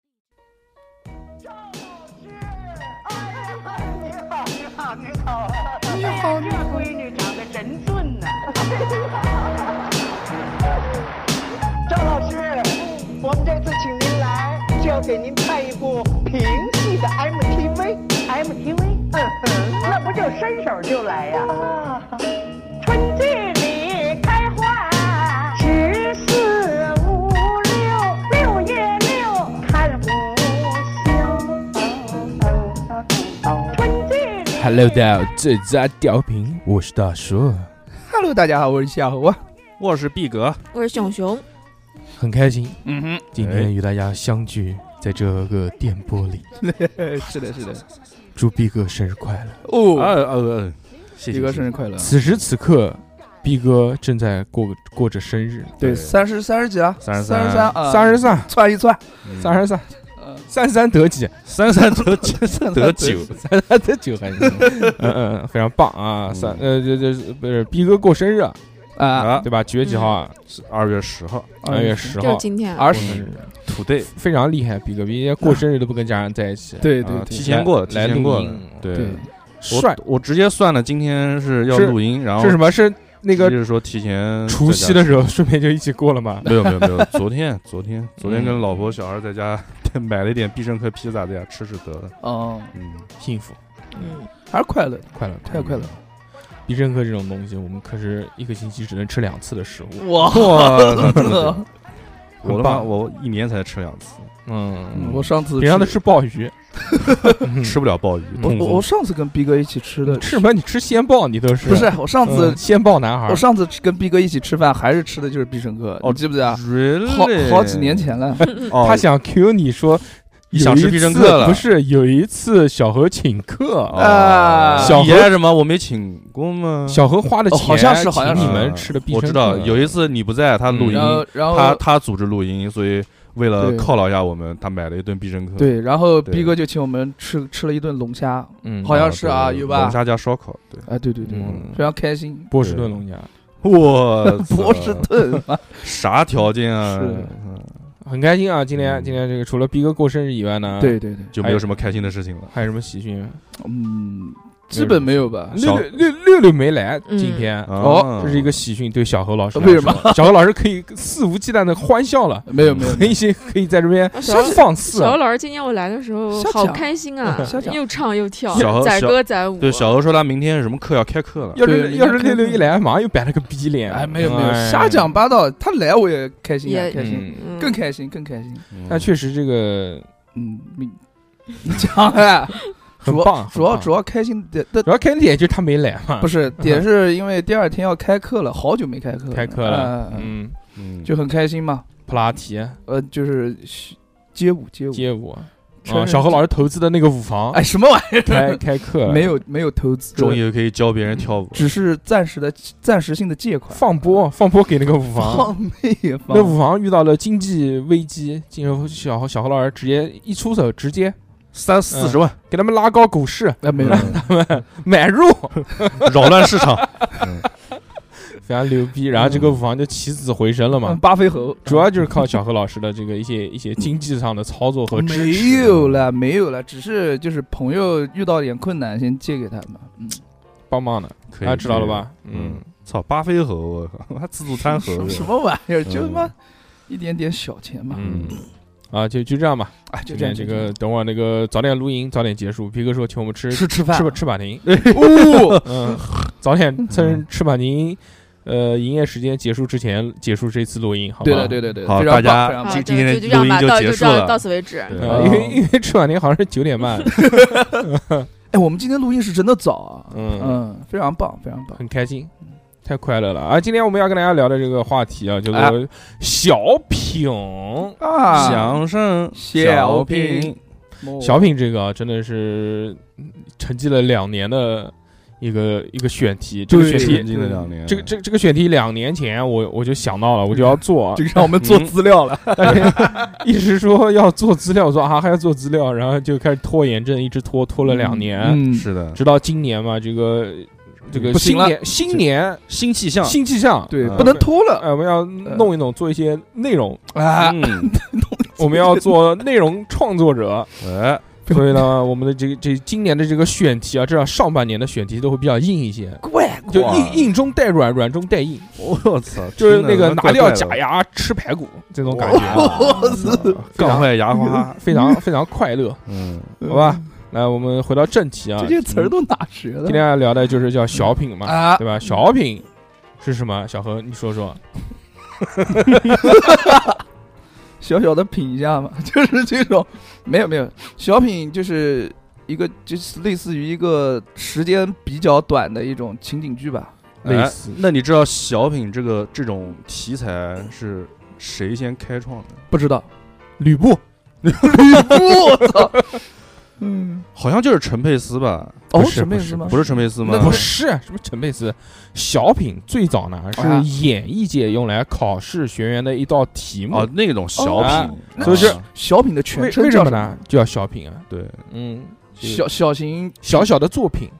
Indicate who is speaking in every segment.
Speaker 1: 哎好你好，
Speaker 2: 你好
Speaker 1: 这闺女长得真俊呐、
Speaker 3: 张老师，我们这次请您来，就要给您拍一部平戏的 MTV。
Speaker 1: MTV，
Speaker 3: 嗯哼，
Speaker 1: 那不就伸手就来呀、
Speaker 3: 啊，
Speaker 1: 春季里开花，十四五六，六月六看不休。春季里
Speaker 4: Hello，大家好，这家调频，我是大叔，
Speaker 5: Hello，大家好，我是夏 侯啊。
Speaker 6: 我是毕格，
Speaker 2: 我是熊熊，
Speaker 4: 很开心
Speaker 6: 嗯哼，
Speaker 4: 今天与大家相聚在这个电波里，
Speaker 5: 哎是的，是的。
Speaker 4: 祝毕哥生日快乐！
Speaker 6: 呃
Speaker 5: 哦，
Speaker 6: 呃，呃谢谢
Speaker 5: 迪哥生
Speaker 6: 日
Speaker 5: 日快乐！
Speaker 4: 此时此刻，毕哥正在过过着生日，
Speaker 5: 对，三十三十几啊？
Speaker 6: 33
Speaker 5: 三十啊？
Speaker 4: 三
Speaker 5: 十
Speaker 4: 十三，
Speaker 5: 窜一窜。
Speaker 4: 三十三，
Speaker 5: 呃，
Speaker 4: 三十三得几？
Speaker 6: 嗯
Speaker 4: 啊
Speaker 6: 三三得九得九，
Speaker 4: 三十三得九还是？ 嗯嗯，非常棒啊！三呃这这不是毕哥过生日啊
Speaker 5: 啊，
Speaker 6: 啊
Speaker 4: 对，吧？几月几号啊？
Speaker 6: 是二月十号哎
Speaker 4: 二月十
Speaker 2: 就是
Speaker 4: 号，
Speaker 2: 今天啊，
Speaker 5: 二
Speaker 4: 嗯
Speaker 5: 十。
Speaker 6: 土队
Speaker 4: 非常厉害，毕哥，毕哥过生日都不跟家人在一起，
Speaker 5: 对
Speaker 6: 啊
Speaker 5: 对
Speaker 6: 提
Speaker 5: 对
Speaker 6: 前过，提
Speaker 4: 来
Speaker 6: 前
Speaker 4: 录
Speaker 6: 过了
Speaker 4: 音，
Speaker 6: 对
Speaker 5: 对，，
Speaker 4: 帅
Speaker 6: 我我直接算了，今天是要
Speaker 4: 是
Speaker 6: 录音，然后
Speaker 4: 是什么？是那个
Speaker 6: 就是说提前
Speaker 4: 除夕的时候顺便就一起过了嘛。
Speaker 6: 在家，没有没有没有，昨天昨天昨
Speaker 4: 嗯
Speaker 6: 天跟老婆小孩在家 买了一点必胜客披萨，在家吃吃得了，
Speaker 5: 哦，
Speaker 6: 嗯，
Speaker 4: 幸福，
Speaker 2: 嗯，
Speaker 5: 还是快乐，
Speaker 4: 快乐，快
Speaker 5: 太
Speaker 4: 乐。
Speaker 5: 快乐。
Speaker 4: 必胜客这种东西，我们可是一个星期只能吃两次的食物。
Speaker 5: 哇，
Speaker 6: 哇，真的是我
Speaker 4: 很
Speaker 6: 的妈，
Speaker 4: 棒
Speaker 6: 我一年才吃两次，
Speaker 4: 嗯，
Speaker 5: 我上次
Speaker 4: 平常都吃鲍鱼，
Speaker 6: 吃不了鲍鱼，
Speaker 4: 嗯
Speaker 5: 我
Speaker 6: 痛
Speaker 5: 我
Speaker 6: 风
Speaker 5: 我，上次跟逼哥一起吃的
Speaker 4: 你嗯吃什么？你吃鲜鲍，你都是
Speaker 5: 不是？我上次
Speaker 4: 嗯鲜鲍男孩
Speaker 5: 我，上次跟逼哥一起吃饭，还是吃的就是必胜客，
Speaker 6: 哦
Speaker 5: 你记不记得啊？好
Speaker 6: Really？
Speaker 5: 好几年前了，
Speaker 6: 哦，
Speaker 4: 他想 Q 你说
Speaker 6: 你想吃必胜客
Speaker 4: 有一次
Speaker 6: 了
Speaker 4: 不是有一次小何请客，
Speaker 5: 啊
Speaker 4: 小
Speaker 6: 你
Speaker 4: 何
Speaker 6: 爱哦什么？我没请过吗？啊
Speaker 4: 小何花的钱
Speaker 5: 哦好像是好像
Speaker 4: 请
Speaker 5: 是
Speaker 4: 你们吃的必
Speaker 6: 嗯我
Speaker 4: 胜客，
Speaker 6: 知道有一次你不在，他录
Speaker 4: 嗯
Speaker 6: 音
Speaker 5: 然，后然
Speaker 6: 他
Speaker 5: 后
Speaker 6: 他组织录音，所以为了
Speaker 5: 对
Speaker 6: 犒劳一下我们，他买了一顿必胜客，
Speaker 5: 对，然后
Speaker 6: 对
Speaker 5: 逼哥就请我们吃吃了一顿龙虾，
Speaker 4: 嗯，
Speaker 5: 好
Speaker 6: 啊，
Speaker 5: 像是啊，
Speaker 6: 对
Speaker 5: 有
Speaker 6: 龙
Speaker 5: 吧？
Speaker 6: 虾加烧烤， 对，
Speaker 5: 哎，对对对，
Speaker 4: 嗯
Speaker 5: 非常开心。，
Speaker 4: 波士顿龙虾，
Speaker 6: 哇
Speaker 5: 波士顿，
Speaker 6: 啥条件啊？
Speaker 5: 是
Speaker 6: 嗯
Speaker 4: 很开心啊！今天
Speaker 6: 嗯
Speaker 4: 今天这个除了逼哥过生日以外呢，
Speaker 5: 对，对对，
Speaker 4: 哎
Speaker 6: 就没有什么开心的事情了。
Speaker 4: 还有什么喜讯？
Speaker 5: 嗯，基本没有吧？
Speaker 4: 六
Speaker 6: 小
Speaker 4: 六六六六没来，
Speaker 2: 嗯
Speaker 4: 今天
Speaker 5: 哦
Speaker 6: 啊
Speaker 4: 这是一个喜讯，对小何老师来
Speaker 5: 啊为什
Speaker 4: 说？小何老师可以肆无忌惮的欢笑 了，
Speaker 5: 没有没有，
Speaker 4: 可以先可以在这边
Speaker 2: 啊小何
Speaker 4: 放肆
Speaker 2: 小。欧老师今天我来的时候
Speaker 5: 小
Speaker 2: 好
Speaker 5: 蒋
Speaker 2: 开心啊
Speaker 5: 小，蒋
Speaker 2: 又唱又跳
Speaker 6: 小何，
Speaker 2: 载
Speaker 6: 小
Speaker 2: 歌载舞，
Speaker 6: 对小欧说他明天是什么课要 开课了，
Speaker 4: 要是
Speaker 5: 对
Speaker 4: 要是六六一来，马上又摆了个逼脸。
Speaker 5: 哎，没有没有，
Speaker 4: 哎
Speaker 5: 瞎讲。八道。他来我也开心啊，
Speaker 2: 也
Speaker 5: 开心，
Speaker 4: 嗯，
Speaker 2: 嗯
Speaker 5: 更开心，更开心。
Speaker 6: 嗯
Speaker 4: 但确实这个
Speaker 5: 嗯， 你你讲哎，
Speaker 4: 很
Speaker 5: 主要
Speaker 4: 棒，
Speaker 5: 主要
Speaker 4: 很棒
Speaker 5: 主要开心的的
Speaker 4: 主要开点就是他没来嘛，
Speaker 5: 不是也是因为第二天要开课了，好久没开课了，
Speaker 4: 开课
Speaker 5: 了
Speaker 4: 了，，嗯，
Speaker 6: 嗯
Speaker 5: 就很开心嘛。
Speaker 4: 普拉提
Speaker 5: 呃，就是街舞街舞，
Speaker 4: 街舞啊，
Speaker 5: 成人
Speaker 4: 小何老师投资的那个舞房
Speaker 5: 哎，什么玩意
Speaker 4: 开开课了
Speaker 5: 儿？没有没有投资，
Speaker 6: 终于可以教别人跳舞了，
Speaker 5: 只是暂时的暂时性的借款，
Speaker 4: 放波放波给那个舞 房，
Speaker 5: 放妹放
Speaker 4: 那舞房遇到了经济危机，进入小何小何老师直接一出手，直接
Speaker 5: 嗯
Speaker 6: 三四十万，
Speaker 4: 给他们拉高股市，
Speaker 5: 哎没有，
Speaker 4: 买入，
Speaker 6: 扰乱市场。
Speaker 4: 非常牛逼。然后这
Speaker 5: 嗯
Speaker 4: 个舞房就起死回生了嘛，
Speaker 5: 巴菲猴
Speaker 4: 主要就是靠小何老师的这个一些一些经济上的操作和支
Speaker 5: 没
Speaker 4: 持，
Speaker 5: 有了没有了，只是就是朋友遇到点困难，先借给他们。嗯，
Speaker 4: 棒棒的，
Speaker 6: 可
Speaker 4: 大家
Speaker 6: 以
Speaker 4: 知道了？
Speaker 6: 可以
Speaker 4: 吧？嗯
Speaker 6: 嗯，，操，巴菲猴，我靠， 他自助餐猴
Speaker 5: 什
Speaker 6: 子，
Speaker 5: 什么玩意儿？
Speaker 6: 嗯
Speaker 5: 就他妈一点点小钱嘛。
Speaker 4: 嗯啊，就就这样吧。
Speaker 5: 哎，就
Speaker 4: 今
Speaker 5: 这样。
Speaker 4: 天这个等会儿那个早点录音，早点结束。皮哥说请我们吃
Speaker 5: 吃吃饭，
Speaker 4: 吃吧吃板宁，
Speaker 5: 哦，
Speaker 4: 嗯，
Speaker 5: 嗯
Speaker 4: 早点趁吃板宁。呃，营业时间结束之前结束这次录音，好吧？
Speaker 5: 啊对的对的对的，
Speaker 6: 好
Speaker 5: 非常
Speaker 6: 大
Speaker 5: 棒
Speaker 6: 家
Speaker 5: 非常
Speaker 2: 好，
Speaker 5: 棒
Speaker 2: 就
Speaker 6: 今天
Speaker 2: 就这样
Speaker 6: 录
Speaker 2: 吧，
Speaker 6: 音就
Speaker 2: 到
Speaker 6: 结
Speaker 2: 就
Speaker 6: 束
Speaker 2: 到
Speaker 6: 了
Speaker 2: 到此为 止。
Speaker 6: 对
Speaker 4: 啊，因
Speaker 5: 哦
Speaker 4: 为因为吃晚点好像是九点 半，
Speaker 5: 哎，我们今天录音是真的早啊，
Speaker 4: 嗯，
Speaker 5: 嗯，非常棒，非常棒。
Speaker 4: 很开心，太快乐了啊！今天我们要跟大家聊的这个话题啊，叫
Speaker 5: 啊
Speaker 4: 做小品。
Speaker 5: 啊，
Speaker 6: 相声
Speaker 5: 小品
Speaker 4: 小品这个啊，真的是嗯沉寂了两年的一个一个选题，这个
Speaker 5: 对
Speaker 4: 选
Speaker 6: 沉
Speaker 4: 题。
Speaker 6: 浸了两年，
Speaker 4: 这个这个这个选题两年前我我就想到了，我就要做
Speaker 5: 这，个让我们做
Speaker 6: 嗯
Speaker 5: 资料了。
Speaker 4: 但是一直说要做资料，我说啊还要做资料，然后就开始拖延症，一直拖拖了两年，
Speaker 5: 嗯，
Speaker 6: 是的，
Speaker 4: 直到今年嘛，这个这个
Speaker 5: 不行
Speaker 4: 新
Speaker 5: 了
Speaker 4: 年新年
Speaker 6: 新气象
Speaker 4: 新气象，
Speaker 5: 对，
Speaker 6: 嗯
Speaker 5: 不能拖了
Speaker 4: 哎，我们要
Speaker 6: 呃
Speaker 4: 弄一弄，做一些 内容，
Speaker 5: 啊。
Speaker 6: 嗯，
Speaker 4: 我们要做内容创作者，
Speaker 6: 哎，
Speaker 4: 所以呢，我们的这个这今年的这个选题啊，至少上半年的选题都会比较硬一些，
Speaker 5: 怪
Speaker 4: 就
Speaker 6: 哇
Speaker 4: 硬硬中带软，软中带 硬，
Speaker 6: 我操，
Speaker 4: 就是
Speaker 6: 真的
Speaker 4: 那个拿掉
Speaker 6: 怪怪
Speaker 4: 假
Speaker 6: 的
Speaker 4: 牙吃排骨这种感觉，
Speaker 6: 哇杠 坏牙花，
Speaker 4: 非常非常快乐，
Speaker 6: 嗯，
Speaker 4: 好吧？来，我们回到正题啊，
Speaker 5: 这些词儿都哪学
Speaker 4: 今
Speaker 5: 的？
Speaker 4: 天要聊的就是叫小品嘛，
Speaker 5: 啊
Speaker 4: 对吧？小品是什么？小何，你说说。
Speaker 5: 小小的品一下嘛， 就是这种，没有没有，小品就是一个就是类似于一个时间比较短的一种情景剧吧。
Speaker 4: 类似
Speaker 6: 哎那你知道小品这个这种题材是谁先开创的？
Speaker 5: 不知道，
Speaker 4: 吕布，
Speaker 5: 我 操，嗯，
Speaker 6: 好像就是陈佩斯吧？
Speaker 5: 哦，
Speaker 4: 不是
Speaker 5: 什么意
Speaker 4: 不是
Speaker 5: 思吗？
Speaker 6: 不是陈佩斯吗？
Speaker 5: 那
Speaker 4: 不是什么陈佩斯，小品最早呢是
Speaker 5: 啊
Speaker 4: 演艺界用来考试学员的一道题目
Speaker 6: 哦，，那种小
Speaker 4: 哦
Speaker 6: 品，
Speaker 4: 所以是
Speaker 6: 啊
Speaker 5: 小品的全
Speaker 4: 为
Speaker 5: 称
Speaker 4: 为
Speaker 5: 叫
Speaker 4: 什么呢？就叫小品啊，
Speaker 6: 对，
Speaker 4: 嗯，
Speaker 5: 小小型
Speaker 4: 小小的作品，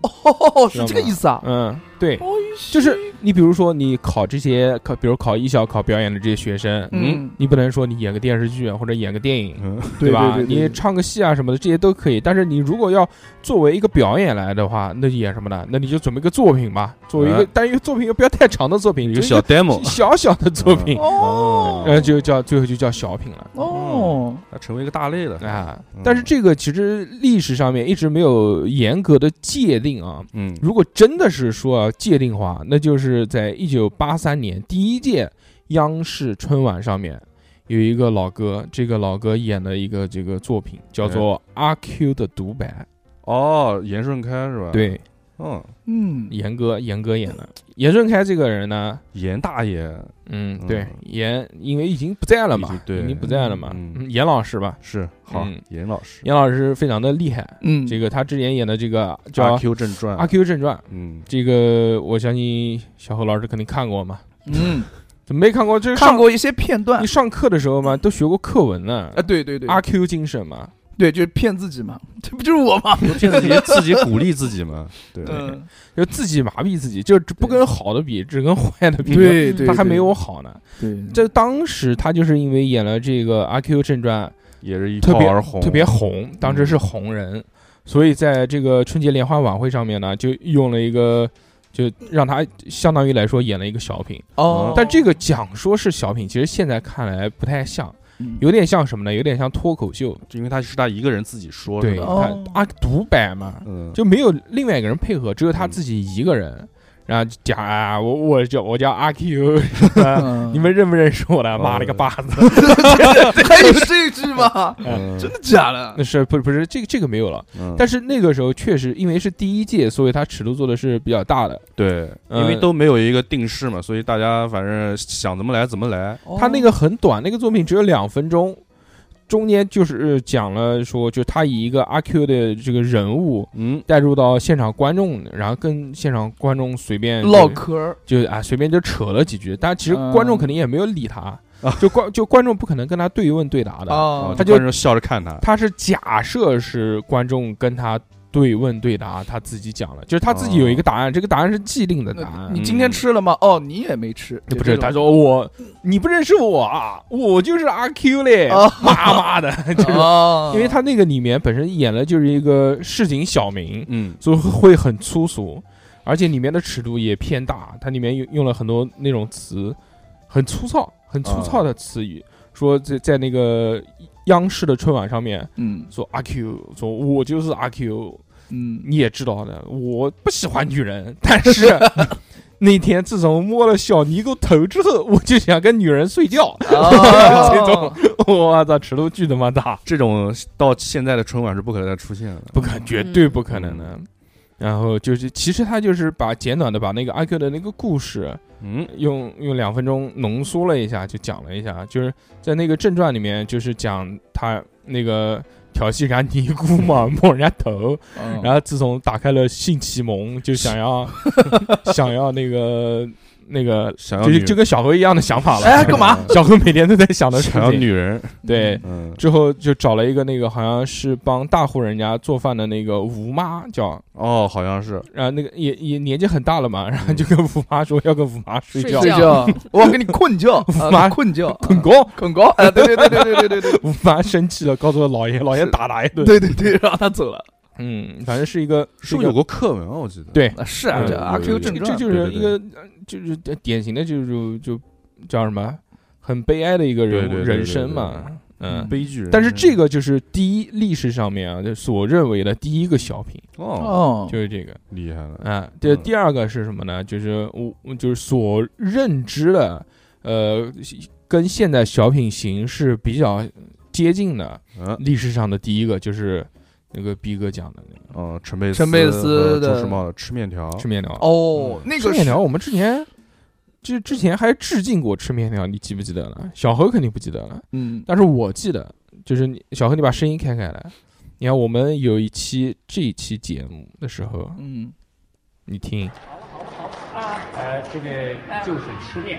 Speaker 5: 哦，
Speaker 4: 知
Speaker 5: 是
Speaker 4: 道
Speaker 5: 这个
Speaker 4: 吗
Speaker 5: 意思啊？
Speaker 4: 嗯，对，
Speaker 5: 哎
Speaker 4: 就是你比如说你考这些考，比如考艺校考表演的这些学生，
Speaker 5: 嗯
Speaker 4: 你不能说你演个电视剧啊或者演个电影，
Speaker 6: 嗯，
Speaker 5: 对
Speaker 4: 吧？
Speaker 5: 对对对
Speaker 4: 你唱个戏啊什么的，这些都可以。但是你如果要作为一个表演来的话，那演什么呢？那你就准备个作品吧，作为一个，
Speaker 5: 啊
Speaker 6: 哎
Speaker 4: 但一个作品又不要太长的作品，
Speaker 6: 一
Speaker 4: 就
Speaker 6: 个
Speaker 4: 一
Speaker 6: 小 demo，
Speaker 4: 小小的作品，
Speaker 5: 哦
Speaker 4: 然后就叫最后就叫小品了。
Speaker 5: 哦，
Speaker 6: 它成为一个大类了
Speaker 4: 啊
Speaker 6: 嗯，
Speaker 4: 但是这个其实历史上面一直没有严格的界定啊。
Speaker 6: 嗯，
Speaker 4: 如果真的是说要界定化，那就是在一九八三年第一届央视春晚上面有一个老哥，这个老哥演的一个这个作品叫做《阿 Q 的独白
Speaker 6: 哦，严顺开是吧？》，，
Speaker 4: 对，
Speaker 6: 嗯，
Speaker 5: 嗯，
Speaker 4: 严哥严哥演的。严顺开这个人呢，
Speaker 6: 严大爷
Speaker 4: 嗯，
Speaker 6: 嗯
Speaker 4: 对，严因为已经不在了
Speaker 6: 已
Speaker 4: 嘛
Speaker 6: 经，对
Speaker 4: 已经不在了嘛，
Speaker 6: 嗯
Speaker 4: 嗯严老师吧，
Speaker 6: 是好
Speaker 4: 嗯，
Speaker 6: 严老师，
Speaker 4: 严老师非常的厉害。
Speaker 5: 嗯，
Speaker 4: 这个他之前演的这个
Speaker 6: 《
Speaker 4: 叫
Speaker 6: 阿
Speaker 4: 《
Speaker 6: Q 正传
Speaker 4: 啊阿》，Q 啊正传》，
Speaker 6: 嗯，
Speaker 4: 这个我相信小何老师肯定看过嘛，
Speaker 5: 嗯，
Speaker 4: 怎么没看过？嗯这
Speaker 5: 看
Speaker 4: 上
Speaker 5: 过一些片段
Speaker 4: 你上课的时候嘛，都学过课文呢
Speaker 5: 啊，。对对对，
Speaker 4: 阿 Q 精神嘛，
Speaker 5: 对，就是骗自己嘛，这不就是我吗？
Speaker 6: 自己自己鼓励自己嘛，对，
Speaker 5: 嗯，
Speaker 4: 就自己麻痹自己，就是不跟好的比，只跟坏的比。
Speaker 5: 对对，
Speaker 4: 他还没
Speaker 5: 对
Speaker 4: 有我好呢。
Speaker 5: 对，
Speaker 4: 这当时他就是因为演了这个《阿 Q 正传》，
Speaker 6: 也是一
Speaker 4: 特
Speaker 6: 炮
Speaker 4: 别
Speaker 6: 而红，
Speaker 4: 特别红，嗯当时是红人，所以在这个春节联欢晚会上面呢，就用了一个，就让他相当于来说演了一个小品。
Speaker 5: 哦，
Speaker 4: 但这个讲说是小品，其实现在看来不太像，有点像什么呢？有点像脱口秀。
Speaker 6: 就因为他是他一个人自己说
Speaker 4: 对，
Speaker 6: 的，
Speaker 5: 哦
Speaker 4: 他啊独白嘛，
Speaker 6: 嗯，
Speaker 4: 就没有另外一个人配合，只有他自己一个人，然后就讲啊，我我叫我叫阿 Q，
Speaker 5: 嗯
Speaker 4: 你们认不认识我呢？
Speaker 6: 哦
Speaker 4: 妈了个巴子！
Speaker 5: 还有这一句吗？
Speaker 6: 嗯
Speaker 5: 真的假的
Speaker 4: 那？是不是不是这个这个没有了？
Speaker 6: 嗯
Speaker 4: 但是那个时候确实因为是第一届，所以他尺度做的是比较大的。
Speaker 6: 对，
Speaker 4: 嗯
Speaker 6: 因为都没有一个定式嘛，所以大家反正想怎么来怎么来。
Speaker 5: 哦
Speaker 4: 他那个很短，那个作品只有两分钟，中间就是呃讲了说，就他以一个阿 Q 的这个人物
Speaker 6: 嗯，
Speaker 4: 带入到现场观众，然后跟现场观众随便就
Speaker 5: 唠嗑儿，
Speaker 4: 就啊随便就扯了几句，但其实观众
Speaker 5: 嗯啊
Speaker 4: 肯定也没有理他，就观就观众不可能跟他对问对答的，
Speaker 5: 哦，
Speaker 4: 他
Speaker 6: 他
Speaker 4: 就
Speaker 6: 啊观众笑着看他，
Speaker 4: 他是假设是观众跟他对问对答，他自己讲了，就是他自己有一个答案，这个答案是既定的答
Speaker 5: 哦那
Speaker 4: 案。
Speaker 5: 你今天吃了吗？哦，你也没吃，
Speaker 4: 不，
Speaker 5: 就是这种
Speaker 4: 他说我你不认识我啊，我就是阿 Q 嘞，
Speaker 5: 哦
Speaker 4: 妈妈的， 就是
Speaker 5: 哦，
Speaker 4: 因为他那个里面本身演的就是一个市井小民，
Speaker 6: 嗯，
Speaker 4: 所以会很粗俗，而且里面的尺度也偏大，它里面用用了很多那种词，很粗糙、很粗糙的词语，说在在那个央视的春晚上面
Speaker 5: 嗯
Speaker 4: 说阿 Q，说我就是阿 Q，
Speaker 5: 嗯，
Speaker 4: 你也知道的，我不喜欢女人，但是那天自从摸了小尼姑头之后，我就想跟女人睡觉。 这种
Speaker 5: 哦，
Speaker 4: 我操，尺度巨他妈大，
Speaker 6: 这种到现在的春晚是不可能再出现了。
Speaker 4: 不可绝对不可能的。然后就是，其实他就是把简短的把那个阿 Q 的那个故事，
Speaker 6: 嗯，
Speaker 4: 用用两分钟浓缩了一下，就讲了一下，啊就是在那个正传里面，就是讲他那个调戏人家尼姑嘛，摸人家头，
Speaker 5: 然
Speaker 6: 嗯
Speaker 4: 然后自从打开了性启蒙，就想要想要那个那个
Speaker 6: 想要
Speaker 4: 就
Speaker 6: 女
Speaker 4: 就跟小何一样的想法了。
Speaker 5: 哎干嘛？
Speaker 4: 小何每天都在想的事
Speaker 6: 想要
Speaker 4: 情。
Speaker 6: 女人，
Speaker 4: 对，
Speaker 6: 嗯
Speaker 4: 之后就找了一个那个好像是帮大户人家做饭的那个吴妈叫，
Speaker 6: 哦，好像是
Speaker 4: 然后那个也也年纪很大了嘛，然
Speaker 6: 嗯
Speaker 4: 后就跟吴妈说要跟吴妈睡觉
Speaker 5: 睡
Speaker 2: 睡觉，
Speaker 5: 觉，我给你困觉，
Speaker 4: 妈
Speaker 5: 啊，困觉，
Speaker 4: 滚
Speaker 5: 啊，
Speaker 4: 光。
Speaker 5: 滚高，啊，对对对对对对对对
Speaker 4: 吴妈生气了，告诉老爷，老爷打他一顿。
Speaker 5: 对对对，让他走了。
Speaker 4: 嗯，反正是一个
Speaker 6: 是
Speaker 4: 一个
Speaker 6: 不是有过课文啊？我记得
Speaker 4: 对
Speaker 5: 啊是啊，
Speaker 4: 嗯
Speaker 5: 这
Speaker 6: 有
Speaker 5: 阿
Speaker 6: 有有
Speaker 5: Q 正
Speaker 4: 这
Speaker 5: 传，
Speaker 4: 就是
Speaker 6: 对对
Speaker 4: 一个呃就是典型的就是就叫什么很悲哀的一个人物
Speaker 6: 对对对对
Speaker 4: 人生嘛，嗯。
Speaker 6: 悲剧人生。
Speaker 4: 但是这个就是第一历史上面啊，就是我认为的第一个小品，
Speaker 6: 哦，
Speaker 5: 哦，
Speaker 4: 就是这个
Speaker 6: 厉害了，
Speaker 4: 啊。这
Speaker 6: 嗯
Speaker 4: 第二个是什么呢？就是我我就是所认知的，呃，跟现在小品形式比较接近的
Speaker 6: 嗯
Speaker 4: 历史上的第一个，就是那个逼哥讲的那
Speaker 6: 哦，陈佩
Speaker 5: 陈佩斯
Speaker 6: 斯和
Speaker 5: 的
Speaker 6: 朱时茂的吃面条，
Speaker 4: 个吃面条。
Speaker 5: 哦，那
Speaker 4: 吃
Speaker 5: 个
Speaker 4: 面
Speaker 5: 是
Speaker 4: 条，我们之前就之前还致敬过吃面条，你记不记得了？小何肯定不记得了，
Speaker 5: 嗯，
Speaker 4: 但是我记得，就是你小何，你把声音开开来。你看，我们有一期这一期节目的时候，
Speaker 5: 嗯，
Speaker 4: 你听，
Speaker 7: 呃，这个就是吃面，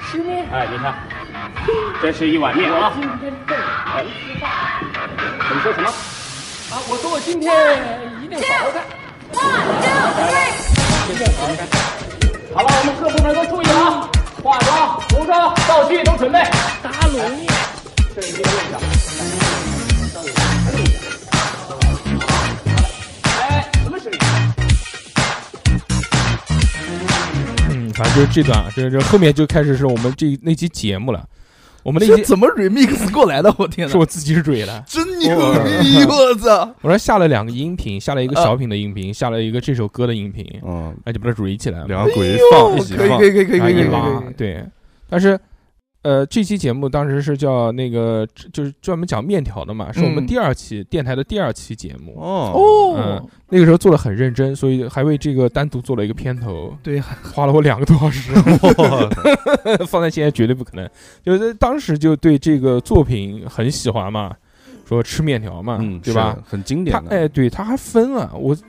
Speaker 7: 吃面。哎，你看，这是一碗面啊。今天正哎你说什么？啊，我说我今天一定好好干。好了，我们各部门都注意了啊！化妆、服装、道具都准备。打卤面。这一定位上。哎，什么声音？
Speaker 4: 嗯，反正就是这段，这这后面就开始是我们这那期节目了。我们那
Speaker 5: 这
Speaker 4: 期
Speaker 5: 怎么 remix 过来的？我天
Speaker 4: 是
Speaker 5: 哪，
Speaker 4: 我自己蕊的，
Speaker 5: 真牛逼！我操，
Speaker 4: 我说下了两个音频，下了一
Speaker 5: 呃
Speaker 4: 个小品的音频，下了一个这首歌的音频，
Speaker 5: 哦
Speaker 6: 嗯，
Speaker 4: 那就把它蕊起来了。
Speaker 6: 两个鬼一放一起
Speaker 5: 哎可以
Speaker 6: 放
Speaker 5: 可，以可以可以
Speaker 4: 可
Speaker 5: 可以可
Speaker 4: 以
Speaker 5: 以
Speaker 4: 吧
Speaker 5: 可以，
Speaker 4: 啊对，但是呃，这期节目当时是叫那个，就是专门讲面条的嘛，是我们
Speaker 5: 嗯
Speaker 4: 第二期、电台的第二期节目。
Speaker 6: 哦，
Speaker 5: 哦
Speaker 4: 嗯，那个时候做的很认真，所以还为这个单独做了一个片头，
Speaker 5: 对，
Speaker 4: 花了我两个多小时， 放在现在绝对不可能。就是当时就对这个作品很喜欢嘛，说吃面条嘛，
Speaker 6: 嗯，
Speaker 4: 对吧
Speaker 6: 是？？很经
Speaker 4: 他
Speaker 6: 典的，
Speaker 4: 哎，对，他还分了。我是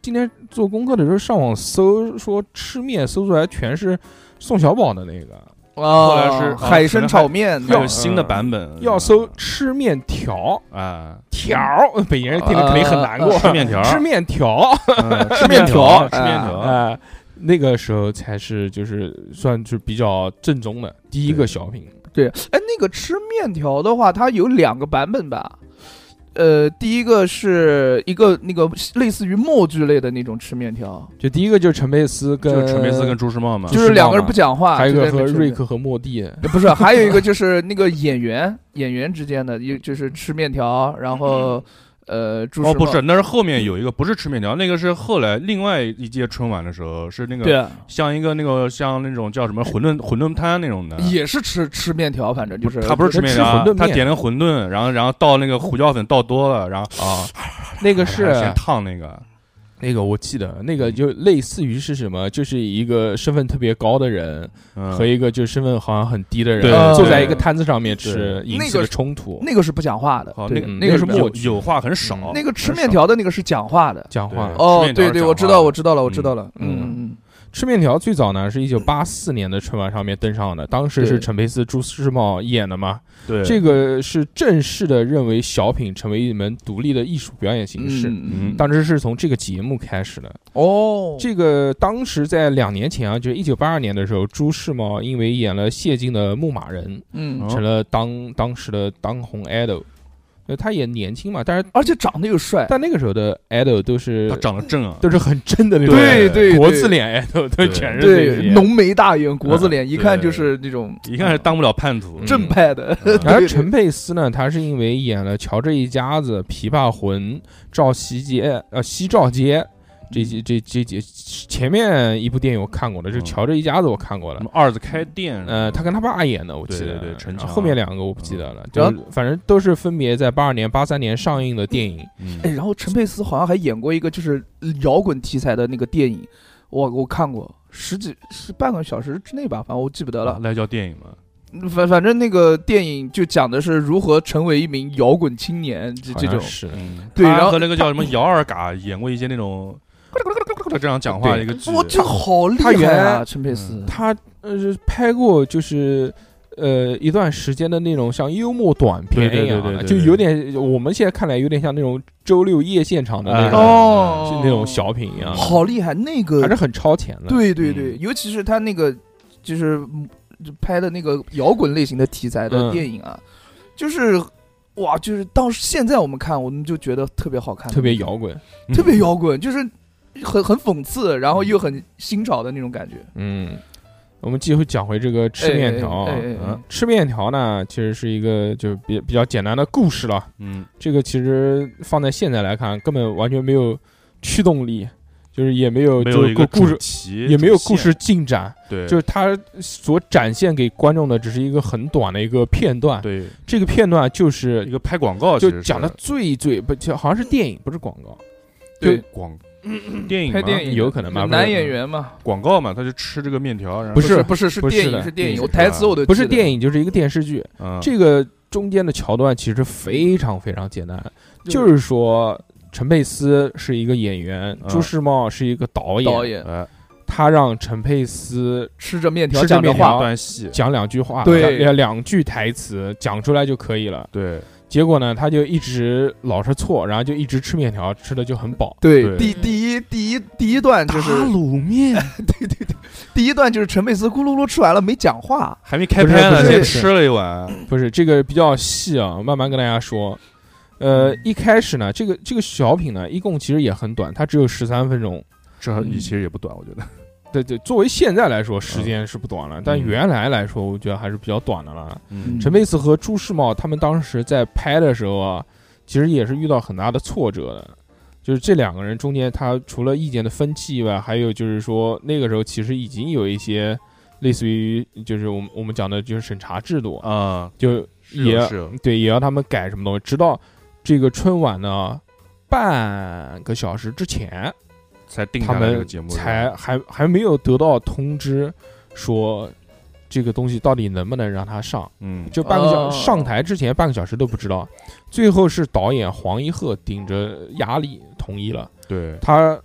Speaker 4: 今天做功课的时候上网搜，说吃面搜出来全是宋小宝的那个，
Speaker 5: 后
Speaker 6: 来是
Speaker 5: 啊海参炒面，
Speaker 6: 还有新的版本，
Speaker 4: 呃要搜吃面条
Speaker 6: 啊，
Speaker 4: 条儿，北京人听了肯定很难过。
Speaker 6: 吃面条，
Speaker 4: 啊吃面条，
Speaker 6: 嗯
Speaker 5: 吃面条哎
Speaker 6: 吃面 条，
Speaker 4: 呃，那个时候才是就是算是比较正宗的第一个小品。
Speaker 5: 对，哎，那个吃面条的话，它有两个版本吧？呃，第一个是一个那个类似于墨剧类的那种吃面条，
Speaker 4: 就第一个就是陈佩斯跟啊
Speaker 6: 就是陈佩斯跟朱时茂嘛
Speaker 5: 就，
Speaker 4: 是
Speaker 5: 是两个
Speaker 4: 嘛
Speaker 5: 人不讲话，
Speaker 4: 还有一
Speaker 5: 就
Speaker 4: 个
Speaker 5: 在
Speaker 4: 和
Speaker 5: 那边吃
Speaker 4: 瑞克和莫蒂，
Speaker 5: 面，不是，还有一个就是那个演员演员之间的，有就是吃面条，然后呃，朱时
Speaker 6: 哦，
Speaker 5: 茂
Speaker 6: 不是，，那是后面有一个，不是吃面条，那个是后来另外一届春晚的时候，是那个
Speaker 5: 对啊，
Speaker 6: 像一个那个像那种叫什么馄饨馄饨摊那种的，
Speaker 5: 也是吃吃面条，反正就是
Speaker 6: 他啊不是吃面条啊
Speaker 4: 吃馄饨，面
Speaker 6: 他点了馄饨，然后然后倒那个胡椒粉倒多了，然后
Speaker 4: 啊，那个是
Speaker 6: 先烫那个，
Speaker 4: 那个我记得，那个就类似于是什么，就是一个身份特别高的人
Speaker 6: 嗯
Speaker 4: 和一个就身份好像很低的
Speaker 6: 对
Speaker 4: 人
Speaker 5: 对
Speaker 4: 坐在
Speaker 5: 对
Speaker 4: 一个摊子上面吃，
Speaker 6: 对
Speaker 4: 引
Speaker 5: 哦那
Speaker 4: 起
Speaker 5: 个
Speaker 4: 了
Speaker 5: 是
Speaker 4: 冲突。
Speaker 5: 那个是不讲话的，
Speaker 6: 好，
Speaker 5: 对
Speaker 6: 哦那个
Speaker 4: 嗯
Speaker 5: 那
Speaker 4: 那是
Speaker 5: 个是
Speaker 4: 墨
Speaker 5: 墨
Speaker 6: 有
Speaker 4: 剧
Speaker 6: 有话很少，
Speaker 4: 嗯
Speaker 5: 那个吃面条的那个是讲话的。
Speaker 4: 讲话
Speaker 6: 对
Speaker 5: 哦
Speaker 6: 吃面，条
Speaker 5: 对
Speaker 6: 是
Speaker 5: 对，
Speaker 6: 讲
Speaker 5: 我知道，
Speaker 6: 话
Speaker 5: 我知道了，我知道了。
Speaker 4: 嗯
Speaker 5: 嗯嗯嗯，
Speaker 4: 吃面条最早呢是一九八四年的春晚上面登上的，当时是
Speaker 5: 对
Speaker 4: 陈佩斯、朱时茂演的嘛。
Speaker 6: 对
Speaker 4: 这个是正式的认为小品成为一门独立的艺术表演形式。
Speaker 5: 嗯
Speaker 6: 嗯
Speaker 4: 当时是从这个节目开始的。
Speaker 5: 哦，
Speaker 4: 这个当时在两年前啊，就是一九八二年的时候，朱时茂因为演了谢晋的《牧马人
Speaker 5: 嗯
Speaker 6: 哦，》，
Speaker 4: 成了当当时的当红 idol。呃，他也年轻嘛，但是
Speaker 5: 而且长得又帅，
Speaker 4: 但那个时候的 idol 都是
Speaker 6: 他长得正啊，
Speaker 4: 都是很真的那种，
Speaker 5: 对对
Speaker 4: 国字脸 idol 都全是这
Speaker 5: 对
Speaker 4: 些。
Speaker 5: 浓眉大眼，国字脸，
Speaker 6: 嗯
Speaker 5: 一看就是那种
Speaker 6: 一看是当不了叛徒
Speaker 4: 嗯，
Speaker 5: 正派的。
Speaker 4: 然而
Speaker 5: 对
Speaker 4: 陈佩斯呢，他是因为演了《乔治一家子》《琵琶魂》《赵西街》呃《西赵街》这几这这几前面一部电影我看过的，就是《
Speaker 6: 嗯
Speaker 4: 乔治一家子》我看过了
Speaker 5: 嗯
Speaker 6: 什。么二子开店，
Speaker 4: 呃，他跟他爸演的，我记得，啊
Speaker 6: 对对对陈
Speaker 4: 然后
Speaker 6: 强
Speaker 4: 后面两个我不记得
Speaker 5: 嗯
Speaker 4: 了，就是反正都是分别在八二年、八三年上映的电影，
Speaker 6: 嗯
Speaker 5: 哎，然后陈佩斯好像还演过一个就是摇滚题材的那个电影，我我看过。十几是半个小时之内吧，反正我记不得了。
Speaker 6: 那叫电影嘛，
Speaker 5: 反反正那个电影就讲的是如何成为一名摇滚青年，这
Speaker 4: 好
Speaker 5: 这
Speaker 4: 像
Speaker 5: 种
Speaker 4: 是。
Speaker 6: 嗯，
Speaker 5: 对
Speaker 6: 他
Speaker 5: 然后
Speaker 6: 和那个叫什么姚二嘎演过 一些那种。这样讲话的一个剧，
Speaker 5: 哇，这好厉
Speaker 4: 他原
Speaker 5: 害
Speaker 4: 来
Speaker 6: 嗯
Speaker 5: 啊！陈佩斯，
Speaker 4: 他呃，是拍过就是呃一段时间的那种像幽默短片
Speaker 6: 对对
Speaker 4: 一样
Speaker 6: 对
Speaker 4: 的，
Speaker 6: 对对
Speaker 4: 就
Speaker 6: 对
Speaker 4: 有点我们现在看来有点像那种周六夜现场的那
Speaker 6: 哎
Speaker 4: 种、
Speaker 5: 哦，
Speaker 4: 嗯是那种小品一样的，
Speaker 6: 哦
Speaker 5: 好厉害，那个
Speaker 4: 还是很超前的。嗯
Speaker 5: 对对对，尤其是他那个就是嗯拍的那个摇滚类型的题材
Speaker 4: 嗯
Speaker 5: 的电影啊，就是哇，就是当时现在我们看，我们就觉得特别好看，
Speaker 4: 特别摇，嗯滚，
Speaker 6: 嗯
Speaker 5: 特别摇滚，就是很很讽刺，然后又很新潮的那种感觉。
Speaker 4: 嗯，我们继续讲回这个吃面条啊，
Speaker 5: 哎哎哎哎
Speaker 4: 嗯吃面条呢，其实是一个就比比较简单的故事了，
Speaker 6: 嗯，
Speaker 4: 这个其实放在现在来看，根本完全没有驱动力，就是也没有
Speaker 6: 没
Speaker 4: 就
Speaker 6: 有一个
Speaker 4: 故
Speaker 6: 主
Speaker 4: 事，
Speaker 6: 题，
Speaker 4: 也没有
Speaker 6: 主线
Speaker 4: 故事，进展，
Speaker 6: 对，
Speaker 4: 就是它所展现给观众的只是一个很短的一个片段。
Speaker 6: 对
Speaker 4: 这个片段就
Speaker 6: 一
Speaker 4: 是
Speaker 6: 个拍广告，其
Speaker 4: 就
Speaker 6: 实是
Speaker 4: 讲的最最不，就好像是电
Speaker 6: 嗯
Speaker 4: 影，不是广告，
Speaker 5: 对
Speaker 6: 广
Speaker 4: 嗯
Speaker 6: 电影
Speaker 5: 拍
Speaker 6: 嘛
Speaker 5: 电影
Speaker 4: 有可能吧？
Speaker 5: 男
Speaker 4: 不是
Speaker 5: 演员嘛，
Speaker 6: 广告嘛，他就吃这个面条，然后
Speaker 4: 不是
Speaker 5: 不是是
Speaker 4: 不是
Speaker 5: 电
Speaker 4: 的
Speaker 5: 影是电
Speaker 6: 电
Speaker 5: 影，
Speaker 6: 影
Speaker 5: 我台词我都
Speaker 4: 不是
Speaker 5: 记得
Speaker 4: 电影，就是一个电视剧。
Speaker 6: 呃嗯
Speaker 4: 这个中间的桥段其实非常非常简单，就是说陈佩斯是一个演员，
Speaker 6: 嗯
Speaker 4: 朱时茂是一个导演，
Speaker 5: 导演
Speaker 6: 哎
Speaker 4: 他让陈佩斯
Speaker 5: 吃着面条
Speaker 4: 吃着
Speaker 5: 讲着
Speaker 4: 面条
Speaker 5: 话，
Speaker 6: 一段戏，
Speaker 4: 讲两句话，
Speaker 5: 对
Speaker 4: 两两句台词讲出来就可以了。
Speaker 6: 对
Speaker 4: 结果呢，他就一直老是错，然后就一直吃面条，吃的就很饱。
Speaker 5: 对
Speaker 6: 对
Speaker 5: 第第一第一第一段就是
Speaker 6: 卤面
Speaker 5: 第一段就是陈佩斯咕噜噜吃完了没讲话，
Speaker 6: 还没开
Speaker 4: 不是
Speaker 6: 拍
Speaker 4: 不
Speaker 6: 呢，
Speaker 4: 是
Speaker 6: 先
Speaker 4: 不是
Speaker 6: 吃了一碗，
Speaker 4: 不是这个比较细啊，慢慢跟大家说。呃，
Speaker 6: 嗯
Speaker 4: 一开始呢，这个这个小品呢，一共其实也很短，它只有十三分钟。
Speaker 6: 这其实也不短，我觉得
Speaker 4: 对对，作为现在来说，时间是不短了，但原来来说，我觉得还是比较短的了。
Speaker 6: 嗯
Speaker 4: 陈佩斯和朱世茂他们当时在拍的时候啊，其实也是遇到很大的挫折的。就是这两个人中间，他除了意见的分歧以外，还有就是说，那个时候其实已经有一些类似于就是我们我们讲的就是审查制度，
Speaker 6: 啊，
Speaker 4: 就是也
Speaker 6: 有是有
Speaker 4: 对也要他们改什么东西，直到这个春晚呢半个小时之前，
Speaker 6: 才定
Speaker 4: 他
Speaker 6: 下来这个
Speaker 4: 们
Speaker 6: 节目是吧，
Speaker 4: 才还还没有得到通知说这个东西到底能不能让他上。
Speaker 6: 嗯
Speaker 4: 就半个小、
Speaker 5: 哦
Speaker 4: 上台之前半个小时都不知道，最后是导演黄一鹤顶着压力同意了。
Speaker 6: 对
Speaker 4: 他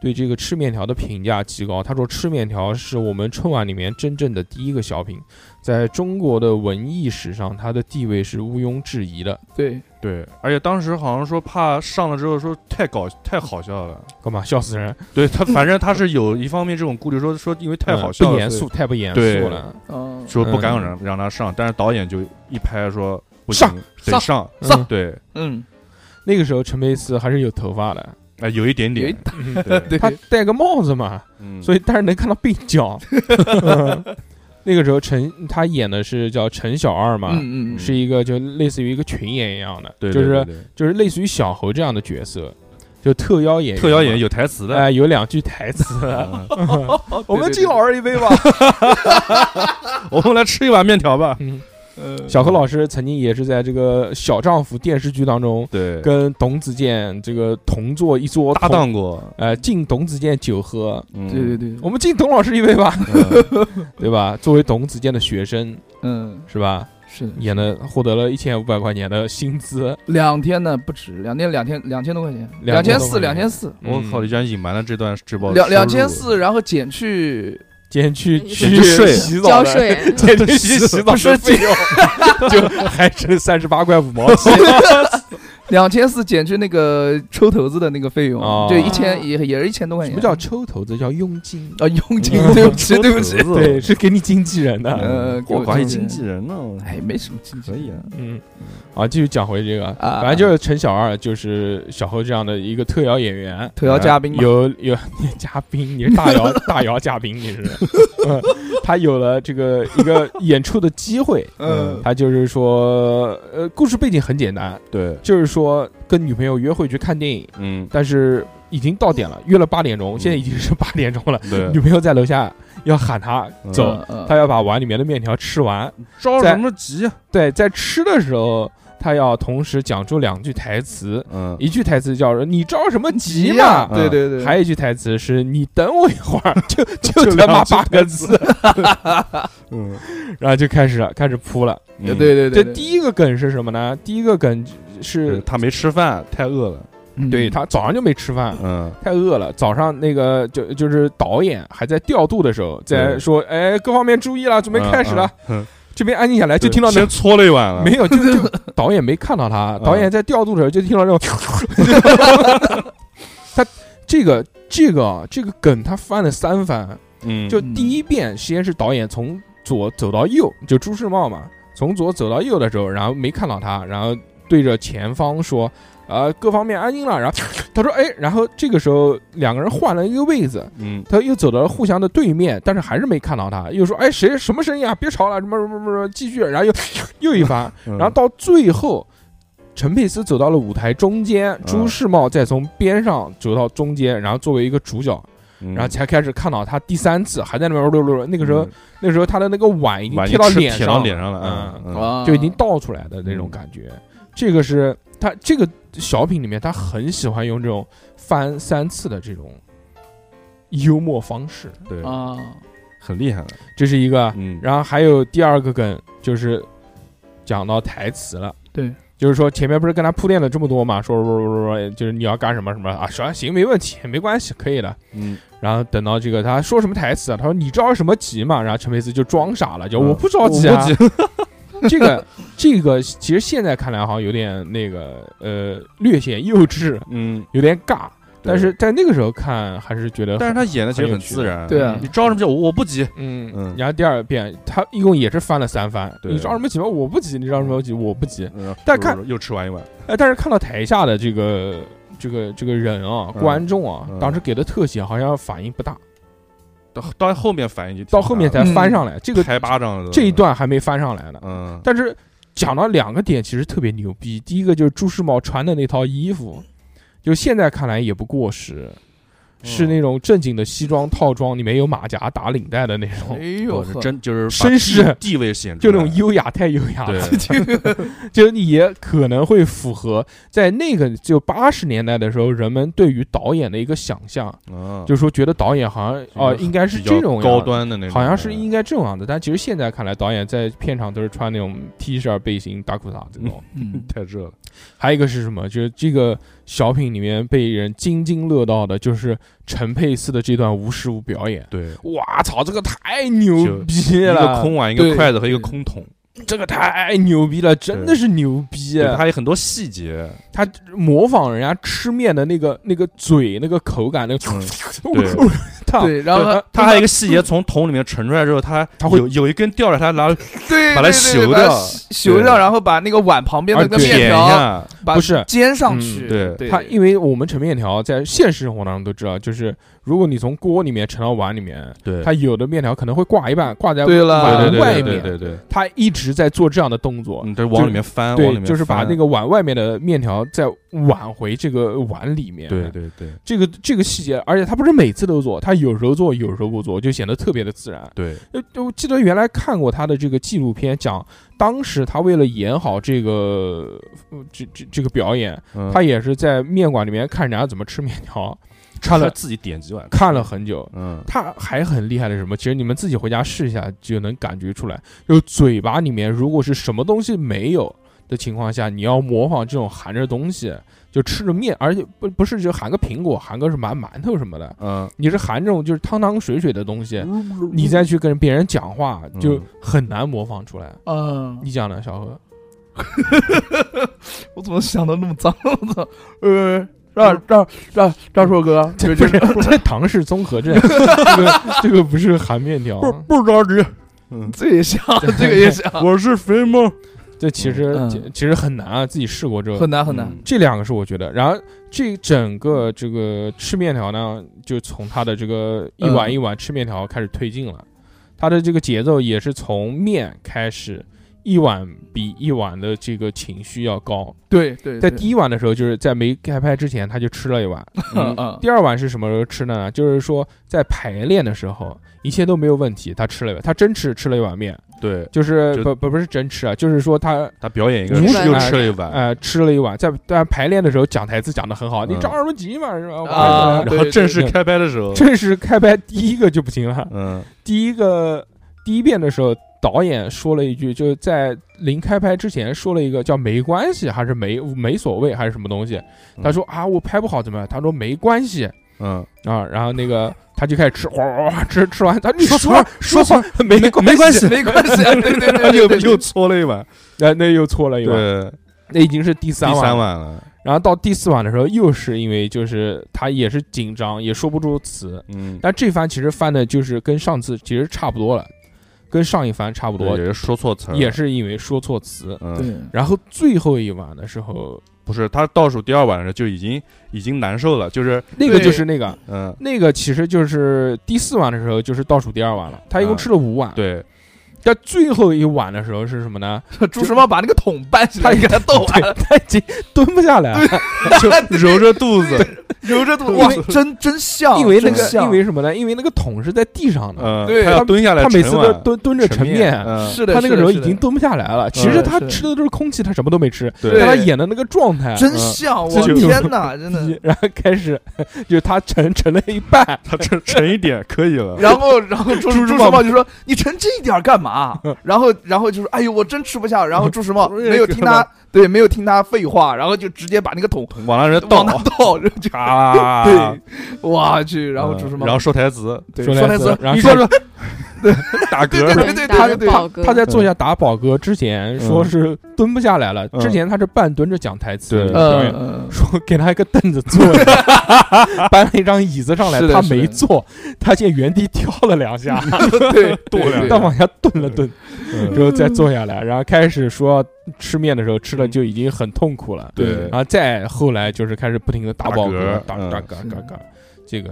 Speaker 4: 对这个吃面条的评价极高，他说吃面条是我们春晚里面真正的第一个小品，在中国的文艺史上，它的地位是毋庸置疑的。
Speaker 5: 对，
Speaker 6: 对，而且当时好像说怕上了之后说太搞太好笑了，
Speaker 4: 干嘛笑死人？
Speaker 6: 对他反正他是有一方面这种顾虑，说说因为太
Speaker 4: 嗯
Speaker 6: 好笑了，
Speaker 4: 不严
Speaker 6: 所以
Speaker 4: 肃，太不严
Speaker 6: 对
Speaker 4: 肃了。
Speaker 5: 嗯，
Speaker 6: 说不敢
Speaker 4: 嗯
Speaker 6: 让让他上，但是导演就一拍说不
Speaker 5: 上
Speaker 6: 行，得
Speaker 5: 上
Speaker 6: 上，
Speaker 4: 上
Speaker 6: 对，
Speaker 5: 嗯，
Speaker 4: 那个时候陈佩斯还是有头发的，
Speaker 6: 哎，有一点
Speaker 5: 有一
Speaker 6: 点，
Speaker 5: 对
Speaker 4: 他戴个帽子嘛，
Speaker 6: 嗯
Speaker 4: 所以但是能看到鬓 角。嗯那个时候陈他演的是叫陈小二嘛，
Speaker 5: 嗯嗯嗯
Speaker 4: 是一个就类似于一个群演一样的，
Speaker 6: 对
Speaker 4: 就
Speaker 6: 对
Speaker 4: 是
Speaker 6: 对对
Speaker 4: 就是类似于小猴这样的角色，就特邀演员嘛，
Speaker 6: 特邀演员有台词
Speaker 4: 哎、
Speaker 6: 的，
Speaker 4: 有两句台词，
Speaker 6: 嗯
Speaker 4: 我们敬老师一杯吧。
Speaker 6: 我们来吃一碗面条吧，
Speaker 4: 嗯，
Speaker 5: 呃
Speaker 4: 小何老师曾经也是在这个《小丈夫》电视剧当中
Speaker 6: 对，
Speaker 4: 跟董子健这个同坐一桌
Speaker 6: 搭，
Speaker 4: 同
Speaker 6: 档过，
Speaker 4: 呃，敬董子健酒喝，
Speaker 6: 嗯
Speaker 5: 对对，对，
Speaker 4: 我们敬董老师一杯吧，
Speaker 6: 嗯
Speaker 4: 对吧？作为董子健的学生
Speaker 5: 嗯，
Speaker 4: 是吧？
Speaker 5: 是的，
Speaker 4: 演的获得了一千五百块钱的薪资，
Speaker 5: 两天呢不止，两天两天两千多块钱，
Speaker 4: 两千
Speaker 5: 千
Speaker 4: 多
Speaker 5: 四
Speaker 4: 块钱
Speaker 5: 两千四，
Speaker 6: 我靠，你
Speaker 4: 嗯，
Speaker 6: 居然隐瞒了这段直播
Speaker 5: 两
Speaker 6: 收
Speaker 5: 两千
Speaker 6: 入，
Speaker 5: 四，然后减去
Speaker 4: 今天去
Speaker 2: 去
Speaker 4: 去
Speaker 6: 睡
Speaker 4: 洗澡
Speaker 2: 交
Speaker 4: 的
Speaker 2: 税，
Speaker 4: 这这 洗洗澡的费用，就还 剩三十八块五毛 七。
Speaker 5: 两千四减去那个抽头子的那个费用
Speaker 4: 哦，
Speaker 5: 就一千也也是一千多块
Speaker 4: 什
Speaker 5: 钱。
Speaker 4: 么叫抽头子？叫佣金。
Speaker 5: 啊？佣金？对不 起，对不起。
Speaker 4: 对，是给你经纪人的。
Speaker 5: 呃，给
Speaker 6: 嗯我
Speaker 5: 我
Speaker 6: 管
Speaker 5: 一
Speaker 6: 理经纪，人呢，
Speaker 5: 哎，没什么经纪
Speaker 6: 可
Speaker 5: 人，
Speaker 6: 以啊，
Speaker 4: 嗯，啊，继续讲回这个，
Speaker 5: 啊
Speaker 4: 反正就是陈小二，就是小何这样的一个特邀演员，
Speaker 5: 特邀嘉宾嘛。
Speaker 4: 有有 嘉宾，你是大 姚大姚嘉宾，你是， 嗯他有了这个一个演出的机会，
Speaker 5: 嗯
Speaker 4: 他就是说，呃，故事背景很简单，
Speaker 6: 对，
Speaker 4: 就是说跟女朋友约会去看电影，
Speaker 6: 嗯，
Speaker 4: 但是已经到点了，约了八点钟，现在已经是八点钟了，
Speaker 6: 嗯对
Speaker 4: 女，朋友在楼下要喊他
Speaker 6: 嗯
Speaker 4: 走，
Speaker 5: 嗯
Speaker 4: 他要把碗里面的面条吃完。
Speaker 6: 着
Speaker 4: 在
Speaker 6: 什么急啊？
Speaker 4: 对，在吃的时候，他要同时讲出两句台词，
Speaker 6: 嗯，
Speaker 4: 一句台词叫“你着什么急啊
Speaker 5: 呀
Speaker 4: 嘛”，
Speaker 5: 对嗯对对，
Speaker 4: 还有一句台词是“你等我一会儿”，就
Speaker 6: 就
Speaker 4: 就他
Speaker 6: 两
Speaker 4: 妈
Speaker 6: 句
Speaker 4: 八个字，
Speaker 6: 嗯
Speaker 4: 然后就开始开始扑了。
Speaker 5: 对对对
Speaker 4: 这
Speaker 5: 对，
Speaker 4: 第一个梗是什么呢？第一个梗
Speaker 6: 是
Speaker 4: 是
Speaker 6: 他没吃饭，太饿了，
Speaker 5: 嗯
Speaker 4: 对他早上就没吃饭，
Speaker 6: 嗯，
Speaker 4: 太饿了。早上那个就就是导演还在调度的时候，在
Speaker 6: 对
Speaker 4: 说，哎，各方面注意了，准备开始了。
Speaker 6: 嗯，嗯
Speaker 4: 这边安静下来，就
Speaker 6: 对
Speaker 4: 听到那
Speaker 6: 先搓了一碗了，
Speaker 4: 没有，就就 导演没看到他，
Speaker 6: 嗯
Speaker 4: 导演在调度的时候就听到这种 ，他这个这个啊这个梗他翻了三番，
Speaker 6: 嗯，
Speaker 4: 就第一遍先是导演从左走到右，就朱世茂嘛，从左走到右的时候，然后没看到他，然后对着前方说，呃，各方面安静了，然后他说，哎，然后这个时候两个人换了一个位子，
Speaker 6: 嗯
Speaker 4: 他又走到了互相的对面，但是还是没看到他，又说，哎，谁什么声音啊？别吵了，什么什么什么什么，继续，然后又又一发，
Speaker 6: 嗯，
Speaker 4: 然后到最后。陈佩斯走到了舞台中间，朱世茂再从边上走到中间，然后作为一个主角，
Speaker 6: 嗯
Speaker 4: 然后才开始看到他第三次还在那边溜溜溜。那
Speaker 6: 那
Speaker 4: 个时候，那时候他的那个碗已经
Speaker 6: 碗
Speaker 4: 贴
Speaker 6: 贴
Speaker 4: 到
Speaker 6: 脸
Speaker 4: 脸
Speaker 6: 贴
Speaker 4: 上
Speaker 6: 到
Speaker 4: 了，
Speaker 6: 脸上了，嗯嗯，
Speaker 5: 啊，
Speaker 4: 就已经倒出来的那种感觉。这个是他这个小品里面，他很喜欢用这种翻三次的这种幽默方式，
Speaker 6: 对，
Speaker 5: 啊，
Speaker 6: 很厉害的，
Speaker 4: 这是一个。
Speaker 6: 嗯，
Speaker 4: 啊然后还有第二个梗就是讲到台词了。
Speaker 5: 对，
Speaker 4: 就是说前面不是跟他铺垫了这么多嘛，说说说说说，就是你要干什么什么啊，说行没问题，没关系，可以的。
Speaker 6: 嗯
Speaker 4: 然后等到这个他说什么台词啊？他说你着什么急嘛？然后陈佩斯就装傻了，就
Speaker 6: 嗯
Speaker 4: 我不着急啊。 这个这个其实现在看来好像有点那个呃略显幼稚，
Speaker 6: 嗯，
Speaker 4: 有点尬，
Speaker 6: 对
Speaker 4: 但是在那个时候看还是觉得很，
Speaker 6: 但是他演的其实很自然，
Speaker 5: 对啊
Speaker 6: 你着什么急？我我不急，
Speaker 4: 嗯
Speaker 6: 嗯
Speaker 4: 然后第二遍他一共也是翻了三番，
Speaker 6: 对
Speaker 4: 你着什么急嘛？我不急，你着什么急？我不急。
Speaker 6: 嗯
Speaker 4: 但看
Speaker 6: 又吃完一碗，
Speaker 4: 哎，但是看到台下的这个这个这个人啊，
Speaker 6: 嗯
Speaker 4: 观众啊，
Speaker 6: 嗯
Speaker 4: 当时给的特写好像反应不大，
Speaker 6: 到到后面反应就挺
Speaker 4: 到后面
Speaker 6: 大
Speaker 4: 才
Speaker 6: 的
Speaker 4: 翻上来，这个
Speaker 6: 拍巴掌了都
Speaker 4: 这一，段还没翻上来呢。
Speaker 6: 嗯，
Speaker 4: 但是讲到两个点，其实特别牛逼。第一个就是朱时茂穿的那套衣服，就现在看来也不过时，
Speaker 6: 嗯
Speaker 4: 是那种正经的西装套装，里面有马甲、打领带的那
Speaker 5: 哎
Speaker 4: 种，
Speaker 5: 呦
Speaker 6: 我是
Speaker 5: 呵，
Speaker 6: 真就是把
Speaker 4: 绅士
Speaker 6: 地地位显出
Speaker 4: 就
Speaker 6: 来，
Speaker 4: 那种优雅，太优雅了。
Speaker 6: 对
Speaker 4: 就你也可能会符合在那个就八十年代的时候，人们对于导演的一个想象，
Speaker 6: 嗯，
Speaker 4: 就说觉得导演好像哦、应该是
Speaker 6: 比较
Speaker 4: 这种样
Speaker 6: 高
Speaker 4: 子
Speaker 6: 端的那种，
Speaker 4: 好像是应该这种样子，但其实现在看来，导演在片场都是穿那种 T 恤、背心、大裤衩这种。
Speaker 5: 嗯
Speaker 6: 太热了，
Speaker 4: 还有一个是什么？就是这个小品里面被人津津乐道的，就是陈佩斯的这段无实物表演。
Speaker 6: 对，
Speaker 4: 哇操，这个太牛逼
Speaker 6: 一个
Speaker 4: 了！
Speaker 6: 空啊碗，一个
Speaker 5: 对
Speaker 6: 筷子和一个空桶，
Speaker 4: 这个太牛逼了，真的是牛逼！
Speaker 6: 对它有很多细节，
Speaker 4: 他模仿人家吃面的那个那个嘴、那个口感，那个
Speaker 6: 嗯，
Speaker 4: 我操，
Speaker 5: 对，然后
Speaker 4: 对
Speaker 6: 它还有一个细节，从桶里面盛出来之后，它
Speaker 4: 它会
Speaker 6: 有有一根掉了，它拿
Speaker 5: 对，
Speaker 6: 把它
Speaker 5: 对对
Speaker 6: 朽
Speaker 5: 对把
Speaker 6: 掉
Speaker 5: 它朽掉，
Speaker 6: 对
Speaker 5: 然后把那个碗旁边的那个
Speaker 4: 啊对
Speaker 5: 面
Speaker 6: 舔一
Speaker 5: 条
Speaker 6: 下，
Speaker 5: 把
Speaker 4: 不是
Speaker 5: 煎上
Speaker 4: 嗯
Speaker 5: 去，
Speaker 6: 对
Speaker 5: 对，
Speaker 4: 它因为我们盛面条在现实生活当中都知道，就是如果你从锅里面盛到碗里面，
Speaker 6: 对
Speaker 4: 它有的面条可能会挂一半，挂在
Speaker 5: 对了
Speaker 4: 碗
Speaker 6: 对
Speaker 4: 的
Speaker 6: 对
Speaker 4: 外
Speaker 6: 对
Speaker 4: 面。
Speaker 6: 对对对，
Speaker 4: 他一直在做这样的动作，
Speaker 6: 嗯，对，往里面翻，往里
Speaker 4: 对，
Speaker 6: 面
Speaker 4: 就是把
Speaker 6: 翻
Speaker 4: 那个碗外面的面条再挽回这个碗里面。
Speaker 6: 对对对
Speaker 4: 这个这个细节，而且他不是每次都做，他有时候做，有时候不做，就显得特别的自然。
Speaker 6: 对，
Speaker 4: 就就记得原来看过他的这个纪录片，讲当时他为了演好这个呃这这这个表演，
Speaker 6: 嗯
Speaker 4: 他也是在面馆里面看人家怎么吃面条，看
Speaker 6: 它
Speaker 4: 了
Speaker 6: 自己点几碗，
Speaker 4: 看了很久。
Speaker 6: 嗯，
Speaker 4: 他还很厉害的是什么？其实你们自己回家试一下就能感觉出来，就嘴巴里面如果是什么东西没有的情况下，你要模仿这种含着东西，就吃着面，而且不不是就含个苹果，含个什么馒头什么的，
Speaker 6: 嗯，
Speaker 4: 你是含这种就是汤汤水水的东西，你再去跟别人讲话，
Speaker 6: 嗯
Speaker 4: 就很难模仿出来。
Speaker 5: 嗯，
Speaker 4: 你讲呢，小何？
Speaker 5: 我怎么想的那么脏？我操， 呃，让让让让硕哥，就
Speaker 4: 不，
Speaker 5: 就是
Speaker 4: 嗯这唐氏综合症，这个这个不是含面条，
Speaker 6: 不着急， 嗯
Speaker 5: 这也像，这个也像，
Speaker 6: 我是肥猫，
Speaker 4: 这其实
Speaker 5: 嗯
Speaker 4: 其其实很难啊，自己试过之后
Speaker 5: 很难很难。
Speaker 6: 嗯
Speaker 4: 这两个是我觉得，然后这整
Speaker 5: 嗯
Speaker 4: 个这个吃面条呢，就从他的这个一碗一碗吃面条开始推进了，他的这个节奏也是从面开始，一碗比一碗的这个情绪要高。
Speaker 5: 对对，
Speaker 4: 在
Speaker 5: 对
Speaker 4: 第一碗的时候，就是在没开拍之前他就吃了一碗，
Speaker 5: 嗯嗯
Speaker 4: 第二碗是什么时候吃呢？就是说在排练的时候，一切都没有问题，他吃了一碗，他真吃吃了一碗面，
Speaker 6: 对
Speaker 4: 就是
Speaker 6: 就
Speaker 4: 不不不是真吃啊，就是说他
Speaker 6: 他表演一个
Speaker 4: 如
Speaker 2: 实
Speaker 6: 又吃了一碗，
Speaker 4: 呃，吃了一碗，在但排练的时候讲台词讲得很好，
Speaker 6: 啊嗯
Speaker 4: 你着什么急嘛是吧？
Speaker 5: 啊
Speaker 4: 我
Speaker 6: 哎 然后
Speaker 5: 对
Speaker 6: 正式
Speaker 4: 对
Speaker 6: 开拍的时候，
Speaker 4: 正式开拍第一个就不行了，
Speaker 6: 嗯
Speaker 4: 第一个第一遍的时候，导演说了一句，就是在临开拍之前说了一个叫“没关系”还是没“没所谓”还是什么东西。他说啊，我拍不好怎么办？他说没关系
Speaker 6: 嗯，
Speaker 4: 啊。然后那个他就开始吃，哗哗哗吃，吃完他你
Speaker 6: 说
Speaker 4: 说
Speaker 6: 说
Speaker 4: 错没
Speaker 6: 没
Speaker 4: 没
Speaker 6: 关
Speaker 4: 系，
Speaker 5: 没关系，哎对对对对
Speaker 6: 又
Speaker 5: 对
Speaker 6: 又搓了一碗，
Speaker 4: 哎，那又错了一碗，
Speaker 6: 对，
Speaker 4: 那已经是第
Speaker 6: 第
Speaker 4: 三碗，
Speaker 6: 三碗了，
Speaker 4: 然后到第四碗的时候，又是因为就是他也是紧张，也说不出词。
Speaker 6: 嗯，
Speaker 4: 但这番其实翻的就是跟上次其实差不多了，跟上一番差不多
Speaker 6: 也，是说错词儿了，
Speaker 4: 也是因为说错词。
Speaker 6: 嗯，
Speaker 5: 对，
Speaker 4: 然后最后一碗的时候，
Speaker 6: 不是他倒数第二碗的时候就已经已经难受了，就是
Speaker 4: 那个就是那个
Speaker 6: 嗯，
Speaker 4: 那个其实就是第四碗的时候就是倒数第二碗了，他一共
Speaker 6: 嗯
Speaker 4: 吃了五碗。，
Speaker 6: 对，啊
Speaker 4: 但最后一碗的时候是什么 呢？
Speaker 5: 朱时茂把那个桶搬起来给他哎倒 完，
Speaker 4: 对，他已经蹲不下来了，
Speaker 6: 就揉着肚子，
Speaker 5: 揉着肚，
Speaker 4: 因
Speaker 5: 哇
Speaker 4: 为，
Speaker 5: 真真像，
Speaker 4: 因为那
Speaker 5: 真
Speaker 4: 个
Speaker 5: 像
Speaker 4: 因为什么呢？因为那个桶是在地上的，
Speaker 6: 啊嗯，
Speaker 5: 对
Speaker 6: 他要蹲下来
Speaker 4: 他每次
Speaker 6: 盛碗，
Speaker 4: 都蹲蹲着盛面。
Speaker 6: 嗯，
Speaker 5: 是的，
Speaker 4: 他那
Speaker 5: 是
Speaker 4: 个
Speaker 5: 的
Speaker 4: 时候
Speaker 5: 是
Speaker 4: 已
Speaker 5: 的
Speaker 4: 经蹲不下来了。其
Speaker 5: 是
Speaker 4: 实
Speaker 5: 的
Speaker 4: 他
Speaker 5: 是的
Speaker 4: 吃的都是空气，他什么都没吃。
Speaker 6: 对
Speaker 4: 但他演的那个状态，
Speaker 5: 真
Speaker 4: 嗯
Speaker 5: 像，
Speaker 4: 这
Speaker 5: 我
Speaker 4: 就
Speaker 5: 天哪，真的。
Speaker 4: 然后开始就是他沉沉了一半，
Speaker 6: 他盛盛一点可以了，
Speaker 5: 然后，然后朱
Speaker 4: 朱
Speaker 5: 朱
Speaker 4: 时
Speaker 5: 时
Speaker 4: 茂
Speaker 5: 茂就说：“你盛这一点儿干嘛？” 然后，然后就说：“哎呦，我真吃不下。”然后朱时茂没有 听他，对，没有听他废话，然后就直接把那个桶
Speaker 6: 往那人
Speaker 5: 往
Speaker 6: 倒
Speaker 5: 那，倒，然后 就
Speaker 6: 啊，嗯，
Speaker 5: 对，我去，然后朱时茂
Speaker 6: 然后说台词，
Speaker 5: 对
Speaker 4: 嗯说
Speaker 5: 说
Speaker 4: 台
Speaker 5: 台
Speaker 4: 词
Speaker 5: 词，
Speaker 4: 然后
Speaker 5: 你说
Speaker 4: 说
Speaker 5: 说，
Speaker 6: 打
Speaker 5: 对
Speaker 6: 嗝，
Speaker 5: 对对
Speaker 2: 打
Speaker 5: 对对
Speaker 2: 宝哥
Speaker 4: 他在
Speaker 5: 嗯
Speaker 4: 坐下打饱嗝之前，说是蹲不下来了。
Speaker 6: 嗯
Speaker 4: 之前他是半蹲着讲台词
Speaker 6: 对
Speaker 4: 表演，
Speaker 5: 嗯，
Speaker 4: 说给他一个凳子坐着， 搬了一张椅子上来，
Speaker 5: 是的
Speaker 4: 他
Speaker 5: 是的
Speaker 4: 没坐，他先原地跳了两下，
Speaker 5: 嗯对，
Speaker 6: 跺两
Speaker 5: 对
Speaker 4: 但往下蹲了蹲，之
Speaker 6: 嗯
Speaker 4: 后再坐下来，然后开始说吃面的时候吃的就已经很痛苦了。
Speaker 6: 嗯对
Speaker 4: 然，后再后来就是开始不停的打
Speaker 6: 打
Speaker 4: 饱
Speaker 6: 嗝
Speaker 4: 嗝，打
Speaker 6: 嗯
Speaker 4: 打嘎嘎嘎，这个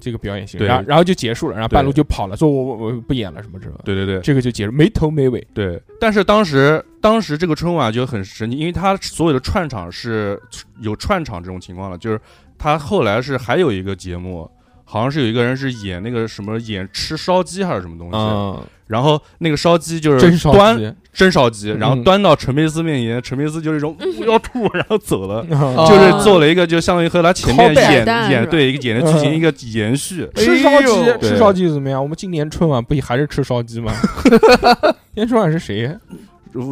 Speaker 4: 这个表演型，
Speaker 6: 对
Speaker 4: 然后然后就结束了，然后半路
Speaker 6: 对
Speaker 4: 就跑了，说我我我不演了什么之类的，
Speaker 6: 对对对，
Speaker 4: 这个就结束，没头没尾，
Speaker 6: 对，但是当时当时这个春晚就很神奇，因为它所有的串场是有串场这种情况了，就是它后来是还有一个节目，好像是有一个人是演那个什么演吃烧鸡还是什么东西，
Speaker 5: 啊
Speaker 4: 嗯，
Speaker 6: 然后那个烧鸡就是
Speaker 4: 真烧
Speaker 6: 端
Speaker 4: 鸡，
Speaker 6: 真烧鸡，然后
Speaker 4: 嗯
Speaker 6: 端到陈佩斯面前，陈佩斯就是一种我要吐，然后走了。
Speaker 4: 嗯
Speaker 5: 哦
Speaker 6: 就是做了一个，就相当于和他前面
Speaker 4: Callback
Speaker 6: 演
Speaker 2: 蛋是
Speaker 6: 演
Speaker 2: 吧
Speaker 6: 对一个演的
Speaker 4: 嗯
Speaker 6: 剧情一个延续，
Speaker 4: 吃烧
Speaker 5: 哎呦
Speaker 4: 鸡，吃
Speaker 6: 对
Speaker 4: 烧鸡怎么样？我们今年春晚不也还是吃烧鸡吗？今年春晚是谁？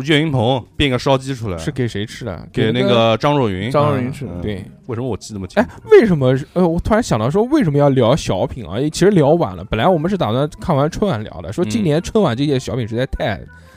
Speaker 6: 岳云鹏变个烧鸡出来，
Speaker 4: 是给谁吃的？
Speaker 6: 给那
Speaker 4: 那。
Speaker 6: 个张若昀。
Speaker 5: 张若昀吃的
Speaker 6: 嗯
Speaker 4: 对，
Speaker 6: 为什么我记得那么清
Speaker 4: 哎
Speaker 6: 楚？，
Speaker 4: 为什么是？呃，我突然想到说，为什么要聊小品啊？其实聊晚了，本来我们是打算看完春晚聊的，说今
Speaker 6: 嗯
Speaker 4: 年春晚这些小品实在太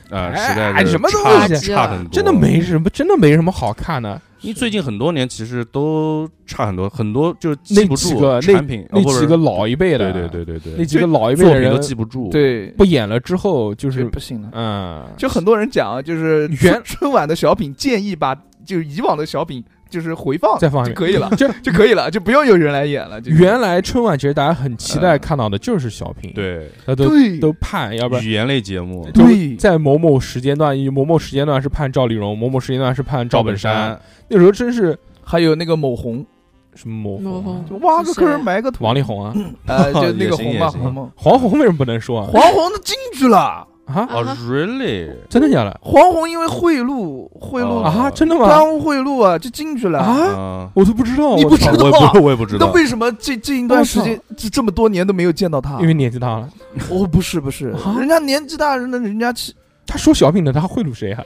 Speaker 6: 啊，
Speaker 4: 哎
Speaker 6: 时代
Speaker 4: 哎
Speaker 6: 是
Speaker 4: 什么
Speaker 6: 差
Speaker 4: 东
Speaker 2: 西
Speaker 6: 差很多，
Speaker 4: 真的没。什么，真的没什么好看的。
Speaker 6: 因为最近很多年其实都差很多，很多就是
Speaker 4: 那
Speaker 6: 记不
Speaker 4: 几
Speaker 6: 住
Speaker 4: 个那
Speaker 6: 产品，
Speaker 4: 那
Speaker 6: 哦不是
Speaker 4: 几个老一辈
Speaker 6: 对
Speaker 4: 的，
Speaker 6: 对，对对对，
Speaker 4: 那几个老一辈
Speaker 6: 作
Speaker 4: 的
Speaker 6: 品都
Speaker 4: 人
Speaker 6: 记不住。，
Speaker 5: 对，
Speaker 4: 不演了之后，就
Speaker 5: 就是不行了。
Speaker 4: 嗯，
Speaker 5: 就很多人讲啊，就是
Speaker 4: 原
Speaker 5: 春 春晚的小品建议把就是以往的小品就是回放
Speaker 4: 再放一
Speaker 5: 就
Speaker 4: 遍，
Speaker 5: 可以了
Speaker 4: 就
Speaker 5: 就可以了，就不用有人来演了。就是
Speaker 4: 原来春晚其实大家很期待看到的就是小品，，
Speaker 6: 嗯对，
Speaker 4: 他都
Speaker 5: 对
Speaker 4: 都盼，要不然
Speaker 6: 语言类节目，
Speaker 4: 都
Speaker 5: 对
Speaker 4: 在某某时间段，某某时间段是盼赵丽蓉，某某时间段是盼赵本山。
Speaker 2: 啊
Speaker 6: 山，
Speaker 4: 那时候真是
Speaker 5: 还有那个某红，
Speaker 4: 什么啊
Speaker 2: 某
Speaker 4: 某
Speaker 2: 红
Speaker 5: 就挖个
Speaker 2: 就是
Speaker 5: 坑埋 个土，
Speaker 4: 王力宏啊，
Speaker 5: 呃，就那
Speaker 6: 也
Speaker 5: 个
Speaker 6: 行
Speaker 5: 红吧
Speaker 6: 也行
Speaker 5: 红吧，
Speaker 4: 黄宏为什么不能说啊？
Speaker 5: 黄宏的进去了，
Speaker 4: 啊，
Speaker 6: 哦
Speaker 2: 啊
Speaker 6: ，really，
Speaker 4: 真的假的
Speaker 5: 黄宏因为贿赂贿
Speaker 6: 哦
Speaker 5: 赂
Speaker 4: 啊？真的吗？
Speaker 5: 贪污贿赂啊，就进去了。
Speaker 4: 啊，
Speaker 6: 啊，
Speaker 4: 我都不知道，
Speaker 5: 你
Speaker 4: 我
Speaker 5: 不
Speaker 4: 操
Speaker 5: 知道
Speaker 6: 我也
Speaker 5: 啊
Speaker 6: 不我也不知
Speaker 5: 那
Speaker 6: 道，
Speaker 5: 为什么这这一段时间这这么多年都没有见到他
Speaker 4: 因？为年纪大了。
Speaker 5: 哦，不是不是
Speaker 4: 啊，
Speaker 5: 人家年纪大人的，人家其
Speaker 4: 他说小品的，他贿赂谁啊？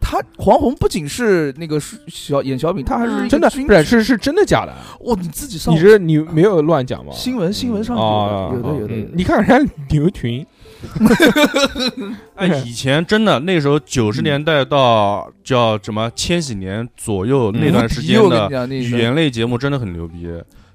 Speaker 5: 他黄宏不仅是那个小演小品，他还是一个
Speaker 4: 真的
Speaker 5: 军
Speaker 4: 不是是是真的假的？
Speaker 5: 哇，你自己上
Speaker 4: 你这你没有乱讲吗？
Speaker 5: 新闻新闻上
Speaker 6: 啊
Speaker 4: 哦，
Speaker 5: 有的有的有
Speaker 4: 嗯
Speaker 5: 的，
Speaker 4: 你看人家牛群，
Speaker 6: 哎，以前真的那时候九十年代到叫什么千禧年左右
Speaker 4: 嗯
Speaker 6: 那段时间
Speaker 5: 我跟你
Speaker 6: 的
Speaker 5: 讲，那
Speaker 6: 语
Speaker 5: 个
Speaker 6: 言类节目真的很牛逼，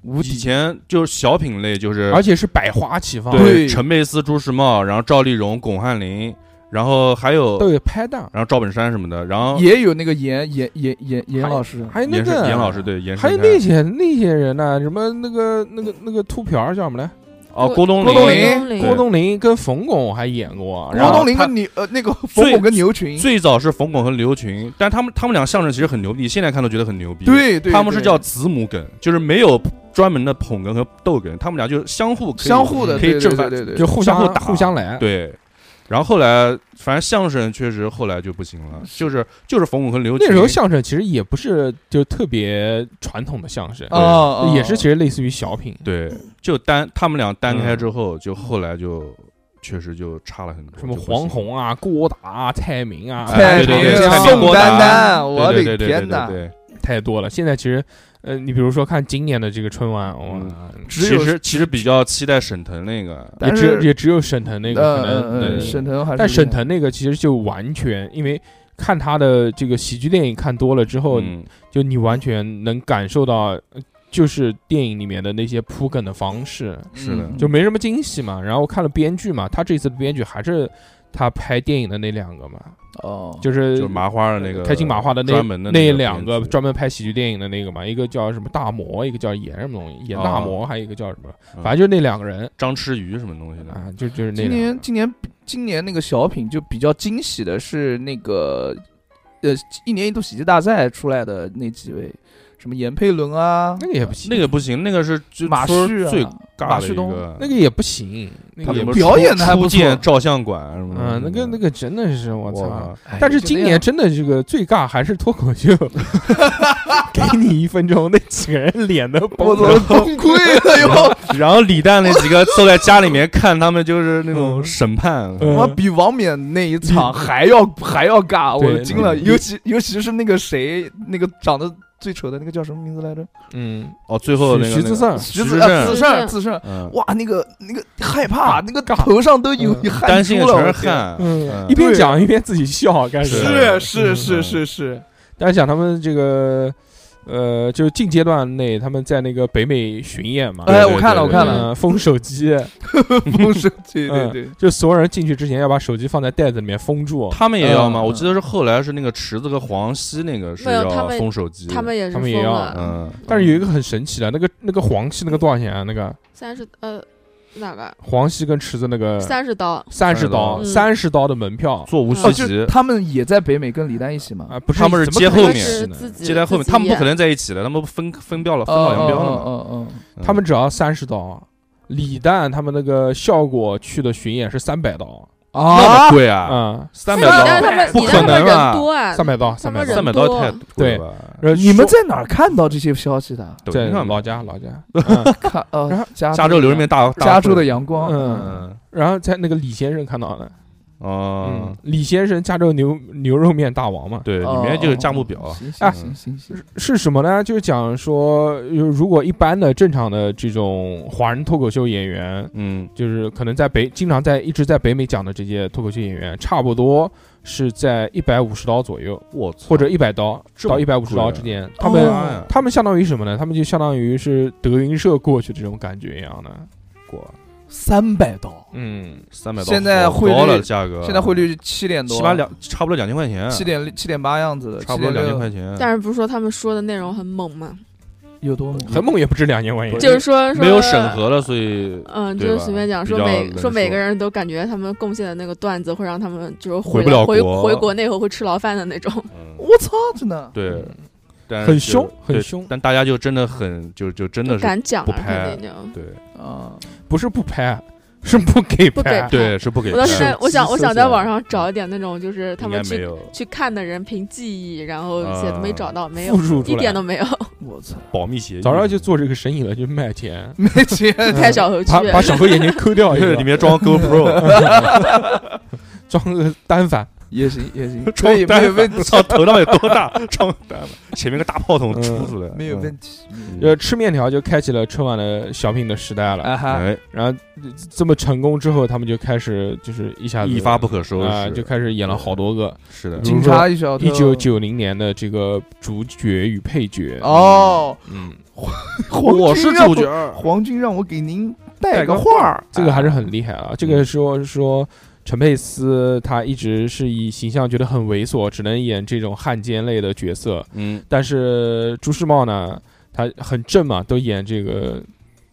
Speaker 5: 无
Speaker 6: 以
Speaker 5: 敌，
Speaker 6: 前就是小品类就是
Speaker 4: 而且是百花齐放，
Speaker 6: 对，
Speaker 5: 对
Speaker 6: 陈佩斯、朱时茂，然后赵丽蓉、巩汉林，然后还有，
Speaker 4: 都有拍档，
Speaker 6: 然后赵本山什么的，然后
Speaker 5: 也有那个严严严严严
Speaker 4: 还
Speaker 5: 老师，
Speaker 4: 还有那
Speaker 6: 严
Speaker 4: 个
Speaker 6: 胜严老师，对严胜
Speaker 4: 还有
Speaker 6: 开
Speaker 4: 那些那些人呢，什么那个那个那个秃瓢儿叫什么来？
Speaker 6: 哦郭冬
Speaker 5: 郭冬临
Speaker 6: 临，
Speaker 2: 临
Speaker 6: 对
Speaker 4: 郭冬临跟冯巩还演过，
Speaker 5: 郭
Speaker 4: 然后
Speaker 5: 冬临
Speaker 6: 他
Speaker 5: 跟牛呃那个冯
Speaker 6: 最
Speaker 5: 巩跟牛群，
Speaker 6: 最早是冯巩和刘群，但他们他们俩相声其实很牛逼，现在看都觉得很牛逼。，
Speaker 5: 对对，
Speaker 6: 他们是
Speaker 5: 对
Speaker 6: 叫子母梗，就是没有专门的捧哏和逗哏，他们俩就相互可以
Speaker 5: 相互的，
Speaker 6: 可以
Speaker 5: 对
Speaker 6: 正
Speaker 5: 对
Speaker 6: 反
Speaker 5: 对对对，
Speaker 4: 就互相
Speaker 6: 相互打
Speaker 4: 互相来，
Speaker 6: 对。然后后来，反正相声确实后来就不行
Speaker 5: 嗯
Speaker 6: 了，就是就是冯巩和刘群
Speaker 4: 那时候相声其实也不是就特别传统的相声，
Speaker 5: 啊，
Speaker 4: 也是其实类似于小品，
Speaker 5: 嗯
Speaker 6: 对，就单他们俩单开之后，就后来就确实就差了很多。
Speaker 4: 什么
Speaker 6: 就不行
Speaker 4: 黄宏啊、郭达啊、蔡明啊，
Speaker 5: 蔡
Speaker 6: 对对
Speaker 5: 明
Speaker 6: 对蔡明
Speaker 5: 宋
Speaker 6: 郭
Speaker 5: 丹
Speaker 6: 达
Speaker 5: 丹，我
Speaker 6: 对
Speaker 5: 的
Speaker 6: 对对对
Speaker 5: 天
Speaker 6: 对
Speaker 5: 哪！
Speaker 6: 对，
Speaker 4: 太多了。现在其实，呃，你比如说看今年的这个春晚，哇，
Speaker 5: 只
Speaker 6: 其
Speaker 5: 有
Speaker 6: 实其实比较期待沈腾那个，
Speaker 4: 也
Speaker 5: 嗯但
Speaker 4: 只
Speaker 5: 是
Speaker 4: 也只有沈腾那个
Speaker 5: 呃
Speaker 4: 可能
Speaker 5: 呃
Speaker 4: 能
Speaker 5: 呃
Speaker 6: 对
Speaker 5: 沈腾还是
Speaker 4: 但沈腾那个其实就完全因为看他的这个喜剧电影看多了之后，
Speaker 6: 嗯
Speaker 4: 就你完全能感受到，呃就是电影里面的那些铺梗的方式，
Speaker 6: 是的
Speaker 5: 嗯
Speaker 4: 就没什么惊喜嘛。然后看了编剧嘛，他这次的编剧还是他拍电影的那两个嘛，
Speaker 5: 哦，
Speaker 4: 就是
Speaker 6: 就是麻花的那个
Speaker 4: 呃开心麻花的那
Speaker 6: 专门的
Speaker 4: 那
Speaker 6: 个
Speaker 4: 两个
Speaker 6: 编辑
Speaker 4: 专门拍喜剧电影的那个嘛，一个叫什么大魔，一个叫演什么东西，演大魔，还有一个叫什么，
Speaker 6: 嗯
Speaker 4: 反正就那两个人
Speaker 6: 张弛宇什么东西的，
Speaker 4: 啊，就就是那
Speaker 5: 今
Speaker 4: 两
Speaker 5: 年
Speaker 4: 个
Speaker 5: 今年今年那个小品就比较惊喜的是那个呃一年一度喜剧大赛出来的那几位，什么闫佩伦啊
Speaker 4: 那，个也不行，
Speaker 6: 那个不行，那个是就
Speaker 5: 马
Speaker 6: 村儿
Speaker 5: 旭啊
Speaker 6: 最
Speaker 5: 马
Speaker 6: 尬的
Speaker 5: 旭
Speaker 6: 一
Speaker 5: 东
Speaker 6: 个，
Speaker 4: 那个也不行，那
Speaker 6: 他
Speaker 4: 个也
Speaker 6: 们
Speaker 4: 不
Speaker 5: 表
Speaker 6: 出
Speaker 5: 演得还不
Speaker 6: 初
Speaker 5: 错
Speaker 6: 见照相馆什么的，
Speaker 4: 嗯，那个那个真的是我操哎
Speaker 6: 我！
Speaker 4: 但是今年真的这个最尬还是脱口秀，给你一分钟，那几个人脸都
Speaker 5: 我
Speaker 4: 崩
Speaker 5: 操
Speaker 4: 了。
Speaker 5: 崩溃了哟！
Speaker 6: 然后李诞那几个都在家里面看他们就是那种审判，
Speaker 4: 嗯
Speaker 5: 我比王冕那一
Speaker 6: 嗯
Speaker 5: 场还要还要尬，我
Speaker 4: 对
Speaker 5: 惊了。
Speaker 4: 那
Speaker 5: 尤其尤其是那个谁，那个长得最丑的那个叫什么名字来着？
Speaker 4: 嗯，
Speaker 6: 哦，最后那个
Speaker 4: 徐
Speaker 6: 那
Speaker 4: 子
Speaker 6: 个
Speaker 4: 胜
Speaker 6: 徐
Speaker 5: 子
Speaker 6: 志
Speaker 5: 啊
Speaker 6: 胜
Speaker 5: 子
Speaker 2: 志
Speaker 5: 胜
Speaker 2: 胜
Speaker 5: 子胜，
Speaker 6: 嗯，
Speaker 5: 哇，那个那个害怕，那个
Speaker 4: 尬
Speaker 5: 头上都有
Speaker 4: 嗯
Speaker 5: 汗
Speaker 6: 担心
Speaker 5: 珠
Speaker 6: 的
Speaker 5: 了，
Speaker 6: 全是
Speaker 5: 我天
Speaker 6: 汗，
Speaker 4: 嗯
Speaker 6: 嗯
Speaker 4: 一边讲一边自己笑，干什
Speaker 6: 是
Speaker 4: 么？
Speaker 5: 是是是
Speaker 6: 嗯
Speaker 5: 是是，
Speaker 4: 但是讲他们这个，呃，就是近阶段内他们在那个北美巡演嘛，
Speaker 5: 哎，
Speaker 6: 对
Speaker 5: 我看了我
Speaker 6: 对
Speaker 5: 看了，
Speaker 4: 嗯，封手机，
Speaker 5: 风生对对
Speaker 4: 嗯
Speaker 5: 对，
Speaker 4: 就所有人进去之前要把手机放在袋子里面封住，
Speaker 6: 他们也要吗？
Speaker 5: 嗯
Speaker 6: 我记得是后来是那个池子和黄西那个是
Speaker 2: 没有他
Speaker 6: 要
Speaker 2: 们
Speaker 6: 封手机，
Speaker 2: 他们也是
Speaker 4: 他
Speaker 2: 疯
Speaker 4: 们也要
Speaker 2: 了，
Speaker 6: 嗯，
Speaker 4: 但是有一个很神奇的，那个那个黄西那个多少钱啊？那个
Speaker 2: 三十呃哪个
Speaker 4: 黄西跟池子那
Speaker 6: 嗯
Speaker 4: 个
Speaker 2: 三十刀，
Speaker 4: 三十刀，
Speaker 2: 嗯
Speaker 4: 三十刀的门票
Speaker 6: 座无
Speaker 2: 哦
Speaker 6: 虚
Speaker 5: 哦，
Speaker 6: 席
Speaker 5: 就，是他们也在北美跟李诞一起嘛，
Speaker 4: 啊，不是
Speaker 6: 他们是
Speaker 4: 怎么
Speaker 6: 接
Speaker 4: 可能
Speaker 6: 后
Speaker 2: 他
Speaker 6: 面
Speaker 2: 是
Speaker 4: 是的
Speaker 2: 自己
Speaker 6: 接在后面，
Speaker 2: 自己
Speaker 6: 他们不
Speaker 2: 演
Speaker 6: 可能在一起了，他们分分标了，分道扬
Speaker 5: 哦
Speaker 6: 镳了嘛。
Speaker 5: 哦哦
Speaker 6: 嗯
Speaker 4: 他们只要三十刀。李诞他们那个效果去的巡演是三百刀
Speaker 5: 哦
Speaker 6: 那
Speaker 5: 啊
Speaker 6: 么！贵啊，
Speaker 4: 啊，
Speaker 6: 三百
Speaker 2: 但是
Speaker 6: 刀，
Speaker 2: 他们
Speaker 6: 不
Speaker 2: 你
Speaker 6: 可
Speaker 2: 让他们
Speaker 6: 能啊
Speaker 2: 人多啊，
Speaker 4: 三百刀，
Speaker 2: 他
Speaker 4: 三
Speaker 2: 们
Speaker 4: 百刀呃
Speaker 2: 人。
Speaker 6: 三百刀太贵
Speaker 4: 对
Speaker 6: 了吧？
Speaker 4: 然后
Speaker 5: 你们
Speaker 4: 说
Speaker 5: 在哪儿看到这些消息的？
Speaker 6: 抖
Speaker 4: 在
Speaker 6: 音上
Speaker 4: 老
Speaker 6: 吧，
Speaker 4: 家老家，
Speaker 5: 看
Speaker 4: 然
Speaker 5: 哦
Speaker 4: 后，
Speaker 5: 加
Speaker 6: 加州流里面大
Speaker 5: 加州的，阳
Speaker 4: 嗯
Speaker 5: 光，
Speaker 6: 嗯，
Speaker 4: 然后在那个李先生看到了，
Speaker 6: 哦
Speaker 4: 嗯，，李先生加州牛牛肉面大王嘛，
Speaker 6: 对，
Speaker 5: 哦
Speaker 6: 里面就有价目
Speaker 2: 哦
Speaker 6: 表，啊
Speaker 5: 行
Speaker 4: 哎
Speaker 5: 行行行行，
Speaker 4: 是什么呢？就是讲说，就是如果一般的正常的这种华人脱口秀演员，
Speaker 6: 嗯，
Speaker 4: 就是可能在北经常在一直在北美讲的这些脱口秀演员，差不多是在一百五十刀左右，
Speaker 6: 我操
Speaker 4: 或者一百刀
Speaker 6: 这么
Speaker 4: 到一百五十
Speaker 6: 贵啊
Speaker 4: 刀之间，他们、
Speaker 5: 哦
Speaker 6: 妈呀
Speaker 4: 他们相当于什么呢？他们就相当于是德云社过去这种感觉一样的，
Speaker 6: 过
Speaker 5: 三百刀，
Speaker 4: 嗯，
Speaker 6: 三百刀，
Speaker 5: 现在汇率
Speaker 6: 高了价格，
Speaker 5: 现在汇率七点多，
Speaker 6: 起码两差不多两千块钱，
Speaker 5: 七点七点八样子的，
Speaker 6: 差不多两千块
Speaker 5: 钱
Speaker 6: 钱，
Speaker 2: 但是不是说他们说的内容很猛吗？
Speaker 5: 有多猛？
Speaker 4: 很猛也不止两千块钱，
Speaker 2: 就是说说
Speaker 6: 嗯没有审核了，所以
Speaker 2: 嗯，
Speaker 6: 对
Speaker 2: 就是
Speaker 6: 吧
Speaker 2: 随便讲，说
Speaker 6: 比较
Speaker 2: 每
Speaker 6: 能
Speaker 2: 说每
Speaker 6: 说
Speaker 2: 个人都感觉他们贡献的那个段子会让他们就是
Speaker 6: 回不
Speaker 2: 到
Speaker 6: 了
Speaker 2: 回
Speaker 6: 国
Speaker 2: 回国内后会吃牢饭的那种。
Speaker 6: 嗯
Speaker 5: 我操，真的
Speaker 6: 对，但是
Speaker 4: 很
Speaker 6: 就
Speaker 4: 凶很
Speaker 6: 对
Speaker 4: 凶
Speaker 6: 但大家就真的很就就 真的
Speaker 2: 不
Speaker 6: 是
Speaker 2: 敢讲
Speaker 6: 不
Speaker 2: 啊，
Speaker 6: 拍
Speaker 2: 肯定就。
Speaker 6: 对
Speaker 5: 啊！
Speaker 4: 不是不拍， 是不给
Speaker 2: 不给
Speaker 4: 拍，
Speaker 6: 对是不给
Speaker 2: 我到
Speaker 6: 看
Speaker 2: 现在，我想，我
Speaker 6: 手
Speaker 2: 想
Speaker 6: 机
Speaker 2: 在网上找一点那种，就是他
Speaker 6: 应
Speaker 2: 们
Speaker 6: 该没
Speaker 2: 去
Speaker 6: 有啊
Speaker 2: 去看的人凭记忆，然后写的没找到，没有
Speaker 4: 复，述出
Speaker 2: 一
Speaker 4: 来
Speaker 2: 点 都没有。
Speaker 5: 我操，
Speaker 6: 保密协议，嗯
Speaker 4: 早知道就做这个生意了，就卖钱。 嗯
Speaker 5: 没钱，
Speaker 2: 开小猴去，
Speaker 4: 把把小狗眼睛抠 掉一个，
Speaker 6: 里面装 GoPro，
Speaker 4: 装个单反，
Speaker 5: 也行也行，可
Speaker 6: 装
Speaker 5: 以没有
Speaker 6: 单
Speaker 5: 问
Speaker 6: 反，
Speaker 5: 题，
Speaker 6: 操头上有多大？装单反，前面个大炮筒出出来，
Speaker 5: 嗯
Speaker 6: 嗯
Speaker 5: 没有问
Speaker 6: 题。
Speaker 5: 题。
Speaker 4: 呃，吃面条就开启了春晚的小品的时代了。
Speaker 5: 啊哈，
Speaker 6: 哎，
Speaker 4: 然后呃这么成功之后，他们就开始就是一下子
Speaker 6: 一发不可收
Speaker 4: 啊，
Speaker 6: 拾，
Speaker 4: 就开始演了好多个。
Speaker 6: 是的
Speaker 4: 比，如
Speaker 5: 警
Speaker 4: 说
Speaker 5: 察一小偷
Speaker 4: 一九九零年的这个主角与配角，
Speaker 5: 哦，
Speaker 4: 嗯，
Speaker 5: 我
Speaker 6: 是主角，
Speaker 5: 黄军让我给您带
Speaker 6: 带
Speaker 5: 个
Speaker 6: 个
Speaker 5: 话儿，
Speaker 4: 这个还是很厉害啊。这个说说陈佩斯，他一直是以形象觉得很猥琐，只能演这种汉奸类的角色。
Speaker 6: 嗯，
Speaker 4: 但是朱时茂呢，他很正嘛，都演这个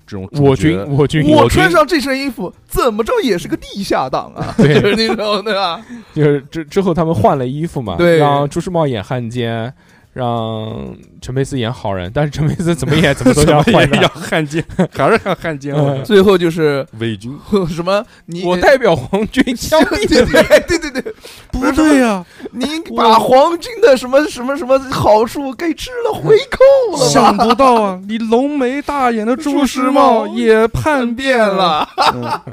Speaker 6: 这种主
Speaker 4: 我
Speaker 6: 角
Speaker 4: 军我军
Speaker 5: 我
Speaker 4: 军
Speaker 5: 穿上这身衣服，怎么着也是个地下党啊，就
Speaker 4: 对，
Speaker 5: 是那种对吧？
Speaker 4: 就是之之后他们换了衣服嘛，
Speaker 5: 对
Speaker 4: 让朱时茂演汉奸，让陈佩斯演好人，但是陈佩斯怎么演怎么都要
Speaker 6: 怎么啊
Speaker 4: 换
Speaker 6: 也要
Speaker 4: 的。
Speaker 6: 汉奸， 还是要汉奸，
Speaker 4: 嗯
Speaker 5: 最后就是
Speaker 6: 伪军。
Speaker 5: 什么你
Speaker 4: 我代表皇军枪
Speaker 5: 对
Speaker 4: 毙
Speaker 5: 对对对对对，不是
Speaker 6: 对呀，
Speaker 5: 您把黄军的什么什么什么好处给吃了回扣了吧，
Speaker 6: 想不到啊，你浓眉大眼的朱时
Speaker 5: 朱时茂
Speaker 6: 茂也叛变
Speaker 5: 变
Speaker 6: 了。
Speaker 5: 了，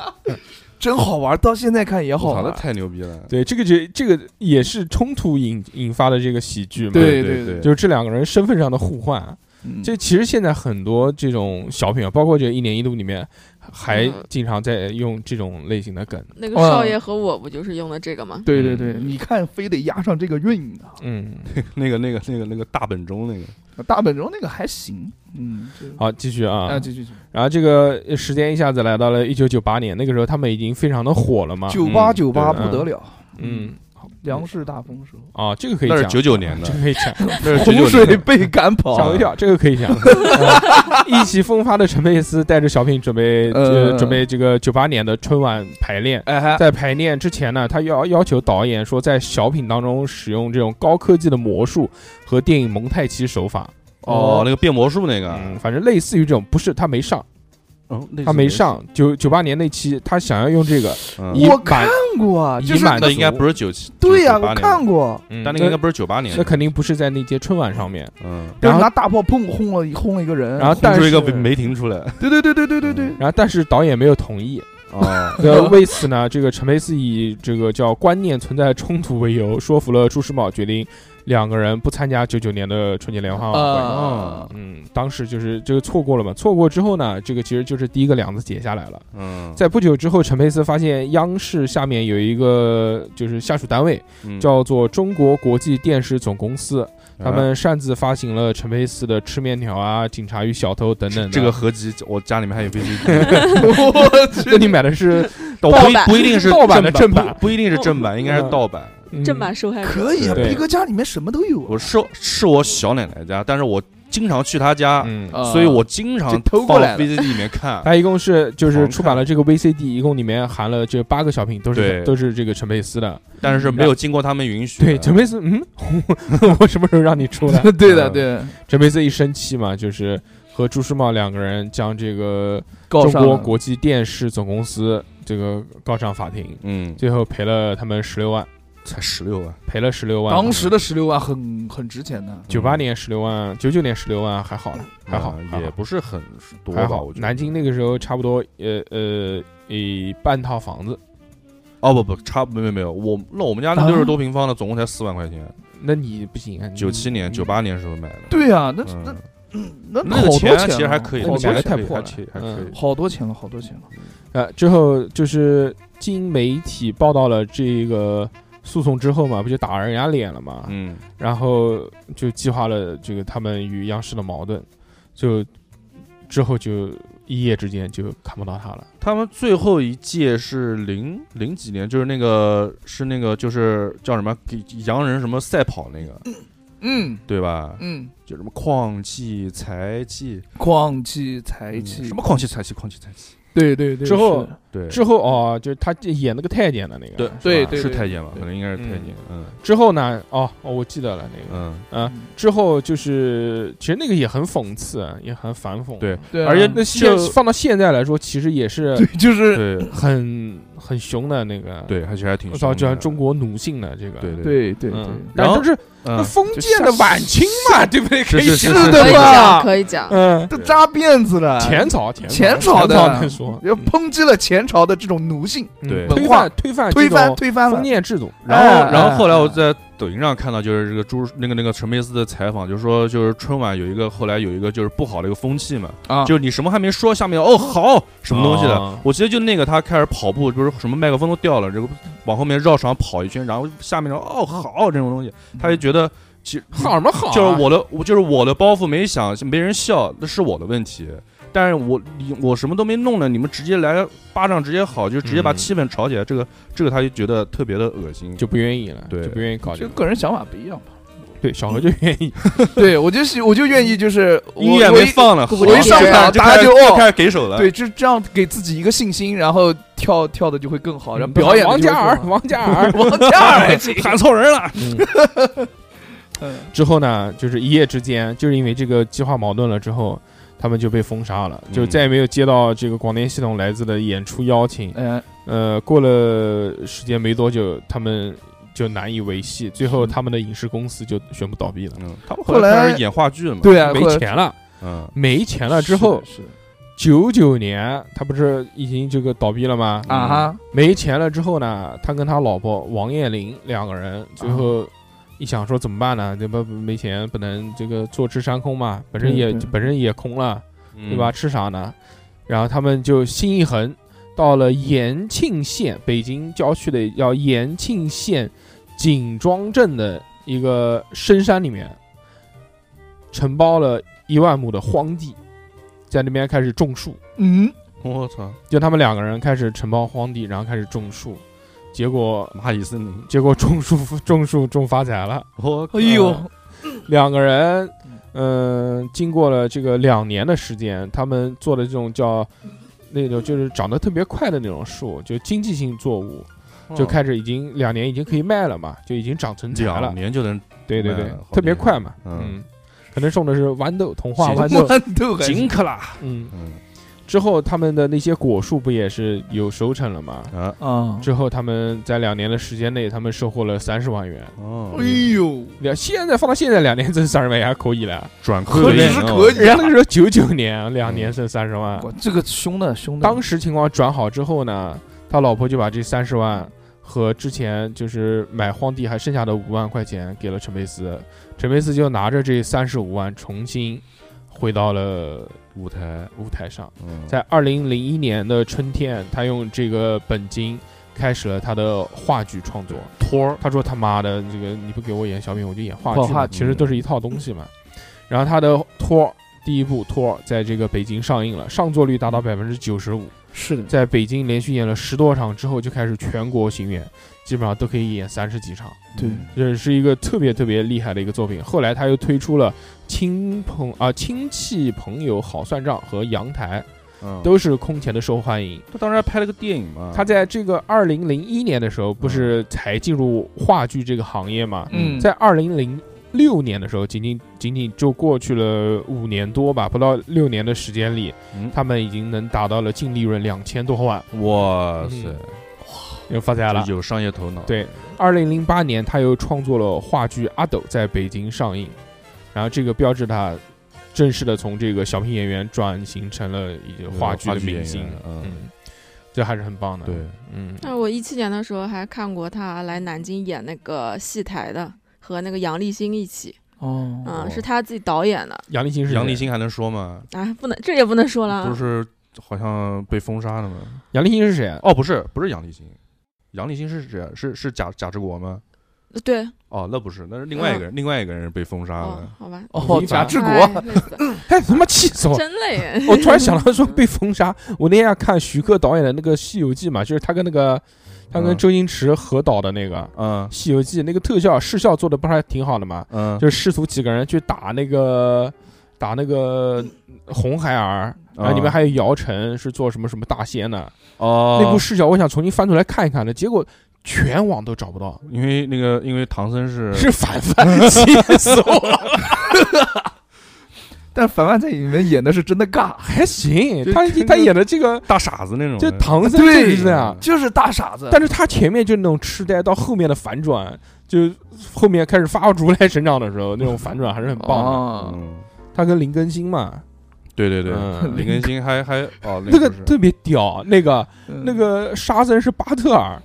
Speaker 5: 真好玩，到现在看也好
Speaker 6: 我操，
Speaker 5: 玩
Speaker 6: 那。太牛逼了！
Speaker 4: 对，这个就这个也是冲突引引发的这个喜剧嘛，
Speaker 5: 对
Speaker 6: 对
Speaker 5: 对，
Speaker 4: 就是这两个人身份上的互换。啊
Speaker 5: 嗯
Speaker 4: 这其实现在很多这种小品啊，包括这个一年一度里面，还
Speaker 2: 嗯
Speaker 4: 经常在用这种类型的梗。
Speaker 2: 那个
Speaker 5: 哇
Speaker 2: 少
Speaker 6: 嗯
Speaker 2: 爷和我不就是用的这个吗？
Speaker 5: 对对对，你看非得押上这个韵呢。
Speaker 4: 嗯，
Speaker 6: 那个那个那个那个大本钟那个，
Speaker 5: 大本钟那个还行，嗯，就
Speaker 4: 好，继续啊。
Speaker 5: 啊，继续，继续
Speaker 4: 然后这个时间一下子来到了一九九八年，那个时候他们已经非常的火了嘛。
Speaker 5: 九八
Speaker 6: 嗯
Speaker 5: 九八
Speaker 4: 啊对
Speaker 5: 不得了，
Speaker 4: 嗯，
Speaker 5: 粮食大丰收，
Speaker 4: 啊，这个可以
Speaker 6: 那是
Speaker 4: 讲，
Speaker 6: 九九年
Speaker 4: 这
Speaker 6: 的 哦
Speaker 4: 个，可以讲，
Speaker 6: 那是
Speaker 5: 洪
Speaker 6: 九九
Speaker 5: 水
Speaker 6: 年的。
Speaker 5: 被赶
Speaker 4: 吓我
Speaker 5: 跑
Speaker 4: 一，跳，这个可以 讲。啊意气风发的陈佩斯带着小品准备呃
Speaker 5: 呃
Speaker 4: 准备这个九八年的春晚排练。
Speaker 5: 哎，
Speaker 4: 在排练之前呢，他要要求导演说，在小品当中使用这种高科技的魔术和电影蒙太奇手法，
Speaker 6: 哦，那个变魔术那个，
Speaker 4: 嗯，反正类似于这种，不是他没上，
Speaker 6: 嗯，那
Speaker 4: 他
Speaker 6: 是
Speaker 4: 没上九九八年那期，他想要用这个
Speaker 6: 嗯
Speaker 4: 以
Speaker 5: 我
Speaker 4: 满
Speaker 5: 看过啊，就
Speaker 4: 以
Speaker 5: 是
Speaker 4: 满
Speaker 6: 那
Speaker 4: 足，
Speaker 6: 应该不是九七，
Speaker 5: 对呀，
Speaker 6: 98
Speaker 5: 我
Speaker 6: 年的
Speaker 5: 看，过，
Speaker 4: 嗯，
Speaker 6: 但那
Speaker 4: 那
Speaker 6: 个应该不是九八年
Speaker 4: 那
Speaker 6: 的，
Speaker 4: 肯定不是在那届春晚上面，
Speaker 6: 嗯，
Speaker 4: 然
Speaker 5: 然后
Speaker 4: 后
Speaker 5: 拿大炮砰轰了一轰了一个人，
Speaker 4: 然后
Speaker 6: 轰
Speaker 4: 但
Speaker 6: 出
Speaker 4: 是
Speaker 6: 一个没没停 出来，
Speaker 5: 对对对对对对对，
Speaker 4: 然后但是导演没有同 意，
Speaker 6: 哦，
Speaker 4: 呃，为此呢，这个陈佩斯以这个叫观念存在冲突为由，说服了朱时茂，决定两个人不参加九九年的春节联欢晚会。
Speaker 5: 啊，
Speaker 4: 嗯，当时就是这个错过了嘛，错过之后呢，这个其实就是第一个梁子解下来了。
Speaker 6: 嗯，
Speaker 4: 在不久之后，陈佩斯发现央视下面有一个就是下属单位
Speaker 6: 嗯
Speaker 4: 叫做中国国际电视总公司，他
Speaker 6: 啊
Speaker 4: 们擅自发行了陈佩斯的《吃面条》啊、《警察与小偷》等等的。
Speaker 6: 这 个合集，我家里面还有 VCD，
Speaker 5: 我
Speaker 4: 那
Speaker 5: 去，
Speaker 4: 你买的是
Speaker 6: 但我不一
Speaker 2: 盗版
Speaker 6: 不一定是
Speaker 4: 盗版的
Speaker 6: 正
Speaker 4: 正版
Speaker 6: 不不一定是正版，应该是盗版。
Speaker 4: 嗯
Speaker 2: 正版受害者，
Speaker 5: 可以啊，
Speaker 4: 对
Speaker 5: 逼哥家里面什么都有啊，
Speaker 6: 我是是我小奶奶家，但是我经常去她家，
Speaker 4: 嗯，
Speaker 5: 啊
Speaker 6: 所以我经常
Speaker 5: 就偷过
Speaker 6: 放
Speaker 5: 来了
Speaker 6: VCD 里面看。
Speaker 4: 它一共是就是
Speaker 6: 狂
Speaker 4: 出版了这个 VCD，一共里面含了这八个小品，都是
Speaker 6: 嗯对
Speaker 4: 都是这个陈佩斯的。
Speaker 6: 但是没有经过他们允许。
Speaker 4: 对，陈佩斯，嗯， 我什么时候让你出 来？ 嗯
Speaker 5: 对的对的，
Speaker 4: 陈佩斯一生气嘛，就是和朱时茂两个人将这个
Speaker 5: 告
Speaker 4: 中
Speaker 5: 上
Speaker 4: 国
Speaker 5: 了
Speaker 4: 国际电视总公司这个告上法庭，
Speaker 6: 嗯，
Speaker 4: 最后赔了他们十六万，
Speaker 6: 才十六啊万，
Speaker 4: 赔了十六万。
Speaker 5: 当时的十六万很很值钱的，
Speaker 4: 九八年十六万，九九年十六万还好了，还好
Speaker 6: 嗯，
Speaker 4: 还好
Speaker 6: 也不是很多
Speaker 4: 还
Speaker 6: 吧？
Speaker 4: 好
Speaker 6: 我。觉得
Speaker 4: 南京那个时候差不多，呃呃，一半套房子。
Speaker 6: 哦不不差没有没有我那我们家
Speaker 5: 啊
Speaker 6: 六十多平方的，总共才四万块钱。
Speaker 4: 那你不行啊，你
Speaker 6: 九七年
Speaker 4: 你
Speaker 6: 九八年时候买的，
Speaker 5: 对啊呀，那
Speaker 6: 嗯
Speaker 5: 那那
Speaker 6: 那
Speaker 5: 好
Speaker 6: 个
Speaker 5: 多
Speaker 6: 钱
Speaker 5: 钱
Speaker 6: 啊
Speaker 5: 啊，
Speaker 6: 其实还可以，
Speaker 5: 好多
Speaker 4: 买
Speaker 5: 钱
Speaker 4: 的
Speaker 6: 的
Speaker 4: 太
Speaker 6: 太
Speaker 4: 破
Speaker 6: 破
Speaker 4: 了
Speaker 6: 了，还可以。
Speaker 5: 好多钱了，好多钱了，
Speaker 4: 呃，之后就是经媒体报道了这个诉讼之后嘛，不就打人家脸了嘛，
Speaker 6: 嗯，
Speaker 4: 然后就激化了这个他们与央视的矛盾，就之后就一夜之间就看不到他了。
Speaker 6: 他们最后一届是零零几年，就是那个是那个就是叫什么给洋人什么赛跑那个，
Speaker 5: 嗯
Speaker 6: 对吧？
Speaker 5: 嗯，
Speaker 6: 就什么矿气、财气、
Speaker 5: 矿气财气
Speaker 6: 嗯什么矿气、财气、矿气、财气，
Speaker 5: 对对对，
Speaker 4: 之后
Speaker 5: 是
Speaker 6: 对，
Speaker 4: 之后哦，就是他演那个太监的那个，
Speaker 6: 对
Speaker 4: 是吧
Speaker 5: 对对
Speaker 6: 是太监吧？
Speaker 5: 对
Speaker 6: 可能应该是太监，嗯
Speaker 4: 之后呢，哦哦，我记得了那个，
Speaker 6: 嗯。
Speaker 4: 嗯、之后就是其实那个也很讽刺，也很反讽，
Speaker 6: 对，
Speaker 5: 对啊，
Speaker 6: 而且
Speaker 4: 那现
Speaker 6: 就
Speaker 4: 放到现在来说，其实也是
Speaker 5: 对就是
Speaker 6: 对
Speaker 4: 很很凶的那个，，
Speaker 6: 嗯对，还其实还挺
Speaker 4: 我操，
Speaker 6: 凶
Speaker 4: 就
Speaker 6: 的
Speaker 4: 像中国奴性的这个，
Speaker 6: 对，
Speaker 5: 对对对
Speaker 4: 嗯，，但
Speaker 6: 然后
Speaker 4: 都是那
Speaker 6: 嗯，
Speaker 4: 封建的晚清嘛，对不对？可以
Speaker 6: 是是
Speaker 5: 是
Speaker 6: 是
Speaker 5: 的
Speaker 2: 可以
Speaker 5: 吧
Speaker 2: 讲，可 以讲。
Speaker 4: 嗯，
Speaker 5: 都扎辫子了，
Speaker 4: 前朝
Speaker 5: 前
Speaker 4: 朝
Speaker 5: 朝
Speaker 4: 前
Speaker 5: 呃的
Speaker 4: 来说，
Speaker 5: 要抨击了前朝的这种奴性，
Speaker 4: 嗯
Speaker 6: 对
Speaker 4: 推
Speaker 5: 文化
Speaker 4: 翻推翻
Speaker 5: 推
Speaker 4: 这
Speaker 5: 翻
Speaker 4: 种
Speaker 5: 推翻了
Speaker 4: 封，建制度，
Speaker 6: 然后
Speaker 5: 哎
Speaker 6: 然后
Speaker 5: 哎
Speaker 6: 后来我
Speaker 5: 哎
Speaker 6: 在抖音上看到，就是这个朱那个那个陈佩斯的采访，就是说就是春晚有一个后来有一个就是不好的一个风气嘛，
Speaker 5: 啊
Speaker 6: 就是你什么还没说，下面哦好什么东西
Speaker 4: 哦
Speaker 6: 的，我记得就那个他开始跑步，不是什么麦克风都掉了，这个往后面绕场跑一圈，然后下面说哦好这种东西，
Speaker 5: 嗯
Speaker 6: 他就觉得其实
Speaker 4: 好什么好啊？
Speaker 6: 就是我的，我就是我的包袱没响，没人笑，那是我的问题。但是我你我什么都没弄呢，你们直接来巴掌直接好，就直接把
Speaker 4: 嗯
Speaker 6: 气氛炒起来，这个这个他就觉得特别的恶心。
Speaker 4: 就不愿意了，
Speaker 6: 对
Speaker 4: 就不愿意搞这
Speaker 5: 就
Speaker 4: 个。
Speaker 5: 个人想法不一样吧。
Speaker 4: 对，小何就愿意，
Speaker 5: 对我就是我就愿意就是我
Speaker 6: 音乐
Speaker 5: 我
Speaker 6: 没
Speaker 5: 一
Speaker 6: 放了，
Speaker 5: 我一
Speaker 6: 好
Speaker 5: 上场
Speaker 6: 就
Speaker 5: 啊大家
Speaker 6: 开始
Speaker 5: 就
Speaker 6: 就
Speaker 5: 哦
Speaker 6: 开始给手了。
Speaker 5: 对，就这样给自己一个信心，然后跳跳的就会更好，然后
Speaker 4: 嗯
Speaker 5: 表演的
Speaker 4: 王
Speaker 5: 就会
Speaker 4: 嘉尔，
Speaker 5: 更好，
Speaker 4: 王嘉尔
Speaker 5: 王嘉尔还行，
Speaker 6: 喊错人了。
Speaker 4: 嗯
Speaker 5: 嗯
Speaker 4: 之后呢，就是一夜之间，就是因为这个激化矛盾了之后，他们就被封杀了，就
Speaker 6: 嗯
Speaker 4: 再也没有接到这个广电系统来自的演出邀请。
Speaker 5: 哎
Speaker 4: 呃，过了时间没多久，他们就难以维系，最后他们的影视公司就宣布倒闭了，
Speaker 6: 嗯，他们
Speaker 5: 后来
Speaker 6: 开始演话剧了嘛？
Speaker 5: 对啊，
Speaker 4: 没
Speaker 5: 或者
Speaker 4: 钱了，
Speaker 6: 嗯，
Speaker 4: 没钱了之后，
Speaker 5: 是的是的
Speaker 4: 九九年他不是已经这个倒闭了吗？
Speaker 5: 啊哈，
Speaker 4: 没钱了之后呢，他跟他老婆王艳玲两个人最
Speaker 5: 啊
Speaker 4: 后一想说怎么办呢？这不没钱不能这个坐吃山空嘛，本身
Speaker 5: 对
Speaker 4: 也
Speaker 5: 对嗯
Speaker 4: 本身也空了，
Speaker 6: 对
Speaker 4: 对吧？？吃啥呢？然后他们就心一横，到了延庆县北京郊区的叫延庆县景庄镇的一个深山里面，承包了一万亩的荒地，在那边开始种树。
Speaker 5: 嗯，
Speaker 6: 我操，
Speaker 4: 就他们两个人开始承包荒地，然后开始种树，结果
Speaker 6: 蚂蚁森林，
Speaker 4: 结果种树 种树种发财了。
Speaker 6: 我靠
Speaker 5: 哎呦，
Speaker 4: 两个人，嗯、经过了这个两年的时间，他们做的这种叫那种就是长得特别快的那种树，就经济性作物，
Speaker 6: 哦
Speaker 4: 就开始已经两年已经可以卖了嘛，就已经长成材
Speaker 6: 两
Speaker 4: 了。
Speaker 6: 年就能
Speaker 4: 对对
Speaker 6: 卖
Speaker 4: 对
Speaker 6: 了好，
Speaker 4: 特别
Speaker 6: 厉害
Speaker 4: 快嘛，
Speaker 6: 嗯
Speaker 4: 嗯，可能种的是豌豆，童话
Speaker 6: 行
Speaker 4: 豌豆，
Speaker 5: 豌豆还
Speaker 6: 金
Speaker 5: 行，
Speaker 6: 克啦，
Speaker 4: 嗯。
Speaker 6: 嗯
Speaker 4: 之后他们的那些果树不也是有收成了吗？
Speaker 6: 啊
Speaker 5: 啊，
Speaker 4: 之后他们在两年的时间内，他们收获了三十万元。
Speaker 6: 哦
Speaker 5: 哎，呦，
Speaker 4: 两现在放到现在两年挣三十万也还可以了，
Speaker 6: 转
Speaker 5: 何
Speaker 6: 亏
Speaker 5: 止
Speaker 6: 为
Speaker 5: 是
Speaker 6: 盈嗯
Speaker 5: 可
Speaker 6: 哦，
Speaker 5: 以
Speaker 4: 人家那个时候九九年，两年挣三十万。
Speaker 5: 我这个凶的凶的，
Speaker 4: 当时情况转好之后呢，他老婆就把这三十万和之前就是买荒地还剩下的五万块钱给了陈佩斯，陈佩斯就拿着这三十五万重新回到了
Speaker 6: 舞台，
Speaker 4: 舞台上。
Speaker 6: 嗯
Speaker 4: 在二零零一年的春天，他用这个本金开始了他的话剧创作。
Speaker 6: 托儿，
Speaker 4: 他说他妈的这个你不给我演小品，我就演话剧嘛，
Speaker 5: 话
Speaker 6: 剧
Speaker 4: 其实都是一套东西嘛。
Speaker 6: 嗯
Speaker 4: 然后他的托儿第一部托儿在这个北京上映了，上座率达
Speaker 6: 嗯
Speaker 4: 到百分之九十五，
Speaker 5: 是的，
Speaker 4: 在北京连续演了十多场之后，就开始全国巡演，基本上都可以演三十几场，
Speaker 5: 对
Speaker 4: 这是一个特别特别厉害的一个作品。后来他又推出了亲朋啊亲戚朋友好算账和阳台，
Speaker 6: 嗯，
Speaker 4: 都是空前的受欢迎。
Speaker 6: 他当时还拍了个电影嘛，
Speaker 4: 他在这个二零零一年的时候，不
Speaker 6: 嗯
Speaker 4: 是才进入话剧这个行业嘛，
Speaker 5: 嗯，
Speaker 4: 在二零零六年的时候，仅仅仅仅就过去了五年多吧，不到六年的时间里，
Speaker 6: 嗯
Speaker 4: 他们已经能达到了净利润两千多万，
Speaker 6: 哇塞，
Speaker 4: 嗯又发财了。
Speaker 6: 有商业头脑，
Speaker 4: 对二零零八年，他又创作了话剧《阿斗》在北京上映，然后这个标志他正式的从这个小品演员转型成了一个
Speaker 6: 呃
Speaker 4: 话剧
Speaker 6: 话
Speaker 4: 的
Speaker 6: 剧演
Speaker 4: 明
Speaker 6: 员
Speaker 4: 星，
Speaker 6: 嗯
Speaker 4: 嗯，这还是很棒的。
Speaker 6: 对，
Speaker 4: 嗯，
Speaker 2: 那我一七年的时候还看过他来南京演那个戏台的，和那个杨立新一起，
Speaker 5: 哦，
Speaker 2: 嗯，是他自己导演的，
Speaker 4: 杨立新是
Speaker 6: 杨
Speaker 4: 谁
Speaker 6: 立，新还能说吗？
Speaker 2: 啊，不能这也不能说了啊，
Speaker 6: 不是好像被封杀了吗？
Speaker 4: 杨立新是谁？啊
Speaker 6: 哦，不是，不是杨立新，杨立新是谁啊？是是贾贾志国吗？
Speaker 2: 啊对，
Speaker 6: 哦，那不是，那是另外一个人，另外一个人被封杀
Speaker 2: 嗯哦
Speaker 6: 了。，
Speaker 2: 好吧，
Speaker 5: 哦，贾志国，
Speaker 2: 哎累死了
Speaker 4: 哎，他妈气死我！
Speaker 2: 真累，
Speaker 4: 我突然想到说被封杀，我那天要看徐克导演的那个《西游记》嘛，就是他跟那个他跟
Speaker 6: 嗯
Speaker 4: 周星驰合导的那个《
Speaker 6: 嗯
Speaker 4: 西游记》，那个特效视效做的不是还挺好的嘛？
Speaker 6: 嗯，
Speaker 4: 就是师徒几个人去打那个打那个红孩
Speaker 6: 啊
Speaker 4: 儿，然后里面还有姚晨是做什么什么大仙的，
Speaker 6: 哦，
Speaker 4: 那部视角我想重新翻出来看一看的，结果全网都找不到，
Speaker 6: 因为那个因为唐僧是
Speaker 4: 是凡凡， 气死我了！
Speaker 5: 但凡凡在里面演的是真的尬，
Speaker 4: 还行，
Speaker 6: 就
Speaker 4: 他
Speaker 6: 看
Speaker 4: 他
Speaker 6: 着
Speaker 4: 演的这个
Speaker 6: 大傻子那种
Speaker 4: 就
Speaker 6: 的，
Speaker 4: 唐僧
Speaker 5: 对嗯
Speaker 4: 就是这样。
Speaker 5: 就是大傻子，
Speaker 4: 但是他前面就那种痴呆，到后面的反转，就后面开始发如来神掌的时候，那种反转还是很棒的。
Speaker 5: 棒，
Speaker 6: 嗯，
Speaker 4: 他跟林更新嘛，
Speaker 6: 对对对，
Speaker 4: 嗯
Speaker 6: 林更新还还 哦，
Speaker 4: 那个
Speaker 6: 不是
Speaker 4: 特别屌，那个那
Speaker 5: 那
Speaker 4: 个沙僧是巴特尔，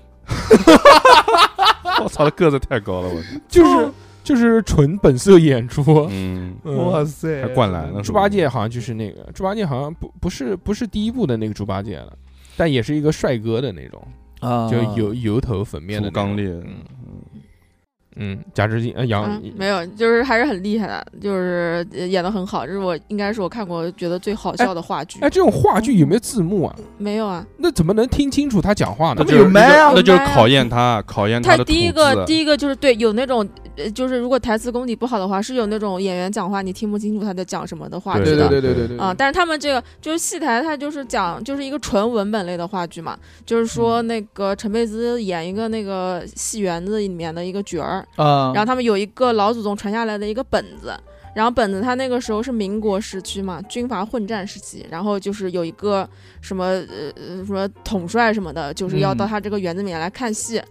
Speaker 6: 我操，他个子太高了，我操
Speaker 4: 就是就是纯本色演 出。
Speaker 6: 嗯，
Speaker 4: 嗯
Speaker 5: 哇塞，
Speaker 6: 还灌篮了，
Speaker 4: 猪八戒好像就是那个猪八戒，好像不不是不是第一部的那个猪八戒了，但也是一个帅哥的那种，
Speaker 5: 啊，
Speaker 4: 就油油头粉面的
Speaker 6: 粗
Speaker 4: 那种
Speaker 6: 刚烈，
Speaker 4: 嗯嗯，贾志金呃
Speaker 2: 啊
Speaker 4: 杨
Speaker 2: 没有，就是还是很厉害的，就是呃演的很好，这是我应该是我看过觉得最好笑的话剧
Speaker 4: 哎，，这种话剧有没有字幕啊？
Speaker 2: 没有啊，
Speaker 4: 那怎么能听清楚他讲话呢
Speaker 6: 那？
Speaker 5: 们
Speaker 6: 就
Speaker 5: 有
Speaker 6: 是
Speaker 5: 麦啊
Speaker 6: 那就
Speaker 2: 有
Speaker 6: 是
Speaker 2: 麦啊
Speaker 6: 考验他，考验
Speaker 2: 他
Speaker 6: 的
Speaker 2: 第一
Speaker 6: 吐
Speaker 2: 个
Speaker 6: 字
Speaker 2: 第一个就是对有那种呃，就是如果台词功底不好的话，是有那种演员讲话你听不清楚他在讲什么的话
Speaker 6: 对
Speaker 2: 剧
Speaker 5: 对
Speaker 2: 的
Speaker 5: 对对对对对
Speaker 2: 啊、但是他们这个就是戏台，它就是讲就是一个纯文本类的话剧嘛，就是说
Speaker 5: 嗯
Speaker 2: 那个陈佩斯演一个那个戏园子里面的一个角儿，
Speaker 5: 啊，
Speaker 2: 然后
Speaker 5: 后
Speaker 2: 他们有一个老祖宗传下来的一个本子，然后本子他那个时候是民国时期嘛，军阀混战时期，然后就是有一个什么呃呃什么统帅什么的，就是要
Speaker 5: 嗯
Speaker 2: 到他这个园子里面来看戏，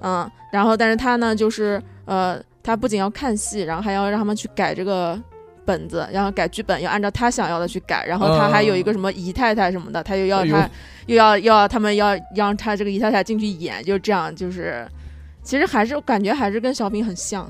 Speaker 2: 嗯然后但是他呢就是呃他不仅要看戏，然后还要让他们去改这个。本子，然后改剧本，要按照他想要的去改。然后他
Speaker 5: 嗯
Speaker 2: 还有一个什么姨太太什么的，他又要
Speaker 5: 哎呦
Speaker 2: 他、又要要他们要让他这个姨太太进去演，就这样就是。其实还是我感觉还是跟小品很像，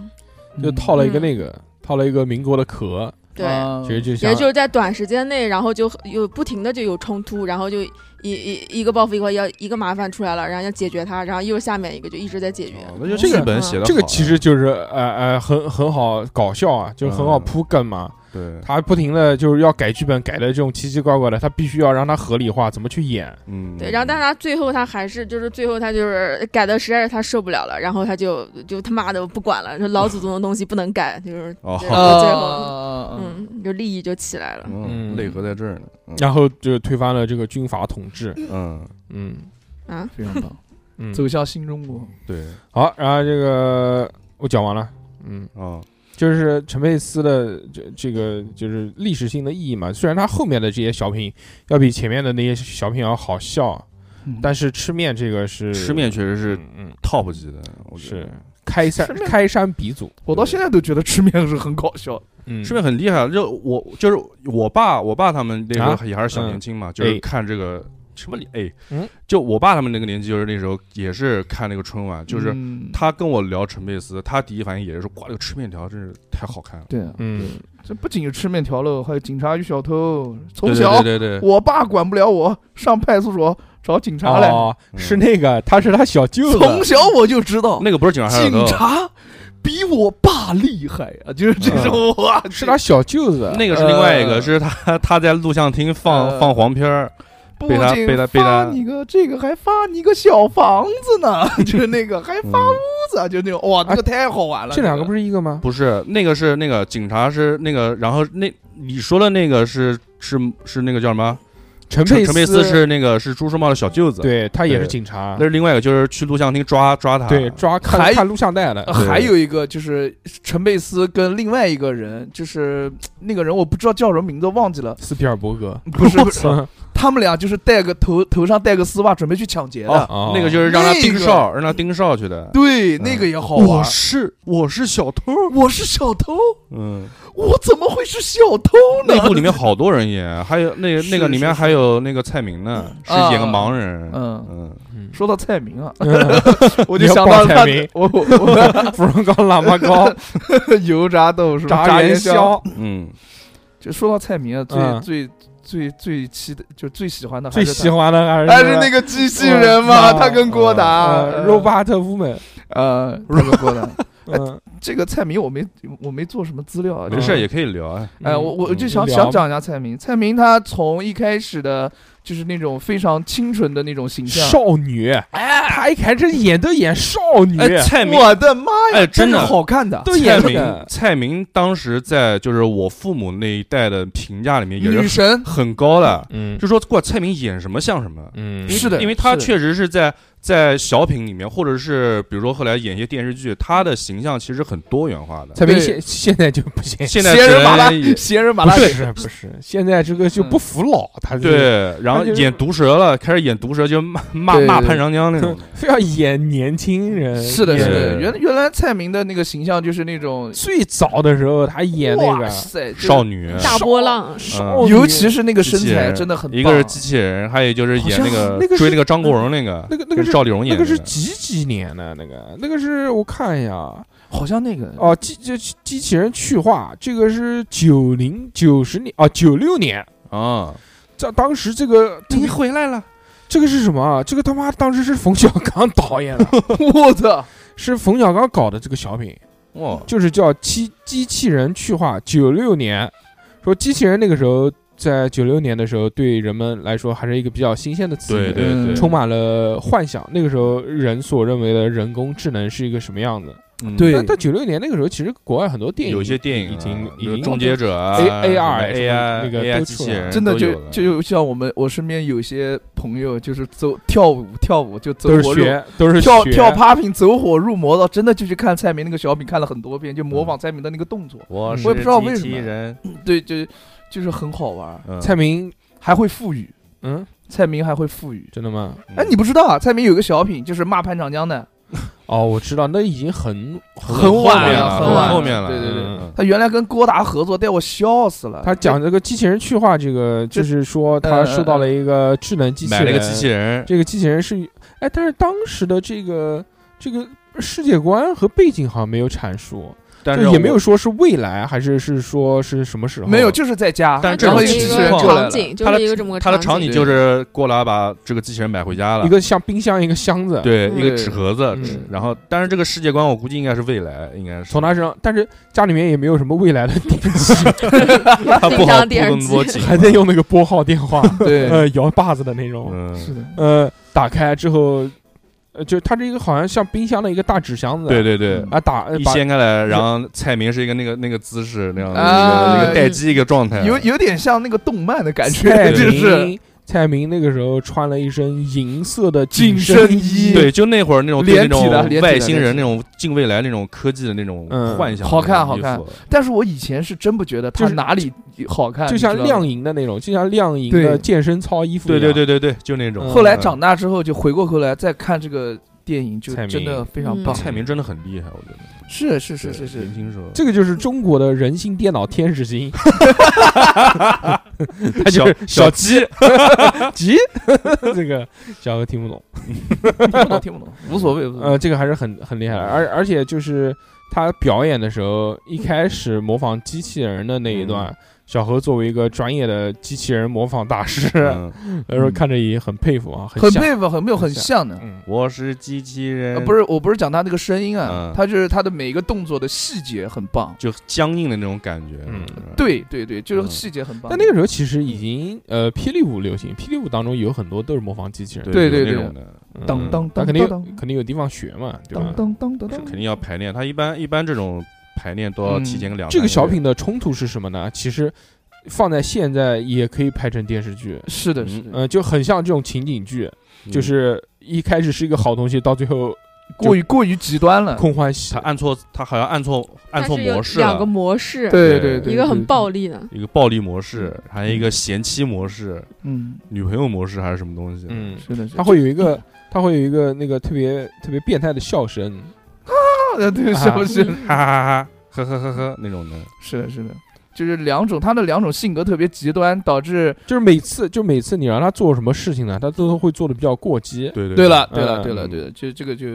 Speaker 5: 嗯
Speaker 4: 就套了一个那个，套了一个民国的壳，
Speaker 2: 对，
Speaker 6: 嗯
Speaker 5: 啊
Speaker 4: 其实就
Speaker 2: 也
Speaker 4: 像
Speaker 2: 就是在短时间内，然后就有不停的就有冲突，然后就一一一个报复一个要一个麻烦出来了，然后要解决它，然后又下面一个就一直在解决。嗯
Speaker 6: 哦那就
Speaker 4: 这
Speaker 6: 是
Speaker 4: 个
Speaker 6: 剧本写的
Speaker 4: 这个其实就是呃呃很很好搞笑啊，就是很好
Speaker 6: 嗯
Speaker 4: 铺梗嘛。
Speaker 6: 对，
Speaker 4: 他不停的就是要改剧本，改的这种奇奇怪怪的，他必须要让它合理化，怎么去演？
Speaker 6: 嗯，
Speaker 2: 对，然后但是他最后他还是就是最后他就是改的实在是他受不了了，然后他就就他妈的不管了，说老祖宗的东西不能改，就是
Speaker 6: 哦
Speaker 2: 对
Speaker 5: 啊
Speaker 2: 就最后
Speaker 5: 啊
Speaker 2: 嗯，就利益就起来了。
Speaker 6: 嗯，
Speaker 4: 嗯
Speaker 6: 内核在这儿呢，
Speaker 4: 然后就推翻了这个军阀统治。
Speaker 6: 嗯，
Speaker 4: 嗯
Speaker 2: 啊
Speaker 5: 非常棒，
Speaker 4: 嗯，
Speaker 5: 走向新中国。
Speaker 6: 对，
Speaker 4: 好，然后这个我讲完了。嗯，
Speaker 6: 啊，
Speaker 4: 就是陈佩斯的这这个就是历史性的意义嘛。虽然他后面的这些小品要比前面的那些小品要好笑，
Speaker 5: 嗯
Speaker 4: 但是吃面这个是
Speaker 6: 吃面确实是
Speaker 4: 嗯嗯
Speaker 6: top 级的，我觉
Speaker 4: 是
Speaker 6: 得
Speaker 4: 开山
Speaker 5: 吃面
Speaker 4: 开山鼻祖，
Speaker 5: 我到现在都觉得吃面是很搞笑的。
Speaker 4: 嗯，
Speaker 6: 吃面很厉害。啊就我就是我爸，我爸他们那时
Speaker 4: 啊
Speaker 6: 候也还是小年轻嘛，就是
Speaker 4: 哎
Speaker 6: 看这个什么里哎
Speaker 4: 嗯，
Speaker 6: 就我爸他们那个年纪，就是那时候也是看那个春晚，就是
Speaker 5: 嗯
Speaker 6: 他跟我聊陈佩斯，他第一反应也是说：“哇，这个吃面条真是太好看了。
Speaker 5: 对啊，
Speaker 4: 嗯，
Speaker 5: 这不仅是吃面条了，还有警察与小偷。”从
Speaker 6: 对
Speaker 5: 小
Speaker 6: 对对对对，
Speaker 5: 我爸管不了我，上派出所找警察来。
Speaker 4: 哦，
Speaker 6: 嗯
Speaker 4: 是那个，他是他小舅子，
Speaker 5: 从小我就知
Speaker 4: 哦
Speaker 5: 道
Speaker 6: 那个不是警察还有啊
Speaker 5: 警
Speaker 6: 个，
Speaker 5: 察比我爸厉害啊， 就是这
Speaker 6: 嗯
Speaker 5: 种哇，
Speaker 4: 是他小舅子，
Speaker 6: 那个是另外一
Speaker 5: 呃
Speaker 6: 个，是他他在录像厅放
Speaker 5: 呃
Speaker 6: 放黄片儿，
Speaker 5: 不
Speaker 6: 被他
Speaker 5: 仅
Speaker 6: 被他被
Speaker 5: 发
Speaker 6: 他
Speaker 5: 你个这个，还发你个小房子呢， 就是那个还
Speaker 6: 嗯
Speaker 5: 发屋子啊，就那种哇，这个太好玩了。
Speaker 4: 这两个不
Speaker 5: 是
Speaker 4: 是一个吗？
Speaker 6: 不是那个是那个警察是那个，然后那你说的那个是是是那个叫什么？
Speaker 4: 陈
Speaker 6: 陈
Speaker 4: 佩
Speaker 6: 陈佩斯是那个是朱时茂的小舅子，，
Speaker 4: 对他也是
Speaker 6: 对啊
Speaker 4: 警察
Speaker 6: 那，是另外一个，就是去录像厅抓啊抓他，
Speaker 4: 对，抓看
Speaker 5: 还
Speaker 4: 看录像带的，
Speaker 6: 对
Speaker 5: 还有一个就是陈佩斯跟另外一个人，就是那个人我不知道叫什么名字，忘记了。
Speaker 4: 斯皮尔伯 格，
Speaker 5: 不是 不是，
Speaker 4: 哦
Speaker 5: 他们俩就是戴个头头上戴个丝袜，准备去抢劫的。
Speaker 4: 哦
Speaker 6: 那个就是让他盯
Speaker 5: 那个
Speaker 6: 梢，让他盯梢去的。
Speaker 5: 对，
Speaker 6: 嗯
Speaker 5: 那个也好玩。
Speaker 6: 是我是小偷，
Speaker 5: 我是小偷，
Speaker 6: 嗯，
Speaker 5: 我怎么会是小偷呢？
Speaker 6: 那部里面好多人演，还有那个
Speaker 5: 是
Speaker 6: 那个里面
Speaker 5: 是是
Speaker 6: 还有那个蔡明呢，是
Speaker 5: 啊
Speaker 6: 演个盲人，
Speaker 5: 嗯
Speaker 6: 嗯，
Speaker 4: 嗯
Speaker 5: 说到蔡 明啊，
Speaker 4: 嗯
Speaker 5: 我就
Speaker 4: 你要
Speaker 5: 想
Speaker 4: 报
Speaker 5: 到
Speaker 4: 蔡
Speaker 5: 他
Speaker 4: 明，
Speaker 5: 我我我
Speaker 4: 芙蓉糕、喇嘛 糕、
Speaker 5: 油炸豆是吧？ 炸
Speaker 4: 元
Speaker 5: 宵。
Speaker 4: 宵，
Speaker 6: 嗯，
Speaker 5: 就说到蔡明啊，最、
Speaker 4: 嗯
Speaker 5: 最最最期的，就最喜欢的还
Speaker 4: 最
Speaker 5: 是
Speaker 4: 喜
Speaker 5: 他，哎
Speaker 4: 欢的还是
Speaker 6: 哎
Speaker 5: 还是那个机器人嘛，
Speaker 4: 嗯
Speaker 5: 他跟郭
Speaker 6: 啊
Speaker 5: 达嗯
Speaker 4: 呃 Robot Woman，
Speaker 5: 呃，他跟 郭达。
Speaker 6: 哎
Speaker 4: 嗯，
Speaker 5: 这个蔡明我没我没做什么资料啊，
Speaker 6: 没
Speaker 5: 就是
Speaker 6: 事也可以聊啊，
Speaker 5: 哎，我我就想
Speaker 4: 嗯
Speaker 5: 想讲一下蔡明。蔡明他从一开始的，就是那种非常清纯的那种形象，
Speaker 4: 少女，
Speaker 5: 哎
Speaker 4: 他一开始演都演少
Speaker 5: 嗯
Speaker 4: 女，
Speaker 6: 哎，蔡明
Speaker 5: 我的妈呀，
Speaker 6: 哎真的
Speaker 5: 是好看的，
Speaker 4: 都
Speaker 6: 蔡
Speaker 4: 演那
Speaker 6: 明
Speaker 4: 个，
Speaker 6: 蔡明当时在就是我父母那一代的评价里面也
Speaker 5: 女
Speaker 6: 是
Speaker 5: 神
Speaker 6: 很高的，
Speaker 4: 嗯
Speaker 6: 就说哇，蔡明演什么像什么。
Speaker 4: 嗯
Speaker 5: 是的，
Speaker 6: 因为他
Speaker 5: 是的
Speaker 6: 确实是在在小品里面，或者是比如说后来演一些电视剧，他的形象其实很多元化的。
Speaker 4: 蔡明
Speaker 5: 对
Speaker 4: 现现在就不行，
Speaker 6: 现在
Speaker 5: 闲人马拉
Speaker 6: 只能，
Speaker 5: 闲人马
Speaker 4: 不
Speaker 5: 拉，嗯
Speaker 4: 是不是，现在这个就不服老，他是
Speaker 6: 对，然后
Speaker 4: 他就是
Speaker 6: 演毒蛇了，开始演毒蛇就骂骂
Speaker 5: 对对
Speaker 6: 骂
Speaker 5: 对
Speaker 6: 潘长江那种。
Speaker 4: 非要演年轻人，
Speaker 5: 是的，
Speaker 4: 演
Speaker 5: 是的。
Speaker 6: 对
Speaker 5: 呃原原来蔡明的那个形象就是那种
Speaker 4: 最早的时候他演那
Speaker 5: 哇
Speaker 4: 个
Speaker 5: 塞，就是
Speaker 6: 少女，
Speaker 2: 大波浪，
Speaker 4: 少女，
Speaker 5: 尤其是那个
Speaker 6: 机
Speaker 5: 身
Speaker 6: 器
Speaker 5: 材
Speaker 6: 人
Speaker 5: 真的很棒，
Speaker 6: 一个是机器人，还有就是演那
Speaker 4: 好像
Speaker 6: 个
Speaker 4: 那个是
Speaker 6: 追那个张国荣那个，
Speaker 4: 那个那个是
Speaker 6: 跟赵丽蓉
Speaker 4: 那
Speaker 6: 演
Speaker 4: 个
Speaker 6: 的
Speaker 4: 是几几年的那个，那个是我看一下啊，
Speaker 5: 好像那个
Speaker 4: 哦，机这机器人去化，这个是九零九十年啊，九六年。
Speaker 6: 啊，
Speaker 4: 这当时这个这个
Speaker 6: 回来了，
Speaker 4: 这个是什么啊？这个他妈当时是冯小刚导演 的，
Speaker 5: 我
Speaker 6: 哎
Speaker 5: 操，
Speaker 4: 是冯小刚搞的这个小品，
Speaker 6: 哇，
Speaker 4: 就是叫《机机器人去化》，九六年，说机器人那个时候在九六年的时候，对人们来说还是一个比较新鲜的词语，
Speaker 6: 对对对，
Speaker 4: 充满了幻想。那个时候人所认为的人工智能是一个什么样子？
Speaker 6: 嗯
Speaker 5: 对
Speaker 4: 但在九六年那个时候，其实国外很多电影
Speaker 6: 有一些电影啊
Speaker 4: 已经已
Speaker 6: 比如
Speaker 4: 经
Speaker 6: 终结者啊
Speaker 4: A- AR 什
Speaker 6: A
Speaker 4: 么
Speaker 6: I
Speaker 4: 那个
Speaker 6: A I
Speaker 4: 都
Speaker 6: 机
Speaker 4: 出
Speaker 6: 器
Speaker 4: 来
Speaker 6: 人
Speaker 4: 了
Speaker 5: 真的
Speaker 6: 都
Speaker 5: 就
Speaker 6: 有了
Speaker 5: 就像我们我身边有些朋友就是走跳舞跳舞就走
Speaker 4: 都是
Speaker 5: 火入
Speaker 4: 学都是
Speaker 5: 跳
Speaker 4: 学
Speaker 5: 跳 popping 走火入魔的，真的就去看蔡明那个小品看了很多遍，就
Speaker 6: 嗯
Speaker 5: 模仿蔡明的那个动作，
Speaker 6: 我
Speaker 4: 嗯
Speaker 6: 是
Speaker 5: 我也不知道为什
Speaker 6: 机器
Speaker 5: 么
Speaker 6: 人，
Speaker 5: 对，就就是很好玩，
Speaker 6: 嗯
Speaker 4: 蔡明，
Speaker 5: 还会腹语，
Speaker 4: 嗯，
Speaker 5: 蔡明还会腹语。
Speaker 4: 真的吗？
Speaker 6: 嗯
Speaker 5: 哎哎，你不知道啊？蔡明有个小品，就是骂潘长江的，
Speaker 4: 哦，我知道，那已经很
Speaker 5: 很晚
Speaker 6: 后面
Speaker 5: 了
Speaker 4: 很晚
Speaker 6: 后面啊了，
Speaker 5: 对对对
Speaker 6: 嗯，
Speaker 5: 他原来跟郭达合作，带我笑死了。
Speaker 4: 他讲这个机器人去化，这个就是说他收到了一个智能机器
Speaker 6: 买
Speaker 4: 人，
Speaker 6: 了个机器人，
Speaker 4: 这个机器人是，哎，但是当时的这个这个世界观和背景好像没有阐述，
Speaker 6: 但
Speaker 4: 就是也没
Speaker 6: 我
Speaker 4: 有说是未来还是是说是什么时候，
Speaker 5: 没有，就是在家，
Speaker 6: 但这
Speaker 5: 然
Speaker 6: 种
Speaker 5: 后
Speaker 2: 就
Speaker 5: 一个
Speaker 2: 是
Speaker 5: 机
Speaker 2: 一
Speaker 5: 器
Speaker 2: 个
Speaker 5: 人过来
Speaker 2: 场
Speaker 5: 了，
Speaker 2: 景，就
Speaker 6: 他的
Speaker 2: 是一个这么个
Speaker 6: 他的场景
Speaker 5: 景
Speaker 6: 就是郭达把这个机器人买回家了
Speaker 4: 一，个像冰箱一个箱子，，
Speaker 6: 对，
Speaker 2: 嗯
Speaker 6: 一个纸盒子
Speaker 4: 嗯，
Speaker 6: 纸然后但是这个世界观我估计应该是未来，应该是
Speaker 4: 从他身上，但是家里面也没有什么未来的电器，
Speaker 6: 他不好
Speaker 2: 冰箱
Speaker 6: 不
Speaker 2: 电视
Speaker 6: 能
Speaker 2: 机
Speaker 6: 多 紧，
Speaker 4: 还在用那个拨号电 话，
Speaker 5: 对，
Speaker 4: 呃，摇把子的那种，
Speaker 6: 嗯，
Speaker 5: 是的，
Speaker 4: 呃，打开之后，呃，就它这一个好像像冰箱的一个大纸箱子，
Speaker 6: 对对对。
Speaker 4: 啊，打呃
Speaker 6: 一
Speaker 4: 把
Speaker 6: 掀开来，然后蔡明是一个那个那个姿势那样的
Speaker 5: 啊
Speaker 6: 一个一个待机一个状态，
Speaker 5: 有有点像那个动漫的感
Speaker 4: 蔡
Speaker 5: 觉，就是
Speaker 4: 明蔡明那个时候穿了一身银色的
Speaker 5: 紧
Speaker 4: 身
Speaker 5: 身衣
Speaker 6: 对，就那会儿那种对那
Speaker 5: 连体的
Speaker 6: 种
Speaker 5: 连体的
Speaker 6: 外星人
Speaker 5: 连体的
Speaker 6: 那种近未来那种科技的那种
Speaker 4: 嗯
Speaker 6: 幻想，
Speaker 5: 好看好看。但是我以前是真不觉得
Speaker 4: 就
Speaker 5: 他
Speaker 4: 是
Speaker 5: 哪里好看，
Speaker 4: 就
Speaker 5: 你
Speaker 4: 像
Speaker 5: 知道吗
Speaker 4: 亮银的那种，就像亮银
Speaker 5: 对
Speaker 4: 的健身操衣服一
Speaker 6: 对
Speaker 4: 样。
Speaker 6: 对对对对，就那种。
Speaker 4: 嗯
Speaker 5: 后来长大之后，就回过头来再看这个电影，就
Speaker 4: 蔡明
Speaker 5: 真的非常棒
Speaker 2: 嗯。
Speaker 6: 蔡明真的很厉害，我觉得
Speaker 5: 是哦是是是
Speaker 6: 对
Speaker 5: 是
Speaker 6: 年，轻时候
Speaker 4: 这个就是中国的人性电脑天使 星，他就是
Speaker 6: 小小鸡，
Speaker 4: 鸡， 这个小何听不懂。
Speaker 5: 听不懂听不懂，无所谓。无所谓
Speaker 4: 呃，这个还是很很厉害的，而而且就是他表演的时候，一开始模仿机器人的那一段，
Speaker 5: 嗯
Speaker 4: 小何作为一个专业的机器人模仿大师，
Speaker 6: 嗯
Speaker 4: 他说看着也很佩服啊，
Speaker 5: 很
Speaker 4: 像。
Speaker 5: 佩服，很没有很像的。
Speaker 4: 嗯，
Speaker 6: 我是机器
Speaker 5: 呃
Speaker 6: 人，
Speaker 5: 不是，我不是讲他那个声音啊
Speaker 6: 嗯，
Speaker 5: 他就是他的每一个动作的细节很棒。
Speaker 6: 就僵硬的那种感觉。
Speaker 4: 嗯
Speaker 6: 是吧，
Speaker 5: 对对对，就是
Speaker 6: 嗯
Speaker 5: 细节很棒。
Speaker 4: 但那个时候其实已经呃，霹雳舞流行，霹雳舞当中有很多都是模仿机器人，
Speaker 5: 对
Speaker 6: 有
Speaker 5: 对
Speaker 6: 那
Speaker 5: 对
Speaker 6: 种的，
Speaker 4: 嗯
Speaker 5: 当当
Speaker 4: 他
Speaker 5: 当
Speaker 4: 肯定
Speaker 5: 当当
Speaker 4: 肯定有地方学嘛，对吧
Speaker 5: 当？当当当
Speaker 6: 是
Speaker 5: 当
Speaker 6: 肯定要排练。他一般一般这种排练都要
Speaker 5: 嗯
Speaker 6: 提前个两
Speaker 4: 这个小
Speaker 6: 三月
Speaker 4: 品的冲突是什么呢？其实放在现在也可以拍成电视剧，
Speaker 5: 是的，是的，
Speaker 4: 呃，就很像这种情景剧，
Speaker 6: 嗯
Speaker 4: 就是一开始是一个好东西，到最后
Speaker 5: 过于过于极端了。
Speaker 4: 空欢喜
Speaker 6: 他。按错，他好像按错按错模式
Speaker 2: 两
Speaker 6: 了
Speaker 2: 个。模式，
Speaker 5: 对
Speaker 6: 对
Speaker 5: 对对，
Speaker 2: 一个
Speaker 5: 对
Speaker 2: 很，暴力 的，
Speaker 6: 一个暴力模式，还有一个贤妻模式、
Speaker 5: 嗯，
Speaker 6: 女朋友模式还是什么东西？
Speaker 4: 嗯，
Speaker 5: 是的，是
Speaker 4: 他
Speaker 5: 的。
Speaker 4: 会有一个，他会有一个那个特别特别变态的笑声，
Speaker 5: 啊对，是不 是？
Speaker 2: 嗯
Speaker 6: 哈哈哈哈，呵呵呵呵那种的。
Speaker 5: 是的，是的，就是两种，他的两种性格特别极端，导致。
Speaker 4: 就是每次就每次你让他做什么事情呢，他都会做的比较过激。
Speaker 6: 对对
Speaker 5: 对了，对了，
Speaker 4: 嗯
Speaker 5: 对了，对了，就这个就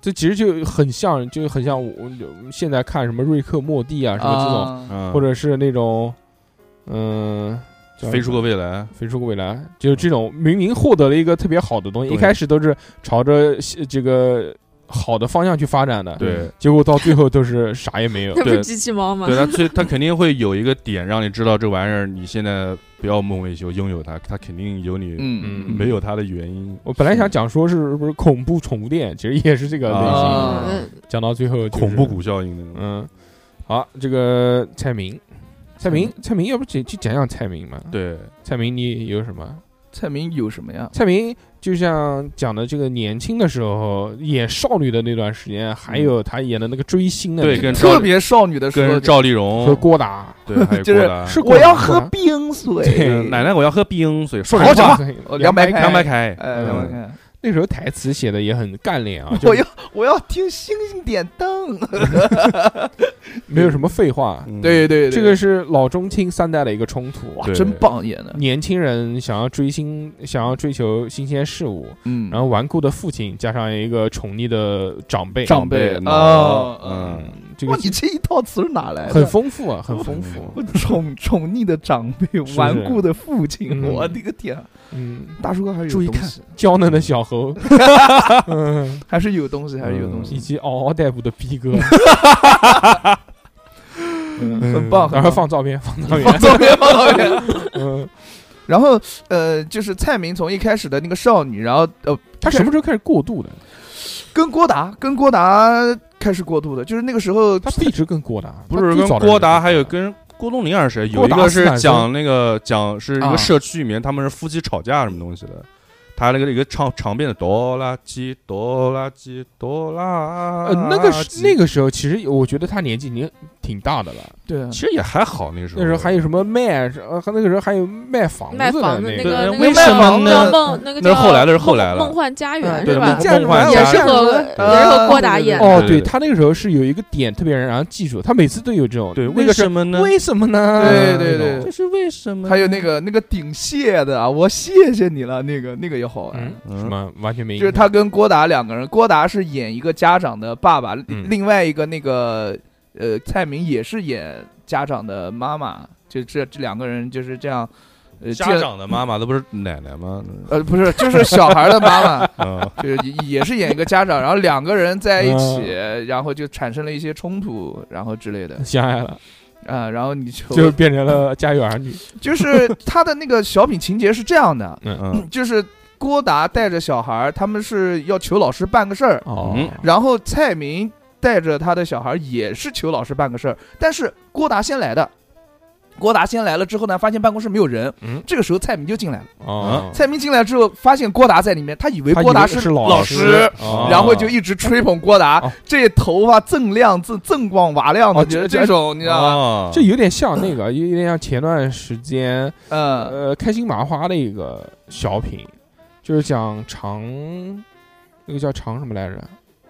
Speaker 4: 这其实就很像，就很像我我现在看什么瑞克莫蒂啊什么这种，
Speaker 5: 啊
Speaker 6: 嗯，
Speaker 4: 或者是那种，嗯、叫
Speaker 6: 飞
Speaker 4: 什
Speaker 6: 出
Speaker 4: 么
Speaker 6: 个未来，
Speaker 4: 飞出个未来，就是这种明明获得了一个特别好的东西，
Speaker 6: 对
Speaker 4: 一开始都是朝着呃这个好的方向去发展的，
Speaker 6: 对，
Speaker 4: 结果到最后都是啥也没有
Speaker 2: 那。不
Speaker 6: 对
Speaker 2: 是机器猫吗
Speaker 6: 对？他最他肯定会有一个点让你知道这玩意儿，你现在不要梦寐以求拥有它，它肯定有你
Speaker 5: 嗯
Speaker 4: 嗯
Speaker 6: 没有它的原因。
Speaker 4: 我本来想讲说是不是恐怖宠物店，其实也是这个类型，
Speaker 5: 啊
Speaker 2: 嗯
Speaker 4: 讲到最后、就是、
Speaker 6: 恐怖谷效应那种。
Speaker 4: 嗯，好，这个蔡明，蔡明，蔡明，要不就就讲讲蔡明嘛？，
Speaker 6: 对，
Speaker 4: 蔡明你有什么？
Speaker 5: 蔡明有什么呀？
Speaker 4: 蔡明就像讲的这个年轻的时候演少女的那段时间，还有他演的那个追星的那
Speaker 6: 对
Speaker 4: 个
Speaker 6: 跟赵
Speaker 5: 特别少女的时候
Speaker 6: 跟
Speaker 5: 就，
Speaker 6: 赵丽
Speaker 4: 和
Speaker 6: 蓉，
Speaker 4: 郭达，
Speaker 6: 对，还有
Speaker 5: 就是
Speaker 6: 郭达，
Speaker 4: 是郭
Speaker 5: 啊我
Speaker 4: 达
Speaker 5: 要
Speaker 4: 吗
Speaker 5: 喝冰水
Speaker 6: 嗯，奶奶我要喝冰水，说
Speaker 5: 好
Speaker 6: 人
Speaker 5: 讲
Speaker 6: 话
Speaker 5: 话，
Speaker 4: 对
Speaker 5: 两百
Speaker 4: 开
Speaker 6: 开麦开，
Speaker 5: 哎，
Speaker 4: 嗯
Speaker 5: 两百块。
Speaker 4: 那时候台词写的也很干练 啊，就
Speaker 5: 我要我要听星星点灯。
Speaker 4: 没有什么废话。
Speaker 6: 嗯，
Speaker 5: 对对，对
Speaker 4: 这个是老中青三代的一个冲突。啊
Speaker 5: 哇，
Speaker 6: 对
Speaker 5: 真棒演的。
Speaker 4: 年轻人想要追星，想要追求新鲜事物，
Speaker 5: 嗯，
Speaker 4: 然后顽固的父亲加上一个宠溺的长辈，
Speaker 5: 长
Speaker 6: 辈
Speaker 5: 辈
Speaker 6: 脑
Speaker 5: 哦，
Speaker 6: 嗯，
Speaker 4: 这
Speaker 5: 哇
Speaker 4: 个，
Speaker 5: 你这一套词是哪来的？
Speaker 4: 很丰富啊，很丰富。
Speaker 5: 我 宠宠溺的长辈，
Speaker 4: 是
Speaker 5: 顽固的父亲，
Speaker 4: 嗯
Speaker 5: 我的个天啊！
Speaker 4: 嗯，
Speaker 5: 大叔哥还是
Speaker 4: 注
Speaker 5: 有
Speaker 4: 意
Speaker 5: 东
Speaker 4: 看
Speaker 5: 西，
Speaker 4: 娇嫩的小猴，嗯，
Speaker 5: 还是有东西，还是有东
Speaker 4: 以
Speaker 5: 西，
Speaker 4: 及嗷嗷待哺的逼哥，
Speaker 5: 嗯很棒。
Speaker 4: 嗯然后
Speaker 5: 很棒
Speaker 4: 放照片，放照
Speaker 5: 放
Speaker 4: 片，
Speaker 5: 照片，放照片。
Speaker 4: 嗯，
Speaker 5: 然后呃，就是蔡明从一开始的那个少女，然后呃，
Speaker 4: 他什么时候开始过渡的？
Speaker 5: 跟郭达跟郭达开始过渡的，就是那个时候
Speaker 4: 他一直跟郭达，
Speaker 6: 不是
Speaker 4: 他最
Speaker 6: 跟
Speaker 4: 早的
Speaker 6: 郭
Speaker 4: 人
Speaker 6: 达
Speaker 4: 就是
Speaker 6: 还有跟郭冬临还是谁，有
Speaker 4: 郭
Speaker 6: 一
Speaker 4: 达
Speaker 6: 个
Speaker 4: 斯
Speaker 6: 是
Speaker 4: 坦森
Speaker 6: 讲那个讲是一个
Speaker 5: 啊
Speaker 6: 社区里面他们是夫妻吵架什么东西的，他那个一个唱长变的哆啦叽哆啦叽哆啦，
Speaker 4: 呃，那个时
Speaker 6: 叽
Speaker 4: 那个时候，其实我觉得他年纪已经挺大的了。
Speaker 5: 对啊
Speaker 6: 其，实也还好，那时候
Speaker 4: 那时候还有什么卖，呃，那个时候还有卖房子
Speaker 2: 卖
Speaker 4: 的
Speaker 2: 房子
Speaker 4: 那
Speaker 2: 那
Speaker 4: 个。
Speaker 2: 个
Speaker 6: 对
Speaker 2: 那
Speaker 6: 为
Speaker 2: 个
Speaker 6: 什
Speaker 2: 叫
Speaker 6: 么
Speaker 2: 梦
Speaker 6: 呢
Speaker 2: 梦那个
Speaker 6: 那
Speaker 2: 叫
Speaker 6: 是后来的是后
Speaker 2: 梦
Speaker 6: 来了
Speaker 2: 梦幻家园
Speaker 4: 对
Speaker 2: 是吧
Speaker 6: 梦？梦幻
Speaker 2: 也
Speaker 6: 家
Speaker 2: 是
Speaker 6: 园啊
Speaker 2: 和也是和郭达演的，
Speaker 4: 哦，
Speaker 6: 对对
Speaker 4: 对
Speaker 6: 对
Speaker 4: 他那个时候是有一个点特别让人记住，他每次都有这种。
Speaker 6: 对，
Speaker 4: 那
Speaker 6: 为
Speaker 4: 个是
Speaker 6: 什么呢？
Speaker 4: 为什么呢？
Speaker 5: 对对对
Speaker 4: 那种
Speaker 6: 这是为什么呢？
Speaker 5: 还有那个那个顶谢的啊，我谢谢你了，那个那个也好啊玩。
Speaker 4: 嗯，什么完全没印
Speaker 5: 就
Speaker 4: 象。
Speaker 5: 是他跟郭达两个人，郭达是演一个家长的爸爸，
Speaker 4: 嗯
Speaker 5: 另外一个那个呃蔡明也是演家长的妈妈，就这这两个人就是这样，呃，
Speaker 6: 家
Speaker 5: 见
Speaker 6: 长的妈妈，那不是奶奶吗？
Speaker 5: 呃不是就是小孩的妈妈，
Speaker 6: 嗯，
Speaker 5: 就是也也是演一个家长，然后两个人在一起，
Speaker 4: 嗯
Speaker 5: 然后就产生了一些冲突，然后之类的
Speaker 4: 相爱了，
Speaker 5: 啊、然后你就
Speaker 4: 嗯就变成了家有儿女。
Speaker 5: 就是他的那个小品情节是这样的，
Speaker 6: 嗯
Speaker 5: 就是郭达带着小孩儿，他们是要求老师办个事儿，
Speaker 4: 哦，
Speaker 6: 嗯
Speaker 5: 然后蔡明带着他的小孩儿也是求老师办个事儿，但是郭达先来的。郭达先来了之后呢，发现办公室没有人，
Speaker 4: 嗯
Speaker 5: 这个时候蔡明就进来了。
Speaker 4: 哦，
Speaker 5: 蔡明进来之后，发现郭达在里面，他以为
Speaker 4: 他以
Speaker 5: 郭达
Speaker 4: 为是老
Speaker 5: 老
Speaker 4: 师哦
Speaker 5: 然后就一直吹捧郭达，
Speaker 4: 哦
Speaker 5: 这头发锃亮、锃锃光瓦亮的，
Speaker 4: 哦
Speaker 5: 就是
Speaker 4: 这
Speaker 5: 这种，你知道吗？
Speaker 6: 啊，
Speaker 4: 这有点像那个，有点像前段时间
Speaker 5: 嗯，
Speaker 4: 呃开心麻花的一个小品，就是讲长那个叫长什么来着？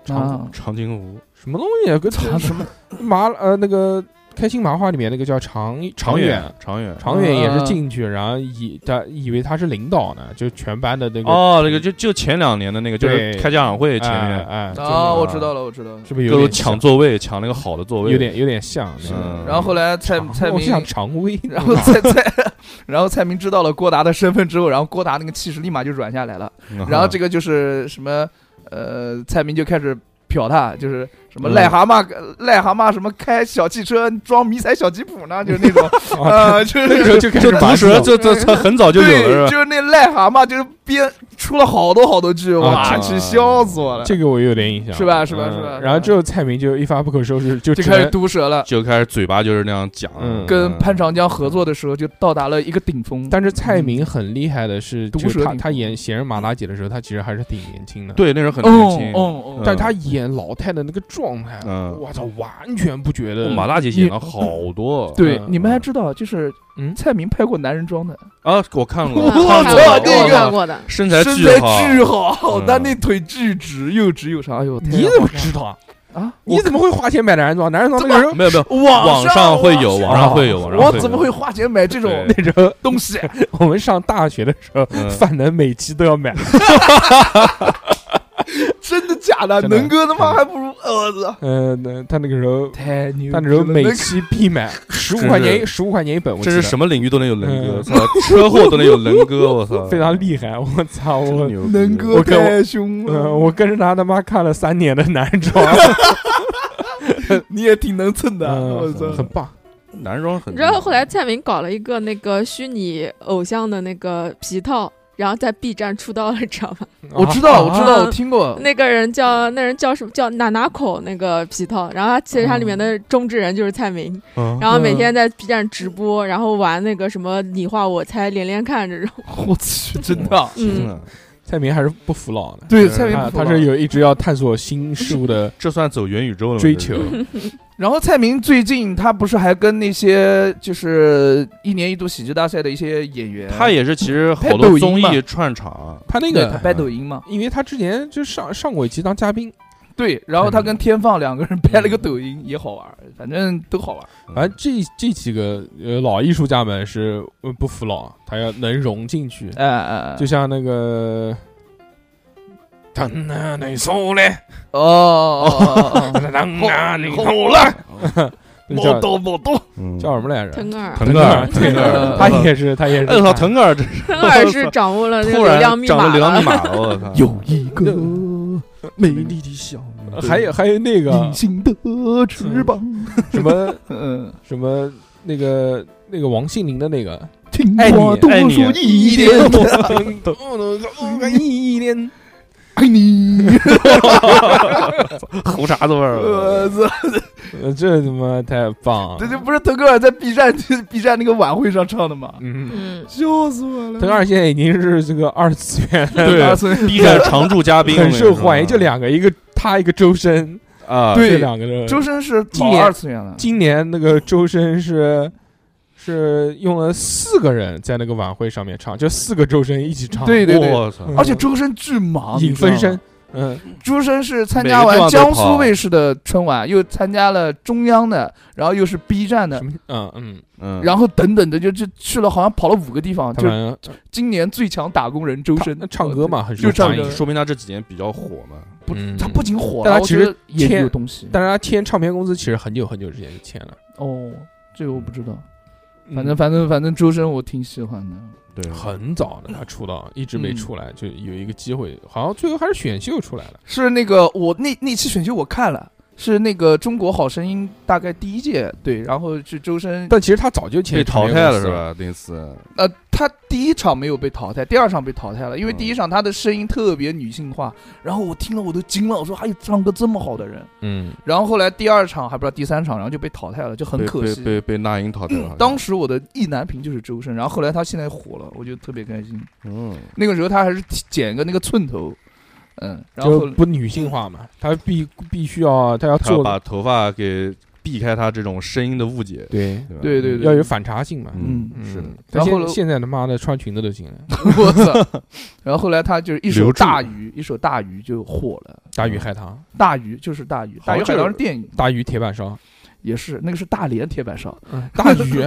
Speaker 4: 长
Speaker 5: 啊
Speaker 6: 长津湖
Speaker 4: 什么东西啊？跟
Speaker 5: 长
Speaker 4: 什么麻呃那个开心麻花里面那个叫长长远。
Speaker 6: 长远
Speaker 4: 长远也是
Speaker 5: 嗯
Speaker 4: 进去，然后以他以为他是领导呢，就全班的那个
Speaker 6: 哦，那个就就前两年的那个，就是
Speaker 4: 对
Speaker 6: 开家长会前
Speaker 4: 哎
Speaker 6: 面，
Speaker 4: 哎，
Speaker 5: 啊，我
Speaker 6: 啊
Speaker 5: 知道了，我知道了。
Speaker 4: 是不是
Speaker 6: 各
Speaker 4: 有
Speaker 6: 种
Speaker 4: 点
Speaker 6: 抢
Speaker 4: 像
Speaker 6: 座位，抢那个好的座位，
Speaker 4: 有点有点像那个？
Speaker 6: 嗯，
Speaker 5: 然后后来蔡
Speaker 4: 啊
Speaker 5: 蔡
Speaker 4: 我
Speaker 5: 明
Speaker 4: 是，想常威，
Speaker 5: 然后蔡蔡，然后蔡明知道了郭达的身份之后，然后郭达那个气势立马就软下来了。
Speaker 6: 嗯
Speaker 5: 然后这个就是什么呃，蔡明就开始瞟他，就是什么
Speaker 6: 嗯
Speaker 5: 癞蛤蟆、呃癞蛤蟆什么开小汽车装迷彩小吉普 呢，就是那种
Speaker 6: 哦
Speaker 5: 啊、就 是
Speaker 4: 那个时候就开始
Speaker 6: 这毒
Speaker 4: 玩
Speaker 6: 蛇这这这很早就有
Speaker 5: 对，
Speaker 6: 了是吧？
Speaker 5: 就是那癞蛤蟆，就是编出了好多好多句，
Speaker 4: 啊
Speaker 5: 哇，
Speaker 6: 哦这
Speaker 5: 去笑死我了，
Speaker 4: 这个我有点印象，
Speaker 5: 是吧是吧
Speaker 4: 嗯
Speaker 5: 是吧
Speaker 4: 然后之后蔡明就一发不可收拾，就
Speaker 5: 就
Speaker 4: 只
Speaker 5: 开始
Speaker 4: 能
Speaker 5: 毒舌了。
Speaker 6: 就开始嘴巴就是那样讲，
Speaker 4: 嗯
Speaker 5: 跟潘长江合作的时候，就到达了一个顶峰。
Speaker 4: 但是蔡明很厉害的是，
Speaker 5: 嗯毒
Speaker 4: 就是
Speaker 5: 蛇嗯
Speaker 4: 他
Speaker 5: 女
Speaker 4: 他演《闲人马大姐》的时候，他其实还是挺年轻的，，
Speaker 6: 对那时候很
Speaker 5: 哦
Speaker 4: 嗯
Speaker 6: 年轻，
Speaker 5: 哦
Speaker 4: 但他演老太的那个状态，
Speaker 6: 嗯
Speaker 4: 我操，完全不觉
Speaker 6: 哦
Speaker 4: 得
Speaker 6: 马大姐演了好多，
Speaker 5: 对，
Speaker 4: 嗯
Speaker 5: 你们还知道，就是
Speaker 4: 嗯
Speaker 5: 蔡明拍过男人装的，
Speaker 6: 啊， 我看过
Speaker 2: 嗯
Speaker 5: 我
Speaker 2: 看
Speaker 5: 操
Speaker 2: 过
Speaker 5: 那
Speaker 2: 我
Speaker 5: 个
Speaker 2: 看过的，
Speaker 6: 身材
Speaker 5: 身
Speaker 6: 巨
Speaker 5: 材
Speaker 6: 好，
Speaker 5: 巨好
Speaker 6: 嗯，
Speaker 5: 但那腿巨直，又直又长。哎呦，太
Speaker 4: 你
Speaker 5: 好
Speaker 4: 怎么
Speaker 5: 看
Speaker 4: 知道啊？
Speaker 5: 啊？
Speaker 4: 你怎么会花钱买男人装？男人装那个时候
Speaker 6: 没有没有，
Speaker 5: 网
Speaker 6: 网上会有，网上会有，网上
Speaker 5: 我
Speaker 6: 会
Speaker 5: 怎么
Speaker 6: 有
Speaker 5: 会花钱买这种
Speaker 6: 对
Speaker 4: 那时候
Speaker 5: 东西？
Speaker 4: 我们上大学的时候，
Speaker 6: 嗯
Speaker 4: 范能每期都要 买，
Speaker 5: 真的假的？
Speaker 4: 真的
Speaker 5: 能哥他妈还不如我操！
Speaker 4: 嗯，那他那个时候。
Speaker 5: 太牛逼
Speaker 4: 他
Speaker 5: 了！
Speaker 4: 那时候每
Speaker 5: 能
Speaker 4: 期必买十五
Speaker 6: 真
Speaker 4: 块钱，
Speaker 6: 是
Speaker 4: 十五块钱一本，我
Speaker 6: 这
Speaker 4: 记得
Speaker 6: 是什么领域都能有能 哥，
Speaker 4: 嗯
Speaker 6: 操，车祸都能有能哥，我操，
Speaker 4: 非常
Speaker 5: 嗯
Speaker 4: 厉害，我操我
Speaker 6: 牛逼
Speaker 5: 能哥
Speaker 4: 我跟我
Speaker 5: 太凶
Speaker 4: 呃，
Speaker 5: 了，
Speaker 4: 我跟着他他妈看了三年的男装，
Speaker 5: 你也挺能蹭的，
Speaker 4: 嗯
Speaker 5: 我操！
Speaker 4: 很棒。
Speaker 6: 男装很啊
Speaker 2: 你
Speaker 6: 厉害，
Speaker 2: 知道后来蔡明搞了一个那个虚拟偶像的那个皮套，然后在 B 站出道了，知道吗？
Speaker 5: 我知道，我知道，
Speaker 2: 啊
Speaker 5: 我听过。
Speaker 2: 那个人叫那人叫什么叫娜娜口那个皮套，然后他其实他里
Speaker 6: 哦
Speaker 2: 面的中之人就是蔡明，
Speaker 6: 嗯
Speaker 2: 然后每天在 B 站直播，然后玩那个什么你画我猜连连看这种，
Speaker 5: 我去，真的啊。
Speaker 6: 真
Speaker 2: 嗯，
Speaker 6: 的
Speaker 4: 蔡明还是不服老的，
Speaker 5: 对，
Speaker 6: 是
Speaker 5: 蔡明
Speaker 4: 他
Speaker 5: 不错
Speaker 4: 他
Speaker 5: 吧
Speaker 4: 是有一直要探索新事物的
Speaker 6: 这算走元宇宙了吗？
Speaker 4: 追求。
Speaker 5: 然后蔡明最近他不是还跟那些就是一年一度喜剧大赛的一些演员，
Speaker 6: 他也是其实好
Speaker 5: 拍抖
Speaker 6: 多
Speaker 5: 音
Speaker 6: 综
Speaker 5: 嘛
Speaker 6: 艺串场，
Speaker 4: 他那
Speaker 5: 对
Speaker 4: 个
Speaker 5: 他
Speaker 4: 他，
Speaker 5: 拍抖音嘛，
Speaker 4: 因为他之前就上上过一期当嘉宾，
Speaker 5: 对，然后他跟天放两个人拍了个抖音，也好玩儿，反正都好玩儿。
Speaker 6: 哎
Speaker 4: 反正这这几个呃老艺术家们是呃不服老，他要能融进去，
Speaker 5: 哎哎，哎
Speaker 4: 就像那个。当啊，你走 嘞！
Speaker 5: 哦哦哦哦，
Speaker 4: 当啊，你走了！ 叫
Speaker 5: 我懂我懂，
Speaker 6: 嗯
Speaker 4: 叫什么来着？
Speaker 2: 腾格尔，
Speaker 5: 呃
Speaker 6: 腾格尔，
Speaker 4: 腾
Speaker 6: 腾
Speaker 4: 格
Speaker 6: 格
Speaker 4: 尔，
Speaker 6: 尔，
Speaker 4: 他也是，他也是。
Speaker 6: 哎我操，腾格尔这
Speaker 2: 腾格尔是掌握了那个
Speaker 6: 突
Speaker 2: 流
Speaker 6: 然
Speaker 2: 量密
Speaker 6: 长
Speaker 2: 码
Speaker 6: 了流量密
Speaker 2: 了，
Speaker 6: 码了，我操，
Speaker 5: 有一个美丽的小
Speaker 4: 还有还有那个
Speaker 5: 隐形的翅膀，
Speaker 4: 什么
Speaker 5: 嗯，
Speaker 4: 什么那个那个王心凌的那 个，
Speaker 5: 听
Speaker 6: 爱你
Speaker 5: 我多
Speaker 6: 爱你
Speaker 5: 说一点，
Speaker 4: 一点，
Speaker 5: 爱你。
Speaker 6: 胡茬子味儿了。
Speaker 5: 我操，
Speaker 4: 呃这他妈太棒
Speaker 5: 这
Speaker 4: 了。
Speaker 5: 就不是腾格尔在 B 站 B 站那个晚会上唱的吗？
Speaker 4: 嗯，
Speaker 2: 嗯，
Speaker 5: 笑死我了！
Speaker 4: 腾格尔现在已经是这个二次元
Speaker 6: 对
Speaker 5: 大村
Speaker 6: B 站呃常驻嘉宾，
Speaker 4: 很受欢迎，就两个，一个他一个周深，
Speaker 6: 啊，
Speaker 5: 对
Speaker 4: 这两个人。
Speaker 5: 周深是
Speaker 4: 今
Speaker 5: 老
Speaker 4: 年
Speaker 5: 二次元了，
Speaker 4: 今年那个周深是是用了四个人在那个晚会上面唱，就四个周深一起唱，嗯
Speaker 5: 对对对
Speaker 6: 我操，
Speaker 5: 而且周深巨忙，
Speaker 4: 影
Speaker 5: 你知道
Speaker 4: 分
Speaker 5: 吗
Speaker 4: 身。。嗯，
Speaker 5: 周深是参
Speaker 6: 每
Speaker 5: 加
Speaker 6: 个地
Speaker 5: 完
Speaker 6: 方都
Speaker 5: 江苏
Speaker 6: 跑
Speaker 5: 卫视的春晚，又参加了中央的，然后又是 B 站的
Speaker 4: 什，么？嗯嗯，
Speaker 6: 嗯，
Speaker 5: 然后等等的就就去了，好像跑了五个地方，
Speaker 4: 他
Speaker 5: 就
Speaker 4: 们
Speaker 5: 今年最强打工人周深
Speaker 4: 那，唱歌嘛，很受
Speaker 5: 就唱
Speaker 4: 欢
Speaker 5: 歌
Speaker 4: 迎。
Speaker 6: 说明他这几年比较火嘛。
Speaker 5: 不
Speaker 4: 嗯
Speaker 5: 他不仅火
Speaker 4: 但
Speaker 5: 了，
Speaker 4: 他
Speaker 5: 我
Speaker 4: 其
Speaker 5: 觉
Speaker 4: 实
Speaker 5: 得也
Speaker 4: 欠
Speaker 5: 有东西。
Speaker 4: 但是他签唱片公司其实很久很久之前就签了，
Speaker 5: 哦，这个我不知道，
Speaker 4: 嗯
Speaker 5: 反正反正反正周深我挺喜欢的，
Speaker 6: 对，
Speaker 4: 很早的他出道，一直没出来，就有一个机会，好像最后还是选秀出来了。
Speaker 5: 是那个我那那期选秀我看了，是那个中国好声音大概第一届对，然后是周深，
Speaker 4: 但其实他早就签
Speaker 6: 被淘
Speaker 4: 唱
Speaker 6: 汰
Speaker 4: 片
Speaker 6: 了
Speaker 4: 公司
Speaker 6: 是？吧？那次，
Speaker 5: 呃，他第一场没有被淘汰，第二场被淘汰了，因为
Speaker 6: 嗯
Speaker 5: 第一场他的声音特别女性化，然后我听了我都惊了，我说还有唱歌这么好的人，
Speaker 4: 嗯，
Speaker 5: 然后后来第二场还不知道第三场，然后就被淘汰了，就很
Speaker 6: 被
Speaker 5: 可
Speaker 6: 被
Speaker 5: 惜。
Speaker 6: 被被那英淘汰了。好像
Speaker 5: 当时我的意难平就是周深，然后后来他现在火了，我就特别开心。
Speaker 6: 嗯，
Speaker 5: 那个时候他还是剃剪个那个寸头，嗯，然后
Speaker 4: 就
Speaker 5: 后来
Speaker 4: 不女性化嘛，他必必须要他要
Speaker 6: 他要
Speaker 4: 做
Speaker 6: 把头发给避开他这种声音的误解，
Speaker 4: 对
Speaker 6: 对吧？
Speaker 5: 对对对，
Speaker 4: 要有反差性嘛。
Speaker 6: 嗯
Speaker 5: 嗯，
Speaker 4: 嗯
Speaker 6: 是的
Speaker 4: 但
Speaker 5: 然后
Speaker 4: 现
Speaker 5: 呢
Speaker 4: 现在他妈的穿裙子都行了，
Speaker 5: 我操！然后后来他就是一首
Speaker 6: 留住
Speaker 5: 大鱼，一首大鱼就火了。嗯
Speaker 4: 大鱼海棠，
Speaker 5: 大鱼就是大鱼，大鱼海棠是电影，
Speaker 4: 大鱼铁板烧，
Speaker 5: 也是那个是大连铁板烧。
Speaker 4: 嗯大 鱼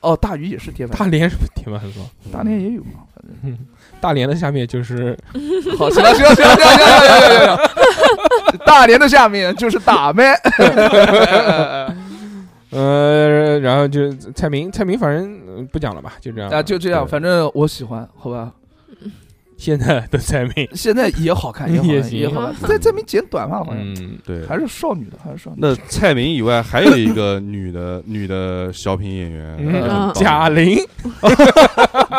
Speaker 5: 哦，大鱼也是铁板
Speaker 4: 大
Speaker 5: 烧，
Speaker 4: 连是不是铁板烧？
Speaker 5: 大连也有嘛。 反正
Speaker 4: 大连的下面 就是
Speaker 5: 好，行了，行了，行了，行了，行了，行了行了，行了。 大连的下面就是打 麦。
Speaker 4: 嗯呃，然后就蔡明，蔡明反正呃不讲了吧，就这样
Speaker 5: 啊，就这样，
Speaker 4: 对
Speaker 5: 反正我喜欢，好吧。
Speaker 4: 现在的蔡明，
Speaker 5: 现在也好看，好
Speaker 4: 也
Speaker 5: 看，
Speaker 4: 行
Speaker 5: 也好看。在这边剪短发好像
Speaker 4: 嗯，
Speaker 6: 对。
Speaker 5: 还是少女的，还是少女的。
Speaker 6: 那蔡明以外，还有一个女的女的小品演员，
Speaker 4: 嗯
Speaker 6: 也很棒
Speaker 4: 贾玲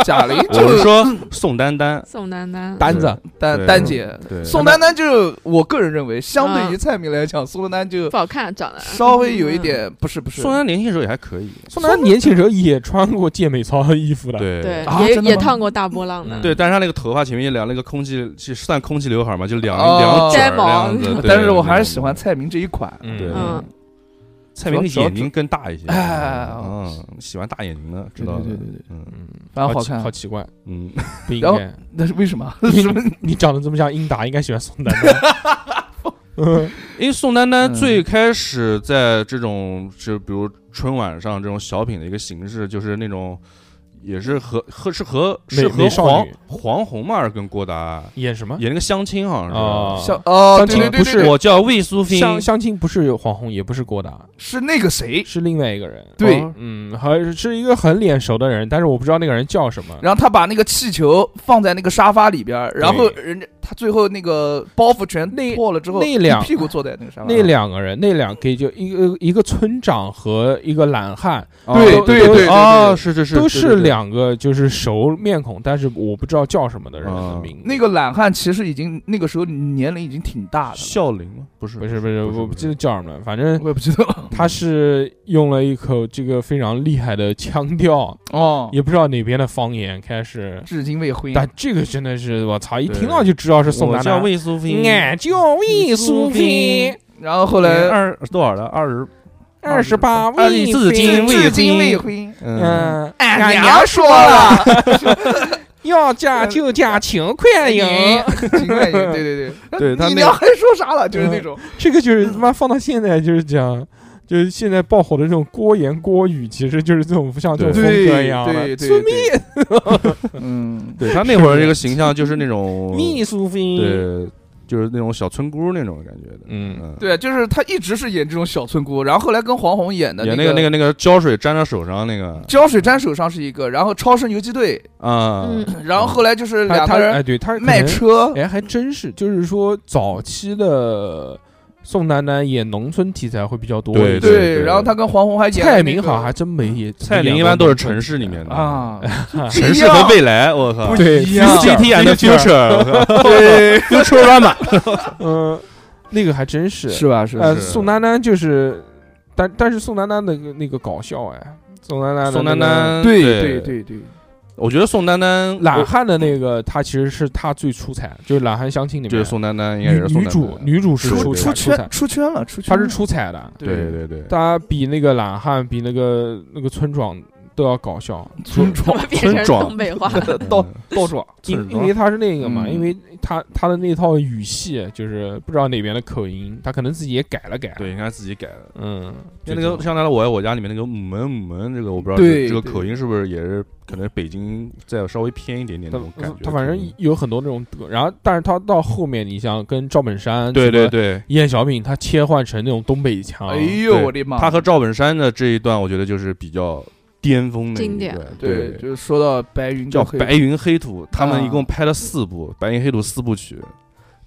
Speaker 5: 贾 玲
Speaker 6: 我
Speaker 5: 就是
Speaker 6: 说宋丹丹，
Speaker 2: 宋丹丹，
Speaker 4: 单子，
Speaker 5: 丹
Speaker 6: 对
Speaker 5: 丹姐，
Speaker 6: 对，
Speaker 5: 宋丹丹就我个人认为，相
Speaker 6: 嗯
Speaker 5: 对于蔡明来讲，宋丹丹就
Speaker 2: 不好看，长得
Speaker 5: 稍微有一，点不是不是
Speaker 6: 呃嗯宋丹丹年轻时候也还可以，
Speaker 4: 宋丹丹年轻时候也穿过健美操的衣服的，，
Speaker 6: 对
Speaker 2: 嗯对，
Speaker 5: 啊
Speaker 2: 也
Speaker 5: 真的
Speaker 2: 也
Speaker 5: 吗
Speaker 2: 烫过大波浪的
Speaker 4: 嗯，
Speaker 6: 对但是他那个头发前面一两那个空气是算空气刘海嘛，就两
Speaker 5: 哦
Speaker 6: 两卷
Speaker 2: 摘
Speaker 6: 儿
Speaker 2: 毛
Speaker 6: 那样 子。对
Speaker 5: 但是我还是喜欢蔡明这一款。
Speaker 4: 嗯
Speaker 6: 对，
Speaker 2: 嗯，
Speaker 6: 蔡明的眼睛更大一些，
Speaker 5: 哎
Speaker 6: 嗯，喜欢大眼睛的，知道的，
Speaker 5: 对对对对，
Speaker 6: 嗯
Speaker 4: 嗯，
Speaker 5: 反正
Speaker 4: 好
Speaker 5: 好
Speaker 4: 奇
Speaker 5: 看
Speaker 4: 好。奇嗯怪，
Speaker 6: 嗯，
Speaker 4: 不应
Speaker 5: 然后
Speaker 4: 该，
Speaker 5: 那是为什么？
Speaker 4: 你
Speaker 5: 什么？
Speaker 4: 你长得这么像英达，应该喜欢宋丹丹， 嗯
Speaker 6: 因为宋丹丹
Speaker 5: 嗯
Speaker 6: 最开始在这种就比如春晚上这种小品的一个形式，就是那种也是和和是和
Speaker 4: 美
Speaker 6: 是和
Speaker 4: 少
Speaker 6: 黄
Speaker 4: 女
Speaker 6: 黄宏嘛，还是跟郭达
Speaker 4: 演什么？
Speaker 6: 演那个相亲，好像
Speaker 4: 啊，
Speaker 5: 像哦，
Speaker 4: 相
Speaker 5: 对
Speaker 4: 亲
Speaker 5: 对对
Speaker 4: 不
Speaker 5: 对对
Speaker 6: 是。我叫魏苏菲，
Speaker 4: 相相亲不是有黄宏，也不是郭达，
Speaker 5: 是那个谁，
Speaker 4: 是另外一个人，
Speaker 5: 对
Speaker 4: 哦嗯，还是一个很脸熟的人，但是我不知道那个人叫什么。
Speaker 5: 然后他把那个气球放在那个沙发里边儿，然后
Speaker 4: 对
Speaker 5: 人家他最后那个包袱全
Speaker 4: 那
Speaker 5: 破了之后，
Speaker 4: 那两
Speaker 5: 一屁股坐在那个沙发
Speaker 4: 那
Speaker 5: 上。
Speaker 4: 两个人，那两个就一个一个村长和一个懒汉，
Speaker 6: 啊
Speaker 5: 对
Speaker 6: 都
Speaker 4: 对
Speaker 6: 都
Speaker 4: 对对
Speaker 6: 啊，是是是，
Speaker 4: 都
Speaker 6: 对
Speaker 4: 是。两个就是熟面孔，但是我不知道叫什么的人的
Speaker 6: 啊
Speaker 4: 名字。
Speaker 5: 那个懒汉其实已经那个时候年龄已经挺大的了，
Speaker 6: 笑林吗？不是
Speaker 4: 不是不是，
Speaker 6: 不是
Speaker 4: 我
Speaker 6: 不
Speaker 4: 不
Speaker 6: 是
Speaker 4: 记得叫什么了，反正
Speaker 5: 我也不知道。
Speaker 4: 他是用了一口这个非常厉害的腔调，
Speaker 5: 哦，
Speaker 4: 也不知道哪边的方言开始。
Speaker 5: 至今未婚。
Speaker 4: 但这个真的是我操，一
Speaker 6: 对
Speaker 4: 听到就知道是宋
Speaker 6: 我
Speaker 4: 丹
Speaker 6: 叫
Speaker 4: 丹。
Speaker 6: 魏苏菲，
Speaker 4: 俺叫魏苏菲，
Speaker 5: 然后后
Speaker 6: 后
Speaker 5: 来
Speaker 6: 二多少了？二十
Speaker 4: 二十八
Speaker 6: 二十
Speaker 4: 魏
Speaker 6: 四
Speaker 4: 菲
Speaker 6: 斤
Speaker 5: 至今
Speaker 6: 未
Speaker 5: 未
Speaker 6: 婚
Speaker 5: 婚。
Speaker 6: 嗯，
Speaker 4: 嗯，
Speaker 5: 俺
Speaker 4: 俺
Speaker 5: 娘哎说了，
Speaker 4: 要嫁就嫁秦
Speaker 5: 哎
Speaker 4: 快莹，
Speaker 5: 秦观音，对对对，
Speaker 6: 对他
Speaker 5: 你
Speaker 6: 那
Speaker 5: 娘还说啥了？就是那种，
Speaker 4: 这个就是他妈放到现在就是讲，就是现在爆火的这种郭言郭语，其实就是这种像这种风
Speaker 5: 对
Speaker 4: 格一样的。
Speaker 5: 对对
Speaker 4: 苏
Speaker 5: 对
Speaker 4: 密，
Speaker 5: 嗯，
Speaker 6: 对他那会儿这个形象就是那种
Speaker 4: 密苏菲，
Speaker 6: 对，就是那种小村姑那种感觉的。
Speaker 4: 嗯，
Speaker 6: 嗯，
Speaker 5: 对，就是他一直是演这种小村姑，然后后来跟黄宏演的
Speaker 6: 演那
Speaker 5: 个
Speaker 6: 个那个那个胶水粘到手上那个
Speaker 5: 胶水粘手上是一个，然后超市游击队，
Speaker 6: 啊，
Speaker 2: 嗯，
Speaker 5: 然后后来就是
Speaker 4: 他
Speaker 5: 两
Speaker 4: 他
Speaker 5: 个人
Speaker 4: 哎，对他可能
Speaker 5: 卖车，
Speaker 4: 哎，还真是，就是说早期的宋丹丹演农村题材会比较多
Speaker 6: 对
Speaker 4: 一些。
Speaker 5: 对
Speaker 6: 对
Speaker 5: 然后他跟黄宏还演
Speaker 4: 蔡
Speaker 5: 了那
Speaker 4: 明
Speaker 5: 个
Speaker 4: 好像还真没演，
Speaker 6: 蔡琳一般都是城市里面的，
Speaker 5: 啊，
Speaker 6: 城市和未来，我靠
Speaker 5: 不，
Speaker 4: 对
Speaker 5: 一样
Speaker 6: GT and Future，对 Future Rama，
Speaker 4: 嗯，那个还真是。
Speaker 5: 是吧？是
Speaker 4: 呃，
Speaker 5: 是
Speaker 4: 宋丹丹就是，但但是宋丹丹的那个搞笑哎，宋丹丹的
Speaker 6: 宋
Speaker 4: 那
Speaker 6: 丹
Speaker 4: 个
Speaker 6: 丹，
Speaker 5: 对
Speaker 6: 对
Speaker 5: 对，对对，
Speaker 6: 我觉得宋丹丹
Speaker 4: 懒汉的那个，他其实是他最出彩，就是懒汉相亲里面，
Speaker 6: 就是宋丹丹，应该也
Speaker 4: 女
Speaker 6: 是宋
Speaker 4: 女
Speaker 6: 丹丹
Speaker 4: 主，女主是
Speaker 6: 出
Speaker 4: 出
Speaker 5: 出
Speaker 4: 彩出彩
Speaker 5: 圈，出圈了，出圈
Speaker 4: 她
Speaker 5: 了
Speaker 4: 是出彩的，
Speaker 6: 对对对，
Speaker 4: 她比那个懒汉，比那个那个村长都要搞笑，
Speaker 5: 村
Speaker 2: 怎
Speaker 5: 庄
Speaker 2: 么变成
Speaker 6: 村庄
Speaker 2: 东北话？
Speaker 5: 到
Speaker 6: 嗯
Speaker 4: 到处因因
Speaker 6: 村庄
Speaker 4: 为他是那个嘛，
Speaker 5: 嗯
Speaker 4: 因为他他的那套语系就是不知道哪边的口音，他可能自己也改了改，
Speaker 6: 对，应该自己改的。
Speaker 4: 嗯，
Speaker 6: 就那个像那个我爱我家里面那个母门母门，这个我不知道
Speaker 5: 对
Speaker 6: 这这个
Speaker 5: 对
Speaker 6: 口音是不是也是可能北京再稍微偏一点点那
Speaker 4: 他
Speaker 6: 种感觉。
Speaker 4: 他反正有很多那种德，然后但是他到后面，你像跟赵本山
Speaker 6: 对对
Speaker 4: 什么
Speaker 6: 对，
Speaker 4: 燕小品，他切换成那种东北腔，
Speaker 5: 哎呦
Speaker 6: 对
Speaker 5: 我的妈！
Speaker 6: 他和赵本山的这一段，我觉得就是比较巅峰的一
Speaker 2: 经典
Speaker 6: 段
Speaker 5: 对，就是说到白云
Speaker 6: 叫
Speaker 5: 就啊可
Speaker 6: 《
Speaker 5: 以
Speaker 6: 白云黑土》，他们一共拍了四部《白云黑土》四部曲，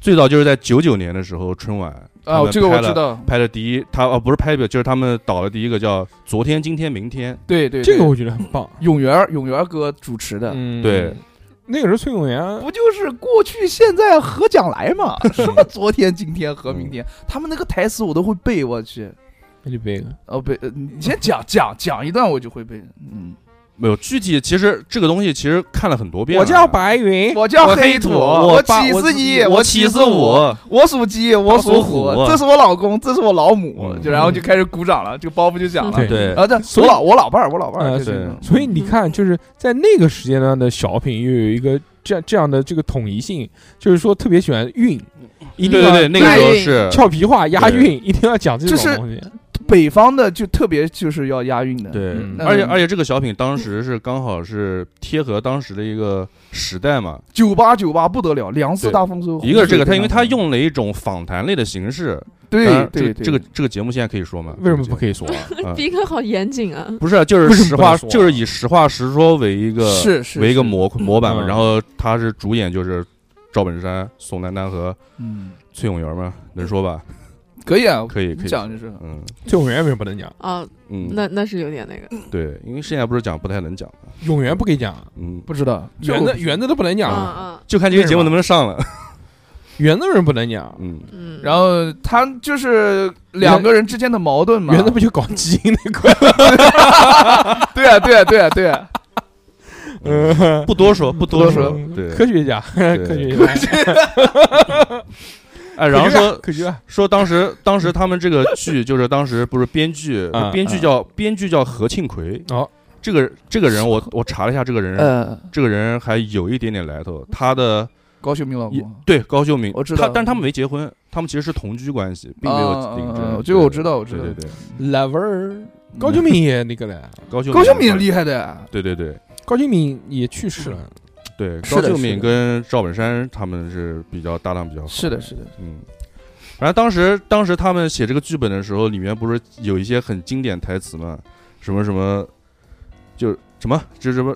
Speaker 6: 最早就是在九九年的时候春晚他
Speaker 5: 啊，
Speaker 6: 们
Speaker 5: 这个
Speaker 6: 拍
Speaker 5: 我
Speaker 6: 了
Speaker 5: 知道，
Speaker 6: 拍的第一，他哦不是拍的，就是他们导的第一个叫《昨天今天明 天》，
Speaker 5: 对对，
Speaker 4: 这个
Speaker 5: 对
Speaker 4: 我觉得很棒，
Speaker 5: 永元儿永元儿哥主持的，
Speaker 4: 嗯，
Speaker 6: 对，
Speaker 4: 那个时候崔永元
Speaker 5: 不就是过去、现在和将来 嘛？什
Speaker 6: 嗯
Speaker 5: 么昨天、今天和明天，他们那个台词我都会背，我去。
Speaker 4: 你背个，
Speaker 5: 哦，背，呃你先讲讲讲一段，我就会背。嗯，
Speaker 6: 没有具体，其实这个东西其实看了很多遍了。
Speaker 4: 我叫白云，
Speaker 5: 我 叫
Speaker 6: 哎我
Speaker 5: 黑
Speaker 6: 黑
Speaker 5: 土，
Speaker 6: 土
Speaker 5: 我
Speaker 6: 我爸
Speaker 5: 起
Speaker 6: 我
Speaker 5: 司你，
Speaker 6: 我
Speaker 5: 起
Speaker 6: 起
Speaker 5: 司
Speaker 6: 司我，啊
Speaker 5: 我属鸡，我
Speaker 6: 他
Speaker 5: 属
Speaker 6: 属
Speaker 5: 虎，
Speaker 6: 虎
Speaker 5: 这是我老公，这是我老母，
Speaker 6: 嗯
Speaker 5: 就然后就开始鼓掌了，这个包袱就响了。
Speaker 4: 对
Speaker 6: 对啊
Speaker 5: 然，后这
Speaker 4: 所以
Speaker 5: 我老我老伴儿，我老伴儿
Speaker 4: 呃
Speaker 5: 就是
Speaker 6: 对
Speaker 5: 那种，
Speaker 4: 所以你看，就是在那个时间段的小品又有一个这样这样的这个统一性，就是说特别喜欢韵，一定
Speaker 5: 嗯
Speaker 6: 对对
Speaker 4: 要
Speaker 6: 对，那个时候
Speaker 2: 对
Speaker 6: 是
Speaker 4: 俏皮话押韵，一定要讲这
Speaker 5: 就是
Speaker 4: 种东西。
Speaker 5: 北方的就特别就是要押韵的。
Speaker 6: 对
Speaker 4: 嗯，
Speaker 6: 而且
Speaker 5: 嗯
Speaker 6: 而且这个小品当时是刚好是贴合当时的一个时代嘛，
Speaker 5: 九八九八不得了，粮食
Speaker 6: 对
Speaker 5: 大丰收。
Speaker 6: 一个是这个，他因为他
Speaker 5: 他
Speaker 6: 用了一种访谈类的形式，
Speaker 5: 对
Speaker 6: 当然
Speaker 5: 对对
Speaker 6: 这个这个这个节目现在可以说吗？
Speaker 4: 为什么不可以说 啊？
Speaker 6: 以？ 啊
Speaker 2: 逼哥好严谨啊！
Speaker 6: 不是，就是
Speaker 4: 为什么
Speaker 6: 实
Speaker 4: 不能
Speaker 6: 话，
Speaker 4: 说啊
Speaker 6: 就是以实话实说为一个
Speaker 5: 是是
Speaker 6: 为一个
Speaker 5: 是
Speaker 6: 模模板嘛。
Speaker 4: 嗯
Speaker 6: 然后他是主演就是赵本山、宋丹丹和
Speaker 5: 嗯，
Speaker 6: 崔永元嘛，能说吧？
Speaker 5: 可以啊，
Speaker 6: 可以，可
Speaker 5: 你
Speaker 6: 以。
Speaker 5: 讲就是
Speaker 6: 嗯
Speaker 4: 这永元为什么不能讲？
Speaker 2: 哦，
Speaker 6: 嗯，
Speaker 2: 那那是有点那个，
Speaker 6: 对，因为现在不是讲不太能讲嘛，
Speaker 4: 永元不可以讲，
Speaker 6: 嗯，
Speaker 5: 不知道
Speaker 4: 圆
Speaker 5: 这我
Speaker 4: 的圆的都不能
Speaker 2: 嗯
Speaker 4: 讲，啊
Speaker 2: 嗯
Speaker 6: 就看这个节目能不能上了。
Speaker 4: 圆的为什么不能讲？
Speaker 6: 嗯，
Speaker 2: 嗯，
Speaker 5: 然后他就是两个人之间的矛盾嘛。
Speaker 4: 圆的不就搞基因那块？
Speaker 5: 对啊，对啊，对啊，对 啊，
Speaker 4: 嗯，
Speaker 6: 不多说，不多说
Speaker 4: 嗯。
Speaker 6: 对，
Speaker 4: 科学家，科学家，
Speaker 6: 哎，然后说
Speaker 4: 科学家，
Speaker 6: 说当时当时他们这个剧就是当时不是编剧
Speaker 4: 嗯，
Speaker 6: 编剧叫编剧叫何庆魁。
Speaker 4: 哦，
Speaker 6: 这个这个人 我我查了一下，这个人
Speaker 5: 呃，
Speaker 6: 这个人还有一点点来头，他的
Speaker 5: 高秀敏老
Speaker 6: 也
Speaker 5: 公，
Speaker 6: 对高秀敏，
Speaker 5: 我知道
Speaker 6: 他但是他们没结婚，他们其实是同居关系，并没有领
Speaker 5: 啊啊啊
Speaker 6: 证。
Speaker 5: 这个我知道我知
Speaker 6: 对
Speaker 5: 道
Speaker 6: 对对，对
Speaker 4: lover，高俊敏也那个了，
Speaker 6: 高秀
Speaker 5: 高秀敏
Speaker 6: 敏
Speaker 5: 厉害的，
Speaker 6: 对对对
Speaker 4: 高俊敏也去世了。
Speaker 6: 对，
Speaker 5: 是的
Speaker 6: 高秀
Speaker 5: 是的
Speaker 6: 敏跟赵本山他们是比较搭档比较好。
Speaker 5: 是的，是的，
Speaker 6: 嗯，反正当时当时他们写这个剧本的时候，里面不是有一些很经典台词嘛，什么什么，就什么就什么，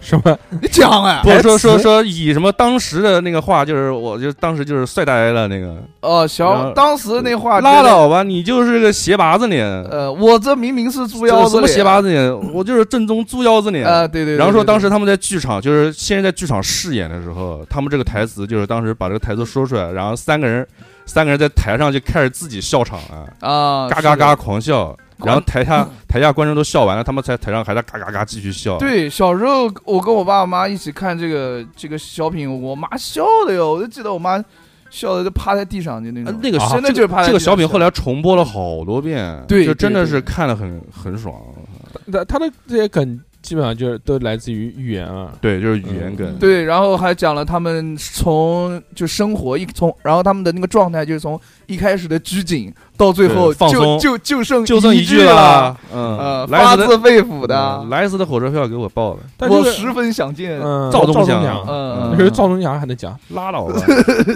Speaker 4: 什么？
Speaker 5: 你讲哎，
Speaker 6: 不是说
Speaker 4: 台词
Speaker 6: 说说以什么当时的那个话，就是我就当时就是帅呆了那个，
Speaker 5: 哦，
Speaker 6: 然
Speaker 5: 小
Speaker 6: 后
Speaker 5: 当时那话
Speaker 6: 拉
Speaker 5: 真的，
Speaker 6: 倒吧，你就是个鞋拔子脸，
Speaker 5: 啊呃，我这明明是猪
Speaker 6: 这
Speaker 5: 腰子
Speaker 6: 什么
Speaker 5: 脸
Speaker 6: 鞋拔子脸，我就是正宗猪腰子脸
Speaker 5: 啊，对对，对
Speaker 6: 然后说，当。
Speaker 5: 对对
Speaker 6: 时他们在剧场，就是先是在剧场试演的时候，他们这个台词就是当时把这个台词说出来，然后三个人，三个人在台上就开始自己笑场了，
Speaker 5: 啊，
Speaker 6: 嘎
Speaker 5: 是
Speaker 6: 嘎
Speaker 5: 的
Speaker 6: 嘎！狂笑，
Speaker 5: 狂
Speaker 6: 然后台 下台下观众都笑完了，他们在台上还在嘎嘎嘎继续笑。，
Speaker 5: 对，小时候我跟我爸妈一起看这个这个小品，我妈笑的哟，我就记得我妈笑的就趴在地上就那
Speaker 6: 呃
Speaker 5: 种，
Speaker 6: 那个
Speaker 5: 真的
Speaker 6: 这
Speaker 5: 就是趴在
Speaker 6: 这个
Speaker 5: 地上
Speaker 6: 小品
Speaker 5: 笑
Speaker 6: 后来重播了好多遍，
Speaker 5: 对
Speaker 6: 就真的
Speaker 5: 对对嗯
Speaker 6: 是看了很很爽。
Speaker 4: 那他的这些梗基本上就是都来自于语言啊。
Speaker 6: 对，就是语言
Speaker 2: 嗯
Speaker 6: 梗。
Speaker 5: 对，然后还讲了他们从就生活一从，然后他们的那个状态就是从一开始的拘谨到最
Speaker 6: 对
Speaker 5: 后
Speaker 6: 放
Speaker 5: 就
Speaker 6: 松
Speaker 5: 就就剩
Speaker 6: 就剩一
Speaker 5: 句
Speaker 6: 句了，
Speaker 5: 呃，
Speaker 6: 嗯，
Speaker 5: 发
Speaker 6: 来
Speaker 5: 自
Speaker 6: 自
Speaker 5: 肺腑的
Speaker 6: 嗯，来自的火车票给我报了，
Speaker 4: 但
Speaker 5: 我
Speaker 4: 这个
Speaker 5: 十分想见，
Speaker 4: 嗯，
Speaker 6: 赵
Speaker 4: 忠
Speaker 6: 忠祥
Speaker 4: 祥，
Speaker 5: 嗯
Speaker 4: 那时候赵忠祥还能讲，
Speaker 6: 拉 倒吧。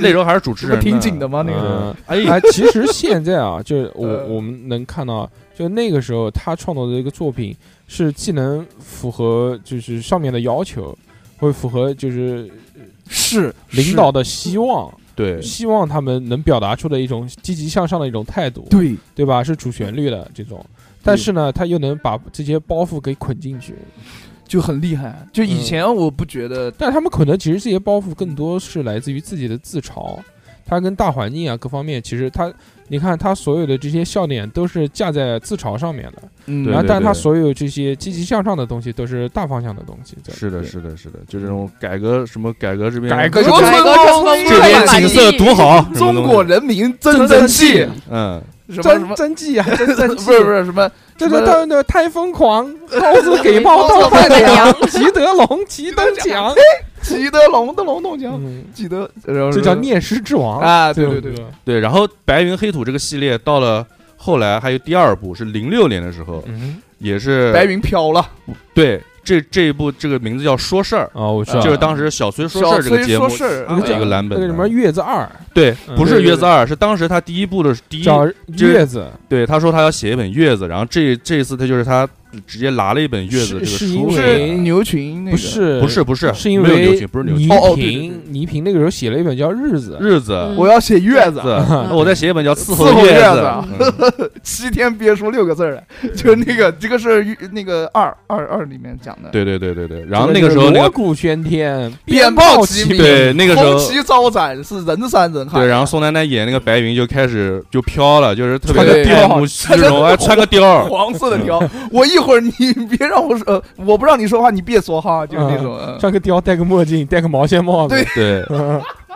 Speaker 6: 那时候还是主持
Speaker 5: 这不
Speaker 6: 人，
Speaker 5: 挺紧的。吗？那个时候，
Speaker 4: 嗯，
Speaker 6: 哎，
Speaker 4: 哎，其实现在啊，就是我
Speaker 5: 呃
Speaker 4: 我们能看到，就那个时候他创作的一个作品是既能符合就是上面的要求，会符合就是
Speaker 5: 是
Speaker 4: 领导的希望，
Speaker 6: 对，
Speaker 4: 希望他们能表达出的一种积极向上的一种态度，
Speaker 5: 对，
Speaker 4: 对吧？是主旋律的这种，但是呢，他又能把这些包袱给捆进去。
Speaker 5: 就很厉害。就以前
Speaker 6: 嗯
Speaker 5: 我不觉得，
Speaker 4: 但他们可能其实这些包袱更多是来自于自己的自嘲，他跟大环境啊各方面，其实他，你看他所有的这些笑点都是架在自嘲上面的，
Speaker 5: 嗯
Speaker 6: 对
Speaker 4: 然后
Speaker 6: 对
Speaker 4: 但他所有这些积极向上的东西都是大方向的东西。在
Speaker 6: 是的，
Speaker 4: 对
Speaker 6: 是的，是的，就这种改革什么改革这边
Speaker 4: 改革
Speaker 5: 中
Speaker 4: 中
Speaker 6: 这边景色多好，什么
Speaker 5: 中国人民争
Speaker 4: 争
Speaker 5: 气，
Speaker 6: 嗯，
Speaker 5: 什么什
Speaker 4: 真
Speaker 5: 么，
Speaker 4: 真迹啊，真真
Speaker 5: 不是不是什么，
Speaker 4: 这
Speaker 5: 什
Speaker 4: 是
Speaker 5: 么
Speaker 4: 他的太疯狂，包子给猫倒饭粮， 吉德龙齐登奖，
Speaker 5: 吉德龙的龙洞江，
Speaker 4: 嗯
Speaker 5: 吉德，然后
Speaker 4: 这叫
Speaker 5: 什么
Speaker 4: 念诗之王
Speaker 5: 啊，对对对，
Speaker 4: 对，
Speaker 6: 对。然后《白云黑土》这个系列到了后来还有第二部，是零六年的时候，
Speaker 4: 嗯，
Speaker 6: 也是
Speaker 5: 白云飘了，
Speaker 6: 对这这一部这个名字叫《说事儿
Speaker 4: 哦，我知》，道，
Speaker 6: 就是当时小崔说事
Speaker 5: 小
Speaker 6: 儿这个
Speaker 5: 崔
Speaker 6: 节
Speaker 5: 说
Speaker 6: 目
Speaker 5: 事儿
Speaker 4: 那
Speaker 5: 啊
Speaker 4: 个，叫
Speaker 6: 一个蓝
Speaker 4: 那
Speaker 6: 本
Speaker 4: 个什么
Speaker 6: 的，
Speaker 4: 月子二，
Speaker 6: 对
Speaker 4: 嗯，
Speaker 6: 不
Speaker 5: 对
Speaker 6: 是
Speaker 5: 对
Speaker 6: 月子二，是当时他第一部的第一
Speaker 4: 叫
Speaker 6: 就是
Speaker 4: 月子，
Speaker 6: 对，他说他要写一本《月子》，然后这这一次他就是他直接拿了一本《月子》这
Speaker 4: 是是
Speaker 6: 个
Speaker 4: 因为
Speaker 6: 书出
Speaker 5: 是
Speaker 6: 来，
Speaker 5: 牛群那个，
Speaker 4: 不是
Speaker 6: 不是不是，
Speaker 4: 是因
Speaker 6: 没有牛
Speaker 4: 为
Speaker 6: 群，不是牛
Speaker 4: 倪
Speaker 6: 群，
Speaker 5: 哦哦对对对
Speaker 4: 萍，倪萍那个时候写了一本叫《日子》，
Speaker 6: 日子，
Speaker 2: 嗯
Speaker 5: 我要写月子
Speaker 6: 子，， 那我再写一本叫《伺
Speaker 5: 伺候
Speaker 6: 月
Speaker 5: 月
Speaker 6: 子》嗯，
Speaker 5: 七天憋出六个字儿来，就是那个这个是那个二二二里面讲的，
Speaker 6: 对对对 对对。然后那个时候那
Speaker 4: 锣
Speaker 6: 个
Speaker 4: 鼓喧天，
Speaker 5: 鞭
Speaker 4: 炮
Speaker 5: 炮齐
Speaker 4: 鸣
Speaker 5: 鸣，
Speaker 6: 对那个时
Speaker 5: 红
Speaker 6: 候
Speaker 5: 旗招展是人山人海，
Speaker 6: 对，然后宋丹丹演那个白云就开始就飘了，就是特别
Speaker 5: 穿个
Speaker 6: 的
Speaker 5: 貂
Speaker 6: 爱慕虚荣，还穿个貂 儿，
Speaker 5: 黄色的条，我一会儿你别让我说，呃我不让你说话，你别说哈，
Speaker 6: 嗯
Speaker 5: 就是那种，呃
Speaker 4: 穿个貂，戴个墨镜，戴个毛线帽子，
Speaker 5: 对
Speaker 6: 对。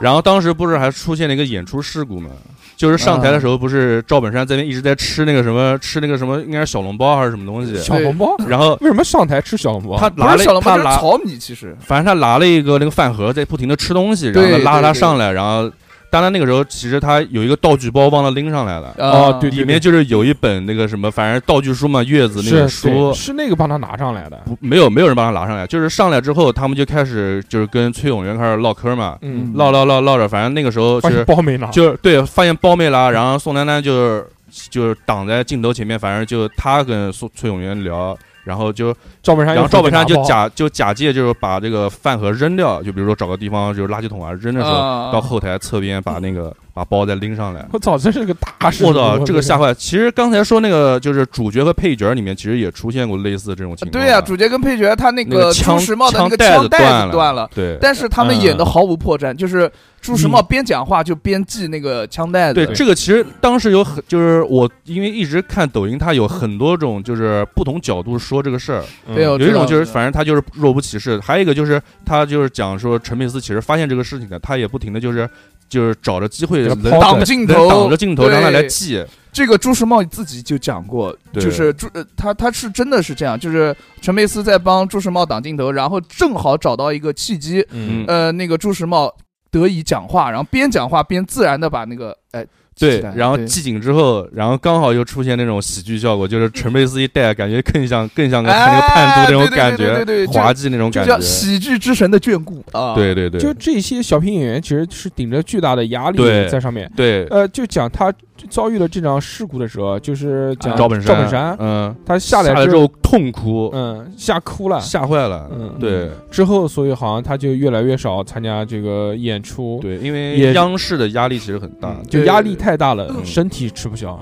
Speaker 6: 然后当时不是还出现了一个演出事故嘛？就是上台的时候，不是赵本山在那边一直在吃那个什么，吃那个什么，应该是小笼包还是什么东西？
Speaker 4: 小红包。
Speaker 6: 然后
Speaker 4: 为什么上台吃小红包？
Speaker 6: 他拿
Speaker 5: 不
Speaker 6: 了
Speaker 5: 是小笼包，
Speaker 6: 他
Speaker 5: 就是
Speaker 6: 拿
Speaker 5: 炒米，其实
Speaker 6: 反正他拿了一个那个饭盒，在不停的吃东西，然后
Speaker 5: 对
Speaker 6: 拉着他
Speaker 5: 对对
Speaker 6: 上来，然后当然那个时候其实他有一个道具包忘了拎上来
Speaker 5: 啊
Speaker 6: 了，
Speaker 4: 哦对
Speaker 6: 啊里面就是有一本那个什么，反正道具书嘛，月子那
Speaker 4: 是
Speaker 6: 本书
Speaker 4: 对。是那个帮他拿上来的。
Speaker 6: 不，没有没有人帮他拿上来，就是上来之后，他们就开始就是跟崔永元开始唠嗑嘛，
Speaker 4: 嗯，
Speaker 6: 唠唠唠唠着，反正那个时候
Speaker 4: 发
Speaker 6: 就
Speaker 4: 现
Speaker 6: 是
Speaker 4: 包没拿，
Speaker 6: 就是对，发现包没拿，然后宋丹丹就是就是挡在镜头前面，反正就他跟宋崔永元聊，然后就
Speaker 4: 赵本山
Speaker 6: 然
Speaker 4: 又
Speaker 6: 后
Speaker 4: 回去拿包，
Speaker 6: 赵本山就假就假借就是把这个饭盒扔掉，就比如说找个地方就是垃圾桶啊扔的时候，
Speaker 5: 啊
Speaker 6: 到后台侧边把那个把包再拎上来。
Speaker 4: 我操，这是个大事！
Speaker 6: 我操，这个吓
Speaker 4: 回
Speaker 6: 坏！其实刚才说那个就是主角和配角里面，其实也出现过类似这种情况。啊
Speaker 5: 对呀，主角跟配角他那
Speaker 6: 那个
Speaker 5: 个朱
Speaker 6: 枪
Speaker 5: 时茂的那个
Speaker 6: 带
Speaker 5: 枪带
Speaker 6: 断
Speaker 5: 子断了。
Speaker 6: 对
Speaker 5: 但是他们演的
Speaker 6: 嗯
Speaker 5: 毫无破绽，就是朱时茂边讲话就边系那个枪带子。
Speaker 6: 对，这个其实当时有很就是我因为一直看抖音，它有很多种就是不同角度说这个事儿。
Speaker 5: 对哦我
Speaker 6: 有一
Speaker 5: 知道
Speaker 6: 种就是
Speaker 5: 我知道
Speaker 6: 反正他就是若无其事，还有一个就是他就是讲说陈佩斯其实发现这个事情的，他也不停的就是就是找着机会
Speaker 4: 给他
Speaker 6: 能
Speaker 4: 抛
Speaker 5: 挡
Speaker 4: 着
Speaker 5: 镜
Speaker 6: 能
Speaker 5: 头，
Speaker 6: 挡着镜头让他来
Speaker 5: 对
Speaker 6: 记。
Speaker 5: 这个朱时茂自己就讲过，
Speaker 6: 对
Speaker 5: 就是朱呃他他是真的是这样，就是陈佩斯在帮朱时茂挡镜头，然后正好找到一个契机，
Speaker 4: 嗯
Speaker 6: 嗯，
Speaker 5: 呃，那个朱时茂得以讲话，然后边讲话边自然的把那个哎
Speaker 6: 对
Speaker 5: 记起来，
Speaker 6: 然后
Speaker 5: 对
Speaker 6: 记警之后，然后刚好又出现那种喜剧效果，就是陈佩斯一戴，感觉更像更像个
Speaker 5: 哎
Speaker 6: 那个叛徒那种
Speaker 5: 对对
Speaker 6: 感
Speaker 5: 对对对对
Speaker 6: 觉，
Speaker 5: 就
Speaker 6: 滑稽那种
Speaker 5: 就
Speaker 6: 感
Speaker 5: 叫
Speaker 6: 觉。
Speaker 5: 喜剧之神的眷顾啊，
Speaker 6: 对对对，
Speaker 4: 就这些小品演员其实是顶着巨大的压力
Speaker 6: 对
Speaker 4: 在上面。
Speaker 6: 对
Speaker 4: 呃，就讲他遭遇了这场事故的时候，就是讲
Speaker 6: 赵本
Speaker 4: 赵本山，
Speaker 6: 嗯，
Speaker 4: 他下
Speaker 6: 来
Speaker 4: 来
Speaker 6: 之
Speaker 4: 后，
Speaker 6: 后痛哭，
Speaker 4: 嗯，吓哭了。
Speaker 6: 吓坏了。
Speaker 4: 嗯，
Speaker 6: 对
Speaker 4: 之后，所以好像他就越来越少参加这个演出，
Speaker 6: 对，因
Speaker 4: 也
Speaker 6: 为央视的压力其实很大，
Speaker 4: 嗯就压力太大了，
Speaker 6: 嗯
Speaker 4: 身体吃不消。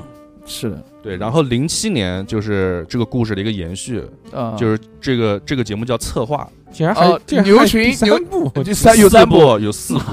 Speaker 5: 是的，
Speaker 6: 对，然后零七年就是这个故事的一个延续，
Speaker 5: 啊，
Speaker 6: 就是这个这个节目叫策划，
Speaker 4: 竟然还
Speaker 5: 哦
Speaker 4: 这还
Speaker 5: 牛群
Speaker 4: 第三
Speaker 5: 牛
Speaker 4: 部，
Speaker 5: 第 三有
Speaker 6: 四
Speaker 5: 三部，
Speaker 6: 部，有 四部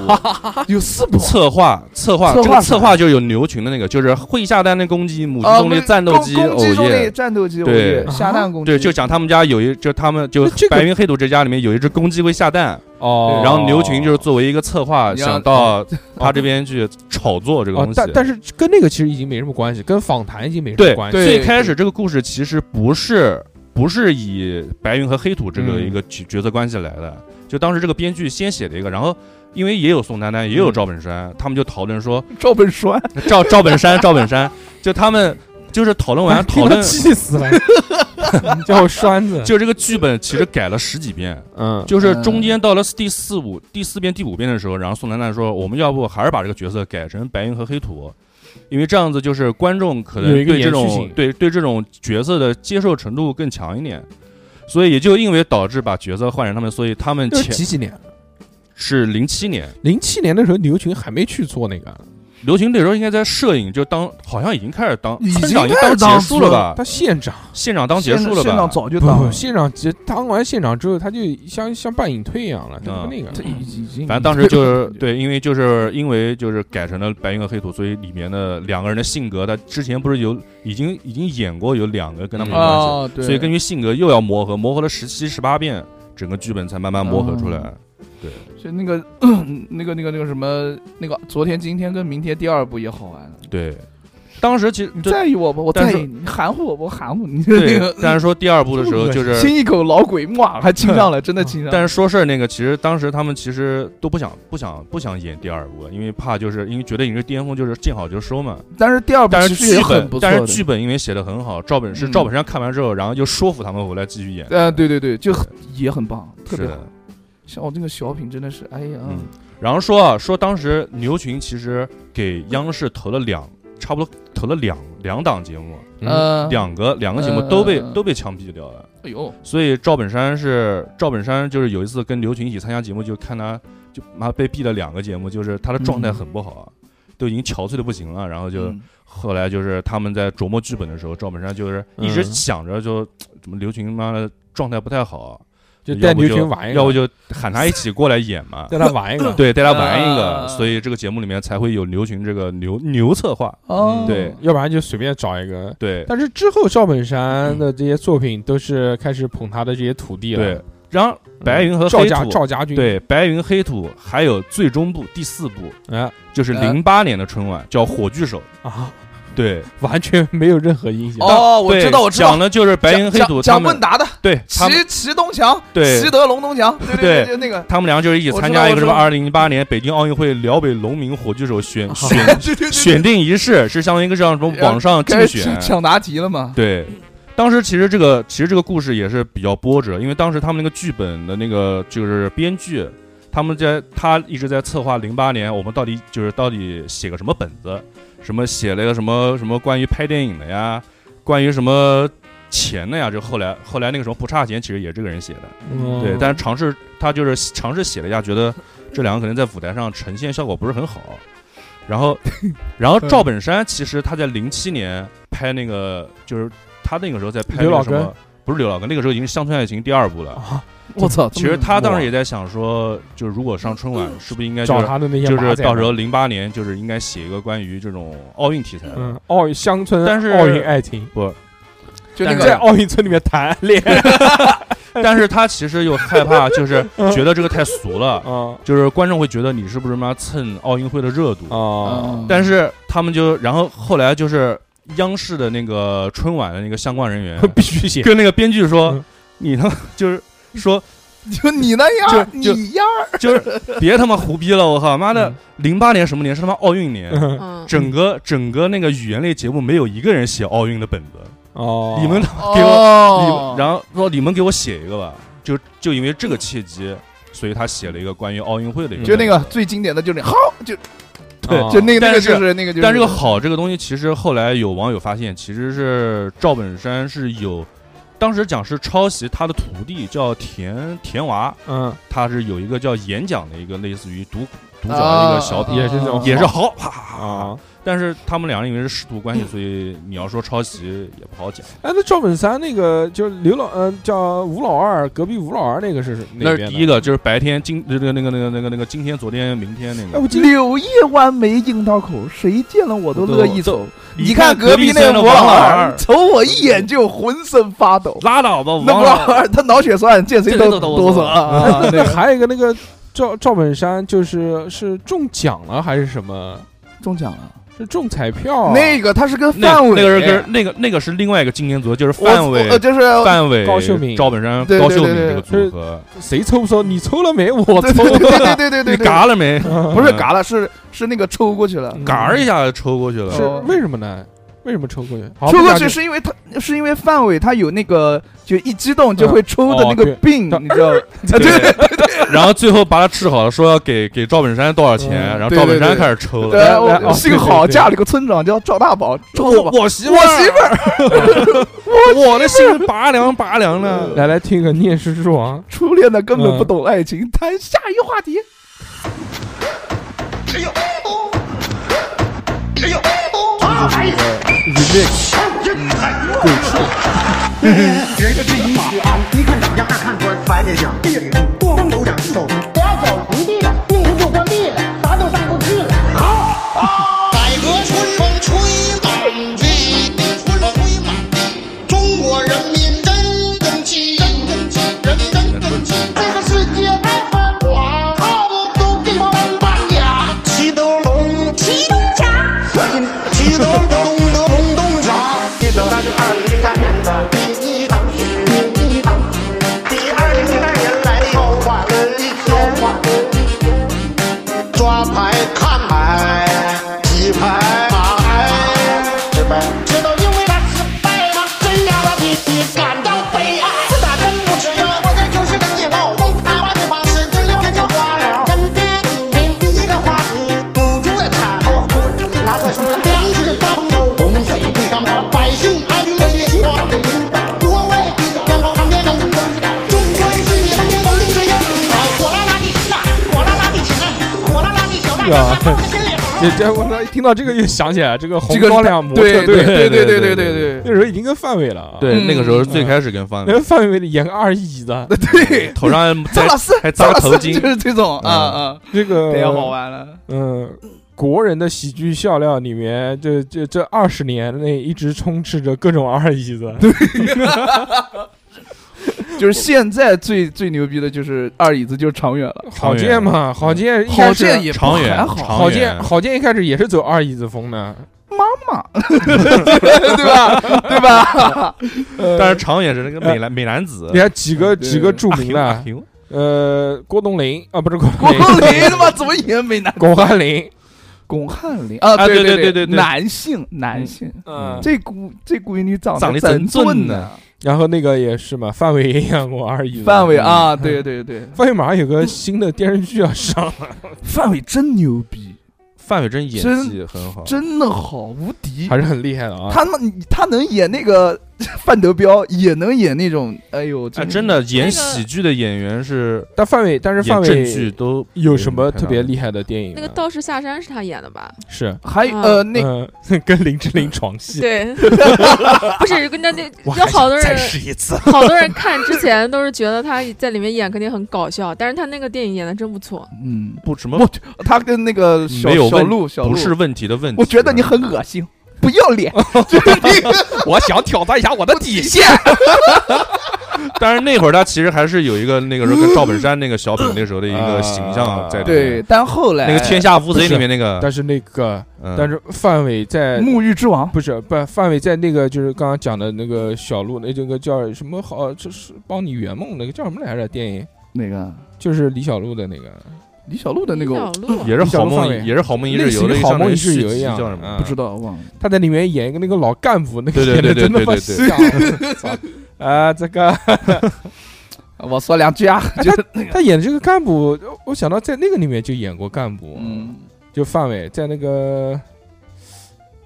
Speaker 5: 有四部。
Speaker 6: 策划策划
Speaker 5: 策划
Speaker 6: 这个
Speaker 5: 是
Speaker 6: 策划就是有牛群的那个，就是会下蛋的公鸡、母鸡
Speaker 5: 啊，
Speaker 6: 中的战斗机，
Speaker 5: 攻
Speaker 6: 哦
Speaker 5: 击中立
Speaker 6: 耶！
Speaker 5: 战斗机，
Speaker 6: 对
Speaker 5: 哦耶
Speaker 4: 啊
Speaker 5: 下蛋攻击，
Speaker 6: 对，就讲他们家有一，就他们就
Speaker 4: 那这个
Speaker 6: 白云黑土这家里面有一只公鸡会下蛋，
Speaker 4: 哦，
Speaker 6: 然后牛群就是作为一个策划，
Speaker 5: 你要
Speaker 6: 想到他这边去炒作这个
Speaker 4: 哦
Speaker 6: 东，西
Speaker 4: 但。但是跟那个其实已经没什么关系，跟访谈已经没什么
Speaker 6: 对
Speaker 4: 关，系。
Speaker 5: 对
Speaker 6: 最开始这个故事其实不是不是以白云和黑土这个
Speaker 4: 嗯
Speaker 6: 一个角角色关系来的，就当时这个编剧先写的一个，然后因为也有宋丹丹，也有
Speaker 4: 嗯
Speaker 6: 赵本山，他们就讨论说
Speaker 5: 赵本栓，
Speaker 6: 赵赵本山赵本山，就他们就是讨 论
Speaker 4: 哎
Speaker 6: 完
Speaker 4: 听
Speaker 6: 讨
Speaker 4: 到
Speaker 6: 论，
Speaker 4: 气死了， 你叫我栓子。
Speaker 6: 就这个剧本其实改了十几遍。
Speaker 4: 嗯，
Speaker 6: 就是中间到了第四五、第四遍、第五遍的时候，然后宋丹丹说：“我们要不还是把这个角色改成白云和黑土，因为这样子就是观众可能
Speaker 4: 有一个
Speaker 6: 对这
Speaker 4: 延续
Speaker 6: 种
Speaker 4: 性
Speaker 6: 对对这种角色的接受程度更强一点。”所以也就因为导致把角色换成他们，所以他们
Speaker 4: 这是
Speaker 6: 前
Speaker 4: 几几年？
Speaker 6: 是零七年，
Speaker 4: 零七年的时候，牛群还没去做那个，
Speaker 6: 刘群那时候应该在摄影，就当好像已经开始当
Speaker 5: 已经
Speaker 6: 村长，已经
Speaker 5: 开始
Speaker 6: 当
Speaker 5: 当
Speaker 6: 结束了吧？
Speaker 4: 他县长
Speaker 6: 县长当结束了
Speaker 5: 现场
Speaker 6: 吧？
Speaker 5: 早就
Speaker 4: 不
Speaker 5: 当了
Speaker 4: 不，，县长结当完县长之后，他就像像办隐退一样了，他
Speaker 6: 啊
Speaker 4: 不那个
Speaker 5: 这已已经
Speaker 6: 反正当时就是对，因为就是因为就是改成了白云和黑土，所以里面的两个人的性格，他之前不是有已经已经演过有两个跟他们有关系，
Speaker 5: 啊，对，
Speaker 6: 嗯所以根据性格又要磨合，磨合了十七十八遍，整个剧本才慢慢磨合出
Speaker 5: 啊
Speaker 6: 来。
Speaker 5: 就那个 那个那个那个什么那个昨天今天跟明天第二部也好玩了。
Speaker 6: 对，当时其实
Speaker 5: 你
Speaker 6: 就
Speaker 5: 在 意我不？我
Speaker 6: 但
Speaker 5: 在
Speaker 6: 是
Speaker 5: 意你，你含糊我不？我含糊你。 那
Speaker 6: 对
Speaker 5: 个，
Speaker 6: 但是说第二部的时候就是嗯
Speaker 5: 亲一口老鬼，哇，还亲上了，真的亲上了。
Speaker 6: 但是说事儿那个，其实当时他们其实都不想、不想、不想演第二部，因为怕就是因为觉得你是巅峰，就是见好就收嘛。
Speaker 5: 但是第二部
Speaker 6: 但
Speaker 5: 其
Speaker 6: 是
Speaker 5: 实也
Speaker 6: 剧
Speaker 5: 很
Speaker 6: 本
Speaker 5: 不，错
Speaker 6: 但
Speaker 5: 的
Speaker 6: 是。剧本因为写的很好，赵本是
Speaker 5: 嗯
Speaker 6: 赵本山看完之后，然后就说服他们回来继续演。
Speaker 5: 呃，对对对，就很也很棒，特
Speaker 6: 是
Speaker 5: 别好。
Speaker 6: 的，
Speaker 5: 像我这个小品真的是，哎呀，
Speaker 6: 嗯。然后说啊，说当时牛群其实给央视投了两，差不多投了两两档节目，
Speaker 4: 嗯
Speaker 5: 呃，
Speaker 6: 两个两个节目都被
Speaker 5: 呃
Speaker 6: 都被枪毙掉了。
Speaker 5: 哎呦，
Speaker 6: 所以赵本山是赵本山，就是有一次跟刘群一起参加节目，就看他就妈被毙了两个节目，就是他的状态很不好啊，都已经憔悴的不行了。然后就
Speaker 5: 嗯
Speaker 6: 后来就是他们在琢磨剧本的时候，赵本山就是一直
Speaker 4: 嗯
Speaker 6: 想着就怎么刘群妈的状态不太好，
Speaker 4: 就
Speaker 6: 要
Speaker 4: 带
Speaker 6: 不
Speaker 4: 牛群玩一个，
Speaker 6: 要不就喊他一起过来演 嘛，
Speaker 4: 带他玩一个，
Speaker 6: 对，带他玩一
Speaker 4: 嗯
Speaker 6: 个，
Speaker 5: 啊
Speaker 6: 所以这个节目里面才会有刘群这个牛牛策划，
Speaker 5: 哦，
Speaker 6: 嗯对
Speaker 4: 要不然就随便找一个。
Speaker 6: 对嗯
Speaker 4: 但是之后赵本山的这些作品都是开始捧他的这些徒弟了，
Speaker 6: 对，然后白云和
Speaker 4: 赵
Speaker 6: 黑
Speaker 4: 家
Speaker 6: 土。
Speaker 4: 赵家军，
Speaker 6: 对，白云黑土，还有最终部第四部，
Speaker 4: 哎
Speaker 6: 就是
Speaker 5: 呃
Speaker 6: 零八年的春晚，叫《火炬手》。
Speaker 4: 啊，
Speaker 6: 对，
Speaker 4: 完全没有任何影响。
Speaker 5: 哦，我
Speaker 6: 对
Speaker 5: 知道，我知道
Speaker 6: 讲，的就是白云黑
Speaker 5: 讲
Speaker 6: 土他
Speaker 5: 讲问
Speaker 6: 们，
Speaker 5: 答的，
Speaker 6: 对他们，
Speaker 5: 齐齐东强，
Speaker 6: 对
Speaker 5: 齐德龙东强，对
Speaker 6: 对
Speaker 5: 对对，就那个，
Speaker 6: 他们俩就是一起
Speaker 5: 我知
Speaker 6: 参
Speaker 5: 道
Speaker 6: 加一个
Speaker 5: 我
Speaker 6: 什
Speaker 5: 知
Speaker 6: 么
Speaker 5: 道
Speaker 6: 二零零八年北京奥运会辽北农民火炬手 选
Speaker 4: 好
Speaker 6: 选
Speaker 5: 对对对，
Speaker 6: 选定仪式，是相当于一个像什么
Speaker 5: 然后
Speaker 6: 网上竞
Speaker 5: 开始呃抢
Speaker 6: 选。
Speaker 5: 抢答题了嘛？
Speaker 6: 对，当时其实这个其实这个故事也是比较波折，因为当时他们那个剧本的那个就是编剧。他们在他一直在策划零八年，我们到底就是到底写个什么本子，什么写了一个什么什么关于拍电影的呀，关于什么钱的呀，就后来后来那个什么不差钱，其实也是这个人写的，
Speaker 4: 嗯
Speaker 6: 对，但是尝试他就是尝试写了一下，觉得这两个可能在舞台上呈现效果不是很好。然后，然
Speaker 4: 嗯
Speaker 6: 后赵本山其实他在零七年拍那个，就是他那个时候在拍那
Speaker 4: 刘
Speaker 6: 个
Speaker 4: 老
Speaker 6: 什
Speaker 4: 根
Speaker 6: 么，不是刘老根，那个时候已经是《乡村爱情》第二部了。
Speaker 4: 啊
Speaker 5: 我操，
Speaker 6: 其实他当时也在想说，就是如果上春晚，是不是应该就
Speaker 4: 找
Speaker 6: 是
Speaker 4: 他的那些
Speaker 6: 就是
Speaker 4: 马仔
Speaker 6: 到时候零八年就是应该写一个关于这种奥运题材的。
Speaker 4: 嗯，奥运乡村，
Speaker 6: 但是
Speaker 4: 奥运爱情，
Speaker 5: 就那
Speaker 6: 但是
Speaker 4: 在
Speaker 5: 个啊
Speaker 4: 奥运村里面谈恋爱，
Speaker 6: 但是他其实又害怕，就是觉得这个太俗 了，
Speaker 4: 啊
Speaker 6: 就是观众会觉得你是不是妈蹭奥运会的热度。
Speaker 4: 啊，
Speaker 5: 嗯
Speaker 6: 哦但是他们就，然后后来就是央视的那个春晚的那个相关人员
Speaker 4: 必须写，
Speaker 6: 跟那个编剧说
Speaker 4: 嗯：“
Speaker 6: 你他妈就是 说
Speaker 5: 就你那样儿，
Speaker 6: 就
Speaker 5: 你样儿，
Speaker 6: 就是别他妈胡逼了，我靠妈的
Speaker 4: 嗯，
Speaker 6: 零八年什么年是他妈奥运年，
Speaker 2: 嗯，
Speaker 6: 整个整个那个语言类节目没有一个人写奥运的本子，
Speaker 4: 哦，
Speaker 6: 你们他妈给我，你
Speaker 5: 哦
Speaker 6: 们然后说你们给我写一个吧，就就因为这个契机，所以他写了一个关于奥运会的一个，
Speaker 5: 就那个。”最经典的就是好，就
Speaker 6: 对
Speaker 4: 啊
Speaker 5: 就那个那
Speaker 6: 但
Speaker 5: 个
Speaker 6: 是
Speaker 5: 就是那个就是，
Speaker 6: 但这个好这个东西，其实后来有网友发现，其实是赵本山是有，当时讲是抄袭他的徒弟叫田田娃，
Speaker 4: 嗯，
Speaker 6: 他是有一个叫演讲的一个类似于独独角的一个小品，
Speaker 4: 也是那种
Speaker 6: 也是好啪啪啪啪
Speaker 4: 啊，
Speaker 6: 但是他们两个因为是师徒关系，所以你要说抄袭也不好讲。
Speaker 4: 哎，那赵本山那个就是刘老，呃，叫吴老二，隔壁吴老二那个是哪
Speaker 6: 那
Speaker 4: 边
Speaker 6: 是
Speaker 4: 的
Speaker 6: 第一。个，就是白天今那个那个那个那个那个今天昨天明天那
Speaker 4: 哎，
Speaker 6: 个
Speaker 4: 我。记 得
Speaker 5: 柳叶弯眉樱桃口，谁见了我都乐意走。你看隔壁那
Speaker 6: 森
Speaker 5: 个
Speaker 6: 的王
Speaker 5: 老
Speaker 6: 二
Speaker 5: 二，，瞅我一眼就浑身发抖。
Speaker 6: 拉倒吧，王
Speaker 5: 那
Speaker 6: 老
Speaker 5: 老
Speaker 6: 二，
Speaker 5: 二他脑血栓，见谁
Speaker 6: 见
Speaker 5: 都
Speaker 6: 谁都
Speaker 5: 哆嗦啊！
Speaker 4: 那还有一个那个赵赵本山，就是是中奖了还是什么？
Speaker 5: 中奖了，
Speaker 4: 是中彩票？啊
Speaker 5: 那个他是跟
Speaker 6: 那
Speaker 5: 范伟，
Speaker 6: 那个是跟那个那个是另外一个今天昨天，就是
Speaker 5: 我
Speaker 6: 范伟
Speaker 5: 呃，就是
Speaker 6: 范伟、
Speaker 4: 高秀敏
Speaker 6: 赵本山、
Speaker 5: 对
Speaker 6: 高秀
Speaker 5: 对
Speaker 6: 敏
Speaker 5: 对
Speaker 6: 这个
Speaker 4: 对
Speaker 6: 组合，
Speaker 4: 谁抽不抽？你抽了没？我
Speaker 5: 对
Speaker 4: 抽
Speaker 5: 对对 对
Speaker 4: 了。
Speaker 5: 对对
Speaker 6: 你
Speaker 5: 对对，
Speaker 6: 嘎了没？
Speaker 5: 不是嘎了，是是那个抽过去了，
Speaker 4: 嗯
Speaker 6: 嘎儿一下抽过去了。
Speaker 4: 是
Speaker 5: 哦
Speaker 4: 为什么呢？为什么抽过去？好
Speaker 5: 抽
Speaker 4: 不
Speaker 5: 过
Speaker 4: 讲
Speaker 5: 去
Speaker 4: 究
Speaker 5: 是因为他是因为范伟他有那个就一激动就会抽的
Speaker 6: 嗯哦
Speaker 5: 那个
Speaker 4: 对
Speaker 5: 病，
Speaker 4: 他
Speaker 5: 你知道吗？
Speaker 6: 对 然后最后把他治好了，说要给给赵本山多少钱，
Speaker 4: 嗯
Speaker 6: 然后
Speaker 5: 对
Speaker 6: 赵本
Speaker 5: 对
Speaker 6: 山
Speaker 5: 对
Speaker 6: 开始抽
Speaker 5: 对
Speaker 6: 了。哎
Speaker 4: 来来
Speaker 5: 我
Speaker 4: 哦
Speaker 5: 幸
Speaker 4: 对对
Speaker 5: 好
Speaker 4: 对
Speaker 5: 嫁了个村长叫赵大宝，赵大宝，
Speaker 6: 我媳妇
Speaker 5: 我媳妇
Speaker 6: 儿，我的心拔凉拔凉的。
Speaker 4: 来来听个念诗之王。
Speaker 5: 初恋的根本不懂爱情，谈下一话题。
Speaker 8: 改革春风吹满地，春风吹满地，中国人民真争气，真争气，人真争气。这个世界太繁华，靠不住地方办呀。齐德龙，齐东强，齐德东德龙东强。一九三二零三年的第一场雪，第一场雪，第二零零三年来的又换了一天，又换了一天。抓牌看牌，几牌打牌，对吧？知道因为他失败吗？真让他替你感到悲哀。自打真不吃药，我这就是个野猫。用他妈的方式，真聊天叫花聊。真的，你第一个话题堵住了他，拿着书粮食大丰收，洪水地上跑，百姓安居乐业，希望的领导。国外比阳光旁边的中国人是你身边的绿水呀，火辣辣的吃啊，火辣辣的吃啊，火辣辣的小辣椒，放在心里头。
Speaker 4: 这这我操！一听到这个又想起来这个红
Speaker 5: 这个
Speaker 4: 高粱模特
Speaker 5: 对
Speaker 4: 队，
Speaker 5: 对
Speaker 6: 对
Speaker 5: 对对
Speaker 6: 对对
Speaker 4: 那时候已经跟范伟了啊，
Speaker 6: 对，
Speaker 5: 嗯
Speaker 6: 那个时候最开始跟范
Speaker 4: 那个
Speaker 6: 伟
Speaker 4: 范伟演个二椅子，
Speaker 5: 对对，
Speaker 6: 头上
Speaker 5: 嗯张
Speaker 6: 还
Speaker 5: 老师
Speaker 6: 还
Speaker 5: 张
Speaker 6: 扎
Speaker 5: 老
Speaker 6: 个
Speaker 5: 师
Speaker 6: 头巾
Speaker 5: 就，是这种啊啊，
Speaker 4: 这 个
Speaker 5: 太好玩了。
Speaker 4: 嗯，国人的喜剧笑料里面，这这这二十年内一直充斥着各种二椅子。对，
Speaker 5: 就是现在最最牛逼的就是二椅子，就是长远了。啊
Speaker 4: 郝建嘛，郝建一开
Speaker 5: 郝
Speaker 4: 始
Speaker 5: 建也不
Speaker 6: 长远
Speaker 5: 还好，
Speaker 6: 长
Speaker 4: 郝
Speaker 6: 远
Speaker 4: 建郝建一开始也是走二椅子风的，
Speaker 5: 对吧？对吧？
Speaker 6: 但是常远是那个美男美男子
Speaker 4: 你，看几个
Speaker 5: 对哎
Speaker 4: 几个著
Speaker 6: 啊
Speaker 4: 名
Speaker 6: 呦啊
Speaker 4: 的，
Speaker 6: 呦
Speaker 4: 呃，郭冬临啊，不是郭
Speaker 5: 巩
Speaker 4: 冬临，
Speaker 5: 林他妈怎么也没男？
Speaker 4: 巩汉林，
Speaker 5: 巩汉林啊，
Speaker 6: 啊
Speaker 5: 对
Speaker 6: 对
Speaker 5: 对
Speaker 6: 对对对
Speaker 5: 男性男性，
Speaker 4: 嗯，
Speaker 5: 这姑这闺女长
Speaker 6: 长
Speaker 5: 得
Speaker 6: 得
Speaker 5: 真俊
Speaker 6: 真俊
Speaker 5: 呢
Speaker 6: 呢。
Speaker 4: 然后那个也是嘛，范伟也演过二椅子，
Speaker 5: 范伟，啊，对对对，
Speaker 4: 范伟马上有个新的电视剧要上了，
Speaker 5: 范伟真牛逼，
Speaker 6: 范伟真演技很好，
Speaker 5: 真的好无敌
Speaker 4: 还。是很厉害的啊。
Speaker 5: 他妈，他能演那个 范德彪，也能演那种，哎呦，
Speaker 6: 哎，真的演喜剧的演员是
Speaker 4: 但范伟，但是范
Speaker 6: 演正剧
Speaker 4: 伟
Speaker 6: 都
Speaker 4: 有什么特别
Speaker 6: 厉
Speaker 4: 厉害的电影呢？
Speaker 2: 那个道士下山是他演的吧？
Speaker 4: 是
Speaker 5: 还
Speaker 2: 啊
Speaker 5: 呃那
Speaker 4: 嗯 跟林志玲床戏，
Speaker 2: 对，不是跟那那有好多人，
Speaker 6: 一次，
Speaker 2: 好多人看之前都是觉得他在里面演肯定很搞笑，但是他那个电影演的真不错。
Speaker 5: 嗯，
Speaker 6: 不什么
Speaker 5: 我他跟那个小
Speaker 6: 没有
Speaker 5: 小
Speaker 6: 问
Speaker 5: 鹿小鹿
Speaker 6: 不是问题的问题。
Speaker 5: 我觉得你很恶 心，不要脸，就是那个
Speaker 4: 我想挑战一下我的底线。
Speaker 6: 但是那会儿他其实还是有一个那个时候跟赵本山那个小品那时候的一个形象在里
Speaker 5: 对。
Speaker 6: 面，
Speaker 5: 但后来
Speaker 6: 嗯那个《天下无贼》里面那个，
Speaker 4: 但是那个，
Speaker 6: 嗯
Speaker 4: 但是范伟
Speaker 6: 哎
Speaker 4: 在
Speaker 5: 沐浴之王
Speaker 4: 不是不范伟在那个就是刚刚讲的那个小鹿那这个叫什么好，这是帮你圆梦那个叫什么来着？电影
Speaker 5: 那个
Speaker 4: 就是李小璐的那个，
Speaker 5: 李小璐的那
Speaker 2: 李小
Speaker 5: 个，
Speaker 2: 璐
Speaker 6: 也是
Speaker 4: 你想
Speaker 6: 好
Speaker 4: 过范
Speaker 6: 梦
Speaker 4: 伟，
Speaker 6: 也是好梦一
Speaker 4: 类
Speaker 6: 日
Speaker 4: 似
Speaker 6: 游
Speaker 4: 于
Speaker 6: 的
Speaker 4: 好梦一日游
Speaker 6: 游
Speaker 4: 一样
Speaker 6: 叫什
Speaker 4: 嗯
Speaker 6: 么？
Speaker 5: 不知道忘了。
Speaker 4: 他在里面演一个那个老干部，那个
Speaker 6: 对对
Speaker 4: 演的
Speaker 6: 对
Speaker 4: 真的
Speaker 6: 对
Speaker 4: 蛮
Speaker 6: 对
Speaker 4: 像的。操 啊，这个
Speaker 5: 我说两句啊，就是
Speaker 4: 他演的这个干部，我想到在那个里面就演过干部，
Speaker 5: 嗯，
Speaker 4: 就范伟在那个，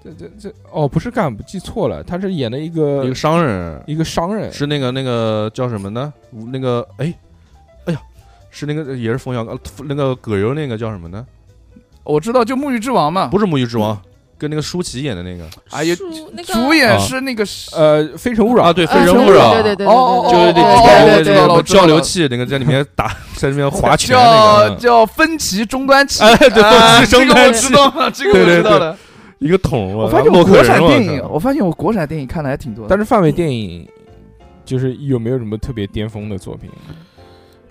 Speaker 4: 这这这哦，不是干部，记错了，他是演的一个
Speaker 6: 一个商人，
Speaker 4: 一个商人，
Speaker 6: 是那个那个叫什么呢？那个哎，哎呀，是那个也是冯小刚，那个葛优那个叫什么呢？
Speaker 5: 我知道，就沐浴之王嘛。
Speaker 6: 不是《沐浴之王》，跟那个舒淇演的那个
Speaker 5: 哎呀，
Speaker 2: 书那个
Speaker 5: 主演
Speaker 6: 啊
Speaker 5: 是那个
Speaker 4: 呃，《非诚勿扰》
Speaker 6: 啊，对，《非
Speaker 2: 呃
Speaker 6: 诚
Speaker 2: 是
Speaker 6: 勿扰》
Speaker 2: 对对对对
Speaker 5: 哦
Speaker 6: 就
Speaker 2: 对
Speaker 6: 是
Speaker 2: 对
Speaker 6: 那
Speaker 2: 对
Speaker 5: 哦
Speaker 2: 对
Speaker 5: 哦我知
Speaker 6: 那
Speaker 2: 对
Speaker 5: 道了
Speaker 6: 个
Speaker 5: 我知道
Speaker 6: 交
Speaker 5: 了
Speaker 6: 流器，那个在里面打，在里面划拳那
Speaker 5: 叫
Speaker 6: 个，嗯
Speaker 5: 叫分歧终端器，
Speaker 6: 哎对
Speaker 5: 啊
Speaker 6: 分歧
Speaker 5: 这个
Speaker 6: 终
Speaker 5: 我
Speaker 6: 端器
Speaker 5: 知道了， 这个我
Speaker 6: 对对
Speaker 5: 知道了。
Speaker 6: 一个桶，
Speaker 5: 我发现我
Speaker 6: 洛克
Speaker 5: 国产
Speaker 6: 人，我
Speaker 5: 电影，
Speaker 6: 靠
Speaker 5: 我发现我国产电影看的还挺多的，
Speaker 4: 但是范伟电影就是有没有什么特别巅峰的作品？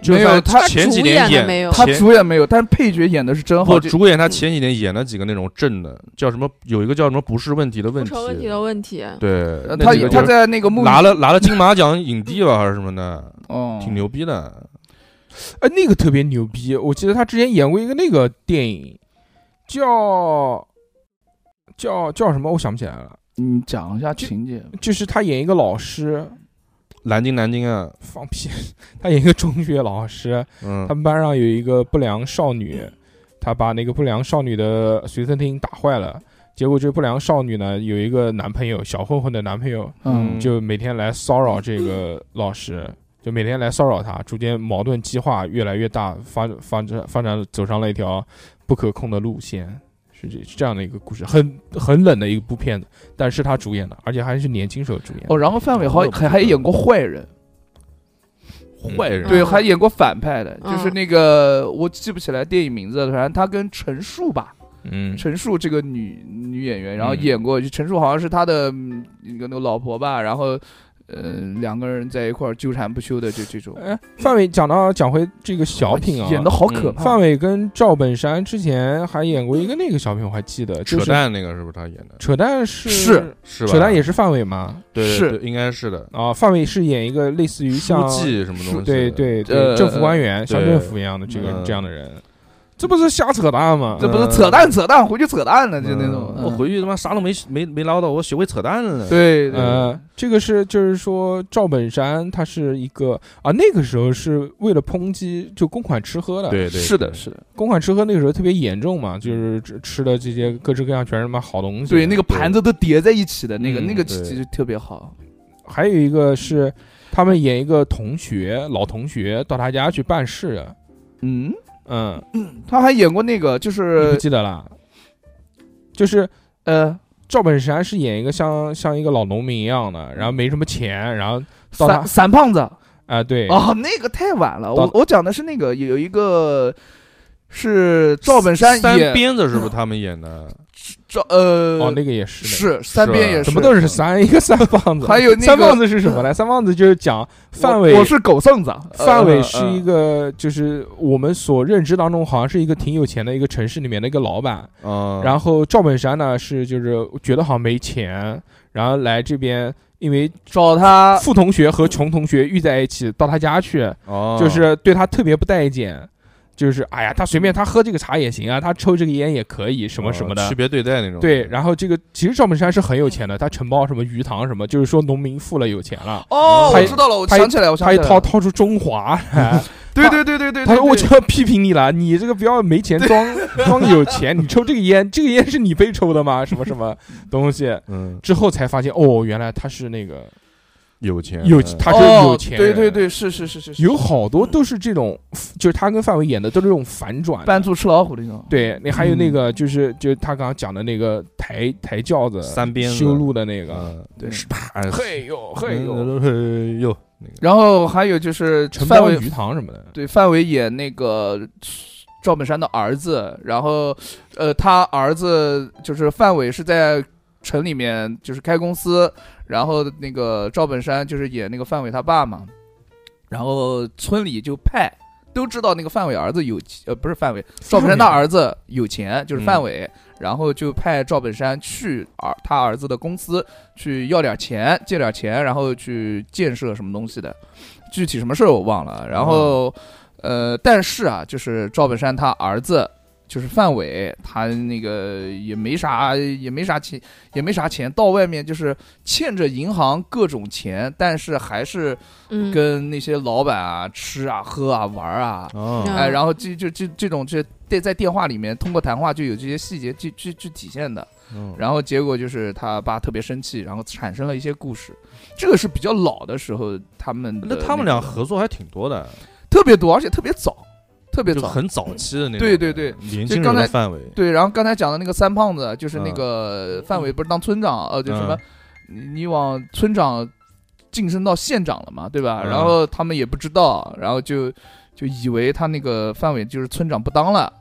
Speaker 6: 就
Speaker 5: 没有
Speaker 6: 在
Speaker 5: 他
Speaker 6: 前几
Speaker 2: 主
Speaker 6: 年
Speaker 2: 演的
Speaker 6: 演
Speaker 2: 没有
Speaker 5: 他
Speaker 6: 前
Speaker 5: 主演没有，但是配角演的是真好。
Speaker 6: 不
Speaker 5: 就
Speaker 6: 主演他前几年演了几个那种正的，叫什么？有一个叫什么不是问题的
Speaker 2: 不
Speaker 6: 问题
Speaker 2: 成，问题的问题。
Speaker 6: 对
Speaker 5: 呃，
Speaker 6: 那
Speaker 5: 他
Speaker 6: 几个就
Speaker 5: 他
Speaker 6: 是
Speaker 5: 在那个沐浴
Speaker 6: 拿了拿了金马奖影帝吧还是什么的，
Speaker 5: 哦，
Speaker 6: 挺牛逼的。
Speaker 4: 哎，那个特别牛逼，我记得他之前演过一个那个电影，叫叫叫什么？我想不起来了。
Speaker 5: 你讲一下
Speaker 4: 就
Speaker 5: 情节，
Speaker 4: 就是他演一个老师，
Speaker 6: 南京南京啊，
Speaker 4: 放屁， 他演一个中学老师，
Speaker 6: 嗯
Speaker 4: 他，们班上有一个不良少女，她把那个不良少女的随身听打坏了。结果这不良少女呢，有一个男朋友，小混混的男朋友，
Speaker 5: 嗯
Speaker 6: 嗯
Speaker 4: 就每天来骚扰这个老师，就每天来骚扰他，逐渐矛盾激化越来越大，发发展发展走上了一条不可控的路线，是这是这样的一个故事，很很冷的一部片子，但是他主演的，而且还是年轻时候主演的。
Speaker 5: 哦，然后范伟豪还还演过坏人，
Speaker 6: 坏人啊
Speaker 5: 对，
Speaker 2: 嗯
Speaker 5: 还演过反派的，
Speaker 2: 嗯
Speaker 5: 就是那个我记不起来电影名字了，反正他跟陈数吧，
Speaker 4: 嗯，
Speaker 5: 陈数这个女女演员，然后
Speaker 4: 嗯
Speaker 5: 演过，陈数好像是他的嗯一个那个老婆吧，然后呃两个人在一块儿纠缠不休的这这种，
Speaker 4: 哎，范伟讲到讲回这个小品啊，
Speaker 5: 演的好可怕，
Speaker 4: 范伟跟赵本山之前还演过一个那个小品，我还记得，就
Speaker 6: 扯
Speaker 4: 是
Speaker 6: 淡那个是不是他演的？
Speaker 4: 扯淡是
Speaker 5: 是
Speaker 6: 是吧？
Speaker 4: 扯淡也是范伟嘛？
Speaker 6: 对对
Speaker 5: 是
Speaker 6: 对应该是的。
Speaker 4: 啊，范伟是演一个类似于像
Speaker 6: 书记什么东西的？
Speaker 4: 对对
Speaker 5: 呃
Speaker 4: 对政府官员、乡
Speaker 6: 对
Speaker 4: 政府一样的这个
Speaker 6: 嗯
Speaker 4: 这样的人，这不是瞎扯淡吗？
Speaker 5: 这不是扯淡扯淡，回去扯淡了，就那种。
Speaker 6: 我
Speaker 5: 嗯
Speaker 6: 回去他妈啥都没没没捞到，我学会扯淡了。
Speaker 5: 对，对
Speaker 4: 呃，这个是就是说赵本山他是一个啊，那个时候是为了抨击就公款吃喝的，
Speaker 6: 对对，
Speaker 5: 是的，是的，
Speaker 4: 公款吃喝那个时候特别严重嘛，就是吃吃的这些各式各样全是他妈好东西。
Speaker 5: 嗯对，那个盘子都叠在一起的那个，
Speaker 4: 嗯
Speaker 5: 那个
Speaker 6: 对
Speaker 5: 其实特别好。
Speaker 4: 还有一个是他们演一个同学，老同学到他家去办事，
Speaker 5: 嗯，
Speaker 4: 嗯，
Speaker 5: 他还演过那个，就
Speaker 4: 你不
Speaker 5: 是
Speaker 4: 记得啦？就是
Speaker 5: 呃，
Speaker 4: 赵本山是演一个像像一个老农民一样的，然后没什么钱，然后到他
Speaker 5: 散散胖子。
Speaker 4: 啊、对，
Speaker 5: 哦，那个太晚了，
Speaker 4: 到
Speaker 5: 我我讲的是那个有一个是赵本山
Speaker 6: 三
Speaker 5: 演
Speaker 6: 鞭子是不是他们 演的？
Speaker 5: 赵呃
Speaker 4: 哦，那个也是的。
Speaker 5: 是三边
Speaker 6: 吧
Speaker 5: 也
Speaker 4: 怎么都
Speaker 5: 是
Speaker 4: 是三，一个三棒子，
Speaker 5: 还有那个
Speaker 4: 三棒子是什么呢？三棒子就是讲范伟
Speaker 5: 我，我是狗剩子，
Speaker 4: 范伟
Speaker 5: 呃
Speaker 4: 是一个，就是我们所认知当中好像是一个挺有钱的一个城市里面的一个老板，
Speaker 6: 嗯，
Speaker 4: 然后赵本山呢是就是觉得好像没钱，然后来这边，因为
Speaker 5: 找他
Speaker 4: 富同学和穷同学遇在一起，到他家去，
Speaker 6: 哦，
Speaker 4: 就是对他特别不待见，就是哎呀，他随便他喝这个茶也行啊，他抽这个烟也可以，什么什么
Speaker 6: 哦
Speaker 4: 的
Speaker 6: 区。别对待那种。
Speaker 4: 对，然后这个其实赵本山是很有钱的，他承包什么鱼塘什么，就是说农民富了有钱了，
Speaker 5: 哦，
Speaker 4: 他
Speaker 5: 我知道了，我
Speaker 4: 他一
Speaker 5: 想起来，我想
Speaker 4: 他一
Speaker 5: 起来
Speaker 4: 掏
Speaker 5: 了，
Speaker 4: 掏出中华 哎来，
Speaker 5: 对对对对对，
Speaker 4: 他说
Speaker 5: 对
Speaker 4: 我就要批评你了，你这个不要没钱装 装有钱，你抽这个烟，这个烟是你被抽的 吗？什么什么东西？
Speaker 6: 嗯，
Speaker 4: 之后才发现哦，原来他是那个
Speaker 6: 有钱
Speaker 4: 有
Speaker 6: 嗯
Speaker 4: 他是有
Speaker 5: 哦
Speaker 4: 钱
Speaker 5: 对
Speaker 4: 人，
Speaker 5: 对对，是是是是是，
Speaker 4: 有好多都是这种，就是他跟范伟演的都是这种反转的。
Speaker 5: 扮猪吃老虎的那种。
Speaker 4: 对，那还有那
Speaker 5: 嗯
Speaker 4: 个就是就是他刚刚讲的那个抬抬轿子、
Speaker 6: 三鞭子
Speaker 4: 修路的那个，
Speaker 6: 嗯，
Speaker 5: 对
Speaker 6: 是吧？哎
Speaker 4: 嘿呦
Speaker 5: 嗯
Speaker 4: 嘿
Speaker 6: 嘿
Speaker 4: 呦，
Speaker 6: 呦嘿呦，
Speaker 5: 然后还有就是
Speaker 4: 承
Speaker 5: 范
Speaker 4: 包
Speaker 5: 伟
Speaker 4: 鱼塘什么的，
Speaker 5: 对范伟演那个赵本山的儿子，然后呃他儿子就是范伟是在城里面就是开公司，然后那个赵本山就是演那个范伟他爸嘛，然后村里就派。都知道那个范伟儿子有钱呃不是范伟，赵本山的儿子有钱，就是范伟，嗯然后就派赵本山去儿他儿子的公司去要点钱，借点钱，然后去建设什么东西的，具体什么事儿我忘了。然后，呃，但是啊，就是赵本山他儿子。就是范伟，他那个也没啥，也没啥钱，也没啥钱，到外面就是欠着银行各种钱，但是还是
Speaker 2: 嗯，
Speaker 5: 跟那些老板啊吃啊喝啊玩儿啊，
Speaker 6: 哦
Speaker 2: 嗯
Speaker 5: 哎，然后这就这这种这电在电话里面通过谈话就有这些细节去去去体现的，
Speaker 6: 嗯
Speaker 5: 然后结果就是他爸特别生气，然后产生了一些故事，这个是比较老的时候他们的
Speaker 6: 那他们
Speaker 5: 那个
Speaker 6: 俩合作还挺多的，
Speaker 5: 特别多，而且特别早，特别
Speaker 6: 就
Speaker 5: 早。
Speaker 6: 很早期的那种。
Speaker 5: 对对对，
Speaker 6: 年
Speaker 5: 就
Speaker 6: 轻
Speaker 5: 刚
Speaker 6: 人
Speaker 5: 才
Speaker 6: 的范围。
Speaker 5: 对，然后刚才讲的那个三胖子，就是那
Speaker 6: 嗯
Speaker 5: 个范伟不是当村长，呃，就什么
Speaker 6: 嗯，
Speaker 5: 你你往村长晋升到县长了嘛，对吧？
Speaker 6: 嗯
Speaker 5: 然后他们也不知道，然后就就以为他那个范伟就是村长不当了，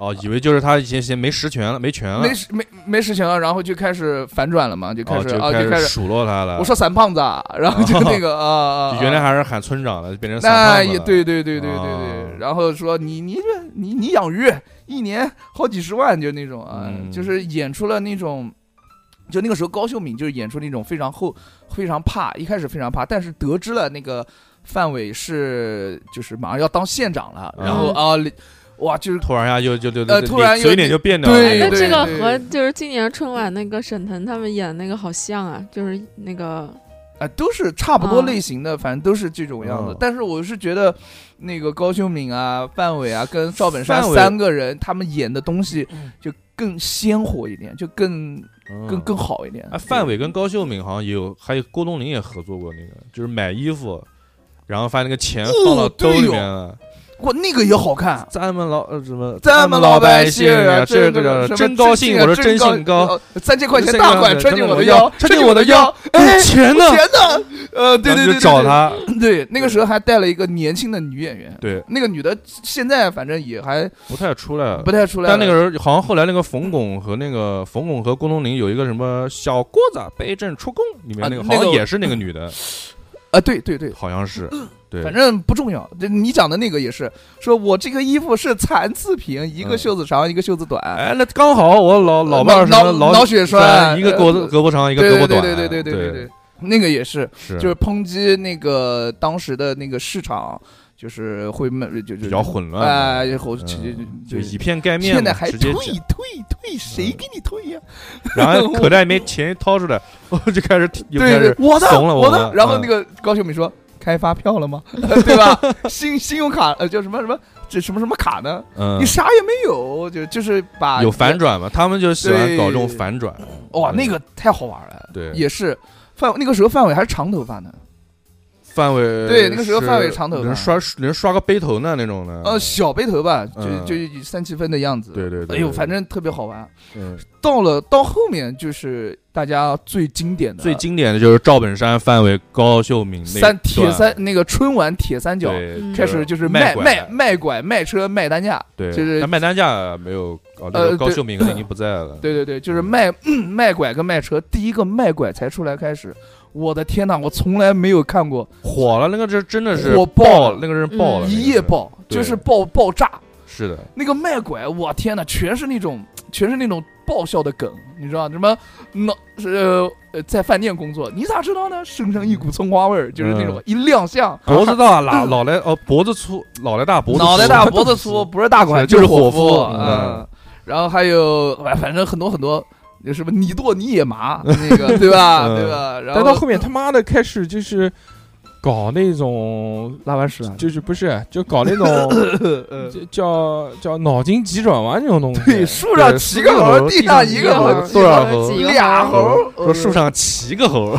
Speaker 6: 哦，以为就是他以前先没实权了，没权了，
Speaker 5: 没事没没事情了，然后就开始反转了嘛，就开
Speaker 6: 哦
Speaker 5: 始
Speaker 6: 就
Speaker 5: 啊，就开
Speaker 6: 开始
Speaker 5: 始
Speaker 6: 数落他了。
Speaker 5: 我说三胖子啊，然后就那个啊，啊
Speaker 6: 原来
Speaker 5: 啊
Speaker 6: 还是喊村长了，变成三
Speaker 5: 那
Speaker 6: 胖子
Speaker 5: 也
Speaker 6: 了
Speaker 5: 对对对对对
Speaker 6: 啊
Speaker 5: 对，然后说你你你你养鱼一年好几十万就那种啊，
Speaker 6: 嗯
Speaker 5: 就是演出了那种。就那个时候，高秀敏就是演出那种非常后、非常怕，一开始非常怕，但是得知了那个范伟是就是马上要当县长了，然后啊，
Speaker 6: 嗯
Speaker 5: 哇，就是
Speaker 6: 突然一下就就就
Speaker 5: 呃
Speaker 6: 就
Speaker 5: 突然有
Speaker 6: 就嘴脸就变掉了。
Speaker 5: 对
Speaker 2: 那
Speaker 5: 对
Speaker 2: 这个
Speaker 5: 对
Speaker 2: 和就是今年春晚那个沈腾他们演那个好像啊，就是那个
Speaker 5: 啊，都是差不多
Speaker 2: 嗯
Speaker 5: 类型的，反正都是这种样子
Speaker 6: 嗯。
Speaker 5: 但是我是觉得，那个高秀敏啊、范伟啊跟赵本山
Speaker 6: 范伟
Speaker 5: 三个人，他们演的东西就更鲜活一点，就更
Speaker 6: 嗯
Speaker 5: 更更好一点
Speaker 6: 啊，。范伟跟高秀敏好像也有，还有郭冬临也合作过那个，就是买衣服，然后把那个钱
Speaker 5: 哦
Speaker 6: 放到兜里面了。
Speaker 5: 哇，那个也好看。啊
Speaker 6: 咱们老呃什么？
Speaker 5: 咱
Speaker 6: 们
Speaker 5: 们
Speaker 6: 老
Speaker 5: 老
Speaker 6: 百
Speaker 5: 百
Speaker 6: 姓
Speaker 5: 姓
Speaker 6: 啊，
Speaker 5: 啊，
Speaker 6: 这
Speaker 5: 这
Speaker 6: 个
Speaker 5: 个
Speaker 6: 叫真
Speaker 5: 啊高
Speaker 6: 高兴，我说真
Speaker 5: 兴
Speaker 6: 兴高，，
Speaker 5: 呃三千块钱大款穿进我的腰，
Speaker 6: 穿进我的腰，
Speaker 5: 哎，
Speaker 6: 钱呢？
Speaker 5: 钱呢？ 呃，对对
Speaker 6: 然后就
Speaker 5: 对，对
Speaker 6: 找，他，
Speaker 5: 对对，那个时候还带了一个年轻的女演员，
Speaker 6: 对，
Speaker 5: 那个女的现在反正也还
Speaker 6: 不太出来了
Speaker 5: 不。太出来了，
Speaker 6: 但那个人好像后来那个冯巩和那个冯巩和郭冬临有一个什么小郭子背正出宫里面
Speaker 5: 啊
Speaker 6: 那个，好
Speaker 5: 那
Speaker 6: 像
Speaker 5: 个
Speaker 6: 也是那个女的，
Speaker 5: 啊，对对对，
Speaker 6: 好 像是，对，
Speaker 5: 反正不重要。这你讲的那个也是，说我这个衣服是残次品，一个
Speaker 6: 嗯
Speaker 5: 袖子长，一个袖子短。
Speaker 6: 哎，那刚好我老老伴儿什么
Speaker 5: 脑
Speaker 6: 老
Speaker 5: 脑血栓呃
Speaker 6: 一个胳膊胳膊长，一个胳膊短，
Speaker 5: 对对对对对对对对，那个也是，
Speaker 6: 是
Speaker 5: 就是抨击那个当时的那个市场，就是会卖，就就
Speaker 6: 比较混乱嘛，
Speaker 5: 哎，后就
Speaker 6: 嗯就
Speaker 5: 就
Speaker 6: 以片盖面嘛，
Speaker 5: 现在还
Speaker 6: 直
Speaker 5: 退
Speaker 6: 接
Speaker 5: 退
Speaker 6: 讲嗯
Speaker 5: 退，谁给你退呀？
Speaker 6: 然 后口袋里面钱一掏出来， 我就开始又开
Speaker 5: 对
Speaker 6: 始
Speaker 5: 对，我的
Speaker 6: 怂了我
Speaker 5: 的
Speaker 6: 的。
Speaker 5: 然后那
Speaker 6: 嗯
Speaker 5: 个高秀敏说：“开发票了吗？ 对吧？信信用卡呃叫什么什么这什么什么卡呢？
Speaker 6: 嗯
Speaker 5: 你啥也没有，就就是把
Speaker 6: 有反转嘛，他们就喜欢搞这种
Speaker 5: 对
Speaker 6: 反转，
Speaker 5: 哇，
Speaker 6: 嗯
Speaker 5: 那个太好玩了。
Speaker 6: 对
Speaker 5: 也是范那个时候范伟还是长头发呢，
Speaker 6: 范伟
Speaker 5: 对那个时候
Speaker 6: 是
Speaker 5: 范伟长头发
Speaker 6: 能刷能刷个背头呢那种的，
Speaker 5: 呃，小背头吧，
Speaker 6: 嗯
Speaker 5: 就就三七分的样子。
Speaker 6: 对对对
Speaker 5: 哎呦，
Speaker 6: 对
Speaker 5: 反正特别好玩。
Speaker 6: 嗯
Speaker 5: 到了到后面就是大家最经典的
Speaker 6: 最经典的就是赵本山、范伟、高秀敏那
Speaker 5: 三铁
Speaker 6: 段
Speaker 5: 三那个春晚铁三角。
Speaker 6: 对
Speaker 2: 嗯
Speaker 5: 开始就是卖
Speaker 6: 卖拐
Speaker 5: 卖卖拐卖车卖单价，
Speaker 6: 对，
Speaker 5: 就是
Speaker 6: 但麦单价没有哦，那个
Speaker 5: 呃
Speaker 6: 高
Speaker 5: 对
Speaker 6: 秀敏可能已经不在了，
Speaker 5: 对对对，就是
Speaker 6: 嗯
Speaker 5: 卖、嗯卖拐跟卖车，第一个卖拐才出来开始，我的天呐，我从来没有看过
Speaker 6: 火了，那个是真的是
Speaker 5: 火
Speaker 6: 爆
Speaker 5: 爆
Speaker 6: 了，那个人爆了，那
Speaker 2: 嗯
Speaker 6: 个
Speaker 5: 一夜
Speaker 6: 人，
Speaker 5: 爆，
Speaker 6: 对
Speaker 5: 就是爆爆炸。
Speaker 6: 是的，
Speaker 5: 那个卖拐，我天呐，全是那种全是那种爆笑的梗，你知道什么？那是呃在饭店工作，你咋知道呢？身上一股葱花味儿，就是那种
Speaker 6: 嗯
Speaker 5: 一亮相，啊
Speaker 6: 脖子大，脑脑袋哦，脖子粗，脑袋大，脖子
Speaker 5: 脑袋大，
Speaker 6: 粗
Speaker 5: 脖子粗，，不是大款
Speaker 6: 是就是是
Speaker 5: 伙
Speaker 6: 伙夫嗯
Speaker 5: 嗯，然后还有哎反正很多很多。有什么你剁你也麻，那个对吧？
Speaker 6: 嗯
Speaker 5: 对吧？然
Speaker 4: 但到
Speaker 5: 后
Speaker 4: 后面他妈的开始就是搞那种，
Speaker 5: 拉完屎了，
Speaker 4: 就是不是就搞那种
Speaker 6: 嗯
Speaker 4: 就叫叫脑筋急转弯这种东西。
Speaker 5: 对，树上七个猴，地上一
Speaker 2: 一
Speaker 5: 个
Speaker 2: 猴
Speaker 5: 猴
Speaker 2: 儿，
Speaker 6: 多少猴
Speaker 2: 几个
Speaker 5: 俩
Speaker 2: 猴
Speaker 5: 猴
Speaker 2: 儿
Speaker 5: 儿，
Speaker 6: 说树上骑 个猴，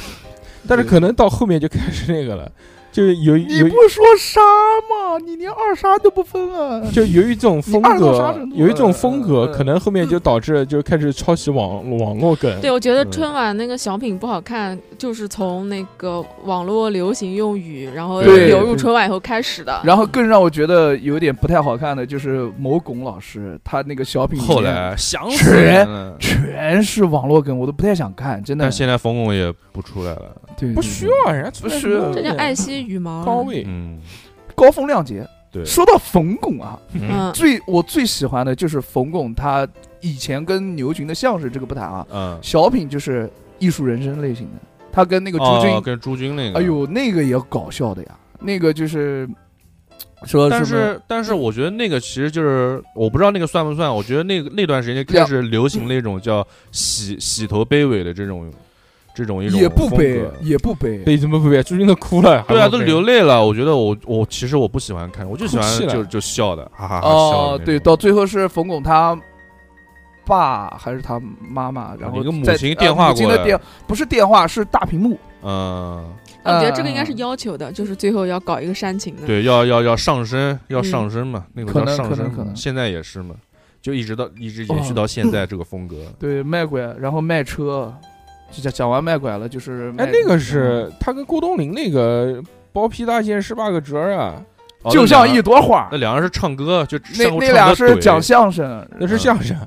Speaker 4: 但是可能到后面就开始那个了，就是有
Speaker 5: 你
Speaker 4: 有
Speaker 5: 不说杀吗？你连二杀都不分啊！
Speaker 4: 就由于这种风
Speaker 5: 二到啥
Speaker 4: 格
Speaker 5: 程，度
Speaker 4: 有一种风格，
Speaker 5: 嗯嗯
Speaker 4: 可能后面就导致就开始抄袭网 网络梗。
Speaker 2: 对，我觉得
Speaker 6: 嗯
Speaker 2: 春晚那个小品不好看，就是从那个网络流行用语，然后
Speaker 5: 对
Speaker 2: 流入
Speaker 4: 对
Speaker 2: 春晚以后开始的。
Speaker 5: 然后更让我觉得有点不太好看的就是某巩老师，他那个小品里面
Speaker 6: 后来想死人了。
Speaker 5: 全哎是网络梗，我都不太想看，真的
Speaker 6: 但。现在冯巩也不出来了，
Speaker 5: 对，
Speaker 4: 不
Speaker 5: 对
Speaker 4: 需
Speaker 5: 对
Speaker 4: 要人家出
Speaker 5: 不
Speaker 4: 来
Speaker 5: 需要
Speaker 4: 说
Speaker 2: 这叫爱啊惜羽毛。
Speaker 4: 高位，
Speaker 6: 嗯，
Speaker 5: 高风亮节。
Speaker 6: 对
Speaker 5: 说到冯巩啊，
Speaker 2: 嗯，
Speaker 5: 最我最喜欢的就是冯巩，他以前跟牛群的相声这个不谈啊，
Speaker 6: 嗯，
Speaker 5: 小品就是艺术人生类型的，他跟那个朱军
Speaker 6: 哦，跟朱军那个，
Speaker 5: 哎，呦，那个也搞笑的呀，那个就是说
Speaker 6: 但
Speaker 5: 什么
Speaker 6: 是但是我觉得那个其实就是我不知道那个算不算，我觉得那个那段时间就开始流行那种叫洗 洗头卑微的这种这种一种
Speaker 5: 也不
Speaker 6: 风
Speaker 5: 悲
Speaker 6: 格，
Speaker 5: 也不悲，
Speaker 4: 被怎么被朱军都哭了，
Speaker 6: 对啊，
Speaker 4: 还不
Speaker 6: 都
Speaker 4: 被
Speaker 6: 流泪了。我觉得我我其实我不喜欢看，我就喜欢
Speaker 4: 哭泣了
Speaker 6: 就就啊笑的，哈哈哈
Speaker 5: 哦，对，到
Speaker 6: 到
Speaker 5: 最后是冯巩他爸还是他妈妈，然后
Speaker 6: 啊一个母
Speaker 5: 在
Speaker 6: 亲
Speaker 5: 呃
Speaker 6: 电话
Speaker 5: 母亲
Speaker 6: 过
Speaker 5: 的
Speaker 6: 来
Speaker 5: 电不是电话是大屏幕，
Speaker 6: 嗯，
Speaker 2: 我觉得这个应该
Speaker 5: 呃
Speaker 2: 是要求的，就是最后要搞一个煽情的。
Speaker 6: 对，要要要上升，要上升嘛，那个
Speaker 5: 可
Speaker 6: 叫
Speaker 5: 能
Speaker 6: 上
Speaker 5: 可
Speaker 6: 升
Speaker 5: 能可
Speaker 6: 嘛，
Speaker 5: 能
Speaker 6: 现在也是嘛，就一直到一直延续
Speaker 5: 哦
Speaker 6: 到现在这个风格。
Speaker 5: 对卖拐，然后卖车，就讲讲完卖拐了就是卖
Speaker 4: 哎，那个
Speaker 6: 嗯
Speaker 4: 是他跟郭冬临那个包皮大仙十八个折儿啊，
Speaker 6: 哦
Speaker 5: 就
Speaker 6: 那
Speaker 5: 像
Speaker 6: 两
Speaker 5: 一朵花
Speaker 6: 那。两个人是唱歌，就
Speaker 5: 那
Speaker 6: 相互
Speaker 5: 那
Speaker 6: 唱
Speaker 5: 俩
Speaker 6: 歌
Speaker 5: 是
Speaker 6: 怼
Speaker 5: 讲相声，
Speaker 4: 那是相声，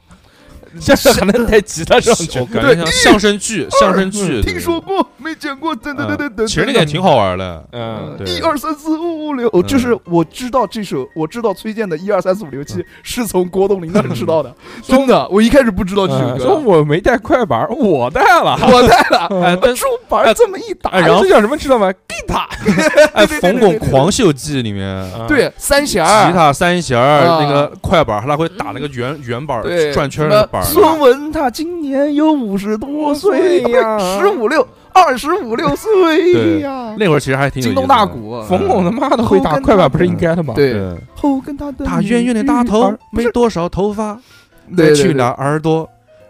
Speaker 4: 相声还能带吉他上去
Speaker 6: 嗯我。感觉像相声剧，相声剧。
Speaker 5: 嗯听说
Speaker 6: 对啊
Speaker 5: 过没见过？等等等等等，
Speaker 6: 其实那个也挺好玩的。
Speaker 4: 嗯，
Speaker 6: 对嗯
Speaker 5: 一二三四五五六，就是我知道这首，我知道崔健的一二三四五六七是从郭冬临那儿知道的，
Speaker 6: 嗯
Speaker 5: 真的，我一开始不知道这首
Speaker 4: 嗯说
Speaker 5: 歌，
Speaker 4: 我没带快板儿，我带 了。
Speaker 5: 我带了，
Speaker 6: 哎，但是
Speaker 5: 竹板儿这么一打，
Speaker 4: 哎，然后这叫什么知道吗？给他，
Speaker 6: 哎，
Speaker 5: 对对
Speaker 6: 冯
Speaker 5: 对
Speaker 6: 巩
Speaker 5: 对对
Speaker 6: 《狂秀记》里面，
Speaker 5: 对三弦儿
Speaker 6: 吉嗯他三弦儿
Speaker 5: 啊
Speaker 6: 那个快板儿，他会打那个圆圆板儿
Speaker 5: 对
Speaker 6: 转
Speaker 5: 什
Speaker 6: 圈儿
Speaker 5: 么
Speaker 6: 的板儿。
Speaker 5: 孙文他今年有五十多岁呀，
Speaker 6: 哎
Speaker 5: 十五六二十五六岁呀，
Speaker 6: 那会儿其实还挺有
Speaker 5: 京
Speaker 6: 意思
Speaker 5: 东
Speaker 6: 的
Speaker 5: 大。鼓，啊
Speaker 4: 冯巩他妈的会打快板不是应该的吗？
Speaker 5: 对
Speaker 6: 对，
Speaker 5: 后跟他的
Speaker 6: 大圆圆的大头，没多少头发，再
Speaker 5: 对
Speaker 6: 去拿耳朵，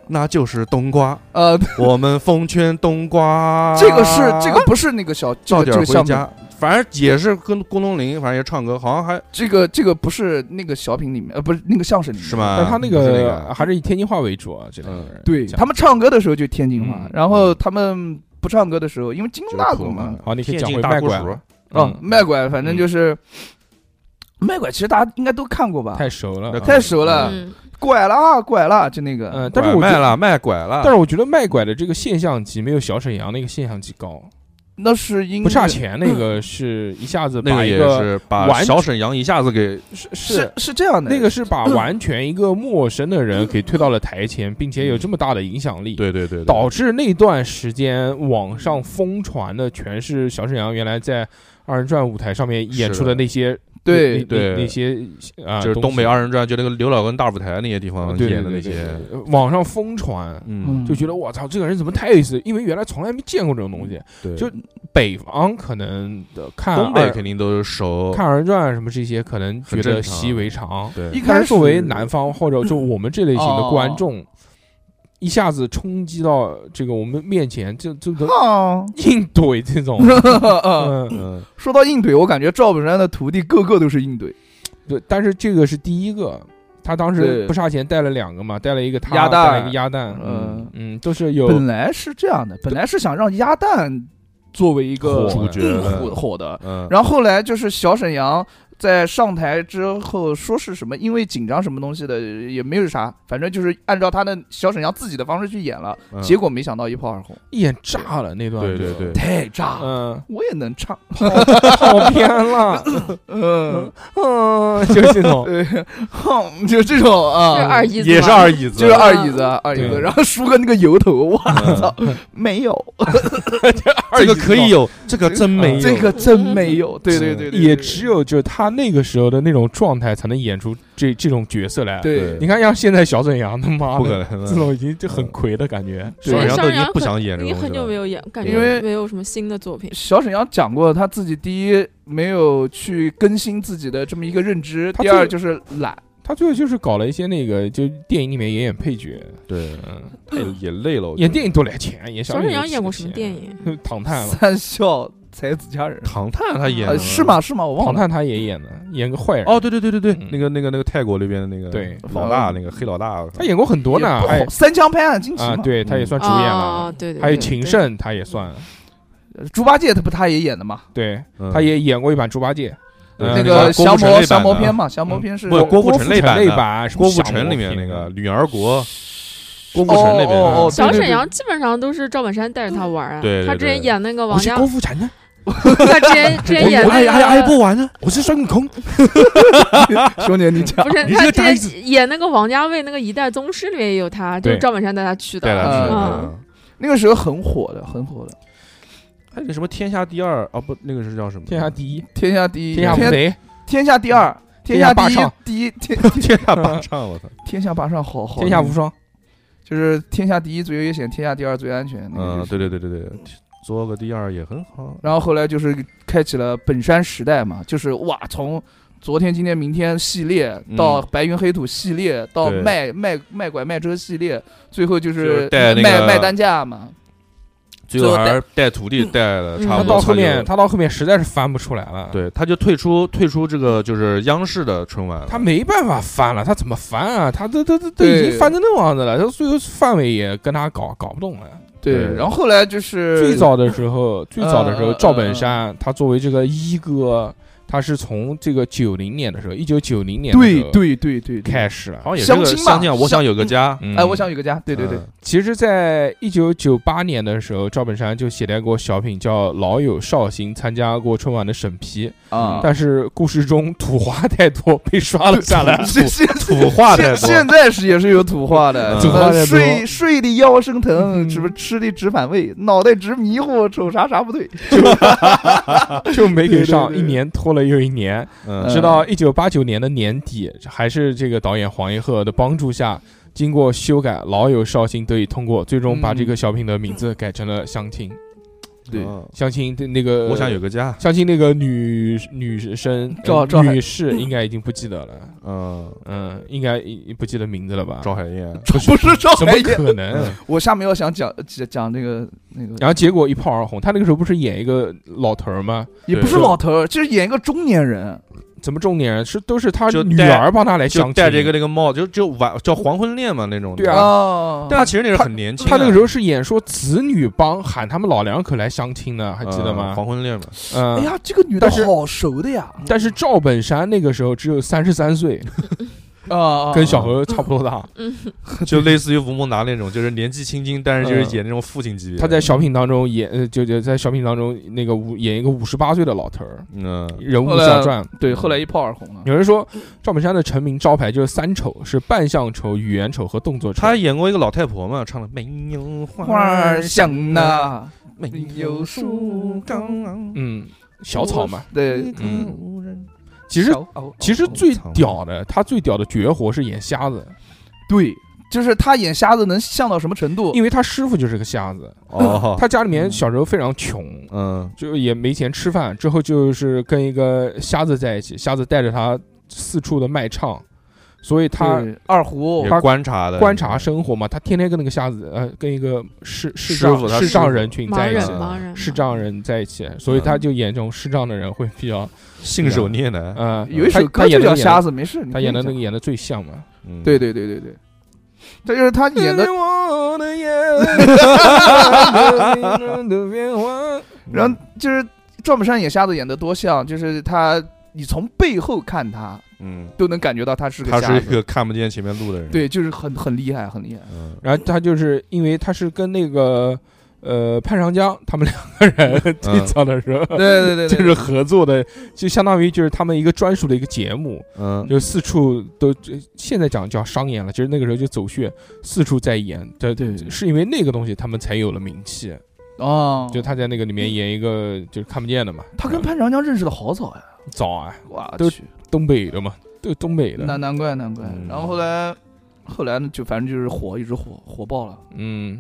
Speaker 6: 那就是冬瓜。
Speaker 5: 呃，
Speaker 6: 我们风圈冬瓜。
Speaker 5: 这个是这个不是那个小这
Speaker 6: 啊早
Speaker 5: 个
Speaker 6: 点
Speaker 5: 这
Speaker 6: 儿
Speaker 5: 个
Speaker 6: 回
Speaker 5: 项目
Speaker 6: 家，反正也是跟郭冬临，反正也唱歌，好像还
Speaker 5: 这个这个不是那个小品里面，呃，不是那个相声里面
Speaker 6: 是？吗？
Speaker 4: 但他那
Speaker 6: 不嗯是
Speaker 4: 个还是以天津话为主啊，这两个
Speaker 6: 嗯
Speaker 4: 人
Speaker 5: 对
Speaker 4: 讲
Speaker 5: 他们唱歌的时候就天津话
Speaker 4: 嗯，
Speaker 5: 然后他们不唱歌的时候，因为京东大鼓嘛，
Speaker 4: 好，你可以
Speaker 6: 天
Speaker 4: 讲回
Speaker 6: 津
Speaker 4: 卖
Speaker 6: 大
Speaker 4: 拐
Speaker 6: 锅
Speaker 4: 了，
Speaker 5: 哦
Speaker 4: 嗯，
Speaker 5: 卖拐，反正就是卖拐，其实大家应该都看过吧？
Speaker 4: 太熟了，
Speaker 6: 那
Speaker 4: 嗯
Speaker 5: 太熟了，
Speaker 2: 嗯，
Speaker 5: 拐了啊，拐了，就那个，
Speaker 4: 嗯，但是我觉
Speaker 6: 卖
Speaker 4: 得，
Speaker 6: 了卖拐了，
Speaker 4: 但是我觉得卖拐的这个现象级没有小沈阳那个现象级高，
Speaker 5: 那是因为
Speaker 4: 不差钱那个是一下子
Speaker 6: 那
Speaker 4: 把
Speaker 6: 个
Speaker 4: 一
Speaker 6: 也
Speaker 4: 个
Speaker 6: 是把
Speaker 4: 完
Speaker 6: 小沈阳一下子给
Speaker 4: 是
Speaker 5: 是是这样的，
Speaker 4: 那个是把完全一个陌生的人给推到了台前，并且有这么大的影响力，
Speaker 6: 对对对对
Speaker 4: 导致那段时间网上疯传的全是小沈阳原来在二人转舞台上面演出的那些那
Speaker 5: 对
Speaker 4: 那
Speaker 6: 对
Speaker 4: 那些啊，
Speaker 6: 就是东北二人转，就那个刘老根大舞台那些地
Speaker 4: 东
Speaker 6: 方
Speaker 4: 西对
Speaker 6: 演的那
Speaker 4: 对对
Speaker 6: 些，
Speaker 4: 对对网上疯传。
Speaker 6: 嗯，
Speaker 4: 就觉得我操，这个人怎么太有意思？因为原来从来没见过这种东西。
Speaker 6: 对，
Speaker 4: 就北方可能的看
Speaker 6: 东北
Speaker 4: 二
Speaker 6: 肯定都是熟，
Speaker 4: 看二人转什么这些，可能觉
Speaker 6: 很正
Speaker 4: 得
Speaker 6: 常
Speaker 4: 习以为常。
Speaker 6: 对
Speaker 5: 一，
Speaker 4: 但
Speaker 5: 开
Speaker 4: 是
Speaker 5: 始
Speaker 4: 作为南方或者就我们这类型的观
Speaker 6: 哦
Speaker 4: 众，一下子冲击到这个我们面前，就就都
Speaker 5: 啊，
Speaker 4: 硬怼这 种。嗯，
Speaker 6: 嗯，
Speaker 5: 说到硬怼，我感觉赵本山的徒弟个个都是硬怼，
Speaker 4: 对，但是这个是第一个，他当时
Speaker 5: 对
Speaker 4: 不差钱带了两个嘛，带了一个他，
Speaker 5: 鸭蛋
Speaker 4: 带了一个鸭蛋，
Speaker 5: 嗯
Speaker 4: 嗯，都是有
Speaker 5: 本来是这样的，本来是想让鸭蛋作为一个
Speaker 4: 火
Speaker 6: 主
Speaker 4: 的
Speaker 6: 角
Speaker 5: 嗯
Speaker 6: 的
Speaker 5: 火火的，
Speaker 6: 嗯，
Speaker 5: 然后后来就是小沈阳在上台之后说是什么，因为紧张什么东西的也没有啥，反正就是按照他的小沈阳自己的方式去演了，
Speaker 6: 嗯
Speaker 5: 结果没想到一炮而红，
Speaker 4: 一眼炸了那段，
Speaker 6: 对对对，
Speaker 5: 太炸了，
Speaker 4: 嗯，
Speaker 5: 我也能唱，
Speaker 4: 跑偏了，
Speaker 5: 嗯，
Speaker 4: 嗯，就这种，
Speaker 5: 对，哼，就这种
Speaker 2: 这是
Speaker 5: 啊
Speaker 2: 二。椅子，
Speaker 6: 也是二，椅子，
Speaker 5: 就是二椅子，二椅
Speaker 4: 对
Speaker 5: 子，然后梳个那个油头，我
Speaker 6: 嗯
Speaker 5: 操，没有，
Speaker 6: 这个可以有，这个真没有，
Speaker 5: 这个真没有，对对对，对
Speaker 4: 也
Speaker 5: 对
Speaker 4: 只有就是他那个时候的那种状态，才能演出这这种角色来。
Speaker 5: 对
Speaker 4: 你看，像现在小沈阳，他妈的
Speaker 6: 不可能的
Speaker 4: 这种已经就很魁的感觉。
Speaker 6: 小沈阳都已经不想演这
Speaker 2: 你
Speaker 6: 种东西
Speaker 2: 很久没
Speaker 6: 了，
Speaker 2: 有演，感
Speaker 5: 因
Speaker 2: 觉
Speaker 5: 为
Speaker 2: 没有什么新的作品。
Speaker 5: 小沈阳讲过，他自己第一没有去更新自己的这么一个认知，
Speaker 4: 他
Speaker 5: 第
Speaker 4: 最
Speaker 5: 二就是懒。
Speaker 4: 他最后就是搞了一些那个，就电影里面演演配角，
Speaker 6: 对，
Speaker 4: 嗯，
Speaker 6: 太也累了，我觉得
Speaker 4: 演电影多来钱，啊演
Speaker 2: 小沈
Speaker 4: 沈
Speaker 2: 阳演过什么电？影？
Speaker 4: 唐探 嘛，
Speaker 5: 三笑才子佳人，
Speaker 6: 唐探他演
Speaker 5: 呃，
Speaker 6: 的
Speaker 5: 是？吗？是吗？我
Speaker 4: 唐
Speaker 5: 忘了。
Speaker 4: 探他也演的，演个坏人。
Speaker 6: 哦，对对对对对
Speaker 4: 嗯，
Speaker 6: 那个那个那个泰国那边的那个
Speaker 4: 对
Speaker 6: 老大那个黑老大，
Speaker 4: 他演过很多呢，
Speaker 5: 也
Speaker 4: 哎
Speaker 5: 不好三枪拍案惊奇
Speaker 4: 啊，
Speaker 5: 嘛，
Speaker 4: 对，
Speaker 6: 嗯
Speaker 4: 他也算主演了
Speaker 2: 哦。，对对，
Speaker 4: 还有
Speaker 2: 对
Speaker 4: 秦，胜，他也算，
Speaker 5: 呃猪八戒他不他也演的嘛？
Speaker 4: 对，
Speaker 6: 嗯
Speaker 4: 他也演过一版猪八戒，
Speaker 6: 对
Speaker 4: 嗯
Speaker 5: 那
Speaker 6: 那
Speaker 5: 个
Speaker 6: 个郭
Speaker 5: 降
Speaker 6: 富城
Speaker 5: 魔
Speaker 6: 那版
Speaker 5: 降
Speaker 4: 啊
Speaker 5: 魔
Speaker 6: 的
Speaker 5: 篇嘛，降魔篇是
Speaker 6: 不是郭富城
Speaker 4: 那
Speaker 6: 那版的
Speaker 4: 版，什么
Speaker 6: 郭富
Speaker 4: 降
Speaker 6: 城
Speaker 4: 魔
Speaker 6: 里面
Speaker 4: 篇
Speaker 6: 那个女儿国，郭富
Speaker 5: 哦
Speaker 6: 城那边
Speaker 5: 哦哦
Speaker 6: 啊，
Speaker 2: 小
Speaker 5: 对对
Speaker 2: 沈
Speaker 5: 对
Speaker 2: 阳基本上都是赵本山带着他玩啊。
Speaker 6: 对对
Speaker 2: 他之前
Speaker 6: 对
Speaker 2: 演那个
Speaker 4: 我
Speaker 2: 王
Speaker 4: 是
Speaker 2: 家
Speaker 4: 郭，富城
Speaker 6: 啊
Speaker 4: 呢，
Speaker 2: 他之前之前演
Speaker 4: 哎
Speaker 2: 那个
Speaker 6: 完呢，我是孙悟空，
Speaker 5: 兄弟你讲
Speaker 2: 不是
Speaker 6: 你
Speaker 2: 他
Speaker 6: 这个呆
Speaker 2: 之
Speaker 6: 子
Speaker 2: 前演那个王家卫那个《一代宗师》里面也有他，就是
Speaker 4: 对
Speaker 2: 赵本山带他去
Speaker 6: 带
Speaker 2: 的。
Speaker 6: 他去
Speaker 2: 嗯
Speaker 6: 的。
Speaker 5: 那个时候很火的，很火的，
Speaker 6: 还有哎个什么天下第二啊，不，那个是叫什么？
Speaker 4: 天下第一，
Speaker 5: 天下第一，
Speaker 4: 天下无
Speaker 5: 天
Speaker 4: 贼，
Speaker 5: 天下第二，天
Speaker 4: 下
Speaker 5: 下
Speaker 4: 霸
Speaker 5: 第一
Speaker 4: 上，
Speaker 5: 第一天
Speaker 6: 天下嗯霸唱，我操！
Speaker 5: 天下霸上，好好，
Speaker 4: 天下无双，
Speaker 5: 就是天下第一最危险，天下第二最安全。那个就
Speaker 6: 嗯，
Speaker 5: 是
Speaker 6: 对对对对对，做个第二也很好。
Speaker 5: 然后后来就是开启了本山时代嘛，就是哇，从昨天、今天、明天系列
Speaker 6: 嗯
Speaker 5: 到白云黑土系列，到
Speaker 6: 对
Speaker 5: 卖卖卖拐卖车系列，最后就
Speaker 6: 就是是带那
Speaker 5: 卖
Speaker 6: 个
Speaker 5: 卖单价嘛。
Speaker 6: 最后还是带徒弟带的，
Speaker 2: 嗯
Speaker 6: 差
Speaker 4: 他
Speaker 6: 不多。
Speaker 4: 到后面
Speaker 6: 他就
Speaker 4: 他到后面实在是翻不出来了，，
Speaker 6: 对，他就退出退出这个就是央视的春晚了。
Speaker 4: 他没办法翻了，他怎么翻啊？他都都都都已
Speaker 5: 对
Speaker 4: 经翻成那样子了，他最后范围也跟他搞搞不动了。
Speaker 6: 对
Speaker 5: 然后后来就是
Speaker 4: 最早的时候，最早的时候，
Speaker 5: 呃
Speaker 4: 赵本山他作为这个一哥，他是从这个九零年的时候，一九九零年的时
Speaker 5: 对
Speaker 4: 候
Speaker 5: 对对对对，
Speaker 4: 开始了。
Speaker 6: 好像也是个
Speaker 5: 相亲嘛
Speaker 6: 相亲啊，我想有个家。
Speaker 4: 嗯
Speaker 5: 哎，我想有个家，对对对，
Speaker 6: 嗯，
Speaker 4: 其实，在一九九八年的时候，赵本山就携带过小品叫《老友绍兴》，参加过春晚的审批，
Speaker 6: 嗯
Speaker 5: 啊，
Speaker 4: 但是故事中土话太多， 被刷了下来。
Speaker 5: 现现
Speaker 6: 土话太
Speaker 5: 现
Speaker 6: 多。
Speaker 5: 现在是也是有土话的，
Speaker 6: 嗯
Speaker 5: 什
Speaker 6: 土话
Speaker 5: 么
Speaker 4: 太多
Speaker 5: 睡睡的腰生疼，
Speaker 4: 嗯
Speaker 5: 什么吃的直反胃，脑袋直迷糊，瞅啥啥不对，
Speaker 4: 就没给上，
Speaker 5: 对对对
Speaker 4: 一年拖了又一年，
Speaker 6: 嗯
Speaker 4: 直到一九八九年的年底，还是这个导演黄一鹤的帮助下，经过修改，《老友绍兴》得以通过，最终把这个小品的名字改成了《相亲》。
Speaker 5: 对
Speaker 6: 嗯
Speaker 4: 相亲的那个，
Speaker 6: 我想有个家，
Speaker 4: 相亲那个女女生
Speaker 5: 赵
Speaker 4: 呃
Speaker 5: 赵海
Speaker 4: 女士应该已经不记得了，
Speaker 6: 嗯，
Speaker 4: 嗯，应该已不记得名字了吧？
Speaker 6: 赵海燕，
Speaker 4: 不是
Speaker 5: 不是哎赵
Speaker 4: 怎
Speaker 5: 海
Speaker 4: 么
Speaker 5: 燕，
Speaker 4: 可能？
Speaker 5: 我下面要想讲讲讲那个那个，
Speaker 4: 然后结果一炮而红，他那个时候不是演一个老头儿吗？
Speaker 5: 也不是
Speaker 4: 对
Speaker 5: 老头儿，就是演一个中年人，
Speaker 4: 怎么重点人是都是他
Speaker 6: 就
Speaker 4: 女
Speaker 6: 戴
Speaker 4: 儿帮他来相
Speaker 6: 就
Speaker 4: 亲，
Speaker 6: 戴着一个那个帽，就就晚叫黄昏恋嘛那种的。
Speaker 4: 对啊
Speaker 5: 哦，
Speaker 6: 但他其实那时候很年轻啊的，
Speaker 4: 他那
Speaker 5: 啊
Speaker 4: 个时候是演说子女帮喊他们老两口来相亲的，还记得
Speaker 6: 嗯
Speaker 4: 吗？
Speaker 6: 黄昏恋 嘛，
Speaker 4: 嗯，
Speaker 5: 哎呀，这个女的
Speaker 4: 但是
Speaker 5: 好熟的呀，
Speaker 4: 但是赵本山那个时候只有三十三岁，
Speaker 5: 啊，
Speaker 4: 跟小何差不多 大。
Speaker 6: 就类似于吴孟达那种，就是年纪轻轻，但是就是演那种父亲级别。
Speaker 4: 嗯他在小品当中演，呃，就就在小品当中那个五演一个五十八岁的老头儿，
Speaker 6: 嗯，
Speaker 4: 人物
Speaker 5: 后来啊
Speaker 4: 小传。
Speaker 5: 对，后来一炮而红了。
Speaker 4: 有人说赵本山的成名招牌就是三丑，是扮相丑、语言丑和动作丑。
Speaker 6: 他演过一个老太婆嘛，唱的《没有
Speaker 5: 花儿香
Speaker 4: 啊
Speaker 6: 呐，
Speaker 5: 呐，
Speaker 6: 没
Speaker 5: 有
Speaker 6: 有
Speaker 5: 树
Speaker 6: 树
Speaker 5: 高
Speaker 6: 高，
Speaker 4: 嗯，小草嘛。
Speaker 5: 对，
Speaker 6: 嗯，
Speaker 4: 其实
Speaker 5: 小哦
Speaker 4: 其实
Speaker 5: 哦
Speaker 4: 最屌的，他最屌的绝活是演瞎子，
Speaker 5: 对，就是他演瞎子能像到什么程度？
Speaker 4: 因为他师傅就是个瞎子，
Speaker 6: 哦，
Speaker 4: 嗯他家里
Speaker 5: 嗯
Speaker 4: 面小时候非常穷，
Speaker 6: 嗯，
Speaker 4: 就也没钱吃饭，之后就是跟一个瞎子在一起，瞎子带着他四处的卖唱，所以他
Speaker 5: 对二胡
Speaker 6: 也
Speaker 4: 他
Speaker 6: 观察的
Speaker 4: 观察生活嘛，他天天跟那个瞎子，呃，跟一个视视
Speaker 6: 师傅
Speaker 4: 障
Speaker 6: 他
Speaker 4: 视
Speaker 6: 师傅
Speaker 4: 障人群
Speaker 2: 盲
Speaker 4: 在一
Speaker 2: 人
Speaker 4: 起，
Speaker 2: 盲人
Speaker 4: 视
Speaker 2: 盲
Speaker 4: 障人在一起，所以他就演这种视障的人会比较，
Speaker 6: 信手拈来，
Speaker 4: 呃，
Speaker 5: 有一
Speaker 4: 他
Speaker 5: 首
Speaker 4: 他
Speaker 5: 歌
Speaker 4: 演
Speaker 5: 就
Speaker 4: 的
Speaker 5: 叫
Speaker 4: 那
Speaker 5: 《
Speaker 4: 个
Speaker 5: 瞎子》，没事，你
Speaker 4: 他
Speaker 5: 可以
Speaker 4: 演的那
Speaker 5: 讲
Speaker 4: 个演的最像嘛，
Speaker 6: 嗯
Speaker 5: 对，对对对对，他就是他 演的，
Speaker 4: 我的眼的变化
Speaker 5: 然后就是赵本山演瞎子演的多像，就是他，你从背后看他
Speaker 6: 嗯，
Speaker 5: 都能感觉到他是个
Speaker 6: 他
Speaker 5: 瞎
Speaker 6: 是一
Speaker 5: 子，
Speaker 6: 个看不见前面路的人，，
Speaker 5: 对，就是很很厉害，很厉害。
Speaker 6: 嗯，
Speaker 4: 然后他就是因为他是跟那个呃潘长江他们两个人 最早的时候，
Speaker 5: 对对对
Speaker 4: 就
Speaker 5: 对，
Speaker 4: 是合作的，就相当于就是他们一个专属的一个节目，
Speaker 6: 嗯，
Speaker 4: 就四处都现在讲叫商演了，其实那个时候就走穴，四处在演。这
Speaker 5: 对对
Speaker 4: 是因为那个东西他们才有了名气，
Speaker 5: 哦，
Speaker 4: 就他在那个里面演一个就是看不见的嘛，
Speaker 5: 他跟潘长江认识的好早呀，
Speaker 4: 早啊，
Speaker 5: 我
Speaker 4: 都
Speaker 5: 去，
Speaker 4: 东北的嘛，都东北
Speaker 5: 难
Speaker 4: 的，
Speaker 5: 难怪难怪。
Speaker 6: 嗯
Speaker 5: 然后后来后来呢，就反正就是火，一直火火爆了。
Speaker 4: 嗯。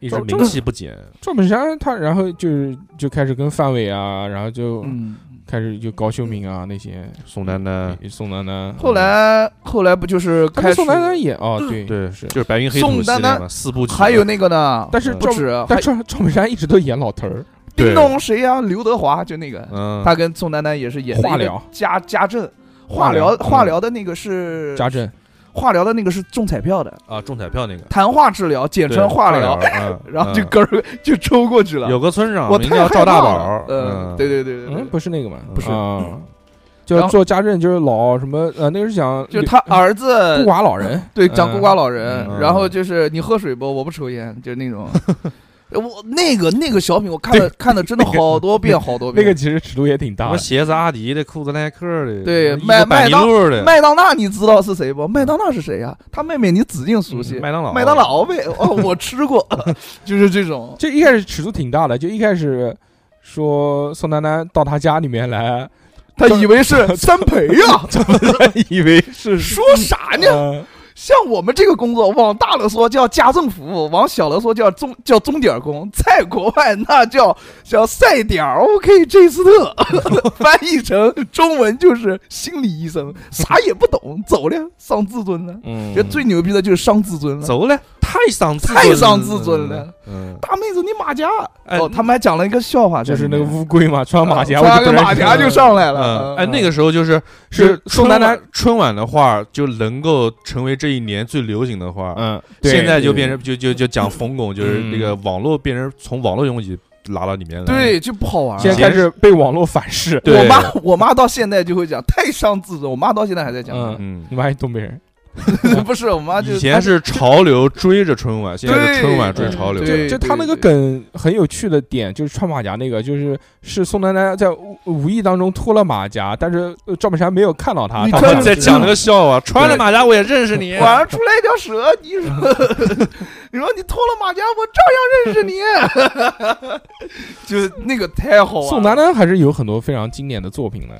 Speaker 4: 一
Speaker 6: 一直名气不减，
Speaker 4: 赵本山他，然后就是就开始跟范伟啊，然后就
Speaker 5: 嗯，
Speaker 4: 开始就高秀敏啊那些，
Speaker 6: 宋丹丹，
Speaker 4: 宋丹丹，
Speaker 5: 后来后来不就是
Speaker 4: 他跟
Speaker 5: 开始
Speaker 4: 宋丹丹也哦，对
Speaker 6: 对，
Speaker 4: 是，
Speaker 6: 就是白云黑土
Speaker 5: 宋
Speaker 6: 系
Speaker 5: 丹
Speaker 6: 列
Speaker 5: 丹
Speaker 6: 嘛，四部曲，
Speaker 5: 还有那个呢，
Speaker 4: 但是
Speaker 6: 嗯
Speaker 5: 不
Speaker 4: 赵
Speaker 5: 止，啊
Speaker 4: 但
Speaker 5: 还
Speaker 4: 赵赵本山一直都演老头儿，
Speaker 5: 叮
Speaker 6: 对，
Speaker 5: 咚谁呀？刘德华就那个，
Speaker 6: 嗯，
Speaker 5: 他跟宋丹丹也是演的
Speaker 4: 化
Speaker 5: 一个
Speaker 4: 疗
Speaker 5: 家家政。化疗，嗯化疗的那个是
Speaker 4: 家政，
Speaker 5: 化疗的那个是中彩票的，
Speaker 6: 啊，中彩票那个，
Speaker 5: 谈话治疗，简
Speaker 6: 对
Speaker 5: 称化疗，，
Speaker 6: 嗯
Speaker 5: 然后就
Speaker 6: 嗯
Speaker 5: 嗝儿就抽过去了。
Speaker 6: 有个村长
Speaker 5: 我
Speaker 6: 名
Speaker 5: 太
Speaker 6: 叫
Speaker 5: 害
Speaker 6: 赵
Speaker 5: 怕
Speaker 6: 大宝
Speaker 5: 了，嗯，对对对对对嗯
Speaker 4: 嗯，，不是那个嘛，
Speaker 6: 不是
Speaker 4: 啊，
Speaker 5: 然
Speaker 4: 就
Speaker 5: 后
Speaker 4: 做家政就是老什么呃，那个是讲
Speaker 5: 就是他儿子
Speaker 4: 孤寡老人，
Speaker 5: 对，讲孤寡老
Speaker 4: 嗯
Speaker 5: 人，
Speaker 6: 嗯
Speaker 5: 然后就是你喝水不？我不抽烟，就是那 种。我那个那个小品，我看了看了真的好多遍，好多
Speaker 4: 那
Speaker 5: 遍。
Speaker 4: 个其实尺度也挺
Speaker 6: 什
Speaker 4: 大
Speaker 6: 么
Speaker 4: 的，
Speaker 6: 鞋子阿迪的，裤子耐克的，
Speaker 5: 对
Speaker 6: 衣服
Speaker 5: 麦
Speaker 6: 百
Speaker 5: 麦
Speaker 6: 尼
Speaker 5: 当
Speaker 6: 路的，
Speaker 5: 麦当娜，你知道是谁不？麦当娜是谁呀？他妹妹你指定熟悉。
Speaker 6: 嗯麦当劳，
Speaker 5: 麦当，劳呗，哦，我吃 过，就是这种。
Speaker 4: 就一开始尺度挺大的，就一开始说宋丹丹到他家里面来，
Speaker 5: 他以为是三陪 呀，
Speaker 4: 以为是
Speaker 5: 说啥呢？
Speaker 4: 呃
Speaker 5: 像我们这个工作，往大了说叫家政服务，往小了说叫钟叫钟点工，在国外那叫叫赛点儿 OK 这斯特， 翻译成中文就是心理医生，啥也不懂，走了，伤自尊了。
Speaker 4: 嗯
Speaker 5: 觉得最牛逼的就是伤自尊了。
Speaker 6: 走了，太伤自尊了
Speaker 5: 太伤自尊了，
Speaker 6: 嗯，
Speaker 5: 大妹子，你马甲！
Speaker 6: 哎
Speaker 5: 哦，他们还讲了一个笑话
Speaker 4: 就
Speaker 5: 在里
Speaker 4: 是
Speaker 5: 面，
Speaker 4: 那个乌龟嘛，穿马甲，
Speaker 5: 啊穿
Speaker 4: 我
Speaker 5: 个
Speaker 4: 就突然
Speaker 5: 马
Speaker 4: 想
Speaker 5: 甲
Speaker 4: 到
Speaker 5: 就上来
Speaker 6: 嗯
Speaker 5: 了。
Speaker 6: 哎，
Speaker 5: 嗯
Speaker 6: 那个时候就是
Speaker 4: 是宋丹丹
Speaker 6: 春晚春晚的话，就能够成为这一年最流行的话。
Speaker 4: 嗯，对
Speaker 6: 现在就变成就就就讲冯巩，就是
Speaker 4: 嗯
Speaker 6: 那个网络变成从网络东西拉到里面来。
Speaker 5: 对，就不好玩
Speaker 4: 现
Speaker 5: 了。
Speaker 4: 在开始被网络反噬。
Speaker 6: 对
Speaker 5: 我妈，我妈到现在就会讲太伤自尊，我妈到现在还在讲。
Speaker 4: 嗯，
Speaker 6: 嗯，
Speaker 4: 你妈也东北人，嗯
Speaker 5: 不是，我妈就
Speaker 6: 以前是潮流追着春晚，现在是春晚追潮流。
Speaker 5: 对
Speaker 4: 就他那个梗很有趣的点，就是穿马甲那个，就是是宋丹丹在无无意当中脱了马甲，但是呃赵本山没有看到他，
Speaker 5: 你
Speaker 4: 他
Speaker 5: 看
Speaker 4: 会
Speaker 6: 在讲那个笑话，穿了马甲我也认识 你。
Speaker 5: 晚上出来一条蛇，你说， 你说你脱了马甲，我照样认识你， 就是那个太好玩了。啊
Speaker 4: 宋丹丹还是有很多非常经典的作品的。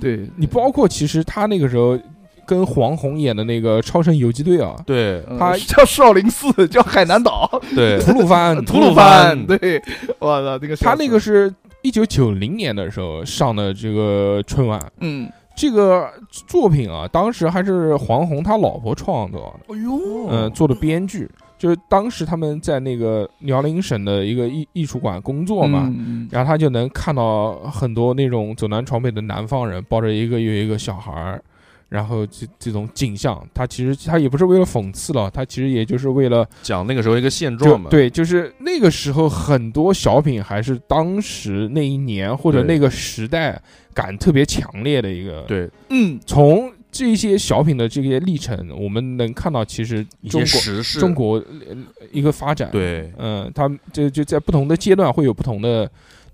Speaker 5: 对
Speaker 4: 你包括其实他那个时候跟黄宏演的那个《超神游击队》啊，
Speaker 6: 对
Speaker 5: 嗯
Speaker 4: 他
Speaker 5: 叫少林寺，叫海南岛，
Speaker 6: 对，
Speaker 4: 吐鲁番，
Speaker 5: 吐鲁番，对，我操，那个
Speaker 4: 他那个是一九九零年的时候上的这个春晚，
Speaker 5: 嗯，
Speaker 4: 这个作品啊，当时还是黄宏他老婆创作的，
Speaker 5: 哎呦，
Speaker 4: 嗯、做的编剧，就是当时他们在那个辽宁省的一个艺艺术馆工作嘛。
Speaker 5: 嗯，
Speaker 4: 然后他就能看到很多那种走南闯北的南方人抱着一个又一个小孩儿，然后这这种景象，他其实他也不是为了讽刺了，他其实也就是为了
Speaker 6: 讲那个时候一个现
Speaker 4: 就
Speaker 6: 状嘛，
Speaker 4: 对，就是那个时候很多小品还是当时那一年或者
Speaker 6: 对
Speaker 4: 那个时代感特别强烈的一个。，
Speaker 6: 对，
Speaker 5: 嗯，
Speaker 4: 从这些小品的这些历程，我们能看到其实
Speaker 6: 一
Speaker 4: 中
Speaker 6: 些
Speaker 4: 国
Speaker 6: 时事，
Speaker 4: 中国呃一个发展。，
Speaker 6: 对
Speaker 4: 嗯，他们就就在不同的阶段会有不同的。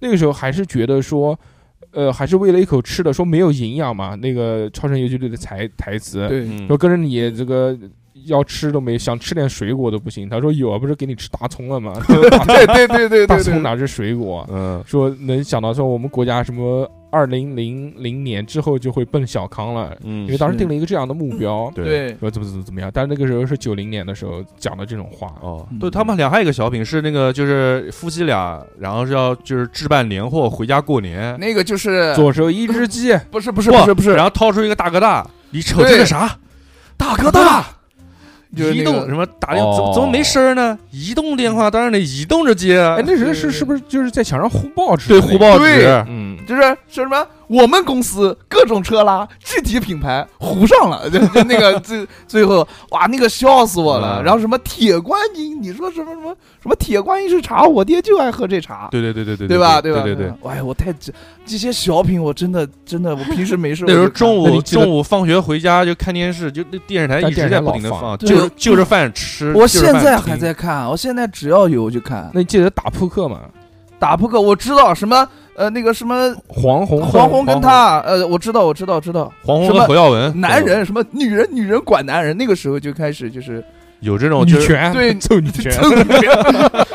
Speaker 4: 那个时候还是觉得说，呃，还是为了一口吃的，说没有营养嘛。那个《超神游击队》的台台词，
Speaker 5: 对，
Speaker 6: 嗯
Speaker 4: 说跟着你这个要吃都没，想吃点水果都不行。他说有啊，不是给你吃大葱了 吗？大
Speaker 5: 对对对对
Speaker 4: 大
Speaker 5: 对
Speaker 4: 葱
Speaker 5: 对，
Speaker 4: 哪是水果？
Speaker 6: 嗯，
Speaker 4: 说能想到说我们国家什么二零零零年之后就会奔小康了，
Speaker 6: 嗯
Speaker 4: 因为当时
Speaker 5: 是
Speaker 4: 定了一个这样的目标，
Speaker 6: 对。
Speaker 5: 对，
Speaker 4: 说怎么怎么怎么样。但是那个时候是九零年的时候讲的这种话，
Speaker 6: 哦
Speaker 5: 嗯，
Speaker 6: 对他们俩还有一个小品是那个，就是夫妻俩，然后是要就是置办年货回家过年，
Speaker 5: 那个
Speaker 6: 呃
Speaker 5: 就是
Speaker 4: 左手一只鸡，
Speaker 5: 不是不是不是不是，
Speaker 6: 然后掏出一个大哥大，你瞅这
Speaker 5: 对
Speaker 6: 个啥？大哥大，
Speaker 5: 就是
Speaker 6: 移
Speaker 5: 那个
Speaker 6: 动什么打电，
Speaker 4: 哦
Speaker 6: 怎么怎么没声儿呢？移动电话当然得移动着接啊
Speaker 4: 哎，，那时候是是不是就是在墙上互报纸？
Speaker 6: 对，互，报
Speaker 5: 对
Speaker 6: 纸，
Speaker 4: 嗯，
Speaker 5: 就是说什么我们公司各种车拉具体品牌糊上了，就就那个最最后哇，那个笑死我了。
Speaker 6: 嗯
Speaker 5: 然后什么铁观音，你说什么什么什么铁观音是茶，我爹就爱喝这茶。
Speaker 6: 对对对对对
Speaker 5: 对
Speaker 6: 对
Speaker 5: 吧？
Speaker 6: 对
Speaker 5: 吧？
Speaker 6: 对对。。
Speaker 5: 哎，我太这这些小品，我真的真的，我平时没事
Speaker 6: 那时候
Speaker 5: 我就看
Speaker 6: 中
Speaker 4: 那
Speaker 6: 午
Speaker 4: 你记得
Speaker 6: 中午放学回家就看电视，就那电视台
Speaker 4: 但
Speaker 6: 一直
Speaker 4: 电视台
Speaker 6: 在不停的
Speaker 4: 老放
Speaker 6: 放，
Speaker 5: 对
Speaker 6: 就就着饭吃。
Speaker 5: 我
Speaker 6: 就
Speaker 5: 现
Speaker 6: 着饭
Speaker 5: 在
Speaker 6: 听
Speaker 5: 还在看，我现在只要有我就看。
Speaker 4: 那你记得打扑克吗？
Speaker 5: 打扑克，我知道什么呃那个什么
Speaker 4: 黄宏
Speaker 5: 黄宏跟他呃，我知道我知道知道，
Speaker 6: 黄宏
Speaker 5: 什么
Speaker 6: 和侯耀文，
Speaker 5: 男人什么女人女人管男人，那个时候就开始 就是
Speaker 6: 有这种
Speaker 4: 女
Speaker 6: 就是
Speaker 4: 权，
Speaker 5: 对
Speaker 4: 揍女 权，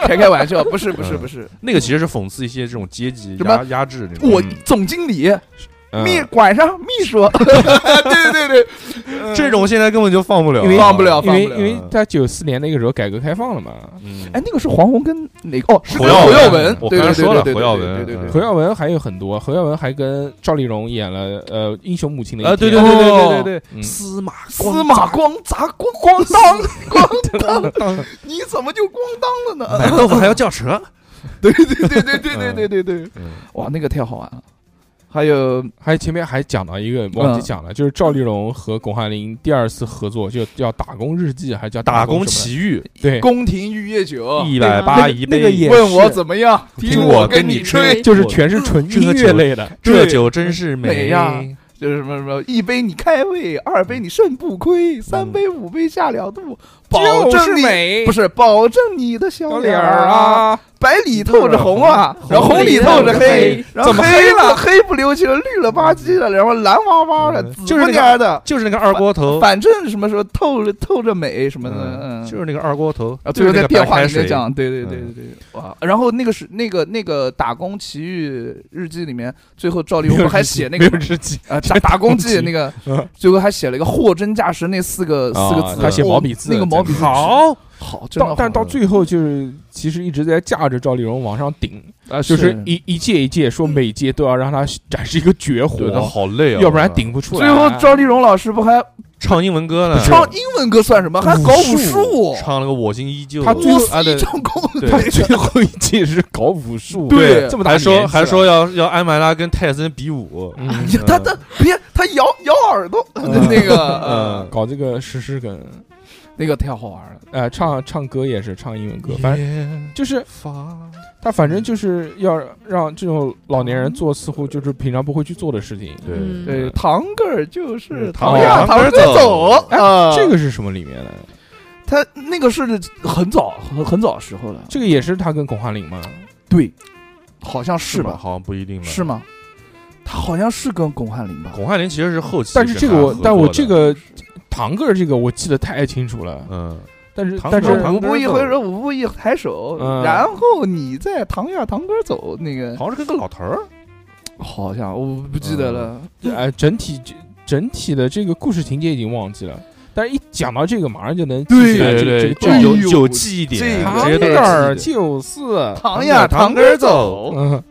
Speaker 5: 开开玩笑，不是不是
Speaker 6: 嗯
Speaker 5: 不是，
Speaker 6: 那个其实是讽刺一些这种阶级
Speaker 5: 什么
Speaker 6: 压压制那种。
Speaker 5: 我
Speaker 6: 嗯
Speaker 5: 总经理
Speaker 4: 嗯
Speaker 5: 秘管上秘书， 对对对对，
Speaker 6: 这种现在根本就嗯放不了，
Speaker 4: 因为
Speaker 5: 放不了
Speaker 4: 因为
Speaker 5: 放不了
Speaker 4: 因为在九四年那个时候改革开放了嘛，
Speaker 6: 嗯
Speaker 5: 哎，那个是黄宏跟哪个？哦，是跟
Speaker 6: 耀
Speaker 5: 侯
Speaker 6: 文
Speaker 5: 耀文，
Speaker 6: 我
Speaker 5: 对
Speaker 6: 刚才
Speaker 5: 对对
Speaker 6: 说了
Speaker 5: 对对
Speaker 6: 侯耀文
Speaker 5: 对对对
Speaker 6: 嗯
Speaker 4: 何耀文还有很多，何耀文还跟赵丽蓉演了呃《英雄母亲》的一
Speaker 6: 啊，对对
Speaker 4: 天
Speaker 6: 对对
Speaker 5: 哦
Speaker 6: 对对对，
Speaker 4: 嗯
Speaker 6: 司马
Speaker 5: 司马光砸咣咣 当咣当，你怎么就咣当了
Speaker 6: 买
Speaker 5: 呢？
Speaker 6: 豆腐还要叫车，
Speaker 5: 对对对对对对对对对
Speaker 6: 嗯，
Speaker 5: 哇，那个太好玩了。还有
Speaker 4: 还前面还讲到一个
Speaker 6: 嗯
Speaker 4: 忘记讲了，就是赵丽蓉和巩汉林第二次合作，就叫《打工日记》，还叫《
Speaker 6: 打
Speaker 4: 工
Speaker 6: 工
Speaker 4: 什么
Speaker 6: 奇遇
Speaker 4: 的对，
Speaker 5: 宫廷玉液酒，
Speaker 6: 一
Speaker 2: 对
Speaker 6: 百
Speaker 2: 啊
Speaker 6: 八一
Speaker 4: 那个
Speaker 6: 杯，
Speaker 4: 也
Speaker 5: 问我
Speaker 4: 是
Speaker 5: 怎么样，
Speaker 6: 听
Speaker 5: 我
Speaker 6: 我跟
Speaker 5: 你
Speaker 6: 你吹
Speaker 4: 就是全是纯音乐类的，
Speaker 6: 这酒真是
Speaker 5: 美呀
Speaker 6: 呀，
Speaker 5: 就是什么什么，一杯你开胃，二杯你肾不亏，三杯五杯下两肚，保
Speaker 4: 就是
Speaker 5: 证你
Speaker 4: 美
Speaker 5: 不是保证你的小
Speaker 4: 脸
Speaker 5: 儿
Speaker 4: 儿，啊，
Speaker 5: 白里透着红啊，然后红里透着黑，然后
Speaker 4: 怎么
Speaker 5: 黑
Speaker 4: 黑
Speaker 5: 了黑不溜秋，绿了吧唧的，然后蓝哇哇的，
Speaker 6: 嗯
Speaker 5: 紫
Speaker 6: 就是
Speaker 5: 不
Speaker 6: 那个
Speaker 5: 蔫儿的，
Speaker 6: 就是那个二锅头，
Speaker 5: 反正什么时候透着透着美什么的，嗯，
Speaker 6: 就是那个二锅头
Speaker 5: 啊，，最
Speaker 6: 就是
Speaker 5: 后
Speaker 6: 那
Speaker 5: 在
Speaker 6: 个
Speaker 5: 电
Speaker 6: 白
Speaker 5: 话
Speaker 6: 开
Speaker 5: 里面
Speaker 6: 水。
Speaker 5: 讲，对对对对
Speaker 6: 嗯
Speaker 5: 对，哇！然后那个是那个那个《打工奇遇日记》里面，最后赵丽
Speaker 4: 没有日
Speaker 5: 蓉还
Speaker 4: 记
Speaker 5: 写那
Speaker 4: 没
Speaker 5: 个
Speaker 4: 有日记，
Speaker 5: 啊，打打工记
Speaker 4: 记
Speaker 5: 那个
Speaker 4: 嗯，
Speaker 5: 最后还写了一个货真价实那四个四个
Speaker 4: 啊
Speaker 5: 字，
Speaker 4: 他写
Speaker 5: 哇
Speaker 4: 毛笔字
Speaker 5: 那个毛笔字
Speaker 4: 好
Speaker 5: 好，真的
Speaker 4: 到
Speaker 5: 好，
Speaker 4: 但到最后就是其实一直在架着赵丽蓉往上顶，
Speaker 5: 啊
Speaker 4: 就是一一届一届说
Speaker 5: 嗯
Speaker 4: 每届都要让她展示一个绝
Speaker 6: 对他
Speaker 4: 活，
Speaker 6: 好累啊，
Speaker 4: 要不然顶不出来。啊
Speaker 5: 最后赵丽蓉老师不还
Speaker 6: 唱英文歌呢，
Speaker 5: 唱英文歌算什么？还搞武
Speaker 4: 武
Speaker 5: 术，
Speaker 6: 唱了个我心依旧，
Speaker 4: 他最后
Speaker 5: 我
Speaker 6: 啊
Speaker 5: 死
Speaker 6: 对
Speaker 5: 一张弓，
Speaker 6: 对
Speaker 4: 他最后一届是搞武术，
Speaker 5: 对
Speaker 4: 这么大
Speaker 6: 还说
Speaker 4: 年纪了
Speaker 6: 还说要要安排他跟泰森比武，
Speaker 4: 嗯
Speaker 5: 他他别他摇摇耳朵， 那个呃
Speaker 6: 嗯，
Speaker 4: 搞这个实施梗，
Speaker 5: 那个太好玩了，
Speaker 4: 呃，唱唱歌也是唱英文歌，反正
Speaker 6: 正
Speaker 4: 就是他反正就是要让这种老年人做似乎就是平常不会去做的事情。
Speaker 6: 对
Speaker 2: 嗯
Speaker 5: 对，堂哥儿就是
Speaker 6: 嗯堂
Speaker 5: 呀，
Speaker 6: 堂
Speaker 5: 堂
Speaker 6: 哥儿
Speaker 5: 哥儿走
Speaker 6: 走
Speaker 5: 啊，
Speaker 4: 这个是什么里面的？
Speaker 5: 他那个是很早很很早时候了，
Speaker 4: 这个也是他跟巩汉林吗？
Speaker 5: 对，好像是
Speaker 6: 是吧？
Speaker 5: 吧？
Speaker 6: 好像不一定吧，
Speaker 5: 是吗？他好像是跟巩汉林吧？
Speaker 6: 嗯巩汉林其实是后期跟
Speaker 4: 但
Speaker 6: 他
Speaker 4: 是这
Speaker 6: 合作的，
Speaker 4: 个我，但我这个堂哥这个我记得太清楚了。
Speaker 6: 嗯，
Speaker 4: 但是
Speaker 6: 堂
Speaker 4: 但
Speaker 6: 哥
Speaker 4: 是
Speaker 6: 堂
Speaker 5: 五
Speaker 6: 哥
Speaker 5: 步一
Speaker 6: 走
Speaker 5: 回手，五步一抬手，
Speaker 4: 嗯
Speaker 5: 然后你再堂呀堂哥儿走，那个
Speaker 6: 好像是跟个老头儿，
Speaker 5: 好像我不记得了。
Speaker 4: 呃，整体这整体的这个故事情节已经忘记了，但是一讲到这个，马上就能记
Speaker 6: 对
Speaker 4: 起来
Speaker 6: 对
Speaker 4: 这个
Speaker 6: 对，
Speaker 4: 这个
Speaker 6: 有
Speaker 5: 哎呦
Speaker 6: 有记忆点，
Speaker 5: 这个
Speaker 6: 这
Speaker 4: 糖
Speaker 6: 些
Speaker 4: 根
Speaker 6: 都
Speaker 4: 儿
Speaker 6: 是记忆点
Speaker 4: 九四，
Speaker 5: 糖呀，糖根儿走。
Speaker 4: 嗯，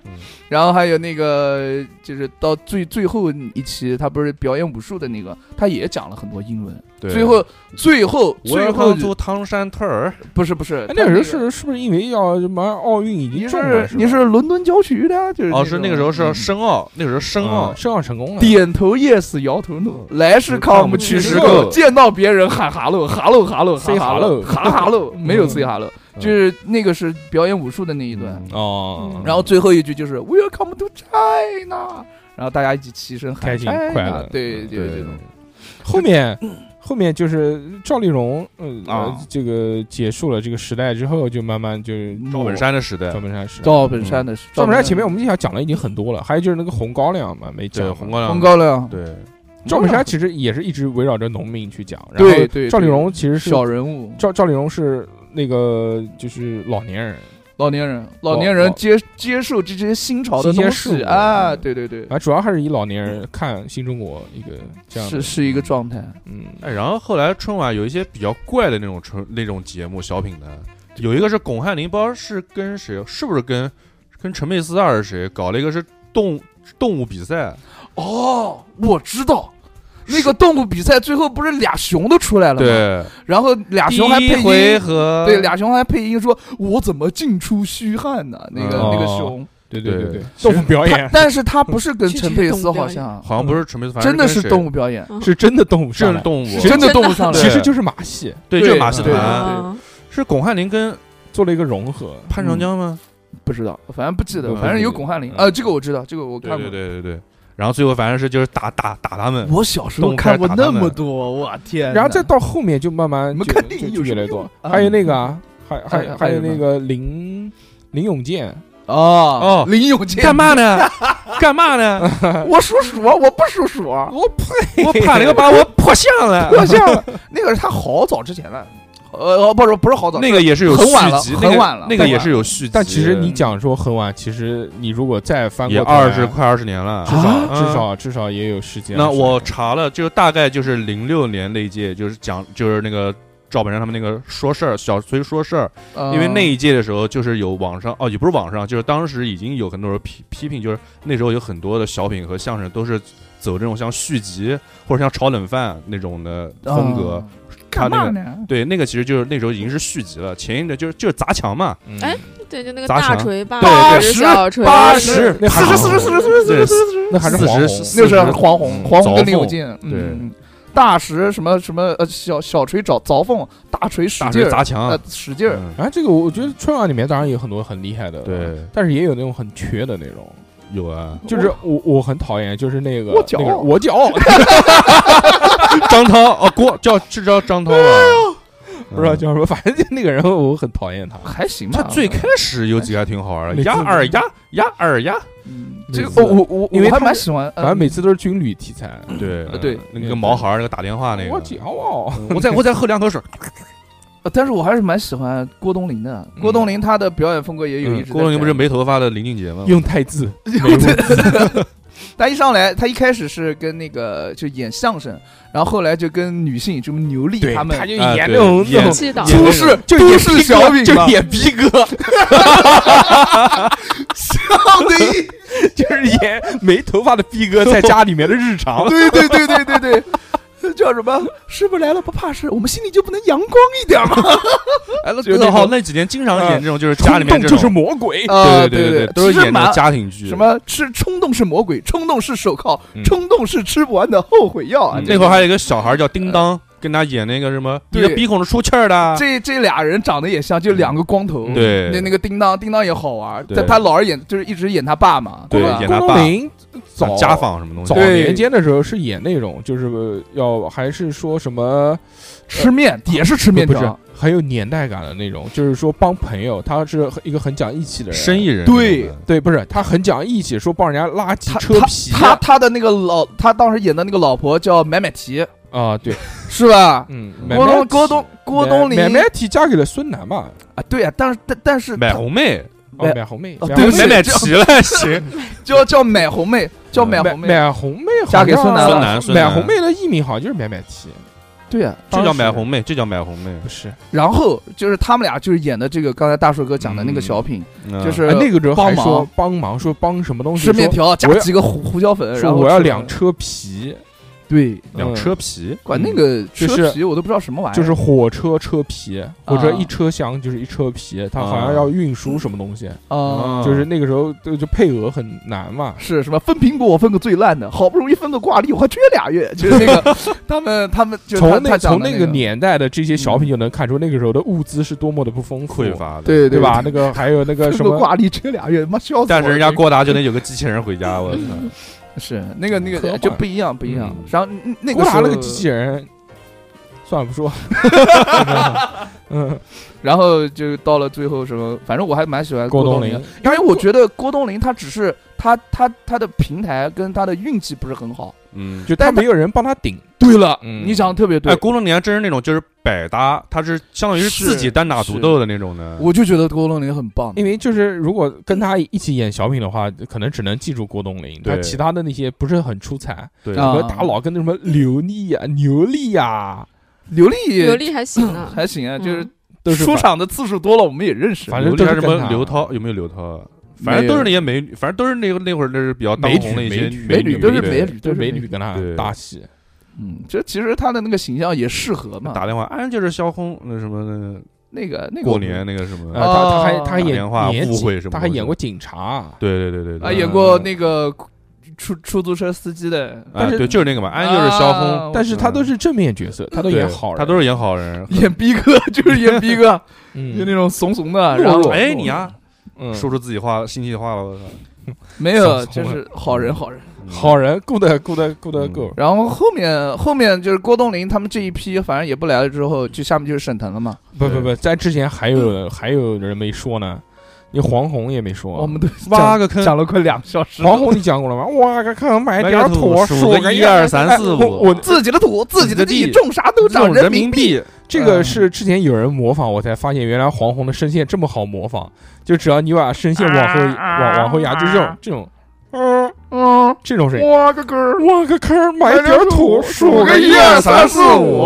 Speaker 5: 然后还有那个，就是到最最后一期，他不是表演武术的那个，他也讲了很多英文。
Speaker 6: 对
Speaker 5: 最后，最后，
Speaker 6: 我
Speaker 5: 最
Speaker 6: 要
Speaker 5: 后
Speaker 6: 做汤山特儿，
Speaker 5: 不是不是
Speaker 4: 哎，，
Speaker 5: 呃他
Speaker 4: 那时候
Speaker 5: 个
Speaker 4: 是是不是因为要什么奥运已
Speaker 5: 你
Speaker 4: 经中了
Speaker 5: 是？你是伦敦郊区的啊，就是
Speaker 6: 哦，是那个时候是
Speaker 5: 嗯
Speaker 6: 申奥，那个时候申奥
Speaker 4: 嗯，申奥成功了，
Speaker 5: 点头 yes，摇头 no，来是
Speaker 6: 看
Speaker 5: 不
Speaker 6: 不
Speaker 5: 去
Speaker 6: 去
Speaker 5: 石
Speaker 6: 石
Speaker 5: 头，
Speaker 6: 头
Speaker 5: 见到别人喊哈喽哈喽哈喽
Speaker 4: Say
Speaker 5: 哈
Speaker 4: hello
Speaker 5: 哈哈喽，没有
Speaker 4: 嗯
Speaker 5: say 哈喽，
Speaker 4: 嗯
Speaker 5: 就是那个是表演武术的那一段，
Speaker 4: 嗯
Speaker 6: 哦，
Speaker 5: 然后最后一句就是 Welcome to China，然后大家一起齐声喊
Speaker 4: 开心
Speaker 5: China，
Speaker 4: 快乐
Speaker 5: 对，就是这
Speaker 6: 对
Speaker 5: 种。
Speaker 4: 后面。后面就是赵丽蓉，嗯、呃
Speaker 6: 啊
Speaker 4: 这个结束了这个时代之后，就慢慢就是
Speaker 6: 赵本山的时代
Speaker 4: 赵，本山是
Speaker 5: 嗯赵本山的是
Speaker 4: 赵本山前面我们一下讲了已经很多了，还有就是那个红高粱嘛，没
Speaker 6: 对
Speaker 4: 讲
Speaker 6: 红高
Speaker 5: 红
Speaker 6: 粱，
Speaker 5: 高啊粱，
Speaker 6: 对
Speaker 4: 赵本山其实也是一直围绕着农民去讲，然
Speaker 5: 对
Speaker 4: 后
Speaker 5: 对
Speaker 4: 赵丽
Speaker 5: 对
Speaker 4: 蓉其实是
Speaker 5: 小人物，
Speaker 4: 赵赵丽蓉是那个就是老年人，
Speaker 5: 老年人，老
Speaker 4: 老
Speaker 5: 年人
Speaker 4: 老
Speaker 5: 接接受这些新潮
Speaker 4: 新
Speaker 5: 的
Speaker 4: 鲜
Speaker 5: 东
Speaker 4: 事
Speaker 5: 西
Speaker 4: 物
Speaker 5: 啊，
Speaker 4: 嗯
Speaker 5: 对对对，
Speaker 4: 啊，主要还是以老年人看新中国一个这样的
Speaker 5: 嗯是是一个状态。
Speaker 4: 嗯，
Speaker 6: 哎，然后后来春晚有一些比较怪的那种春那种节目小品的，有一个是巩汉林，不知道是跟谁，是不是跟跟陈佩斯还是谁搞了一个是动动物比赛，
Speaker 5: 哦，我知道，那个动物比赛最后不是俩熊都出来了吗？，
Speaker 6: 对，
Speaker 5: 然后俩
Speaker 6: 第
Speaker 5: 熊还
Speaker 6: 一
Speaker 5: 配
Speaker 6: 回
Speaker 5: 音，
Speaker 6: 合，
Speaker 5: 对，俩熊还配音说：“我怎么进出虚汗呢？”那个、
Speaker 4: 嗯
Speaker 5: 那个
Speaker 4: 哦
Speaker 5: 熊，
Speaker 4: 对对对
Speaker 6: 对
Speaker 4: 对，动物
Speaker 6: 哎
Speaker 4: 表
Speaker 5: 他
Speaker 4: 演
Speaker 5: 但是他不是跟
Speaker 2: 这
Speaker 5: 陈
Speaker 2: 是
Speaker 5: 佩
Speaker 2: 动
Speaker 5: 斯
Speaker 2: 物表
Speaker 5: 好
Speaker 2: 演
Speaker 5: 像，
Speaker 6: 好像不是陈佩斯，反正
Speaker 5: 真的
Speaker 6: 是
Speaker 5: 是
Speaker 6: 跟谁
Speaker 5: 动物表演，
Speaker 4: 是真的动物上
Speaker 6: 真
Speaker 4: 来
Speaker 6: 的，动物，
Speaker 5: 是真的动物上来
Speaker 4: 其
Speaker 5: 的。
Speaker 4: 实就是马戏
Speaker 6: 对，
Speaker 5: 对
Speaker 6: 就是马戏
Speaker 5: 对
Speaker 6: 团，
Speaker 2: 啊
Speaker 6: 是巩汉林跟
Speaker 4: 做了一个融合，
Speaker 6: 潘长江吗？
Speaker 5: 不知道，反正不记得，
Speaker 4: 对
Speaker 5: 反正有巩汉林。呃，这个我知道，这个我
Speaker 6: 对
Speaker 5: 看过。
Speaker 6: 对对对对，然后最后反正是就是打打打他们，
Speaker 5: 我小时候
Speaker 6: 动物
Speaker 5: 看
Speaker 6: 片
Speaker 5: 过
Speaker 6: 打
Speaker 5: 那
Speaker 6: 他们
Speaker 5: 么多，我天哪！
Speaker 4: 然后再到后面就慢慢
Speaker 5: 你嗯们
Speaker 4: 就
Speaker 5: 看电影
Speaker 4: 就
Speaker 5: 有
Speaker 4: 就
Speaker 5: 什
Speaker 4: 越来
Speaker 5: 么
Speaker 4: 越多
Speaker 5: 用，啊
Speaker 4: 还有那个啊，还还
Speaker 5: 还
Speaker 4: 还
Speaker 5: 有
Speaker 4: 有
Speaker 5: 什么
Speaker 4: 那个林林永健，
Speaker 5: 哦
Speaker 6: 哦
Speaker 5: 林永健
Speaker 6: 干？嘛呢？ 干嘛呢？
Speaker 5: 我属鼠，我不属鼠，
Speaker 4: 我呸
Speaker 6: 我怕那个把我破相了。
Speaker 5: 特像了那个是他好早之前了， 呃，不是不是好早，
Speaker 6: 那个也是有
Speaker 5: 很晚
Speaker 6: 续
Speaker 5: 了
Speaker 6: 集
Speaker 5: 很
Speaker 6: 那个
Speaker 5: 晚了
Speaker 6: 那个也是有续集。
Speaker 4: 但其实你讲说很晚，其实你如果再翻
Speaker 6: 也
Speaker 4: 过头
Speaker 6: 二
Speaker 4: 来
Speaker 6: 十，快二十年了，
Speaker 4: 至少、
Speaker 5: 啊
Speaker 6: 嗯
Speaker 4: 至少至少也有时间。
Speaker 6: 那我查了，就大概就是零六年那一届，就是讲就是那个赵本山他们那个说事儿小崔说事儿，
Speaker 5: 呃
Speaker 6: 因为那一届的时候就是有网上哦也不是网上，就是当时已经有很多人批批评，就是那时候有很多的小品和相声都是走这种像续集或者像炒冷饭那种的风格。
Speaker 5: 啊
Speaker 6: 他
Speaker 5: 干嘛
Speaker 6: 那个
Speaker 5: 呢？
Speaker 6: 对那个其实就是那时候已经是续集了，前一个就是就是砸墙嘛。
Speaker 4: 嗯
Speaker 2: 哎对，就那个
Speaker 6: 砸
Speaker 2: 大
Speaker 6: 墙
Speaker 2: 锤吧，
Speaker 6: 对对
Speaker 2: 十
Speaker 5: 十
Speaker 2: 小锤，
Speaker 5: 八
Speaker 4: 十那还
Speaker 5: 四十
Speaker 4: 好
Speaker 5: 四十四十四十四十
Speaker 6: 对
Speaker 5: 四十四十，
Speaker 4: 那还是
Speaker 6: 四
Speaker 4: 黄
Speaker 6: 十
Speaker 4: 宏
Speaker 6: 四
Speaker 5: 那是
Speaker 6: 十
Speaker 5: 黄宏，
Speaker 6: 嗯
Speaker 5: 黄宏
Speaker 6: 凿
Speaker 5: 跟林永
Speaker 6: 缝
Speaker 5: 健，嗯
Speaker 6: 对
Speaker 5: 嗯大石什么什么呃小小锤凿凿缝，大锤使
Speaker 6: 大
Speaker 5: 劲
Speaker 6: 锤
Speaker 5: 儿
Speaker 6: 砸墙
Speaker 5: 呃，使劲儿，
Speaker 6: 嗯
Speaker 4: 啊，这个我觉得春晚里面当然有很多很厉害的，
Speaker 6: 对，
Speaker 4: 但是也有那种很缺的那种，
Speaker 6: 有啊，
Speaker 4: 就是我我很讨厌，就是那个
Speaker 5: 我骄傲
Speaker 4: 那个我骄 傲，
Speaker 6: 张涛哦，郭叫是叫张涛吧？
Speaker 4: 不知道叫什么，反正就那个人我很讨厌他。
Speaker 5: 还行吧
Speaker 6: 他。最开始有几个还挺好玩的，
Speaker 4: 每次
Speaker 6: 呀儿呀呀儿呀，
Speaker 5: 嗯
Speaker 4: 每
Speaker 5: 这个
Speaker 4: 次
Speaker 5: 哦我我
Speaker 4: 因为
Speaker 5: 我还
Speaker 4: 他
Speaker 5: 蛮喜欢，
Speaker 4: 反正
Speaker 5: 嗯
Speaker 4: 每次都是军旅题材，
Speaker 6: 对
Speaker 5: 呃对
Speaker 6: 那个毛孩儿那个打电话嗯那
Speaker 4: 我
Speaker 6: 个，嗯
Speaker 4: 骄傲，
Speaker 6: 我再我再喝两口水。
Speaker 5: 呃但是我还是蛮喜欢郭冬临的。郭冬临他的表演风格也有一直在改。
Speaker 6: 嗯郭冬临不是没头发的林俊杰吗？
Speaker 4: 用太字，
Speaker 5: 他一上来，他一开始是跟那个就演相声，然后后来就跟女性，什么牛莉
Speaker 4: 对，
Speaker 5: 他们
Speaker 4: 就
Speaker 6: 啊
Speaker 4: 演那
Speaker 6: 对
Speaker 4: 种
Speaker 6: 演
Speaker 4: 那种
Speaker 2: 气到
Speaker 6: 演
Speaker 5: 都市
Speaker 4: 就
Speaker 5: 都
Speaker 4: 演
Speaker 5: 市
Speaker 4: 逼
Speaker 5: 小
Speaker 4: 哥
Speaker 5: 品
Speaker 4: 就
Speaker 5: 嘛，
Speaker 4: 演逼哥，
Speaker 5: 对
Speaker 4: 就是演没头发的逼哥在家里面的日 常。
Speaker 5: 对对对对对对。 叫什么？师傅来了不怕事，我们心里就不能阳光一点吗？
Speaker 6: 哎，
Speaker 5: 有呃
Speaker 6: 那刘
Speaker 5: 那
Speaker 6: 德
Speaker 5: 种
Speaker 6: 浩那几年经常演这种，就是家里面这
Speaker 4: 就
Speaker 6: 种
Speaker 4: 是，魔鬼，
Speaker 5: 啊
Speaker 6: 对
Speaker 5: 对
Speaker 6: 对对，
Speaker 5: 其
Speaker 6: 都是
Speaker 5: 实
Speaker 6: 演那
Speaker 5: 蛮
Speaker 6: 种家庭剧。
Speaker 5: 什？么吃冲动是魔鬼，冲动是手铐，
Speaker 4: 嗯
Speaker 5: 冲动是吃不完的后悔药啊！
Speaker 6: 嗯那会儿还有一个小孩儿叫叮当，跟他演那个什么，你
Speaker 5: 呃对
Speaker 6: 的鼻孔是出气儿的。
Speaker 5: 这这俩人长得也像，就两个光头。
Speaker 6: 嗯对
Speaker 5: 那那个叮当，叮当也好玩，
Speaker 6: 对
Speaker 5: 他他老是演，就是一直演他爸嘛，
Speaker 6: 对
Speaker 5: 吧
Speaker 6: 演？他
Speaker 4: 郭
Speaker 6: 爸
Speaker 4: 冬临早
Speaker 6: 家访什么东西
Speaker 4: 早？
Speaker 5: 对
Speaker 4: 年间的时候是演那种，就是呃要还是说什么
Speaker 5: 吃面也是吃面
Speaker 4: 不是
Speaker 5: 条，
Speaker 4: 很有年代感的那种，就是说帮朋友，他是一个很讲义气的人，
Speaker 6: 生意人
Speaker 5: 对
Speaker 6: 那种
Speaker 4: 对，不是他很讲义气，说帮人家拉几
Speaker 5: 他
Speaker 4: 车皮
Speaker 5: 他他的那个老，他当时演的那个老婆叫买买提，
Speaker 4: 啊，对，
Speaker 5: 是吧？
Speaker 4: 嗯，
Speaker 5: 郭冬郭冬郭冬临
Speaker 4: 买买提嫁给了孙楠嘛，
Speaker 5: 啊，对啊，但是但但是
Speaker 6: 的买
Speaker 5: 他
Speaker 6: 红妹，
Speaker 4: 哦，买红妹，
Speaker 5: 哦
Speaker 4: 买
Speaker 5: 对
Speaker 4: 红
Speaker 5: 不
Speaker 4: 妹
Speaker 5: 起
Speaker 6: 买买齐了，行，
Speaker 5: 叫叫买红妹，叫
Speaker 6: 嗯
Speaker 5: 买
Speaker 4: 买
Speaker 5: 红妹，
Speaker 4: 买红妹好像，
Speaker 5: 嫁给孙楠了
Speaker 6: 孙楠孙楠
Speaker 4: 买红妹的艺名好像就是买买齐，
Speaker 5: 对呀、
Speaker 6: 这叫
Speaker 4: 当时
Speaker 6: 买红妹，这叫买红妹，
Speaker 4: 不是？
Speaker 5: 然后就是他们俩就是演的这个刚才大树哥讲的那个小品，
Speaker 6: 嗯
Speaker 5: 就是
Speaker 4: 哎那个时候还
Speaker 5: 帮忙
Speaker 4: 说帮忙，说帮什么东西，
Speaker 5: 吃面
Speaker 4: 说
Speaker 5: 条加
Speaker 4: 我要
Speaker 5: 几个胡胡椒粉，然
Speaker 4: 说
Speaker 5: 后
Speaker 4: 我要
Speaker 5: 吃
Speaker 4: 两车皮，
Speaker 5: 对，
Speaker 6: 两
Speaker 4: 嗯
Speaker 6: 车皮，
Speaker 5: 管那个车
Speaker 4: 就是
Speaker 5: 皮我都不知道什么玩意儿，
Speaker 4: 就是火车车皮，火车
Speaker 5: 哎啊
Speaker 4: 一车厢就是一车皮，它好像要运输什么东西，
Speaker 6: 嗯
Speaker 5: 啊，
Speaker 4: 就是那个时候就就配额很难嘛。
Speaker 5: 是什么分苹果我分个最烂的，好不容易分个挂历，我还缺俩月，就是那个他们他们就是他
Speaker 4: 从那
Speaker 5: 他讲
Speaker 4: 从
Speaker 5: 的
Speaker 4: 那
Speaker 5: 个嗯
Speaker 4: 个，年代的这些小品就能看出那个时候的物资是多么的不丰富，
Speaker 6: 匮乏的，
Speaker 5: 对
Speaker 4: 对吧？那
Speaker 5: 对
Speaker 4: 个还有那 个
Speaker 5: 分
Speaker 4: 什
Speaker 5: 个
Speaker 4: 么
Speaker 5: 挂历缺俩月，妈笑死我了！
Speaker 6: 但是人家郭达就能有个机器人回家，我 操！
Speaker 5: 是那个那
Speaker 4: 科
Speaker 5: 个
Speaker 4: 幻
Speaker 5: 就不一样不一样
Speaker 6: 嗯。
Speaker 5: 然后嗯那个
Speaker 4: 郭达
Speaker 5: 时候
Speaker 4: 那个机器人，算了不说。 嗯，
Speaker 5: 然后就到了最后什么，反正我还蛮喜欢
Speaker 4: 郭
Speaker 5: 冬
Speaker 4: 冬临，
Speaker 5: 因为我觉得郭冬临他只是他他他的平台跟他的运气不是很好。
Speaker 6: 嗯，
Speaker 4: 就他没有人帮他顶，
Speaker 5: 对了
Speaker 4: 嗯
Speaker 5: 你讲的特别对
Speaker 6: 哎，，郭冬临还真是那种就是百搭，他是相当于是
Speaker 5: 是
Speaker 6: 自己单打独斗的那种的。
Speaker 5: 我就觉得郭冬临很棒。
Speaker 4: 因为就是如果跟他一起演小品的话，可能只能记住郭冬临，
Speaker 6: 对
Speaker 4: 他其他的那些不是很出彩。
Speaker 6: 对
Speaker 5: 啊
Speaker 4: 和大佬跟那什么刘丽呀、牛力呀，
Speaker 5: 刘
Speaker 2: 刘
Speaker 5: 丽
Speaker 2: 丽还行啊，
Speaker 5: 还行啊，就是
Speaker 4: 都是
Speaker 5: 出
Speaker 4: 反
Speaker 5: 场的次数多了，我们也认识。
Speaker 4: 反
Speaker 6: 刘
Speaker 4: 正
Speaker 6: 力
Speaker 4: 都
Speaker 6: 还
Speaker 4: 是
Speaker 6: 什
Speaker 4: 跟
Speaker 6: 么
Speaker 4: 他
Speaker 6: 刘涛，有没有刘涛啊？反正都是那些美女，反正都是那个那会儿那是比较当
Speaker 4: 美
Speaker 6: 红
Speaker 4: 女
Speaker 6: 的一些
Speaker 4: 美女
Speaker 5: 美
Speaker 6: 女，
Speaker 5: 女都是
Speaker 4: 对
Speaker 5: 美女，
Speaker 4: 都
Speaker 5: 都
Speaker 4: 是
Speaker 5: 是
Speaker 4: 美
Speaker 5: 美
Speaker 4: 女。跟他
Speaker 6: 对
Speaker 4: 搭戏，
Speaker 5: 嗯，这其实他的那个形象也适合嘛。
Speaker 6: 打电话，哎，就是萧红那什么那
Speaker 5: 那个那
Speaker 6: 个
Speaker 5: 个啊
Speaker 6: 过年那个什么
Speaker 4: 呃，，他他还他还
Speaker 6: 嗯打电话
Speaker 4: 演演
Speaker 6: 误
Speaker 4: 警
Speaker 6: 会什么
Speaker 4: 他还
Speaker 6: 东西
Speaker 4: 演过警察，
Speaker 6: 对对对对对，
Speaker 5: 啊，演过那个出出租车司机的，
Speaker 6: 啊
Speaker 4: 但是
Speaker 6: 对，就是那个嘛，安就是萧
Speaker 5: 啊
Speaker 6: 红，
Speaker 4: 但是他都是正面角色，他都演
Speaker 6: 对
Speaker 4: 好人，
Speaker 6: 他都是演好人。
Speaker 5: 演逼哥， 就是演逼哥，就
Speaker 4: 嗯
Speaker 5: 那种怂怂的，
Speaker 4: 懦
Speaker 5: 然后
Speaker 4: 弱
Speaker 6: 哎，你啊，
Speaker 4: 嗯
Speaker 6: 说出自己话心里话了，我操！
Speaker 5: 没有，
Speaker 4: 怂怂
Speaker 5: 就
Speaker 4: 的
Speaker 5: 是好人好人。
Speaker 6: 嗯
Speaker 4: 好人，good good good
Speaker 6: 嗯
Speaker 4: good，
Speaker 5: 然后后面后面就是郭冬临他们这一批，反正也不来了之后，就下面就是沈腾了嘛。
Speaker 4: 不不不，在之前还有还有人没说呢，你黄宏也没
Speaker 5: 我
Speaker 4: 说，
Speaker 5: 们都
Speaker 6: 挖
Speaker 5: 讲
Speaker 6: 个坑，
Speaker 5: 讲了快两个小时了，
Speaker 4: 黄宏你讲过了吗？我个坑，买
Speaker 6: 买
Speaker 4: 点
Speaker 6: 点
Speaker 4: 土，
Speaker 6: 土
Speaker 4: 数
Speaker 6: 数个一二三四
Speaker 4: 哎
Speaker 6: 五
Speaker 4: 我我
Speaker 5: 自己的土自己的
Speaker 6: 自己的地
Speaker 5: 地，种啥都长
Speaker 6: 用人
Speaker 5: 民
Speaker 6: 民
Speaker 5: 币。
Speaker 6: 币，
Speaker 4: 这个是之前有人模仿，我才发现原来黄宏的声线这么好模仿，就只要你把声线往后往往后压，就这种这种，嗯嗯，这种声音。
Speaker 5: 我个个儿
Speaker 4: 挖个坑，买点土，数
Speaker 5: 个
Speaker 4: 个
Speaker 5: 一
Speaker 4: 一
Speaker 5: 二
Speaker 4: 二
Speaker 5: 三
Speaker 4: 三
Speaker 5: 四
Speaker 4: 四
Speaker 5: 五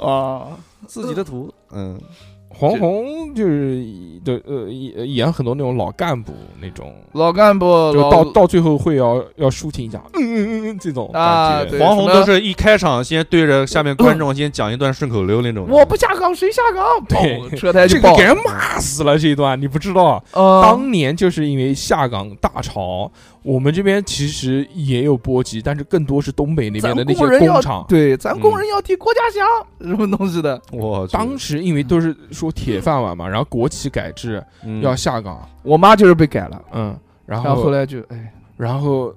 Speaker 4: 五。
Speaker 5: 啊！
Speaker 6: 自己的图，嗯，
Speaker 4: 黄宏就是对呃演演很多那种老干部那种，
Speaker 5: 老干部
Speaker 4: 就
Speaker 5: 老
Speaker 4: 到到最后会要要抒情一下，嗯嗯嗯嗯这种
Speaker 5: 啊
Speaker 4: 感觉
Speaker 5: 对
Speaker 6: 黄
Speaker 5: 什
Speaker 6: 宏
Speaker 5: 么
Speaker 6: 都是一开场先对着下面观众先讲一段顺口溜那种的。
Speaker 5: 我不下岗谁下岗？
Speaker 4: 对
Speaker 5: 砰车胎
Speaker 4: 这
Speaker 5: 哎就
Speaker 4: 个
Speaker 5: 爆
Speaker 4: 给。人骂死了这一段，你不知道。
Speaker 5: 呃
Speaker 4: 当年就是因为下岗大潮，我们这边其实也有波及，但是更多是东北那边
Speaker 5: 咱
Speaker 4: 的那
Speaker 5: 工
Speaker 4: 些
Speaker 5: 人要
Speaker 4: 工
Speaker 6: 啊
Speaker 4: 厂。
Speaker 5: 对，咱工人要替国家想，
Speaker 6: 嗯
Speaker 5: 什么东西的？
Speaker 6: 我去
Speaker 4: 当时因为都是说铁饭碗嘛，然后国企改制
Speaker 6: 嗯
Speaker 4: 要下岗，
Speaker 5: 我妈就是被改了，
Speaker 4: 嗯，然
Speaker 5: 然后后
Speaker 4: 后
Speaker 5: 来就哎，
Speaker 4: 然后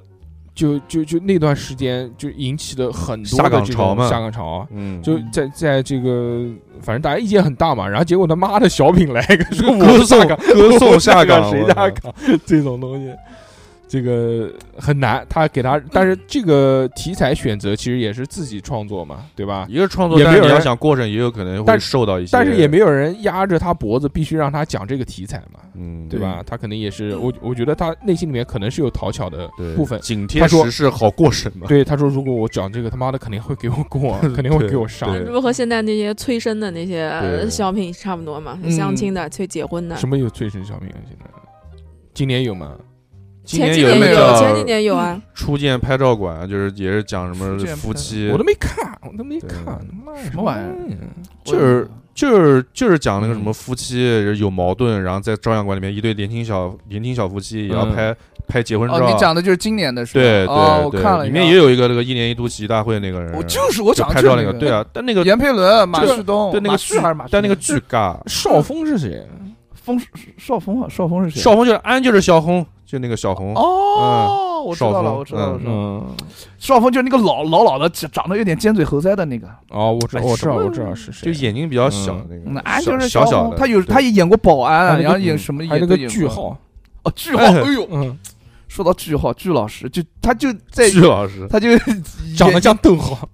Speaker 4: 就就就那段时间就引起了很多
Speaker 6: 下
Speaker 4: 的
Speaker 6: 岗
Speaker 4: 这
Speaker 6: 潮
Speaker 4: 种
Speaker 6: 嘛
Speaker 4: 下岗潮。
Speaker 6: 嗯，
Speaker 4: 就在在这个，反正大家意见很大嘛，然后结果他妈的小品来个说我
Speaker 6: 歌
Speaker 4: 是下
Speaker 6: 颂
Speaker 4: 岗，
Speaker 6: 歌颂下
Speaker 4: 岗
Speaker 6: 岗，
Speaker 4: 谁
Speaker 6: 我
Speaker 4: 下
Speaker 6: 操
Speaker 4: 岗 这种东西，这个很难。他给他，但是这个题材选择其实也是自己创作嘛，对吧？
Speaker 6: 一个创作，
Speaker 4: 也
Speaker 6: 但
Speaker 4: 没
Speaker 6: 是
Speaker 4: 有
Speaker 6: 你要
Speaker 4: 人
Speaker 6: 想过审，也有可能会
Speaker 4: 但
Speaker 6: 受到一些，
Speaker 4: 但是也没有人压着他脖子，必须让他讲这个题材嘛，
Speaker 6: 嗯，
Speaker 4: 对吧？他肯定也是，我我觉得他内心里面可能是有讨巧的
Speaker 6: 对？
Speaker 4: 部分。
Speaker 6: 紧贴
Speaker 4: 他说
Speaker 6: 时事好过审嘛。
Speaker 4: 对，他说如果我讲这个，他妈的肯定会给我 过，肯定会给我上。
Speaker 6: 对
Speaker 2: 这不和现在那些催生的那些
Speaker 6: 对
Speaker 2: 小品差不多嘛？
Speaker 5: 嗯
Speaker 2: 相亲的、催结婚的，
Speaker 4: 什么有最神小品啊？现在今年有吗？
Speaker 6: 今
Speaker 2: 前几
Speaker 6: 有一
Speaker 2: 年
Speaker 6: 个嗯
Speaker 2: 有，
Speaker 6: 叫
Speaker 2: 前几年有啊，
Speaker 6: 初见拍照馆，就是也是讲什么
Speaker 5: 初见
Speaker 6: 夫
Speaker 5: 拍
Speaker 6: 妻，
Speaker 4: 我都没看，我都没
Speaker 6: 对
Speaker 4: 看，他妈
Speaker 5: 什么玩意儿
Speaker 4: 儿？
Speaker 6: 就是就是就是讲那个什么夫妻有矛盾，然后在照相馆里面一对年轻小年轻小夫妻也要
Speaker 4: 嗯
Speaker 6: 拍拍结婚照。
Speaker 5: 哦，你讲的就是今年的是吧？
Speaker 6: 对
Speaker 5: 哦，
Speaker 6: 对
Speaker 5: 我
Speaker 6: 对，
Speaker 5: 看了一
Speaker 6: 里
Speaker 5: 下
Speaker 6: 面也有一个那个一年一度喜剧大会那个人，
Speaker 5: 我就是我
Speaker 6: 就
Speaker 5: 讲的
Speaker 6: 拍
Speaker 5: 就是
Speaker 6: 照那
Speaker 5: 个，
Speaker 6: 个，对，啊，但那个
Speaker 5: 袁佩伦、马
Speaker 6: 就是
Speaker 5: 旭东，
Speaker 6: 对那
Speaker 5: 马
Speaker 6: 个
Speaker 5: 旭还是马旭东，
Speaker 6: 但那个巨尬，
Speaker 4: 邵峰是谁？
Speaker 5: 风邵峰啊，邵峰是谁？
Speaker 6: 邵红就是安就是萧红，就那个小红，
Speaker 5: 哦，我知道
Speaker 6: 邵
Speaker 5: 了，
Speaker 6: 峰
Speaker 5: 我知道了，
Speaker 6: 嗯
Speaker 5: 我知道了。
Speaker 4: 嗯，
Speaker 5: 邵峰就是那个老老老的，长长得有点尖嘴猴腮的那个，
Speaker 4: 哦，我知道，
Speaker 6: 哎
Speaker 4: 我知道，
Speaker 6: 什么
Speaker 4: 我知道是谁，
Speaker 6: 就眼睛比较小的
Speaker 5: 嗯
Speaker 6: 那，
Speaker 5: 啊，
Speaker 6: 个，
Speaker 5: 就是
Speaker 6: 小
Speaker 5: 邵
Speaker 6: 小
Speaker 5: 峰
Speaker 6: 的，
Speaker 5: 他有
Speaker 6: 对
Speaker 5: 他也演过保
Speaker 4: 还有
Speaker 5: 安，
Speaker 4: 那个
Speaker 5: 然后演什么
Speaker 4: 还有
Speaker 5: 演
Speaker 4: 那
Speaker 5: 都
Speaker 4: 个
Speaker 5: 演
Speaker 4: 句
Speaker 5: 过
Speaker 4: 号，
Speaker 5: 哦，句号，哎呦，
Speaker 4: 嗯，
Speaker 5: 说到句号，句老师就他就在
Speaker 6: 巨老 师
Speaker 5: 他就
Speaker 4: 长得像邓浩，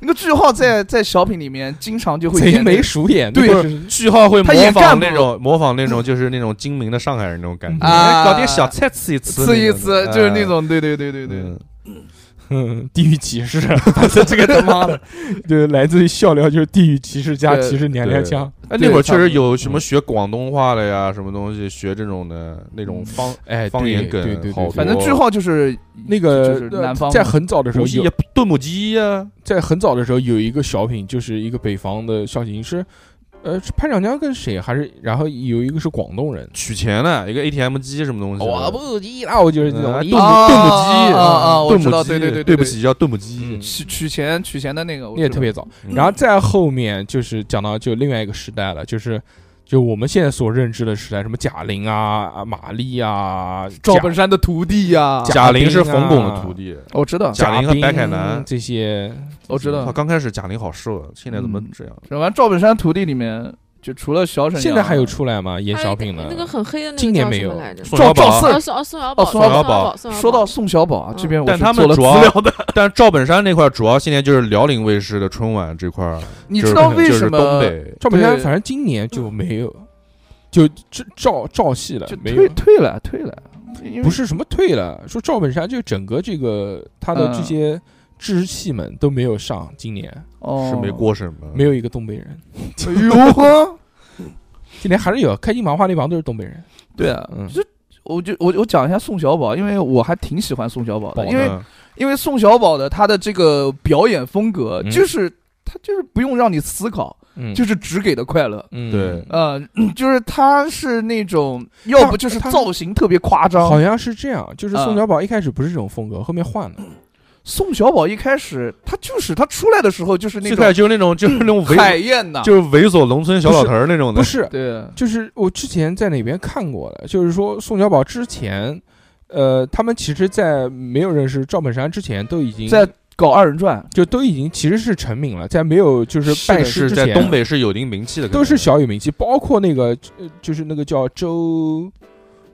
Speaker 5: 那个句号在在小品里面经常就会
Speaker 4: 贼
Speaker 5: 演那
Speaker 4: 眉
Speaker 5: 个
Speaker 4: 鼠眼，
Speaker 5: 对
Speaker 4: 那个
Speaker 6: 句号会
Speaker 5: 他演
Speaker 6: 模
Speaker 5: 干
Speaker 6: 仿
Speaker 5: 部
Speaker 6: 那种模仿那种就是那种精明的上海人那种感觉，哎
Speaker 5: 啊
Speaker 6: 搞点小菜吃一吃那种，
Speaker 5: 刺一次，就是那
Speaker 6: 哎
Speaker 5: 种对对对对对，
Speaker 6: 嗯
Speaker 4: 嗯地狱骑士，反正这个他妈的， 对，来自于笑料就是地狱骑士加
Speaker 5: 对
Speaker 4: 骑士娘娘腔，
Speaker 6: 哎，那会儿确
Speaker 5: 差不多嗯
Speaker 6: 实有什么学广东话的呀，什么东西学这种的那种方
Speaker 5: 嗯
Speaker 4: 哎，
Speaker 6: 方
Speaker 4: 对
Speaker 6: 言
Speaker 4: 对对
Speaker 6: 梗，好
Speaker 4: 对
Speaker 6: 多，
Speaker 5: 反正句号就是
Speaker 4: 那
Speaker 5: 就
Speaker 4: 个
Speaker 5: 是南方
Speaker 4: 在
Speaker 5: 嘛
Speaker 4: 很早的时候
Speaker 6: 母鸡
Speaker 4: 有
Speaker 6: 也，炖母鸡呀，
Speaker 4: 在很早的时候有一个小品，就是一个北方的小品是，呃，是潘长江跟谁还是，然后有一个是广东人，
Speaker 6: 取钱的一个 ATM 机什么东西的，
Speaker 4: 我不急啦，我就是那种
Speaker 6: 嗯
Speaker 4: 一
Speaker 6: 炖
Speaker 5: 啊
Speaker 6: 母炖母鸡
Speaker 5: 啊啊啊我
Speaker 6: 炖
Speaker 5: 知道
Speaker 6: 母鸡，
Speaker 5: 对对对对
Speaker 6: 对不
Speaker 5: 对
Speaker 6: 起叫炖母鸡
Speaker 4: 嗯，
Speaker 5: 取取钱取钱的那个，我
Speaker 4: 那也
Speaker 5: 知
Speaker 4: 特
Speaker 5: 道
Speaker 4: 别早。
Speaker 6: 嗯
Speaker 4: 然后再后面就是讲到就另外一个时代了，就是就我们现在所认知的时代，什么贾玲啊、啊马丽啊、
Speaker 5: 赵
Speaker 4: 贾
Speaker 5: 本山的徒弟呀，
Speaker 4: 贾
Speaker 6: 贾玲是
Speaker 4: 冰
Speaker 6: 冯巩
Speaker 4: 啊
Speaker 6: 的徒弟，
Speaker 5: 我知道，
Speaker 6: 贾玲和
Speaker 4: 冰
Speaker 6: 白凯南
Speaker 4: 这些，
Speaker 5: 我知
Speaker 6: 他
Speaker 5: 道。嗯
Speaker 6: 刚开始贾玲好瘦啊，现在怎么这样？
Speaker 5: 然后赵本山徒弟里面，就除了小沈阳，啊
Speaker 4: 现在还有出来吗？演
Speaker 2: 还有
Speaker 4: 小
Speaker 2: 一个
Speaker 4: 品的
Speaker 2: 哎那个很黑的那个
Speaker 4: 今年
Speaker 2: 叫
Speaker 4: 没
Speaker 2: 什么
Speaker 4: 有
Speaker 2: 来着？
Speaker 6: 宋小
Speaker 5: 赵赵
Speaker 6: 宝啊
Speaker 5: 四
Speaker 2: 啊，宋啊宋小
Speaker 5: 哦
Speaker 2: 宝，
Speaker 5: 宋
Speaker 2: 小
Speaker 6: 小
Speaker 2: 宝
Speaker 6: 宝，
Speaker 2: 宋小
Speaker 5: 说
Speaker 2: 宝哦
Speaker 5: 到宋小宝啊，这边我
Speaker 6: 但
Speaker 5: 是
Speaker 6: 他们
Speaker 5: 做了
Speaker 6: 主
Speaker 5: 资
Speaker 6: 要
Speaker 5: 料的，
Speaker 6: 但赵本山那块儿主要现在就是辽宁卫视的春晚这块儿，
Speaker 5: 你
Speaker 6: 就是
Speaker 5: 知道为
Speaker 6: 就是
Speaker 5: 什
Speaker 6: 东
Speaker 5: 么？
Speaker 6: 北
Speaker 4: 赵本山，
Speaker 5: 对嗯
Speaker 4: 反正今年就没有，就这赵赵系了
Speaker 5: 就，
Speaker 4: 没有
Speaker 5: 退。退了退了，因为
Speaker 4: 不是什么退了，说赵本山就整个这个他的这
Speaker 5: 嗯
Speaker 4: 些支系们都没有上，今年
Speaker 5: 哦
Speaker 6: 是没过审吗？
Speaker 5: 嗯
Speaker 4: 没有一个东北人，
Speaker 5: 哎呦 呵，
Speaker 4: 今年还是有开心麻花那帮都是东北人，
Speaker 5: 对啊
Speaker 4: 嗯，
Speaker 5: 这我就我我讲一下宋小宝，因为我还挺喜欢宋小宝
Speaker 4: 宝
Speaker 5: 的，
Speaker 4: 呢
Speaker 5: 因
Speaker 6: 嗯
Speaker 5: 为因为宋小宝的他的这个表演风格
Speaker 4: 嗯
Speaker 5: 就是。他就是不用让你思考，
Speaker 4: 嗯，
Speaker 5: 就是只给的快乐。
Speaker 4: 嗯
Speaker 6: 对
Speaker 5: 呃，就是他是那种，要不就是
Speaker 4: 他
Speaker 5: 造型特别夸
Speaker 4: 好
Speaker 5: 张。
Speaker 4: 像是这样，就是宋
Speaker 5: 嗯
Speaker 4: 小宝一开始不是这种风格，后面换了。
Speaker 5: 宋小宝一开始他就是他出来的时候就是那
Speaker 6: 最
Speaker 5: 种
Speaker 6: 开始就是那种就是那种
Speaker 5: 海
Speaker 6: 猥
Speaker 5: 燕呐，
Speaker 6: 就是猥琐农村小老头儿那种的
Speaker 4: 不，是，
Speaker 5: 对，
Speaker 4: 就是我之前在哪边看过的，就是说宋小宝之前，呃，他们其实，在没有认识赵本山之前，都已经
Speaker 5: 在搞二人转，
Speaker 4: 就都已经其实是成名了，在没有就是拜
Speaker 6: 但
Speaker 4: 师
Speaker 6: 是
Speaker 4: 之
Speaker 6: 在
Speaker 4: 前，
Speaker 6: 东北是有一定名气的，
Speaker 4: 都是小有名气，包括那个呃就是那个叫周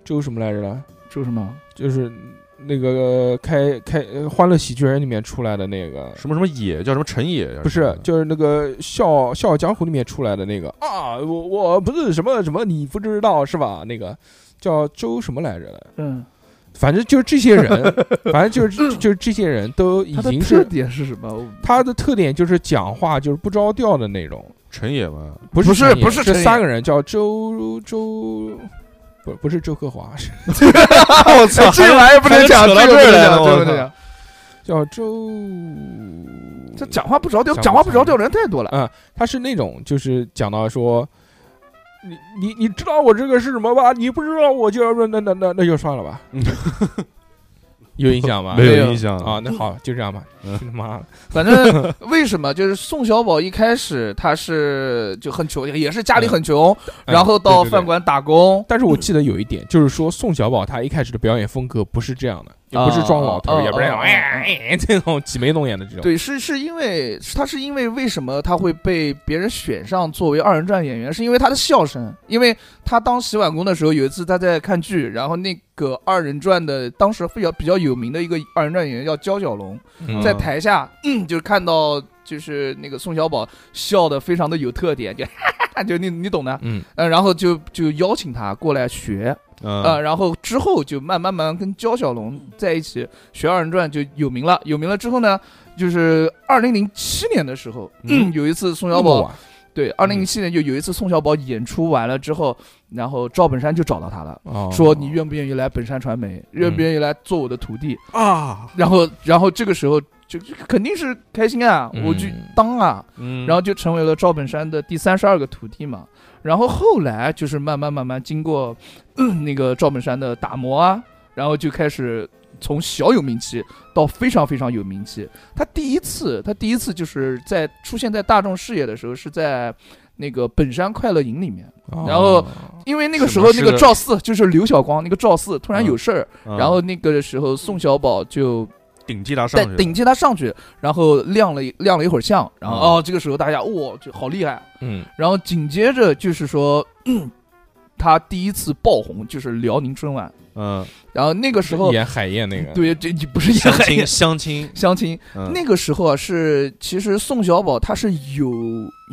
Speaker 4: 周什么来着了，
Speaker 5: 就是什么
Speaker 4: 就是那个开开呃《欢乐喜剧人》里面出来的那个，
Speaker 6: 什么什么野叫什么陈野，
Speaker 4: 不是，就是那个《笑笑傲江湖》里面出来的那个啊，我我不是什么什么，你不知道是吧？那个叫周什么来着的，
Speaker 5: 嗯，
Speaker 4: 反正就是这些 人，反正就是就是这些人都已
Speaker 5: 他的
Speaker 4: 经
Speaker 5: 特
Speaker 4: 是
Speaker 5: 点是什么？
Speaker 4: 他的特点就是讲话就是不着调的那种，
Speaker 6: 陈野嘛，
Speaker 4: 不
Speaker 5: 不
Speaker 4: 是
Speaker 5: 是
Speaker 4: 陈也
Speaker 5: 不是
Speaker 4: 这
Speaker 5: 陈也
Speaker 4: 三个人叫周周。不不是周克华，是
Speaker 5: 我操，哎这玩意儿不能讲，
Speaker 6: 还
Speaker 5: 这
Speaker 6: 能
Speaker 5: 个
Speaker 6: 扯到
Speaker 5: 不能讲，这个不能
Speaker 6: 这儿来呢我操
Speaker 5: 讲。
Speaker 4: 叫周，
Speaker 5: 这讲话不着调，
Speaker 4: 讲
Speaker 5: 讲话不着调的人太 多了。
Speaker 4: 啊，他是那种就是讲到说，你你你知道我这个是什么吧？你不知道我就要说那那那那就算了吧。有印象吗？
Speaker 6: 没
Speaker 5: 没有
Speaker 6: 有印象
Speaker 4: 啊，，那好，就这样吧。
Speaker 6: 嗯
Speaker 4: 他妈的，
Speaker 5: 反正 为什么就是宋小宝一开始他是就很穷，也是家里很穷，
Speaker 4: 嗯
Speaker 5: 然后到
Speaker 4: 对对对
Speaker 5: 饭馆打工，
Speaker 4: 但是我记得有一点，就是说宋小宝他一开始的表演风格不是这样的，也不是装老头
Speaker 5: 啊
Speaker 4: 儿，也不是那种
Speaker 5: 啊啊
Speaker 4: 哎哎哎 这种挤眉弄眼的这种。
Speaker 5: 对，是是因为他是因为为什么他会被别人选上作为二人转演员，是因为他的笑声。因为他当洗碗工的时候，有一次他在看剧，然后那个二人转的当时比较比较有名的一个二人转演员叫焦小龙，
Speaker 4: 嗯
Speaker 5: 在台下、嗯、就看到就是那个宋小宝笑的非常的有特点，就 就你你懂的，
Speaker 4: 嗯，
Speaker 5: 呃，然后就就邀请他过来学，呃，
Speaker 6: 嗯，
Speaker 5: 然后之后就慢慢慢慢跟焦小龙在一起学二人转就有名了。有名了之后呢，就是二零零七年的时候，
Speaker 4: 嗯
Speaker 5: 有一次宋
Speaker 4: 那
Speaker 5: 小
Speaker 4: 么
Speaker 5: 宝
Speaker 4: 晚
Speaker 5: 对，二零零七年就有一次宋小宝演出完了之后，然后赵本山就找到他了。
Speaker 4: 哦嗯
Speaker 5: 说你愿不愿意来本山传媒？愿不愿意来做我的徒弟？
Speaker 6: 啊，
Speaker 5: 然后，然后这个时候就就肯定是开心啊，我就
Speaker 4: 嗯
Speaker 5: 当啊，
Speaker 6: 嗯，
Speaker 5: 然后就成为了赵本山的第三十二个徒弟嘛。然后后来就是慢慢慢慢经过、 嗯那个赵本山的打磨啊，然后就开始从小有名气到非常非常有名气。他第一次，他第一次就是在出现在大众视野的时候是在。那个本山快乐营里面，
Speaker 4: 哦
Speaker 5: 然后因为那个时候
Speaker 6: 是
Speaker 5: 那
Speaker 6: 的
Speaker 5: 个
Speaker 6: 是的
Speaker 5: 赵四就是刘晓光，那个赵四突然有事儿，
Speaker 6: 嗯
Speaker 5: 然后那个时候宋小宝就
Speaker 6: 顶替他上
Speaker 5: 带
Speaker 6: 去了，
Speaker 5: 顶替他上去，然后亮了一亮了一会儿相，然后、
Speaker 6: 嗯
Speaker 5: 哦这个时候大家哇、就好厉害，
Speaker 4: 嗯
Speaker 5: 然后紧接着就是说， 他第一次爆红，就是辽宁春晚。
Speaker 6: 嗯，
Speaker 5: 然后那个时候，
Speaker 4: 演海燕那个，
Speaker 5: 对，这你不是
Speaker 6: 相
Speaker 5: 演海
Speaker 6: 亲
Speaker 5: 燕
Speaker 6: 相 亲，
Speaker 5: 相亲，
Speaker 6: 嗯
Speaker 5: 那个时候啊，是其实宋小宝他是有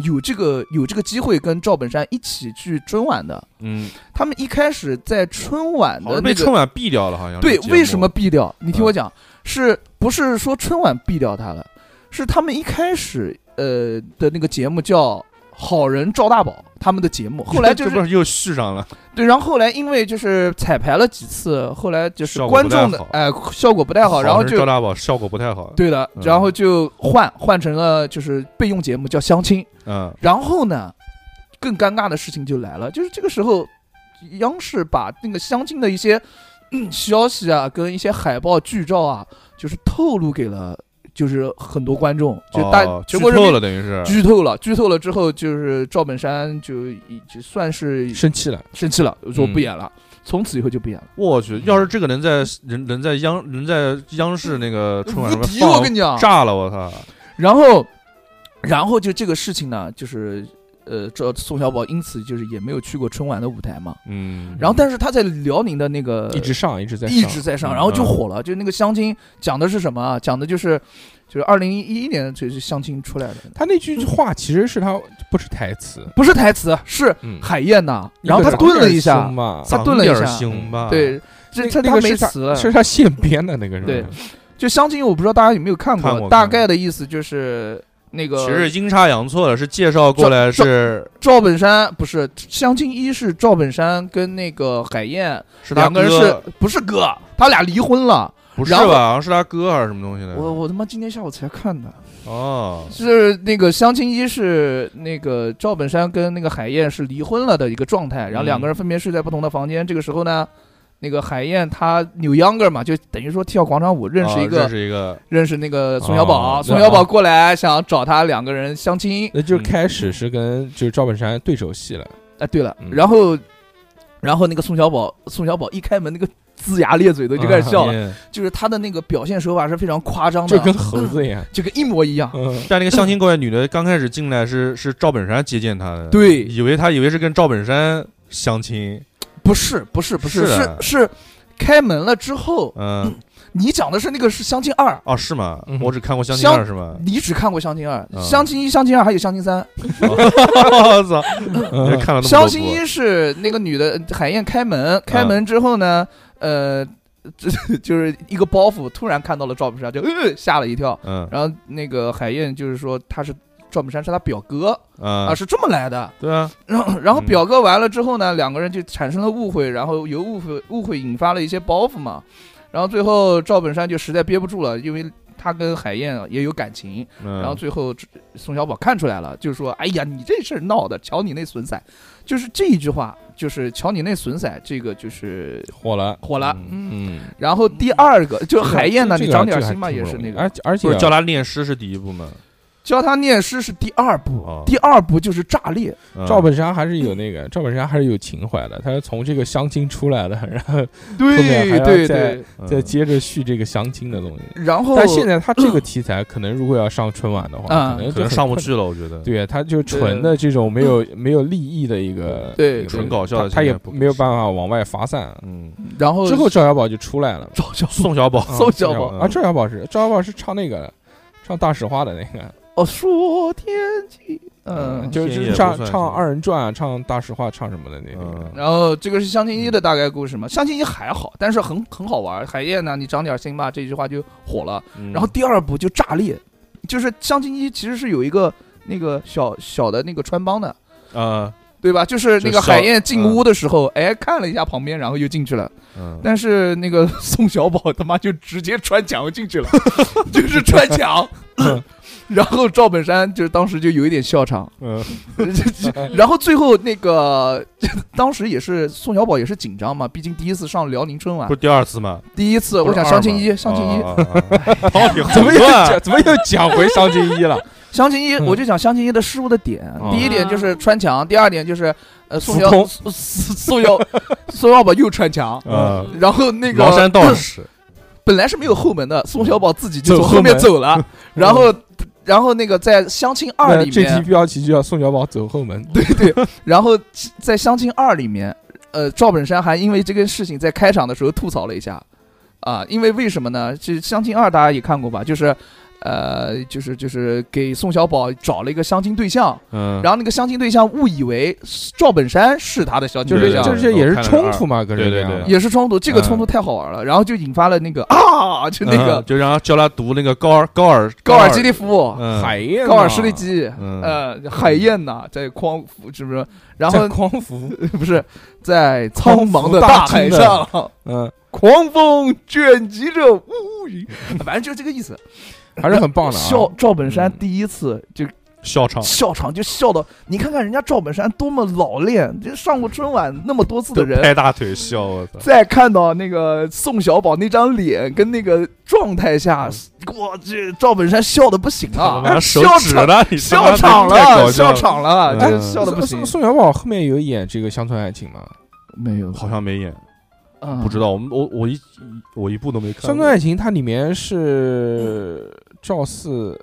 Speaker 5: 有这个有这个机会跟赵本山一起去春晚的。
Speaker 6: 嗯，
Speaker 5: 他们一开始在春晚
Speaker 6: 好
Speaker 5: 的
Speaker 6: 像
Speaker 5: 那
Speaker 6: 被
Speaker 5: 个
Speaker 6: 春晚毙掉了，好像是
Speaker 5: 对
Speaker 6: 节，目
Speaker 5: 为什么 毙掉？你听
Speaker 6: 嗯
Speaker 5: 我讲，是不是说春晚毙掉他了？是他们一开始呃的那个节目叫《好人赵大宝》，他们的节目，后来 就
Speaker 6: 这不
Speaker 5: 是
Speaker 6: 是又续上了？
Speaker 5: 对，然后后来因为就是彩排了几次，后来就是
Speaker 6: 效果
Speaker 5: 观
Speaker 6: 不太
Speaker 5: 众的
Speaker 6: 好
Speaker 5: 哎效果不太好，然后
Speaker 6: 好像是
Speaker 5: 就
Speaker 6: 赵大宝效果不太好，
Speaker 5: 对的，
Speaker 6: 嗯
Speaker 5: 然后就换换成了就是备用节目叫相亲，
Speaker 6: 嗯
Speaker 5: 然后呢，更尴尬的事情就来了，就是这个时候，央视把那个相亲的一些、嗯消息啊，跟一些海报剧照啊，就是透露给了就是很多观众，就大、
Speaker 6: 哦剧
Speaker 5: 全国人
Speaker 6: 透
Speaker 5: 民
Speaker 6: 了，等于是
Speaker 5: 剧透了，剧透了之后，就是赵本山就已就算是
Speaker 4: 生气了，
Speaker 5: 生气了，说
Speaker 6: 嗯
Speaker 5: 不演了，从此以后就不演了。
Speaker 6: 我去，要是这个能在能能在央能在央视那个春晚
Speaker 5: 无敌，
Speaker 6: 上面
Speaker 5: 我
Speaker 6: 放
Speaker 5: 嗯跟你讲，
Speaker 6: 炸了，我操！
Speaker 5: 然后，然后就这个事情呢，就是呃，这宋小宝因此就是也没有去过春晚的舞台嘛。
Speaker 6: 嗯，
Speaker 5: 然后，但是他在辽宁的那个
Speaker 4: 一直上，一直在上，
Speaker 5: 一直在上，然后就
Speaker 6: 嗯
Speaker 5: 火了。就那个相亲讲的是什么啊？讲的就是就是二零一一年就是相亲出来的，
Speaker 4: 他那句话其实是他不是台词，
Speaker 5: 不是台词，是
Speaker 4: 嗯
Speaker 5: 海燕呐。然后他顿了一
Speaker 4: 长点胸，
Speaker 5: 下
Speaker 6: 嗯
Speaker 4: 吧
Speaker 5: 他顿了一
Speaker 6: 长点
Speaker 5: 下，
Speaker 6: 行吧？，嗯
Speaker 5: 对，这
Speaker 4: 那
Speaker 5: 他
Speaker 4: 那个
Speaker 5: 没
Speaker 4: 是他
Speaker 5: 词了。
Speaker 4: 是他现编的那个是吧
Speaker 5: 对就相亲，我不知道大家有没有看
Speaker 6: 看过
Speaker 5: 大
Speaker 6: 看过
Speaker 5: 概的意思就是那个
Speaker 6: 其实阴差阳错的是介绍过来是
Speaker 5: 赵本山不是相亲一是赵本山跟那个海燕
Speaker 6: 是他
Speaker 5: 两个人
Speaker 6: 哥，
Speaker 5: 是不是哥？他俩离婚了。
Speaker 6: 不是
Speaker 5: 然后
Speaker 6: 吧？好像是他哥还是什么东西的？
Speaker 4: 嗯
Speaker 5: 我我他妈今天下午才看的，
Speaker 6: 哦，
Speaker 5: 是那个相亲一是那个赵本山跟那个海燕是离婚了的一个状态，然后两个人分别睡在不同的房间。这个时候呢，那个海燕她扭秧歌嘛，就等于说跳广场舞，认识
Speaker 6: 哦
Speaker 5: 一个、
Speaker 6: 认识一个，
Speaker 5: 认识那个宋小宝，
Speaker 4: 哦嗯
Speaker 5: 宋小宝过来想找他两个人相亲。
Speaker 4: 那
Speaker 6: 嗯
Speaker 4: 就是开始是跟就是赵本山对手戏了，
Speaker 5: 哎，对了，
Speaker 4: 嗯
Speaker 5: 然后然后那个宋小宝，宋小宝一开门那个龇牙咧嘴的就开始笑了，
Speaker 4: 嗯
Speaker 5: 就是他的那个表现手法是非常夸张的，
Speaker 4: 就跟猴子一样，
Speaker 5: 就跟一模一样。
Speaker 4: 嗯，
Speaker 6: 但那个相亲过来女的刚开始进来是是赵本山接见她的，
Speaker 5: 对
Speaker 6: 以为她以为是跟赵本山相亲，
Speaker 5: 不是不是不是
Speaker 6: 是
Speaker 5: 是
Speaker 6: 的
Speaker 5: 是开门了之后，
Speaker 6: 嗯，
Speaker 5: 你讲的是那个是相亲二，
Speaker 6: 哦是吗
Speaker 4: 嗯？
Speaker 6: 我只看过相亲
Speaker 5: 相
Speaker 6: 二是吗？
Speaker 5: 你只看过相亲二，
Speaker 6: 嗯
Speaker 5: 相亲一、相亲二还有相亲三。
Speaker 6: 我操，
Speaker 4: 嗯
Speaker 6: 看了那么多部
Speaker 5: 相亲一是那个女的呃海燕开
Speaker 6: 嗯
Speaker 5: 门，开门之后呢，呃， 这就是一个包袱，突然看到了赵本山，就呃吓了一跳。
Speaker 6: 嗯
Speaker 5: 然后那个海燕就是说他是赵本山是他表哥啊，
Speaker 6: 啊，
Speaker 5: 是这么来的。
Speaker 6: 对啊，
Speaker 5: 然后然后
Speaker 6: 嗯
Speaker 5: 表哥完了之后呢，两个人就产生了误会，然后由误会误会引发了一些包袱嘛。然后最后赵本山就实在憋不住了，因为他跟海燕也有感情。
Speaker 6: 然
Speaker 5: 然
Speaker 4: 嗯
Speaker 5: 后最后这宋小宝看出来了，就是说：“哎呀，你这事儿闹的，瞧你那损色。”就是这一句话，就是“瞧你那损色”，这个就是
Speaker 4: 火了，
Speaker 5: 火了。嗯。
Speaker 4: 嗯，
Speaker 5: 然后第二个就是海燕呢，
Speaker 4: 这
Speaker 5: 你
Speaker 4: 个
Speaker 5: 长点
Speaker 4: 这个还
Speaker 5: 心吧，
Speaker 4: 挺
Speaker 5: 也
Speaker 4: 不
Speaker 5: 是
Speaker 4: 容易
Speaker 5: 那个
Speaker 4: 而且而
Speaker 6: 不
Speaker 4: 且
Speaker 6: 是教他练诗是第一步吗？
Speaker 5: 教他念诗是第二步，
Speaker 6: 哦
Speaker 5: 第二步就是炸裂。
Speaker 6: 嗯
Speaker 4: 赵本山还是有那个，赵本山还是有情怀的，他是从这个相亲出来的，然后面还
Speaker 5: 对
Speaker 4: 要
Speaker 5: 对
Speaker 4: 再
Speaker 5: 对。
Speaker 6: 嗯
Speaker 4: 再接着续这个相亲的东西。
Speaker 5: 然后
Speaker 4: 但现在他这个题材可能如果要上春晚的话，
Speaker 5: 啊
Speaker 4: 可能
Speaker 6: 可
Speaker 4: 就
Speaker 6: 能
Speaker 4: 很
Speaker 6: 上不
Speaker 4: 困
Speaker 6: 去了，我觉得。
Speaker 4: 对，啊他就纯的这种没有没有利益的一个，
Speaker 5: 对
Speaker 4: 一个
Speaker 5: 纯
Speaker 6: 搞笑的
Speaker 4: 他他也
Speaker 6: 现在不
Speaker 4: 没有办法往外发散。
Speaker 6: 嗯，
Speaker 5: 然后
Speaker 4: 之后赵小宝就出来 了，
Speaker 5: 赵小
Speaker 6: 宋小宝，
Speaker 4: 啊
Speaker 5: 宋小
Speaker 6: 宝
Speaker 4: 啊，赵小宝是赵小宝是唱那个唱大实话的那个，
Speaker 5: 哦说天气，嗯，
Speaker 4: 就
Speaker 6: 天
Speaker 4: 就
Speaker 6: 也
Speaker 4: 是
Speaker 6: 不
Speaker 4: 唱
Speaker 6: 算是
Speaker 4: 唱二人转啊，唱大实话，唱什么的那个。
Speaker 6: 嗯
Speaker 5: 然后这个是相亲一的大概故事嘛，相亲一还好，但是很很好玩。海燕呢，你长点心吧，这句话就火了。
Speaker 6: 嗯
Speaker 5: 然后第二部就炸裂，就是相亲一其实是有一个那个小小的那个穿帮的，
Speaker 6: 啊，
Speaker 5: 对吧？就是那
Speaker 6: 就
Speaker 5: 个
Speaker 6: 小
Speaker 5: 海燕进屋的时候，哎，看了一下旁边，然后又进去了。
Speaker 6: 嗯，
Speaker 5: 但是那个 宋小宝他妈就直接穿墙进去了， 就是穿墙。
Speaker 6: 嗯
Speaker 5: 然后赵本山就是当时就有一点笑 场，
Speaker 4: 嗯，
Speaker 5: 然后最后那个 当时也是宋小宝也是紧张嘛，毕竟第一次上辽宁春晚
Speaker 6: 不，是第二次吗？
Speaker 5: 第一次
Speaker 6: 不
Speaker 5: 我
Speaker 6: 是
Speaker 5: 想
Speaker 6: 二
Speaker 5: 相亲
Speaker 6: 吗
Speaker 5: 一，相亲一，
Speaker 6: 哦，到底
Speaker 4: 怎么又
Speaker 6: 乱
Speaker 4: 讲？怎么又讲回相亲一 了？
Speaker 5: 相亲一，
Speaker 4: 嗯
Speaker 5: 我就讲相亲一的失误的点
Speaker 6: 哦。
Speaker 5: 第一点就是穿墙，第二点就是呃宋
Speaker 4: 浮
Speaker 5: 小
Speaker 4: 空
Speaker 5: 宋宋小 宋小宝又穿墙，
Speaker 6: 啊？
Speaker 5: 然后那个
Speaker 6: 崂山道士，
Speaker 5: 本来是没有后门的，宋小宝自己就
Speaker 4: 走
Speaker 5: 从
Speaker 4: 后
Speaker 5: 后面
Speaker 4: 门
Speaker 5: 走了，然后然后那个在相亲二
Speaker 4: 那
Speaker 5: 里
Speaker 4: 这题
Speaker 5: 面，
Speaker 4: 标题就叫宋小宝走后门。对，
Speaker 5: 然后在相亲二里面，呃，赵本山还因为这个事情在开场的时候吐槽了一下，啊，因为为什么呢？这《相亲二》大家也看过吧？就是，呃，就是就是给宋小宝找了一个相亲对象，
Speaker 6: 嗯，
Speaker 5: 然后那个相亲对象误以为是赵本山是他的相亲
Speaker 4: 就
Speaker 6: 对
Speaker 4: 是
Speaker 5: 对
Speaker 6: 对
Speaker 5: 象，
Speaker 6: 对
Speaker 4: 就是也是冲突嘛，跟
Speaker 6: 对
Speaker 4: 人
Speaker 6: 对
Speaker 4: 家
Speaker 6: 对
Speaker 5: 也是冲突，这个
Speaker 4: 嗯
Speaker 5: 冲突太好玩了，然后就引发了那个啊，就那个
Speaker 6: 嗯就让他教他读那个高尔高尔
Speaker 5: 高尔基，的服，
Speaker 6: 嗯，
Speaker 4: 海燕
Speaker 5: 高尔
Speaker 4: 嘛
Speaker 5: 施的基，
Speaker 6: 嗯
Speaker 5: 呃，海燕呐，在匡扶是不是？然后
Speaker 4: 在匡 扶，
Speaker 5: 不是在苍茫的
Speaker 4: 大
Speaker 5: 大
Speaker 4: 清
Speaker 5: 海
Speaker 4: 的
Speaker 5: 上，
Speaker 4: 嗯，
Speaker 5: 狂风卷集着乌 云，反正就这个意思。
Speaker 4: 还是很棒的啊。
Speaker 5: 笑赵本山
Speaker 4: 嗯哦
Speaker 5: 第一次就
Speaker 6: 笑场，
Speaker 5: 笑场，就笑到你看看人家赵本山多么老练，就上过春晚那么多次的人，
Speaker 6: 拍大腿笑，我操，
Speaker 5: 再看到那个宋小宝那张脸跟那个状态下，
Speaker 4: 嗯
Speaker 5: 我这赵本山笑的不行
Speaker 6: 他妈
Speaker 5: 啊，
Speaker 6: 手
Speaker 5: 笑
Speaker 6: 指
Speaker 5: 场
Speaker 6: 了，你他妈
Speaker 5: 笑场
Speaker 6: 太搞
Speaker 5: 了，
Speaker 6: 笑
Speaker 5: 笑场了，
Speaker 4: 哎
Speaker 6: 嗯
Speaker 5: 真是哎笑的不
Speaker 4: 宋
Speaker 5: 行
Speaker 4: 宋。宋小宝后面有演这个乡村爱情吗？
Speaker 5: 没有，
Speaker 6: 好像没演，
Speaker 5: 像
Speaker 6: 不知道，我们我我一我一部都没看过，
Speaker 4: 乡村爱情它里面是赵四、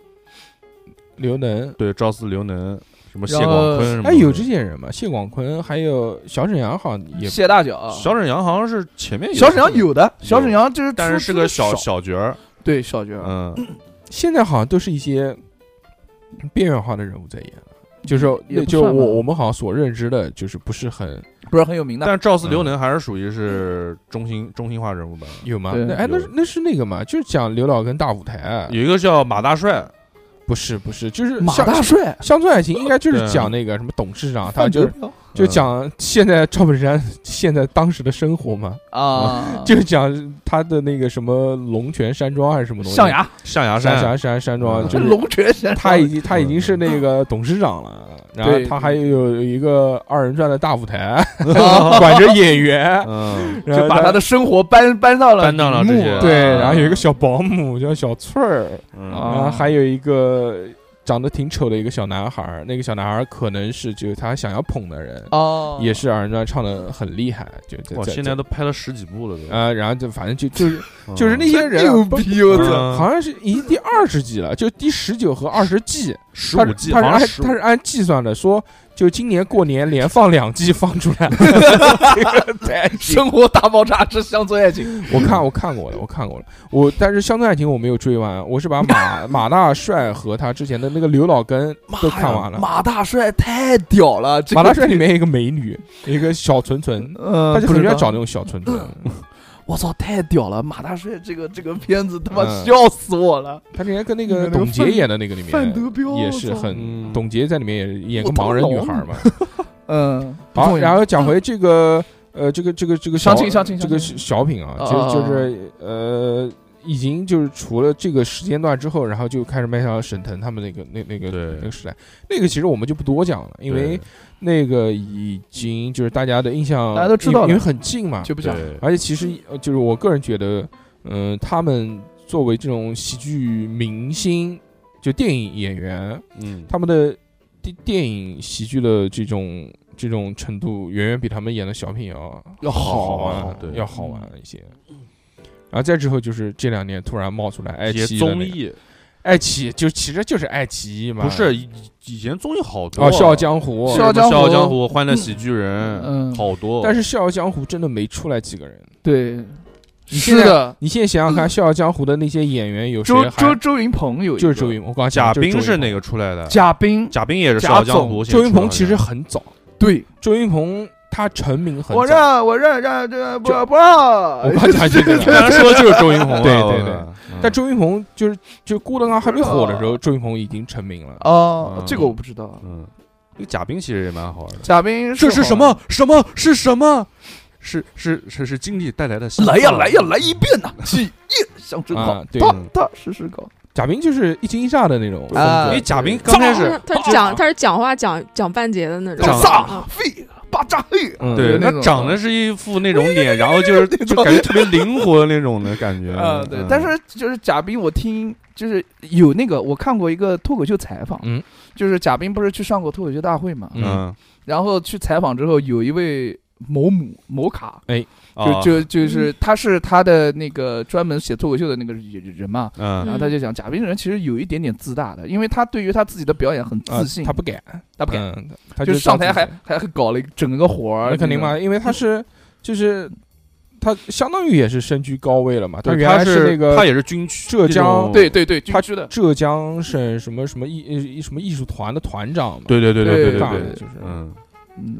Speaker 4: 刘能，
Speaker 6: 对赵四刘能什么谢
Speaker 5: 然后
Speaker 6: 广坤什么的，
Speaker 4: 哎，有这些人吗？谢广坤，还有小沈阳，好像也
Speaker 5: 谢大脚，
Speaker 6: 小沈阳好像是前面
Speaker 5: 小沈阳，有的，小沈阳就是
Speaker 6: 但
Speaker 5: 出
Speaker 6: 是是个
Speaker 5: 出的
Speaker 6: 小
Speaker 5: 少
Speaker 6: 小角儿，
Speaker 5: 对小角，
Speaker 6: 嗯，
Speaker 4: 现在好像都是一些边缘化的人物在演了，就是
Speaker 5: 也
Speaker 4: 那
Speaker 5: 不
Speaker 4: 就
Speaker 5: 算吧
Speaker 4: 我我们好像所认知的，就是不是很
Speaker 5: 不是很有名的。
Speaker 6: 但是赵四刘能还是属于是中心中心化人物吧。
Speaker 4: 有吗？
Speaker 5: 对
Speaker 4: 那哎，那
Speaker 6: 有
Speaker 4: 是那是那个嘛，就是讲刘老根大舞台啊，
Speaker 6: 有一个叫马大帅，
Speaker 4: 不是不是，就是
Speaker 5: 马
Speaker 4: 乡
Speaker 5: 大帅，
Speaker 4: 乡村爱情应该就
Speaker 6: 对
Speaker 4: 是
Speaker 6: 啊
Speaker 4: 讲那个什么董事长，他
Speaker 5: 范
Speaker 4: 就
Speaker 5: 德彪
Speaker 4: 就讲现在赵本山现在当时的生活嘛，
Speaker 5: 啊，
Speaker 4: 就是讲他的那个什么龙泉山庄还是什么东西，
Speaker 5: 象牙
Speaker 6: 象牙
Speaker 4: 山
Speaker 6: 山，
Speaker 4: 山山山庄，
Speaker 6: 嗯
Speaker 4: 就是
Speaker 5: 龙泉山嗯
Speaker 4: 他已经他已经是那个董事长了，然后
Speaker 5: 对
Speaker 4: 他还有一个二人转的大舞台，
Speaker 5: 啊
Speaker 4: 管着演员，
Speaker 6: 嗯，
Speaker 4: 然后
Speaker 5: 就把他的生活搬搬到了嗯
Speaker 6: 搬到了这
Speaker 5: 荧幕
Speaker 6: 些
Speaker 4: 对，然后有一个小保姆叫小翠儿，
Speaker 6: 嗯
Speaker 5: 啊
Speaker 4: 然后还有一个长得挺丑的一个小男孩儿，那个小男孩儿可能是就是他想要捧的人，
Speaker 5: 哦，
Speaker 4: 也是二人转唱的很厉害，就在
Speaker 6: 哇，
Speaker 4: 在
Speaker 6: 现在都拍了十几部了都，
Speaker 4: 呃，然后就反正就 就是就是那
Speaker 6: 嗯
Speaker 4: 些人
Speaker 5: 牛
Speaker 4: 啊。不
Speaker 5: 逼，我
Speaker 4: 不是
Speaker 5: 操！
Speaker 6: 嗯
Speaker 4: 好像是已经第二十季了，就第十九和二十季，
Speaker 6: 十
Speaker 4: 他
Speaker 6: 五
Speaker 4: 是
Speaker 6: 季，
Speaker 4: 他是
Speaker 6: 好
Speaker 4: 按
Speaker 6: 像十
Speaker 4: 他
Speaker 6: 五
Speaker 4: 是按计算的，说就今年过年连放两季放出 来，
Speaker 5: 对，生活大爆炸之乡村爱情，
Speaker 4: 我看我看过了，我看过了，我但是《乡村爱情》我没有追完，我是把 马马大帅和他之前的那个刘老根都看完了。
Speaker 5: 马大帅太屌了，这个
Speaker 4: 马大帅里面有一个美女，有一个小纯纯，
Speaker 5: 呃，
Speaker 4: 他就
Speaker 5: 不
Speaker 4: 很
Speaker 5: 知
Speaker 4: 喜欢
Speaker 5: 道嗯
Speaker 4: 找那种小纯纯，
Speaker 5: 我操，太屌了！马大帅这个这个片子他妈
Speaker 4: 嗯
Speaker 5: 笑死我了，
Speaker 4: 他之前跟那个
Speaker 5: 那个
Speaker 4: 董洁
Speaker 5: 范
Speaker 4: 演的那个里
Speaker 5: 范德
Speaker 4: 面
Speaker 5: 彪
Speaker 4: 也是
Speaker 5: 我操
Speaker 4: 很，
Speaker 6: 嗯
Speaker 4: 董洁在里面也是演个
Speaker 5: 我当
Speaker 4: 盲人女
Speaker 5: 老
Speaker 4: 孩嘛。
Speaker 5: 嗯，不
Speaker 4: 好，
Speaker 5: 重要
Speaker 4: 然后讲回这个呃，这个这个这个
Speaker 5: 相
Speaker 4: 小
Speaker 5: 亲相亲
Speaker 4: 这个
Speaker 5: 相亲
Speaker 4: 小品啊，
Speaker 5: 啊
Speaker 4: 就就是呃，已经就是除了这个时间段之后，然后就开始迈向了沈腾他们那个那那个
Speaker 6: 对
Speaker 4: 那个时代。那个其实我们就不多讲了，因为那个已经就是大家的印象，
Speaker 5: 大家都知道
Speaker 4: 因为
Speaker 5: 了
Speaker 4: 因为很近嘛。
Speaker 5: 就不
Speaker 6: 对啊
Speaker 5: 讲了。
Speaker 6: 对
Speaker 4: 而且其实呃就是我个人觉得，嗯、他们作为这种喜剧明星，就电影演员，
Speaker 6: 嗯，
Speaker 4: 他们的电电影喜剧的这种这种程度，远远比他们演的小品要
Speaker 5: 要
Speaker 4: 好啊
Speaker 6: 好
Speaker 4: 玩，
Speaker 6: 哦对
Speaker 4: 要好玩一些。然后再之后就是这两年突然冒出来爱
Speaker 6: 一些
Speaker 4: 奇艺的
Speaker 6: 综
Speaker 4: 那个，
Speaker 6: 艺
Speaker 4: 爱奇艺就其实就是爱奇艺嘛，
Speaker 6: 不是以以前综艺好多
Speaker 4: 哦，《笑傲江湖
Speaker 5: 湖》
Speaker 6: 什么
Speaker 5: 笑傲江
Speaker 6: 笑傲
Speaker 5: 湖
Speaker 6: 江湖》《欢乐喜剧人》
Speaker 5: 嗯
Speaker 6: 好多，
Speaker 4: 但是《笑傲江湖》真的没出来几个人。
Speaker 5: 对，
Speaker 4: 你现在
Speaker 5: 是的，
Speaker 4: 你现在想想 看，《笑傲江湖》的那些演员有谁
Speaker 5: 周
Speaker 4: 还
Speaker 5: 周周云鹏有一
Speaker 4: 就
Speaker 5: 个
Speaker 4: 是周云，我刚刚
Speaker 6: 贾
Speaker 4: 讲
Speaker 6: 冰是哪
Speaker 4: 个？
Speaker 6: 个出来的？
Speaker 5: 贾冰，
Speaker 6: 贾冰也是《
Speaker 5: 贾
Speaker 6: 笑傲江湖》先
Speaker 4: 周
Speaker 6: 出来的。
Speaker 4: 云鹏其 实很早，
Speaker 5: 对
Speaker 4: 周云鹏他成名很
Speaker 5: 我
Speaker 4: 早。
Speaker 5: 让我让让这不
Speaker 4: 就
Speaker 5: 不让，
Speaker 4: 我刚讲这 个，
Speaker 6: 刚才说的就是周云鹏 啊，
Speaker 4: 对对
Speaker 6: 我靠
Speaker 4: 对，
Speaker 6: 嗯
Speaker 4: 但周云鹏就是就郭德纲还没火的时候，周云鹏已经成名了。
Speaker 5: 哦
Speaker 6: 嗯，
Speaker 5: 这个我不知道。
Speaker 6: 嗯，这个贾冰其实也蛮好玩的。
Speaker 5: 贾冰
Speaker 6: 这是
Speaker 5: 好
Speaker 6: 什么什么是什么？是是是是经济带来的。
Speaker 5: 来呀来呀来一遍 呐！起夜香真好
Speaker 4: 啊，对
Speaker 5: 嗯踏踏实实搞。
Speaker 4: 贾冰就是一惊一乍的那种风
Speaker 5: 啊
Speaker 6: 因为
Speaker 4: 格，
Speaker 6: 贾冰刚开
Speaker 2: 他
Speaker 6: 始，
Speaker 2: 他是讲他是讲话讲讲半截的那种，嗯
Speaker 6: 长
Speaker 5: 撒飞巴扎嘿，
Speaker 4: 嗯
Speaker 6: 对
Speaker 5: 对
Speaker 6: 他
Speaker 5: 那种
Speaker 6: 长得是一副那种脸，然后就是就感觉特别灵活那种的感
Speaker 4: 嗯
Speaker 6: 觉。嗯
Speaker 5: 啊，对，但是就是贾冰，我听就是有那个，我看过一个脱口秀采访，
Speaker 4: 嗯，
Speaker 5: 就是贾冰不是去上过脱口秀大会嘛，
Speaker 4: 嗯
Speaker 6: 嗯，
Speaker 5: 然后去采访之后，有一位某母某卡，
Speaker 6: 啊
Speaker 4: 哦
Speaker 5: 就就就是他是他的那个专门写脱口秀的那个人嘛，
Speaker 6: 嗯
Speaker 5: 然后他就讲贾冰这人其实有一点点自大的，因为他对于他自己的表演很
Speaker 4: 啊
Speaker 5: 自信，
Speaker 4: 他不改，
Speaker 5: 他不敢，
Speaker 4: 嗯，他
Speaker 5: 就是上台
Speaker 4: 照自
Speaker 5: 还
Speaker 4: 己
Speaker 5: 还还搞了一整个活儿，
Speaker 4: 那肯定嘛，
Speaker 6: 嗯
Speaker 4: 因为他是就是他相当于也是身居高位了嘛，
Speaker 6: 对，
Speaker 4: 原
Speaker 6: 他
Speaker 4: 来那
Speaker 6: 他
Speaker 4: 个
Speaker 6: 也是军区
Speaker 4: 浙江
Speaker 6: 这种
Speaker 5: 对对对，
Speaker 4: 他
Speaker 5: 军区的，
Speaker 4: 浙江省什么什么艺什么艺术团的团长嘛，
Speaker 6: 对对对对对
Speaker 5: 对
Speaker 6: 对，
Speaker 4: 就是
Speaker 6: 嗯，
Speaker 5: 嗯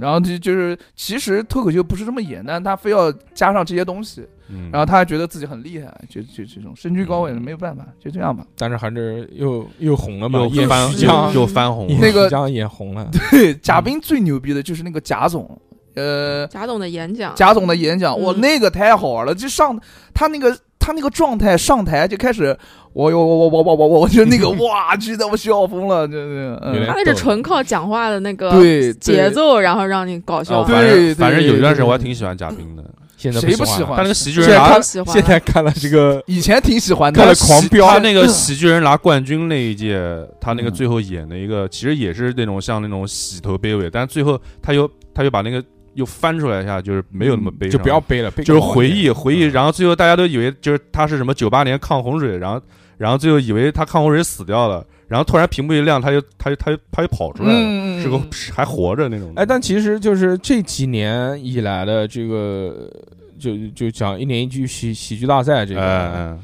Speaker 5: 然后就就是其实脱口秀不是这么演，但他非要加上这些东西，
Speaker 6: 嗯
Speaker 5: 然后他还觉得自己很厉害，就就这种身居高位没有办法，就这样吧。
Speaker 4: 但是还是又又红了嘛，
Speaker 6: 又
Speaker 4: 演
Speaker 6: 翻
Speaker 4: 徐江
Speaker 6: 又又翻红
Speaker 4: 演
Speaker 6: 了，
Speaker 5: 那个
Speaker 4: 徐江也红了，
Speaker 5: 对，贾冰最牛逼的就是那个贾总，呃，
Speaker 2: 贾总的演讲，
Speaker 5: 贾总的演讲，哇，
Speaker 2: 嗯
Speaker 5: 那个太好玩了！就上他那个他那个状态，上台就开始，我我我我我我我，我就那个哇，真的我笑疯了，真的。
Speaker 4: 有
Speaker 5: 嗯
Speaker 4: 点
Speaker 2: 他那是纯靠讲话的那个
Speaker 5: 对
Speaker 2: 节
Speaker 5: 对
Speaker 2: 奏，然后让你搞
Speaker 6: 啊
Speaker 2: 笑。
Speaker 6: 反
Speaker 5: 对
Speaker 6: 正
Speaker 5: 对
Speaker 6: 反正有一段时间我还
Speaker 5: 对
Speaker 6: 挺喜欢贾冰的，
Speaker 4: 现在
Speaker 5: 谁不
Speaker 4: 喜
Speaker 5: 喜
Speaker 4: 欢
Speaker 5: 欢
Speaker 4: 了？
Speaker 6: 但那个喜剧
Speaker 4: 现
Speaker 6: 人
Speaker 4: 在
Speaker 6: 拿
Speaker 4: 看
Speaker 2: 不喜欢
Speaker 4: 现在看了这个
Speaker 5: 以前挺喜欢的，
Speaker 4: 看了
Speaker 5: 喜
Speaker 4: 狂飙
Speaker 6: 他那个
Speaker 5: 嗯
Speaker 6: 喜剧人拿冠军那一届，他
Speaker 4: 嗯
Speaker 6: 那个最后演的一个，其实也是那种像那种洗头卑微，但最后他又他又把那个又翻出来一下，就是没有那么悲
Speaker 4: 嗯
Speaker 6: 伤，
Speaker 4: 就不要背了，背
Speaker 6: 就是
Speaker 4: 给我
Speaker 6: 回
Speaker 4: 点
Speaker 6: 忆回忆，
Speaker 5: 嗯
Speaker 6: 然后最后大家都以为就是他是什么九八年抗洪水，然后然后最后以为他抗洪水死掉了，然后突然屏幕一亮，他就他就他就他就跑出来了，
Speaker 5: 嗯，
Speaker 6: 是个还活着那种。
Speaker 4: 哎，但其实就是这几年以来的这个，就就讲一年一剧喜喜剧大赛这个，
Speaker 6: 哎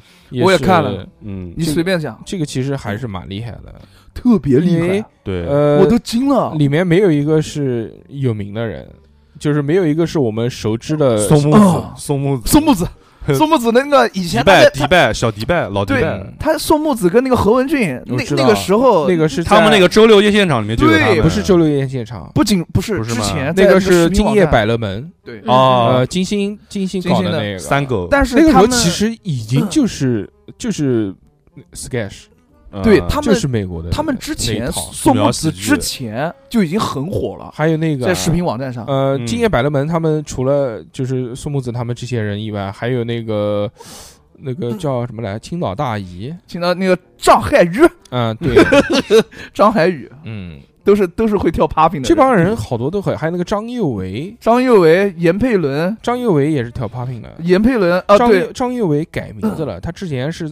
Speaker 5: 我也
Speaker 4: 是
Speaker 5: 看了，
Speaker 6: 嗯
Speaker 5: 你随便讲，
Speaker 4: 这个其实还是蛮厉害的，
Speaker 5: 特别
Speaker 4: 因为，
Speaker 6: 对，
Speaker 4: 呃，
Speaker 5: 我都惊了。
Speaker 4: 里面没有一个是有名的人，就是没有一个是我们熟知的
Speaker 6: 松木子
Speaker 5: 哦
Speaker 6: 松木子
Speaker 5: 宋木子，宋木子那个以
Speaker 6: 迪
Speaker 5: 前他
Speaker 6: 拜
Speaker 5: 在
Speaker 6: 迪拜小迪拜老迪
Speaker 5: 对嗯
Speaker 6: 拜。
Speaker 5: 他宋木子跟那个何文俊
Speaker 4: 我
Speaker 5: 那
Speaker 4: 知道
Speaker 5: 那个时候
Speaker 4: 那个是
Speaker 6: 他们那
Speaker 4: 个
Speaker 6: 个周六夜现场里面就有他们，
Speaker 5: 对
Speaker 4: 不是周六夜现场，
Speaker 5: 不仅不是
Speaker 6: 不是
Speaker 5: 之
Speaker 6: 吗
Speaker 5: 前
Speaker 4: 那
Speaker 5: 在
Speaker 4: 个
Speaker 5: 个
Speaker 4: 是
Speaker 5: 视频
Speaker 4: 今
Speaker 5: 网
Speaker 4: 夜
Speaker 5: 站
Speaker 4: 百乐门，
Speaker 5: 对，
Speaker 2: 嗯
Speaker 6: 哦
Speaker 4: 呃，金星金星
Speaker 5: 金
Speaker 4: 搞
Speaker 5: 星的
Speaker 4: 那个
Speaker 6: 三狗，
Speaker 5: 但是
Speaker 4: 那个时
Speaker 5: 他
Speaker 4: 候
Speaker 5: 们
Speaker 4: 其实已经就是就是。sketch
Speaker 6: 嗯
Speaker 5: 对他们
Speaker 4: 就是美国的那一套，
Speaker 5: 他们之前宋木子之前就已经很火了，
Speaker 4: 还有那个啊
Speaker 5: 在视频网站上。
Speaker 4: 呃，
Speaker 6: 嗯
Speaker 4: 今夜百乐门他们除了就是苏木子他们这些人以外，还有那个那个
Speaker 5: 嗯
Speaker 4: 叫什么来，青岛大姨，
Speaker 5: 听到那个张海宇，
Speaker 4: 嗯， 对，
Speaker 5: 张海宇
Speaker 4: 嗯，
Speaker 5: 都是都是会跳 popping 的人。
Speaker 4: 这帮人好多都很，还有那个张佑维，
Speaker 5: 张佑维、闫佩伦、
Speaker 4: 张佑维也是跳 popping 的，
Speaker 5: 闫佩伦啊，
Speaker 4: 张佑
Speaker 5: 对嗯
Speaker 4: 张佑维改名字了，他之前是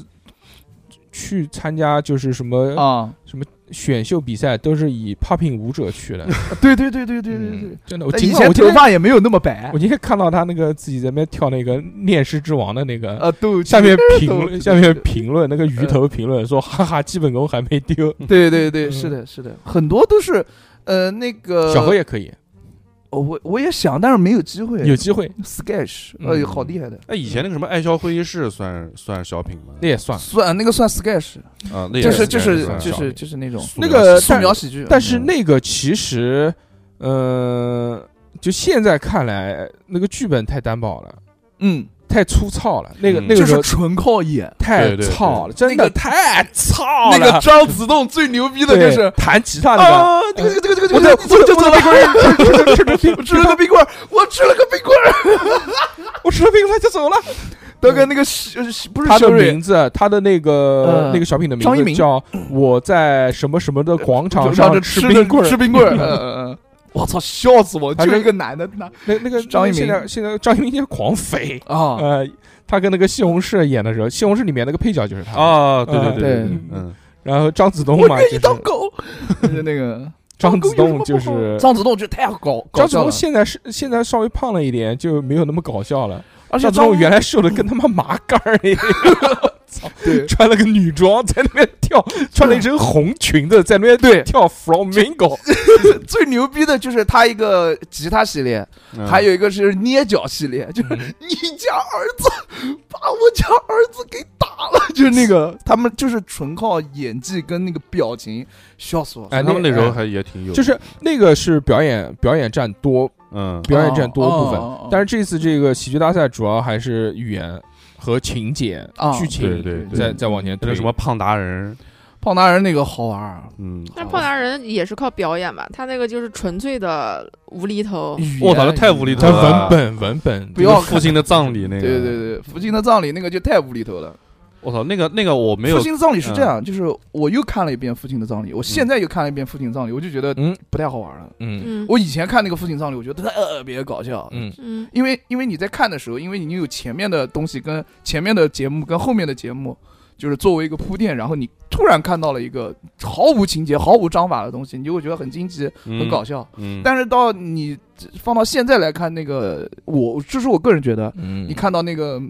Speaker 4: 去参加就是什么
Speaker 5: 啊，
Speaker 4: 选秀比赛，都是以 popping 舞者去的，
Speaker 5: 对对对对对对
Speaker 4: 嗯
Speaker 5: 对。
Speaker 4: 真的，我
Speaker 5: 但
Speaker 4: 今
Speaker 5: 以
Speaker 4: 天
Speaker 5: 前
Speaker 4: 我今
Speaker 5: 头
Speaker 4: 天
Speaker 5: 发也没有那么白
Speaker 4: 我，今天看到他那个自己在那边跳那个《恋尸之王》的那个，
Speaker 5: 呃，都
Speaker 4: 下面评
Speaker 5: 都
Speaker 4: 论下面评论那个鱼头评论说，哈哈，基本功还没 丢，
Speaker 5: 对对对，
Speaker 4: 嗯
Speaker 5: 是的，是的，很多都是呃那个
Speaker 4: 小何，也可以，
Speaker 5: 哦我我也想，但是没有机会。
Speaker 4: 有机会
Speaker 5: sketch，
Speaker 4: 嗯
Speaker 5: 哎，好厉害的，
Speaker 6: 哎，以前那个什么爱笑会议室算算小品吗？
Speaker 4: 那也算。
Speaker 5: 算那个算 sketch，
Speaker 6: 啊，那也
Speaker 5: 就是就
Speaker 4: 也
Speaker 5: 是
Speaker 4: 算
Speaker 5: 就
Speaker 4: 小品
Speaker 5: 是就是那种
Speaker 6: 素描
Speaker 4: 那个
Speaker 5: 素描喜剧，
Speaker 4: 但是那个其实，呃，就现在看来，那个剧本太单薄了，
Speaker 5: 嗯，
Speaker 4: 太粗糙了。那个
Speaker 6: 嗯
Speaker 4: 那
Speaker 5: 就
Speaker 4: 个时
Speaker 5: 是
Speaker 4: 候
Speaker 5: 纯靠演。
Speaker 4: 太
Speaker 6: 对对对
Speaker 4: 糙了，真
Speaker 5: 那
Speaker 4: 的
Speaker 5: 个
Speaker 4: 太糙
Speaker 5: 那个
Speaker 4: 了。
Speaker 5: 张子栋最牛逼的
Speaker 4: 对，
Speaker 5: 就是
Speaker 4: 弹吉他那个，
Speaker 5: 啊，这个这个这个这
Speaker 4: 我
Speaker 5: 个
Speaker 4: 的，
Speaker 5: 这个就走了，
Speaker 4: 我的吃了冰
Speaker 5: 我
Speaker 4: 棍，
Speaker 5: 吃了个冰棍儿，我吃了个冰棍儿。
Speaker 4: 我吃了冰棍就走了。
Speaker 5: 大哥，那个是呃是不是
Speaker 4: 嗯他
Speaker 5: 修
Speaker 4: 的
Speaker 5: 睿
Speaker 4: 名？字，他的那个
Speaker 5: 呃
Speaker 4: 那个小品的
Speaker 5: 张一
Speaker 4: 名字
Speaker 5: 鸣呃
Speaker 4: 叫《我在什么什么的广场
Speaker 5: 上
Speaker 4: 上
Speaker 5: 着
Speaker 4: 吃
Speaker 5: 的
Speaker 4: 冰棍儿
Speaker 5: 吃》。冰 棍儿。嗯嗯嗯，我操，笑死我！
Speaker 4: 他
Speaker 5: 就
Speaker 4: 跟
Speaker 5: 一个男的那
Speaker 4: 那那个
Speaker 5: 张一鸣
Speaker 4: 现在现在张一鸣现在狂肥，
Speaker 5: 啊，
Speaker 4: 呃，他跟那个西红柿演的时候，西红柿里面那个配角就是他。
Speaker 6: 啊，对
Speaker 4: 啊
Speaker 6: 对对
Speaker 5: 对，
Speaker 6: 嗯，
Speaker 4: 然后张子
Speaker 5: 我
Speaker 4: 东嘛，就
Speaker 5: 愿意
Speaker 4: 是
Speaker 5: 当狗。 就是那个
Speaker 4: 张子
Speaker 5: 当
Speaker 4: 栋
Speaker 5: 狗有什么
Speaker 4: 就
Speaker 5: 不好
Speaker 4: 是
Speaker 5: 张子栋，就太搞
Speaker 4: 张
Speaker 5: 搞
Speaker 4: 子
Speaker 5: 笑了
Speaker 4: 栋。现在是现在稍微胖了一点，就没有那么搞笑了。
Speaker 5: 而且
Speaker 4: 张子
Speaker 5: 张
Speaker 4: 栋原来瘦的跟他妈麻杆儿一样，
Speaker 5: 对
Speaker 4: 穿了个女装在那边跳，穿了一身红裙子在那边
Speaker 5: 对
Speaker 4: 跳 flamingo，
Speaker 5: 最牛逼的就是他一个吉他系列，
Speaker 6: 嗯
Speaker 5: 还有一个是捏脚系列，就是你家儿子把我家儿子给打了， 就是那个他们就是纯靠演技跟那个表情，笑死我！
Speaker 4: 哎
Speaker 6: 他们
Speaker 4: 那
Speaker 6: 那时候
Speaker 4: 哎
Speaker 6: 还也挺有，
Speaker 4: 就是那个是表演表演占多
Speaker 6: 嗯
Speaker 4: 表演占多部分，
Speaker 5: 哦哦哦
Speaker 4: 但是这次这个喜剧大赛主要还是语言和情节、
Speaker 5: 啊
Speaker 4: 剧
Speaker 6: 对
Speaker 4: 情
Speaker 6: 对对，
Speaker 4: 再再往前
Speaker 6: 那
Speaker 4: 推
Speaker 6: 个什么胖达人，
Speaker 5: 胖达人那个好玩儿，
Speaker 6: 嗯，
Speaker 2: 但胖达人也是靠表演吧，他那个就是纯粹的无厘头。
Speaker 6: 我操，那太无厘头
Speaker 4: 他文
Speaker 6: 了，
Speaker 4: 本文本
Speaker 5: 不要
Speaker 6: 父亲的葬礼那个，
Speaker 5: 对对对，福晋的葬礼那个就太无厘头了。
Speaker 6: 我操，那个那个我没有嗯
Speaker 5: 父亲的葬礼是这样，就是我又看了一遍父亲的葬礼，我现在又看了一遍父亲的葬礼，我就觉得
Speaker 4: 嗯
Speaker 5: 不太好玩了。
Speaker 4: 嗯
Speaker 2: 嗯
Speaker 5: 我以前看那个父亲葬礼，我觉得特别搞笑，
Speaker 4: 嗯
Speaker 2: 嗯
Speaker 5: 因为因为你在看的时候，因为你有前面的东西跟前面的节目跟后面的节目，就是作为一个铺垫，然后你突然看到了一个毫无情节、毫无章法的东西，你就会觉得很惊奇、很搞，笑。
Speaker 6: 嗯嗯，
Speaker 5: 但是到你放到现在来看，那个我这是我个人觉得，
Speaker 4: 嗯
Speaker 5: 你看到那个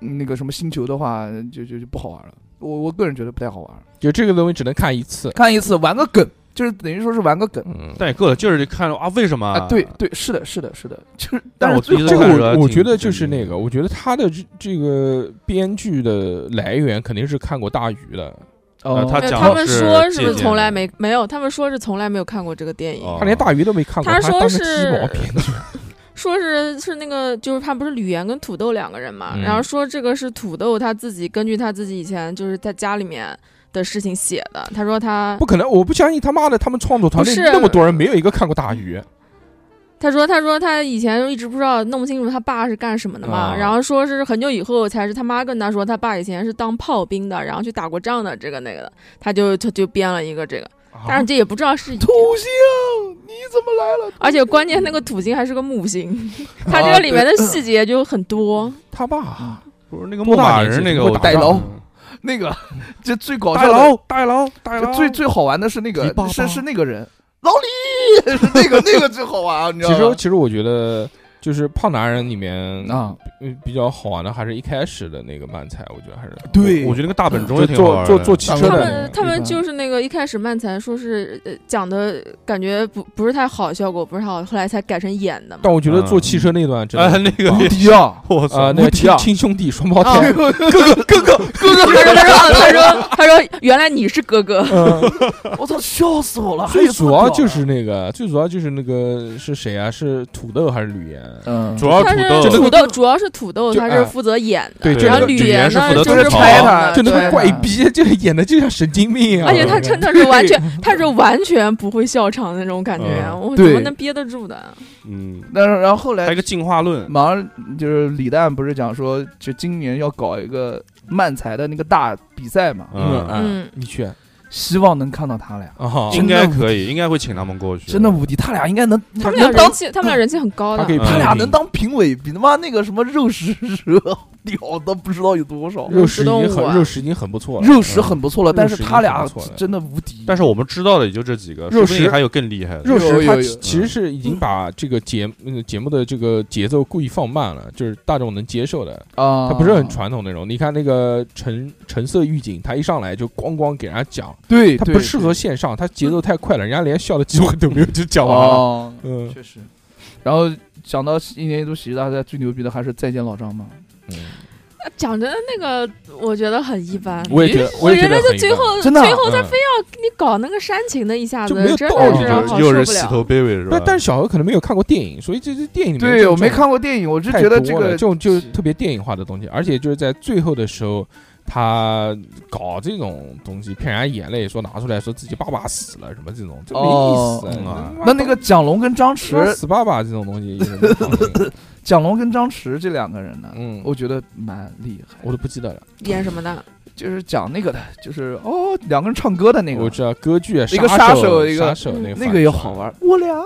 Speaker 5: 那个什么星球的话，就就就不好玩了。我我个人觉得不太好玩，
Speaker 4: 就这个东西只能看一次，
Speaker 5: 看一次玩个梗，就是等于说是玩个梗
Speaker 4: 嗯，
Speaker 6: 但也够了，就是看啊，为什么
Speaker 5: 啊。对对，是的，是的，是的，就是
Speaker 6: 但我
Speaker 5: 最
Speaker 6: 自己
Speaker 5: 后
Speaker 6: 在
Speaker 4: 这
Speaker 6: 看
Speaker 4: 个
Speaker 6: 着
Speaker 4: 我我
Speaker 6: 挺
Speaker 4: 觉得就是
Speaker 6: 挺
Speaker 4: 那个，我觉得他的这这个编剧的来源肯定是看过大鱼的，
Speaker 6: 呃
Speaker 5: 哦
Speaker 6: 他
Speaker 2: 没有
Speaker 6: 讲
Speaker 2: 他
Speaker 6: 的
Speaker 2: 们
Speaker 6: 是
Speaker 2: 说是
Speaker 6: 借
Speaker 2: 不是
Speaker 6: 鉴
Speaker 2: 从
Speaker 6: 的
Speaker 2: 来没没有？他们说是从来没有看过这个电影，
Speaker 6: 哦
Speaker 4: 他连大鱼都没看过，
Speaker 2: 他
Speaker 4: 他
Speaker 2: 说
Speaker 4: 当个
Speaker 2: 是
Speaker 4: 鸡毛编剧，
Speaker 2: 说是是那个就是他不是吕岩跟土豆两个人嘛，
Speaker 4: 嗯
Speaker 2: 然后说这个是土豆他自己根据他自己以前就是在家里面的事情写的。他说他
Speaker 4: 不可能，我不相信他妈的，他们创作团队
Speaker 2: 不是
Speaker 4: 那么多人没有一个看过大鱼，
Speaker 2: 他说他说他以前一直不知道弄不清楚他爸是干什么的嘛，
Speaker 4: 啊
Speaker 2: 然后说是很久以后才是他妈跟他说他爸以前是当炮兵的，然后去打过仗的这个那个的，他就他就编了一个这个，但是这也不知 道是
Speaker 5: 土星，你怎么来了？
Speaker 2: 而且关键那个土星还是个木星，它这个里面的细节就很多。
Speaker 4: 他爸
Speaker 6: 不是那个
Speaker 4: 多
Speaker 6: 牧
Speaker 4: 大
Speaker 6: 马
Speaker 4: 年纪
Speaker 6: 人那
Speaker 4: 就
Speaker 6: 个
Speaker 4: 会
Speaker 6: 我
Speaker 4: 打
Speaker 5: 大佬
Speaker 6: 仗
Speaker 5: 那个 这最搞
Speaker 6: 大
Speaker 5: 笑的
Speaker 6: 佬，大佬，大佬，
Speaker 5: 最最好玩的是那
Speaker 4: 一
Speaker 5: 个
Speaker 4: 八八
Speaker 5: 是是那个人老李，是那个那个最好玩啊，你知
Speaker 4: 其
Speaker 5: 道
Speaker 4: 实
Speaker 5: 吗？
Speaker 4: 其实我觉得就是胖男人里面
Speaker 5: 啊，
Speaker 4: 嗯，比较好玩的还是一开始的那个漫才，我觉得还是
Speaker 5: 对
Speaker 6: 我觉得那个大本钟
Speaker 4: 就
Speaker 6: 也挺好
Speaker 4: 做
Speaker 6: 玩
Speaker 4: 做
Speaker 6: 的
Speaker 4: 做汽
Speaker 5: 大
Speaker 4: 车
Speaker 2: 他
Speaker 5: 笨
Speaker 4: 的
Speaker 2: 们
Speaker 4: 那个，
Speaker 2: 他
Speaker 5: 一
Speaker 2: 们
Speaker 5: 般
Speaker 2: 就是那个一开始漫才说是呃讲的感觉不不是太好，效果不是太好，后来才改成演的嘛。
Speaker 4: 但我觉得做
Speaker 6: 嗯
Speaker 4: 汽车那段真
Speaker 6: 哎
Speaker 4: 的
Speaker 6: 那个
Speaker 5: 无敌啊！
Speaker 6: 我
Speaker 4: 啊，
Speaker 6: 操，
Speaker 4: 那个
Speaker 5: 无敌
Speaker 4: 亲
Speaker 5: 啊
Speaker 4: 亲兄弟双胞
Speaker 2: 啊
Speaker 4: 胎，
Speaker 5: 哥
Speaker 2: 哥哥，他说他说他说他说原来你是哥哥，
Speaker 4: 嗯，
Speaker 5: 我操，笑死我了！还
Speaker 4: 最
Speaker 5: 有这
Speaker 4: 主
Speaker 5: 么
Speaker 6: 啊
Speaker 4: 要
Speaker 5: 屌的啊
Speaker 4: 就是那个，最主要就是那个是谁啊？是土豆还是吕岩？
Speaker 5: 嗯，
Speaker 6: 主要
Speaker 2: 他
Speaker 6: 土
Speaker 2: 是
Speaker 6: 豆，
Speaker 2: 土豆，主要是土豆，
Speaker 4: 就
Speaker 2: 他
Speaker 4: 哎
Speaker 2: 是负责演的，
Speaker 4: 对
Speaker 6: 对
Speaker 4: 就
Speaker 2: 然
Speaker 4: 那个
Speaker 2: 后
Speaker 6: 这
Speaker 2: 吕
Speaker 6: 这
Speaker 2: 岩
Speaker 6: 是
Speaker 2: 呢
Speaker 6: 负责
Speaker 2: 就
Speaker 5: 吐
Speaker 2: 是
Speaker 5: 槽
Speaker 2: 拍
Speaker 5: 的
Speaker 4: 就那
Speaker 5: 对
Speaker 4: 个怪逼，就是演的就像神经病一样。啊
Speaker 2: 啊而且他
Speaker 4: 我觉
Speaker 2: 真
Speaker 4: 得
Speaker 2: 的是完全，他是完全不会笑场的那种感觉，
Speaker 6: 嗯
Speaker 2: 我怎么
Speaker 5: 对
Speaker 2: 能憋得住的？
Speaker 6: 嗯，
Speaker 5: 但是然后后
Speaker 6: 还有一
Speaker 5: 来
Speaker 6: 个进化论，
Speaker 5: 马上就是李诞不是讲说，就今年要搞一个漫才的那个大比赛嘛，
Speaker 6: 嗯
Speaker 4: 嗯，
Speaker 2: 嗯，
Speaker 4: 你去啊
Speaker 5: 希望能看到他俩，
Speaker 4: 哈，
Speaker 6: 应该可以，应该会请他们过去，
Speaker 5: 真的无敌，他俩应该能，
Speaker 2: 他们俩
Speaker 5: 能当
Speaker 2: 人气，他们俩人气很高
Speaker 4: 他
Speaker 2: 的
Speaker 4: 可。以
Speaker 6: 嗯
Speaker 5: 他俩
Speaker 4: 评
Speaker 5: 能当评委，比他妈那个什么肉食蛇屌的不知道有多少。
Speaker 4: 肉食已经
Speaker 2: 肉食动物
Speaker 4: 很
Speaker 2: 啊
Speaker 4: 肉食已经很不错了，
Speaker 5: 肉食
Speaker 4: 嗯
Speaker 5: 很不错了，但是
Speaker 4: 肉食已经
Speaker 5: 他俩
Speaker 4: 很不错了
Speaker 5: 真的无敌。
Speaker 6: 但是我们知道的也就这几个，说不定
Speaker 4: 肉食
Speaker 6: 还有更厉害的。
Speaker 4: 肉食
Speaker 5: 有
Speaker 4: 它
Speaker 5: 有
Speaker 4: 其
Speaker 5: 有
Speaker 4: 其实是已经把这个节那个节目的这个节奏故意放慢了，就是大众能接受的，
Speaker 5: 啊，
Speaker 4: 它不是很传统那种。你看那个橙橙色预警，它一上来就咣咣给人家讲，
Speaker 5: 对，
Speaker 4: 它
Speaker 5: 对
Speaker 4: 不适合线上，它节奏太快了，人家连笑的机会都没有就讲完了。
Speaker 5: 哦，
Speaker 4: 嗯，
Speaker 5: 确实。然后讲到一年一度喜剧大赛，最牛逼的还是《再见老张》嘛。
Speaker 2: 呃讲真的，那个我觉得很一般。
Speaker 4: 我也觉得，我也
Speaker 2: 觉
Speaker 4: 得很
Speaker 2: 得就
Speaker 4: 一
Speaker 2: 最
Speaker 4: 般
Speaker 2: 后
Speaker 5: 真的啊
Speaker 2: 最后他
Speaker 6: 嗯
Speaker 2: 非要给你搞那个煽情的，一下子
Speaker 4: 就没有
Speaker 2: 真
Speaker 4: 道
Speaker 2: 的
Speaker 4: 理
Speaker 2: 是让好
Speaker 6: 又
Speaker 2: 受
Speaker 6: 是
Speaker 2: 不
Speaker 6: 洗
Speaker 2: 了。
Speaker 6: 头 baby 是吧
Speaker 4: 但？哦但是小何可能没有看过电影，所以这这电影里面
Speaker 5: 对，
Speaker 4: 这
Speaker 5: 我没
Speaker 4: 种
Speaker 5: 看过电影，我就
Speaker 4: 太
Speaker 5: 觉得
Speaker 4: 多
Speaker 5: 这
Speaker 4: 了
Speaker 5: 个
Speaker 4: 这种就是特别电影化的东西，而且就是在最后的时候，他搞这种东西骗人家眼泪，说拿出来说自己爸爸死了什么这种，这没意
Speaker 5: 哦
Speaker 4: 思啊。你他妈
Speaker 5: 那那个蒋龙跟张
Speaker 4: 他妈
Speaker 5: 弛，
Speaker 4: 死爸爸这种东西有什么好 的，
Speaker 5: 蒋龙跟张弛这两个人呢，
Speaker 4: 嗯，我
Speaker 5: 我觉得蛮厉害。
Speaker 4: 我都不记得了。
Speaker 2: 演什么的？
Speaker 5: 就是讲那个的，就是哦，两个人唱歌的那
Speaker 4: 我
Speaker 5: 个，
Speaker 4: 知道歌剧啊，
Speaker 5: 一个
Speaker 4: 杀
Speaker 5: 杀手一个
Speaker 4: 杀手那个
Speaker 5: 那个也好。玩。我俩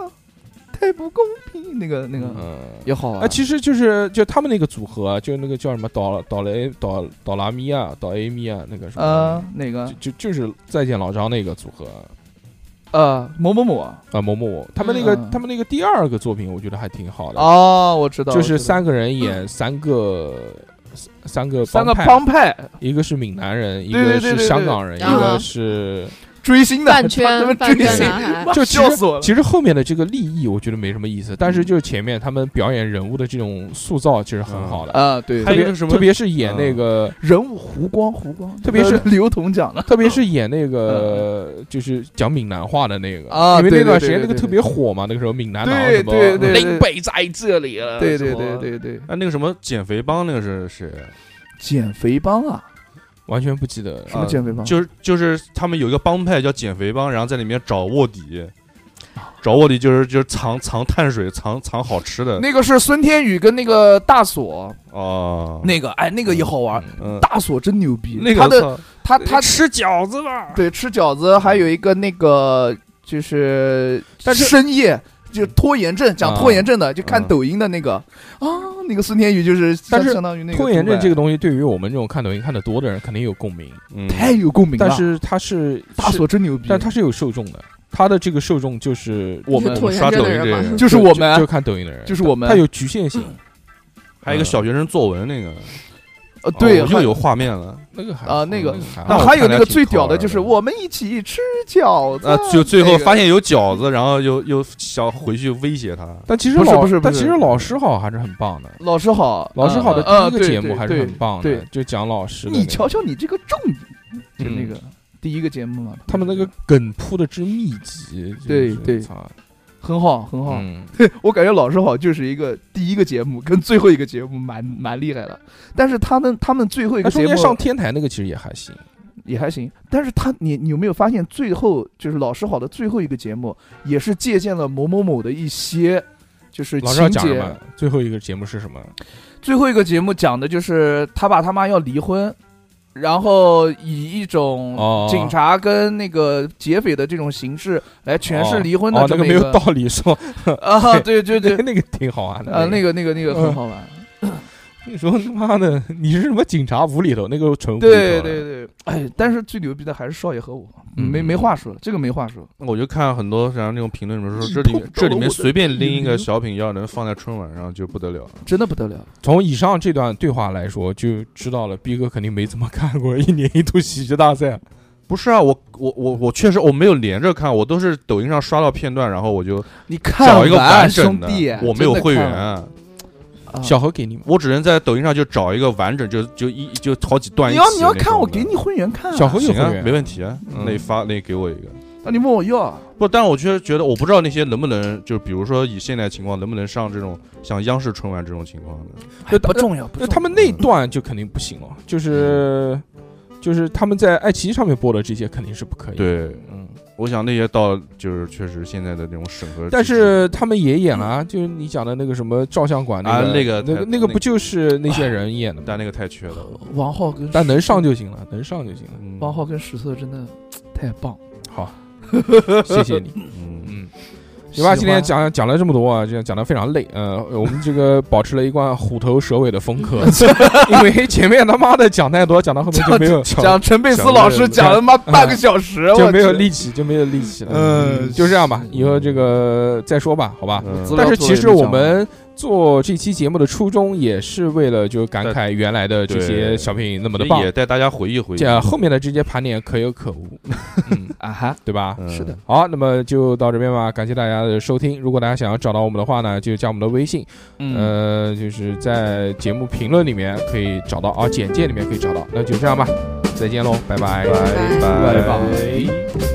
Speaker 5: 太不公平，那个那个
Speaker 4: 嗯，
Speaker 5: 也好
Speaker 4: 啊，
Speaker 5: 玩。
Speaker 4: 其实就是就他们那个组合，啊就那个叫什么岛岛雷岛岛拉咪啊，岛 A 咪啊，那个什
Speaker 5: 呃
Speaker 4: 么，，
Speaker 5: 哪个
Speaker 4: 就就就是再见老张那个组合。
Speaker 5: 呃，某某某啊
Speaker 4: 啊，某某，他们那个、
Speaker 5: 嗯
Speaker 4: 他们那个第二个作品，我觉得还挺好的，
Speaker 5: 哦，我知道，
Speaker 4: 就
Speaker 5: 我
Speaker 4: 是
Speaker 5: 知道
Speaker 4: 三个人演三个、三三个
Speaker 5: 三个
Speaker 4: 帮派
Speaker 5: 帮派
Speaker 4: 一个是闽南人，一
Speaker 5: 对
Speaker 4: 个
Speaker 5: 对对
Speaker 4: 是
Speaker 5: 对
Speaker 4: 香
Speaker 5: 对
Speaker 4: 港人，一
Speaker 2: 啊
Speaker 4: 个 是
Speaker 5: 追星的，
Speaker 2: 饭
Speaker 5: 他
Speaker 2: 圈啊
Speaker 5: 们
Speaker 2: 饭
Speaker 5: 追
Speaker 2: 圈
Speaker 5: 星，
Speaker 2: 男孩。
Speaker 5: 妈
Speaker 4: 就其
Speaker 5: 啊笑死我
Speaker 4: 实
Speaker 5: 了。嗯
Speaker 4: 其实后面的这个立意，我觉得没什么意思，但是就是前面他们表演人物的这种塑造，其实很好的，
Speaker 5: 啊，对，
Speaker 4: 特
Speaker 6: 还有一
Speaker 4: 别
Speaker 6: 个什么
Speaker 4: 特别是演那
Speaker 6: 嗯
Speaker 4: 个。
Speaker 5: 人物湖光湖光，
Speaker 4: 特别是
Speaker 5: 刘同讲的
Speaker 4: 特别是演那个、 就是讲闽南话的那个
Speaker 5: 嗯啊
Speaker 4: 因为那
Speaker 5: 对
Speaker 4: 段
Speaker 5: 对
Speaker 4: 时间那
Speaker 5: 对
Speaker 4: 个
Speaker 5: 对
Speaker 4: 特别火嘛，那个时候闽南佬
Speaker 5: 对
Speaker 4: 啊什么
Speaker 5: 对对对
Speaker 4: 北在这里了
Speaker 5: 对对
Speaker 4: 什么
Speaker 5: 对对对，
Speaker 6: 哎，那个什么减肥帮那个是谁？
Speaker 5: 减肥帮啊，
Speaker 4: 完全不记得了
Speaker 5: 什么减肥帮？
Speaker 6: 就是就是他们有一个帮派叫减肥帮，然后在里面找卧底，找卧底就是就是藏藏碳水，藏藏好吃的
Speaker 5: 那个是孙天宇跟那个大锁，
Speaker 4: 嗯
Speaker 6: 哦。
Speaker 5: 那个哎，那个也好玩。
Speaker 6: 嗯，
Speaker 5: 大锁真牛逼，
Speaker 6: 那个
Speaker 5: 他的
Speaker 6: 我操
Speaker 5: 他他
Speaker 4: 吃饺子吧。
Speaker 5: 对吃饺子，还有一个那个就是，
Speaker 4: 但是
Speaker 5: 深夜就拖延症，讲
Speaker 4: 啊
Speaker 5: 拖延症的，就看
Speaker 6: 嗯
Speaker 5: 抖音的那个啊，那个孙天宇就是，
Speaker 4: 但是
Speaker 5: 相当于那个
Speaker 4: 拖延症
Speaker 5: 杜拜
Speaker 4: 这个东西，对于我们这种看抖音看的多的人，肯定有共鸣。
Speaker 6: 嗯
Speaker 5: 太有共鸣了。
Speaker 4: 但是它是
Speaker 5: 啊大，
Speaker 4: 是
Speaker 5: 锁真牛逼，
Speaker 4: 但它是有受众的，它的这个受众就是我们
Speaker 2: 就
Speaker 6: 我
Speaker 2: 拖
Speaker 6: 们
Speaker 2: 延
Speaker 6: 刷
Speaker 2: 症
Speaker 6: 抖
Speaker 2: 的
Speaker 6: 音
Speaker 2: 人
Speaker 6: 这
Speaker 2: 嘛
Speaker 6: 个，
Speaker 5: 就是我们啊
Speaker 4: 就看抖音的人，
Speaker 5: 就是我们啊嗯
Speaker 4: 它有局限性。
Speaker 6: 还有一个小学生作文那个，
Speaker 5: 呃对
Speaker 6: 哦，又有画面了。
Speaker 4: 那个还
Speaker 5: 啊那个
Speaker 4: 还
Speaker 5: 然
Speaker 6: 那
Speaker 5: 后
Speaker 6: 我
Speaker 5: 还有
Speaker 6: 看
Speaker 5: 那
Speaker 6: 着
Speaker 5: 个
Speaker 6: 挺
Speaker 5: 最
Speaker 6: 好
Speaker 5: 屌的
Speaker 6: 玩
Speaker 5: 就是
Speaker 6: 的
Speaker 5: 我们一起吃饺子
Speaker 6: 啊，，就最后
Speaker 5: 那个
Speaker 6: 发现有饺子，然后又又想回去威胁他。
Speaker 4: 但其实
Speaker 5: 不是
Speaker 4: 老
Speaker 5: 不是不
Speaker 4: 但
Speaker 5: 是
Speaker 4: 其实老师好还是很棒的。
Speaker 5: 老师好，
Speaker 4: 老师好的
Speaker 5: 呃
Speaker 4: 第一个
Speaker 5: 对
Speaker 4: 节
Speaker 5: 对
Speaker 4: 目还是
Speaker 5: 对
Speaker 4: 很棒
Speaker 5: 对
Speaker 4: 的，就讲老师的那个。
Speaker 5: 你瞧瞧你这个重，就
Speaker 6: 嗯
Speaker 5: 那个第一个节目嘛，
Speaker 4: 他们那个梗铺的之密集，就是
Speaker 5: 对对哦
Speaker 4: 操
Speaker 5: 很好很好，
Speaker 4: 嗯，
Speaker 5: 我感觉老师好就是一个第一个节目跟最后一个节目蛮蛮厉害的，但是他们他们最后
Speaker 4: 那
Speaker 5: 一个
Speaker 4: 中
Speaker 5: 节目
Speaker 4: 间上天台那个其实也还行，
Speaker 5: 也还行，但是他你你有没有发现最后就是老师好的最后一个节目也是借鉴了某某某的一些就是
Speaker 4: 老师要
Speaker 5: 情
Speaker 4: 讲什
Speaker 5: 节
Speaker 4: 么，？最后一个节目是什么？
Speaker 5: 最后一个节目讲的就是他爸他妈要离婚，然后以一种
Speaker 4: 哦，
Speaker 5: 警察跟那个劫匪的这种形式来诠释离婚
Speaker 4: 哦
Speaker 5: 的
Speaker 4: 哦
Speaker 5: 这
Speaker 4: 那
Speaker 5: 么
Speaker 4: 个
Speaker 5: 一
Speaker 4: 没有道理说，，
Speaker 5: 啊，对对对
Speaker 4: 那个嗯挺好玩的。
Speaker 5: 呃，那
Speaker 4: 个
Speaker 5: 个那个那个很好玩，
Speaker 4: 你说他妈的你是什么警察无厘头？那个纯无厘头
Speaker 5: 对
Speaker 4: 了
Speaker 5: 对对，哎，但是最牛逼的还是少爷和我，
Speaker 4: 嗯
Speaker 5: 没没话说，这个没话说，
Speaker 6: 我就看很多然后那种评论里面说，
Speaker 5: 一
Speaker 6: 这里
Speaker 5: 碰
Speaker 6: 面
Speaker 5: 到
Speaker 6: 这里
Speaker 5: 了我
Speaker 6: 面
Speaker 5: 的
Speaker 6: 随便拎一
Speaker 5: 女
Speaker 6: 个
Speaker 5: 人
Speaker 6: 小品，要能放在春晚上就不得了。
Speaker 5: 真的不得了，
Speaker 4: 从以上这段对话来说，就知道了逼哥肯定没怎么看过一年一度喜剧大赛。
Speaker 6: 不是啊，我我我我确实我没有连着看，我都是抖音上刷到片段，然后我就
Speaker 5: 你看
Speaker 6: 找一个完整
Speaker 5: 兄
Speaker 6: 的
Speaker 5: 弟，，
Speaker 6: 我没有
Speaker 5: 真的看完，
Speaker 6: 会员，
Speaker 5: 啊
Speaker 4: 小何给你吗？
Speaker 6: 我只能在抖音上就找一个完整，就就一就好几段一
Speaker 5: 你
Speaker 6: 起
Speaker 5: 要
Speaker 6: 那种的。
Speaker 5: 你要看我给你会员看啊，
Speaker 4: 小何有
Speaker 6: 行啊
Speaker 4: 会，员
Speaker 6: 没问题啊，
Speaker 4: 嗯
Speaker 6: 那你发那你给我一个。
Speaker 5: 那你问我要啊，
Speaker 6: 不，但我确实觉得，我不知道那些能不能，就是比如说以现在情况，能不能上这种像央视春晚这种情况的？
Speaker 5: 哎不重要，不
Speaker 4: 那
Speaker 5: 重要
Speaker 4: 他们那段就肯定不行了，就是就是他们在爱奇艺上面播的这些肯定是不可以。，
Speaker 6: 对，
Speaker 4: 嗯，
Speaker 6: 我想那些到就是确实现在的那种审核机制，
Speaker 4: 但是他们也演了啊，就是你讲的那个什么照相馆
Speaker 6: 啊
Speaker 4: 那
Speaker 6: 那哎个
Speaker 4: 那
Speaker 6: 太
Speaker 4: 个那个不就是那些人演的吗？
Speaker 6: 但那个太缺了。
Speaker 5: 王浩跟
Speaker 4: 但能上就行了，能上就行了。
Speaker 6: 嗯
Speaker 5: 王浩，跟史策真的太棒，
Speaker 4: 好，谢谢 你。
Speaker 6: 嗯，
Speaker 4: 嗯，行吧，
Speaker 5: 喜欢
Speaker 4: 今天讲讲了这么多啊，这样讲的非常累。呃，我们这个保持了一贯虎头蛇尾的风 格， 因为前面他妈的讲太多，讲到后面就没有
Speaker 5: 讲陈佩斯
Speaker 6: 讲
Speaker 5: 老师讲
Speaker 4: 讲嗯
Speaker 5: 了妈半个小时，
Speaker 4: 就
Speaker 5: 我
Speaker 4: 没有
Speaker 5: 去
Speaker 4: 力气，就没有力气了。
Speaker 5: 嗯
Speaker 4: 就这样吧，以后这个再说吧，好吧。
Speaker 6: 嗯
Speaker 5: 资料
Speaker 4: 但是
Speaker 5: 做
Speaker 4: 其
Speaker 5: 得
Speaker 4: 实
Speaker 5: 也没
Speaker 4: 我
Speaker 5: 讲完
Speaker 4: 们做这期节目的初衷也是为了就感慨原来的这些
Speaker 6: 对
Speaker 4: 小品那么的
Speaker 6: 所以
Speaker 4: 棒，
Speaker 6: 也带大家回忆回忆。
Speaker 4: 这样后面的这些盘点可有可无，嗯，
Speaker 5: 啊哈，
Speaker 4: 对吧？
Speaker 6: 嗯
Speaker 5: 是的，
Speaker 4: 好，那么就到这边吧，感谢大家的收听。如果大家想要找到我们的话呢，就加我们的微信，
Speaker 5: 嗯，
Speaker 4: 呃，就是在节目评论里面可以找到哦啊，简介里面可以找到。那就这样吧，再见喽，拜拜
Speaker 6: 拜
Speaker 5: 拜
Speaker 2: 拜
Speaker 6: 拜
Speaker 5: 拜。